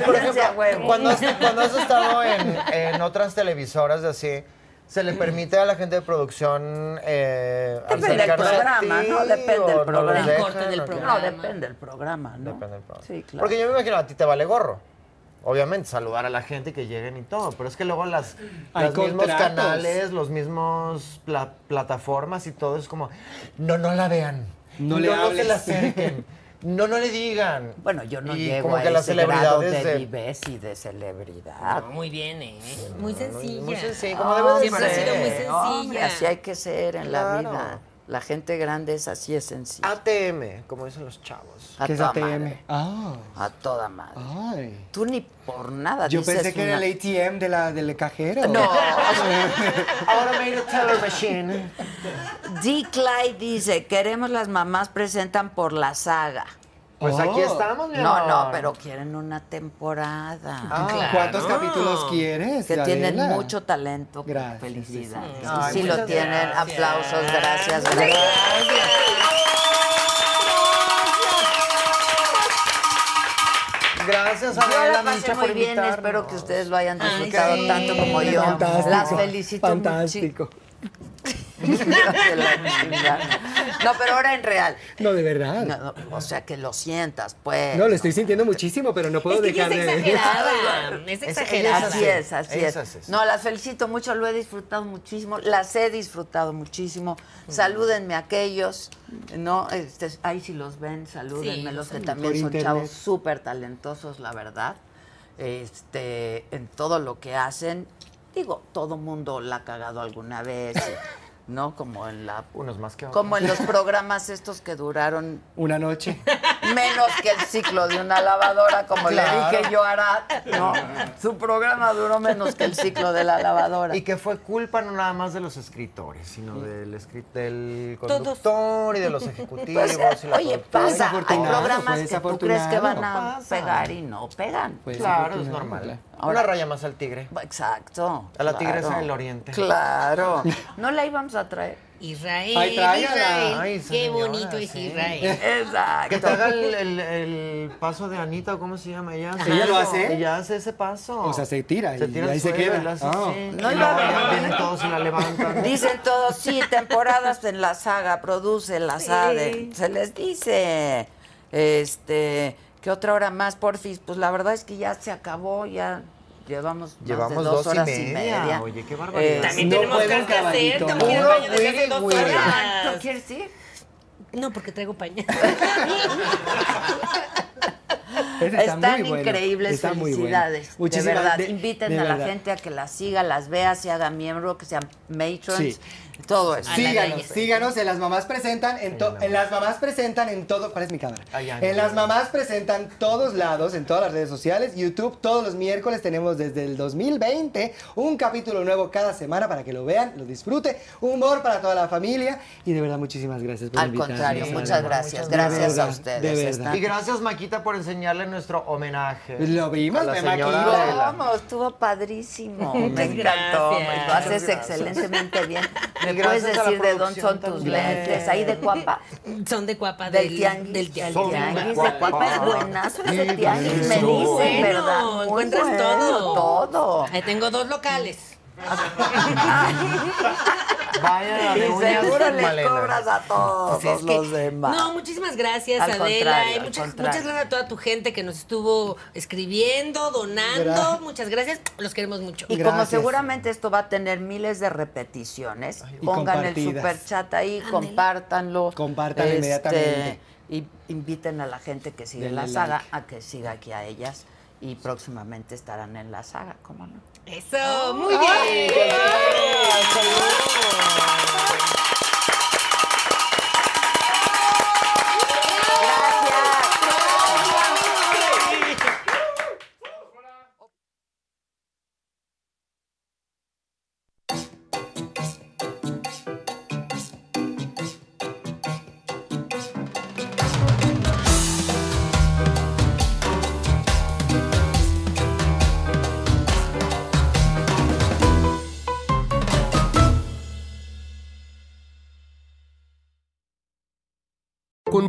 S4: por
S5: Gracias,
S4: ejemplo,
S5: huevo.
S4: cuando has, cuando has estado en, en otras televisoras de así, ¿se le permite a la gente de producción eh,
S5: Depende del
S4: acercarse a
S5: programa,
S4: ti
S5: ¿no? Depende del
S4: o los
S5: programa.
S4: dejan,
S7: Corte del
S4: o qué?
S7: programa.
S5: No, depende del programa, ¿no?
S4: Depende del programa.
S5: Sí, claro.
S4: Porque yo me imagino, a ti te vale gorro. Obviamente, saludar a la gente y que lleguen y todo. Pero es que luego las,
S3: Hay
S4: los mismos
S3: contratos.
S4: canales, los mismos pla- plataformas y todo es como, no, no la vean.
S3: No le
S4: No se
S3: hables".
S4: la acerquen. No, no le digan.
S5: Bueno, yo no
S4: Y
S5: llego
S4: como
S5: a
S4: que
S5: ese
S4: las
S5: grado
S4: celebridades
S5: de
S4: de-
S5: vives y de celebridad.
S7: No, muy bien, ¿eh? Muy sencilla.
S4: Muy sencillo, como debe de
S7: Oh, siempre ha
S4: ser.
S7: sido muy sencilla.
S5: Hombre, así hay que ser en la
S4: Claro.
S5: vida. La gente grande es así, es sencilla.
S4: ATM, como dicen los chavos.
S5: A
S3: ¿Qué Ah, es
S5: toda
S3: ATM?
S5: madre.
S3: Ah.
S5: A toda madre.
S3: Ay.
S5: Tú ni por nada
S3: Yo
S5: dices
S3: pensé que era
S5: una-
S3: el ATM de la, del cajero.
S5: No.
S4: Automated teller machine.
S5: D. Clyde dice, queremos las mamás presentan por la saga.
S4: Pues aquí
S3: Oh.
S4: estamos, mi
S5: No, no,
S4: amor.
S5: pero quieren una temporada.
S4: Ah,
S3: ¿Cuántos capítulos quieres?
S5: que tienen
S3: Adela?
S5: mucho talento.
S3: Gracias,
S5: Felicidades.
S3: Luis.
S4: Ay,
S5: Y sí
S4: muchas
S5: lo tienen.
S4: gracias.
S5: Aplausos. Gracias, gracias.
S4: Gracias,
S5: Yo
S4: Adela
S5: la pasé
S4: Micha, por
S5: muy bien,
S4: invitarnos.
S5: espero que ustedes lo hayan
S7: Ay,
S5: disfrutado
S7: sí.
S5: tanto como yo.
S3: Fantástico,
S5: Las felicito muchísimo.
S3: Fantástico.
S5: De la chingada. No, pero ahora en real.
S3: No, de verdad. No,
S5: No, no, o sea, que lo sientas, pues.
S3: lo estoy sintiendo muchísimo, pero no puedo
S7: Es que ella
S3: dejar
S7: es
S3: de
S7: exagerada. Es exagerada.
S5: Así es, así
S4: Esa
S5: es.
S4: es esa.
S5: No, las felicito mucho, lo he disfrutado muchísimo, las he disfrutado muchísimo. Salúdenme a aquellos, ¿no? Este, ahí si los ven, salúdenme,
S7: Sí,
S5: los que
S7: sí.
S5: también
S3: Por
S5: son
S3: internet.
S5: chavos súper talentosos, la verdad. Este, en todo lo que hacen, digo, todo mundo la ha cagado alguna vez, ¿no? Como en la
S4: Unos más que otros.
S5: como en los programas estos que duraron
S3: Una noche.
S5: menos que el ciclo de una lavadora, como
S4: Claro.
S5: le dije yo a Arat. No, su programa duró menos que el ciclo de la lavadora.
S4: Y que fue culpa no nada más de los escritores, sino del, escri- del conductor y de los ejecutivos.
S5: Pues,
S4: y la pues,
S5: oye,
S4: productora.
S5: pasa, hay
S3: Desafortunado,
S5: programas
S3: fue
S5: que tú crees que van a
S4: Pasa.
S5: pegar y no pegan.
S3: Pues,
S4: Claro, es
S3: desafortunado,
S4: normal.
S3: claro.
S5: Ahora-
S4: Una raya más al tigre.
S5: Exacto.
S4: A la
S5: claro.
S4: tigresa del oriente.
S5: Claro. No la íbamos a traer.
S7: Israel.
S3: Ay, tráigala.
S7: Israel.
S4: Ay,
S7: Qué
S4: señora,
S7: bonito es
S4: sí.
S7: Israel.
S5: Exacto.
S4: Que te haga el, el- el paso de Anita, o ¿cómo se llama ella?
S3: Ajá. ¿Ella lo hace?
S4: Ella hace ese paso.
S3: O sea, se tira
S4: Se
S3: y
S4: tira al
S3: ahí se
S4: suelo,
S3: queda.
S4: la hace
S3: Ah.
S4: así.
S5: No,
S4: Y
S5: iba a
S4: luego
S5: ver.
S4: Vienen todos y la levantan.
S5: Dicen todos, sí, temporadas en la saga, produce la saga, se les dice. Este, ¿qué otra hora más, porfis? Pues la verdad es que ya se acabó, ya llevamos, más
S4: Llevamos
S5: de
S4: dos
S5: dos
S4: y
S5: horas
S4: media. Oye, qué barbaridad.
S7: También
S3: No
S7: tenemos
S3: puede
S7: cosas
S3: un
S7: que hacer.
S3: caballito.
S7: Estamos en el
S4: Puro
S7: baño desde hace dos
S4: güey, güey.
S5: ¿Tú
S7: horas.
S5: quieres ir?
S7: No, porque traigo pañal.
S3: Ese está
S5: Están
S3: muy bueno.
S5: increíbles,
S3: Está muy bueno.
S5: felicidades. De
S3: Muchísimas-
S5: verdad,
S3: de-
S5: inviten
S3: de
S5: a la
S3: verdad.
S5: gente a que las siga, las vea, se hagan miembro, que sean matrons,
S3: Sí.
S5: todo eso.
S3: Pues, Síganos, síganos en las mamás presentan en, to- en las mamás presentan en todo, ¿cuál es mi cámara?
S4: Ay, ay,
S3: en
S4: ay,
S3: las
S4: ay.
S3: mamás presentan todos lados, en todas las redes sociales, YouTube, todos los miércoles tenemos desde el 2020 un capítulo nuevo cada semana para que lo vean, lo disfrute, humor para toda la familia y de verdad muchísimas gracias por
S5: Al
S3: invitarme.
S5: contrario, muchas gracias.
S3: De
S5: Gracias a
S3: verdad,
S5: ustedes.
S3: De verdad.
S5: Están-
S4: Y gracias, Maquita, por enseñarle nuestro homenaje.
S3: Lo vimos,
S4: a la
S3: me
S4: señora
S3: maquilló.
S4: Adela.
S5: Vamos, estuvo padrísimo. Me encantó.
S7: gracias.
S5: Lo haces
S4: Muchas gracias.
S5: excelentemente bien.
S4: Y
S5: ¿Me puedes
S4: gracias a la
S5: decir de dónde
S4: producción
S5: son tus
S4: también.
S5: lentes? Ahí de Cuapa.
S7: Son de guapa
S5: Del
S7: del
S5: tianguis.
S7: Del
S4: Son
S7: tianguis.
S4: de
S5: Tianguis de
S4: Cuapa.
S5: Cuapa es buenazo ese
S3: pues,
S4: Sí,
S5: tianguis. Me
S4: sí.
S5: dicen,
S7: Bueno,
S5: ¿verdad? Muy
S7: encuentras
S5: bueno,
S7: todo.
S5: Todo.
S7: Ahí eh, tengo dos locales.
S4: Vayan a
S5: Y
S4: ver
S5: seguro
S4: uñas
S5: les cobras
S4: Malena.
S5: a todos
S7: Pues es que-
S5: los demás.
S7: No, muchísimas gracias,
S5: Al
S7: Adela.
S5: contrario,
S7: y
S5: al
S7: muchas,
S5: contrario.
S7: muchas gracias a toda tu gente que nos estuvo escribiendo, donando.
S3: Gra-
S7: Muchas gracias. Los queremos mucho.
S5: Y como
S3: Gracias.
S5: seguramente esto va a tener miles de repeticiones,
S3: Y
S5: pongan el
S3: compartidas.
S5: superchat ahí, compártanlo.
S3: Compartan inmediatamente.
S5: Y inviten a la gente que sigue
S3: Denle
S5: la saga
S3: like.
S5: a que siga aquí a ellas. Y próximamente estarán en la saga, ¿cómo no?
S7: Eso, muy bien.
S5: ¡Gracias!
S11: Con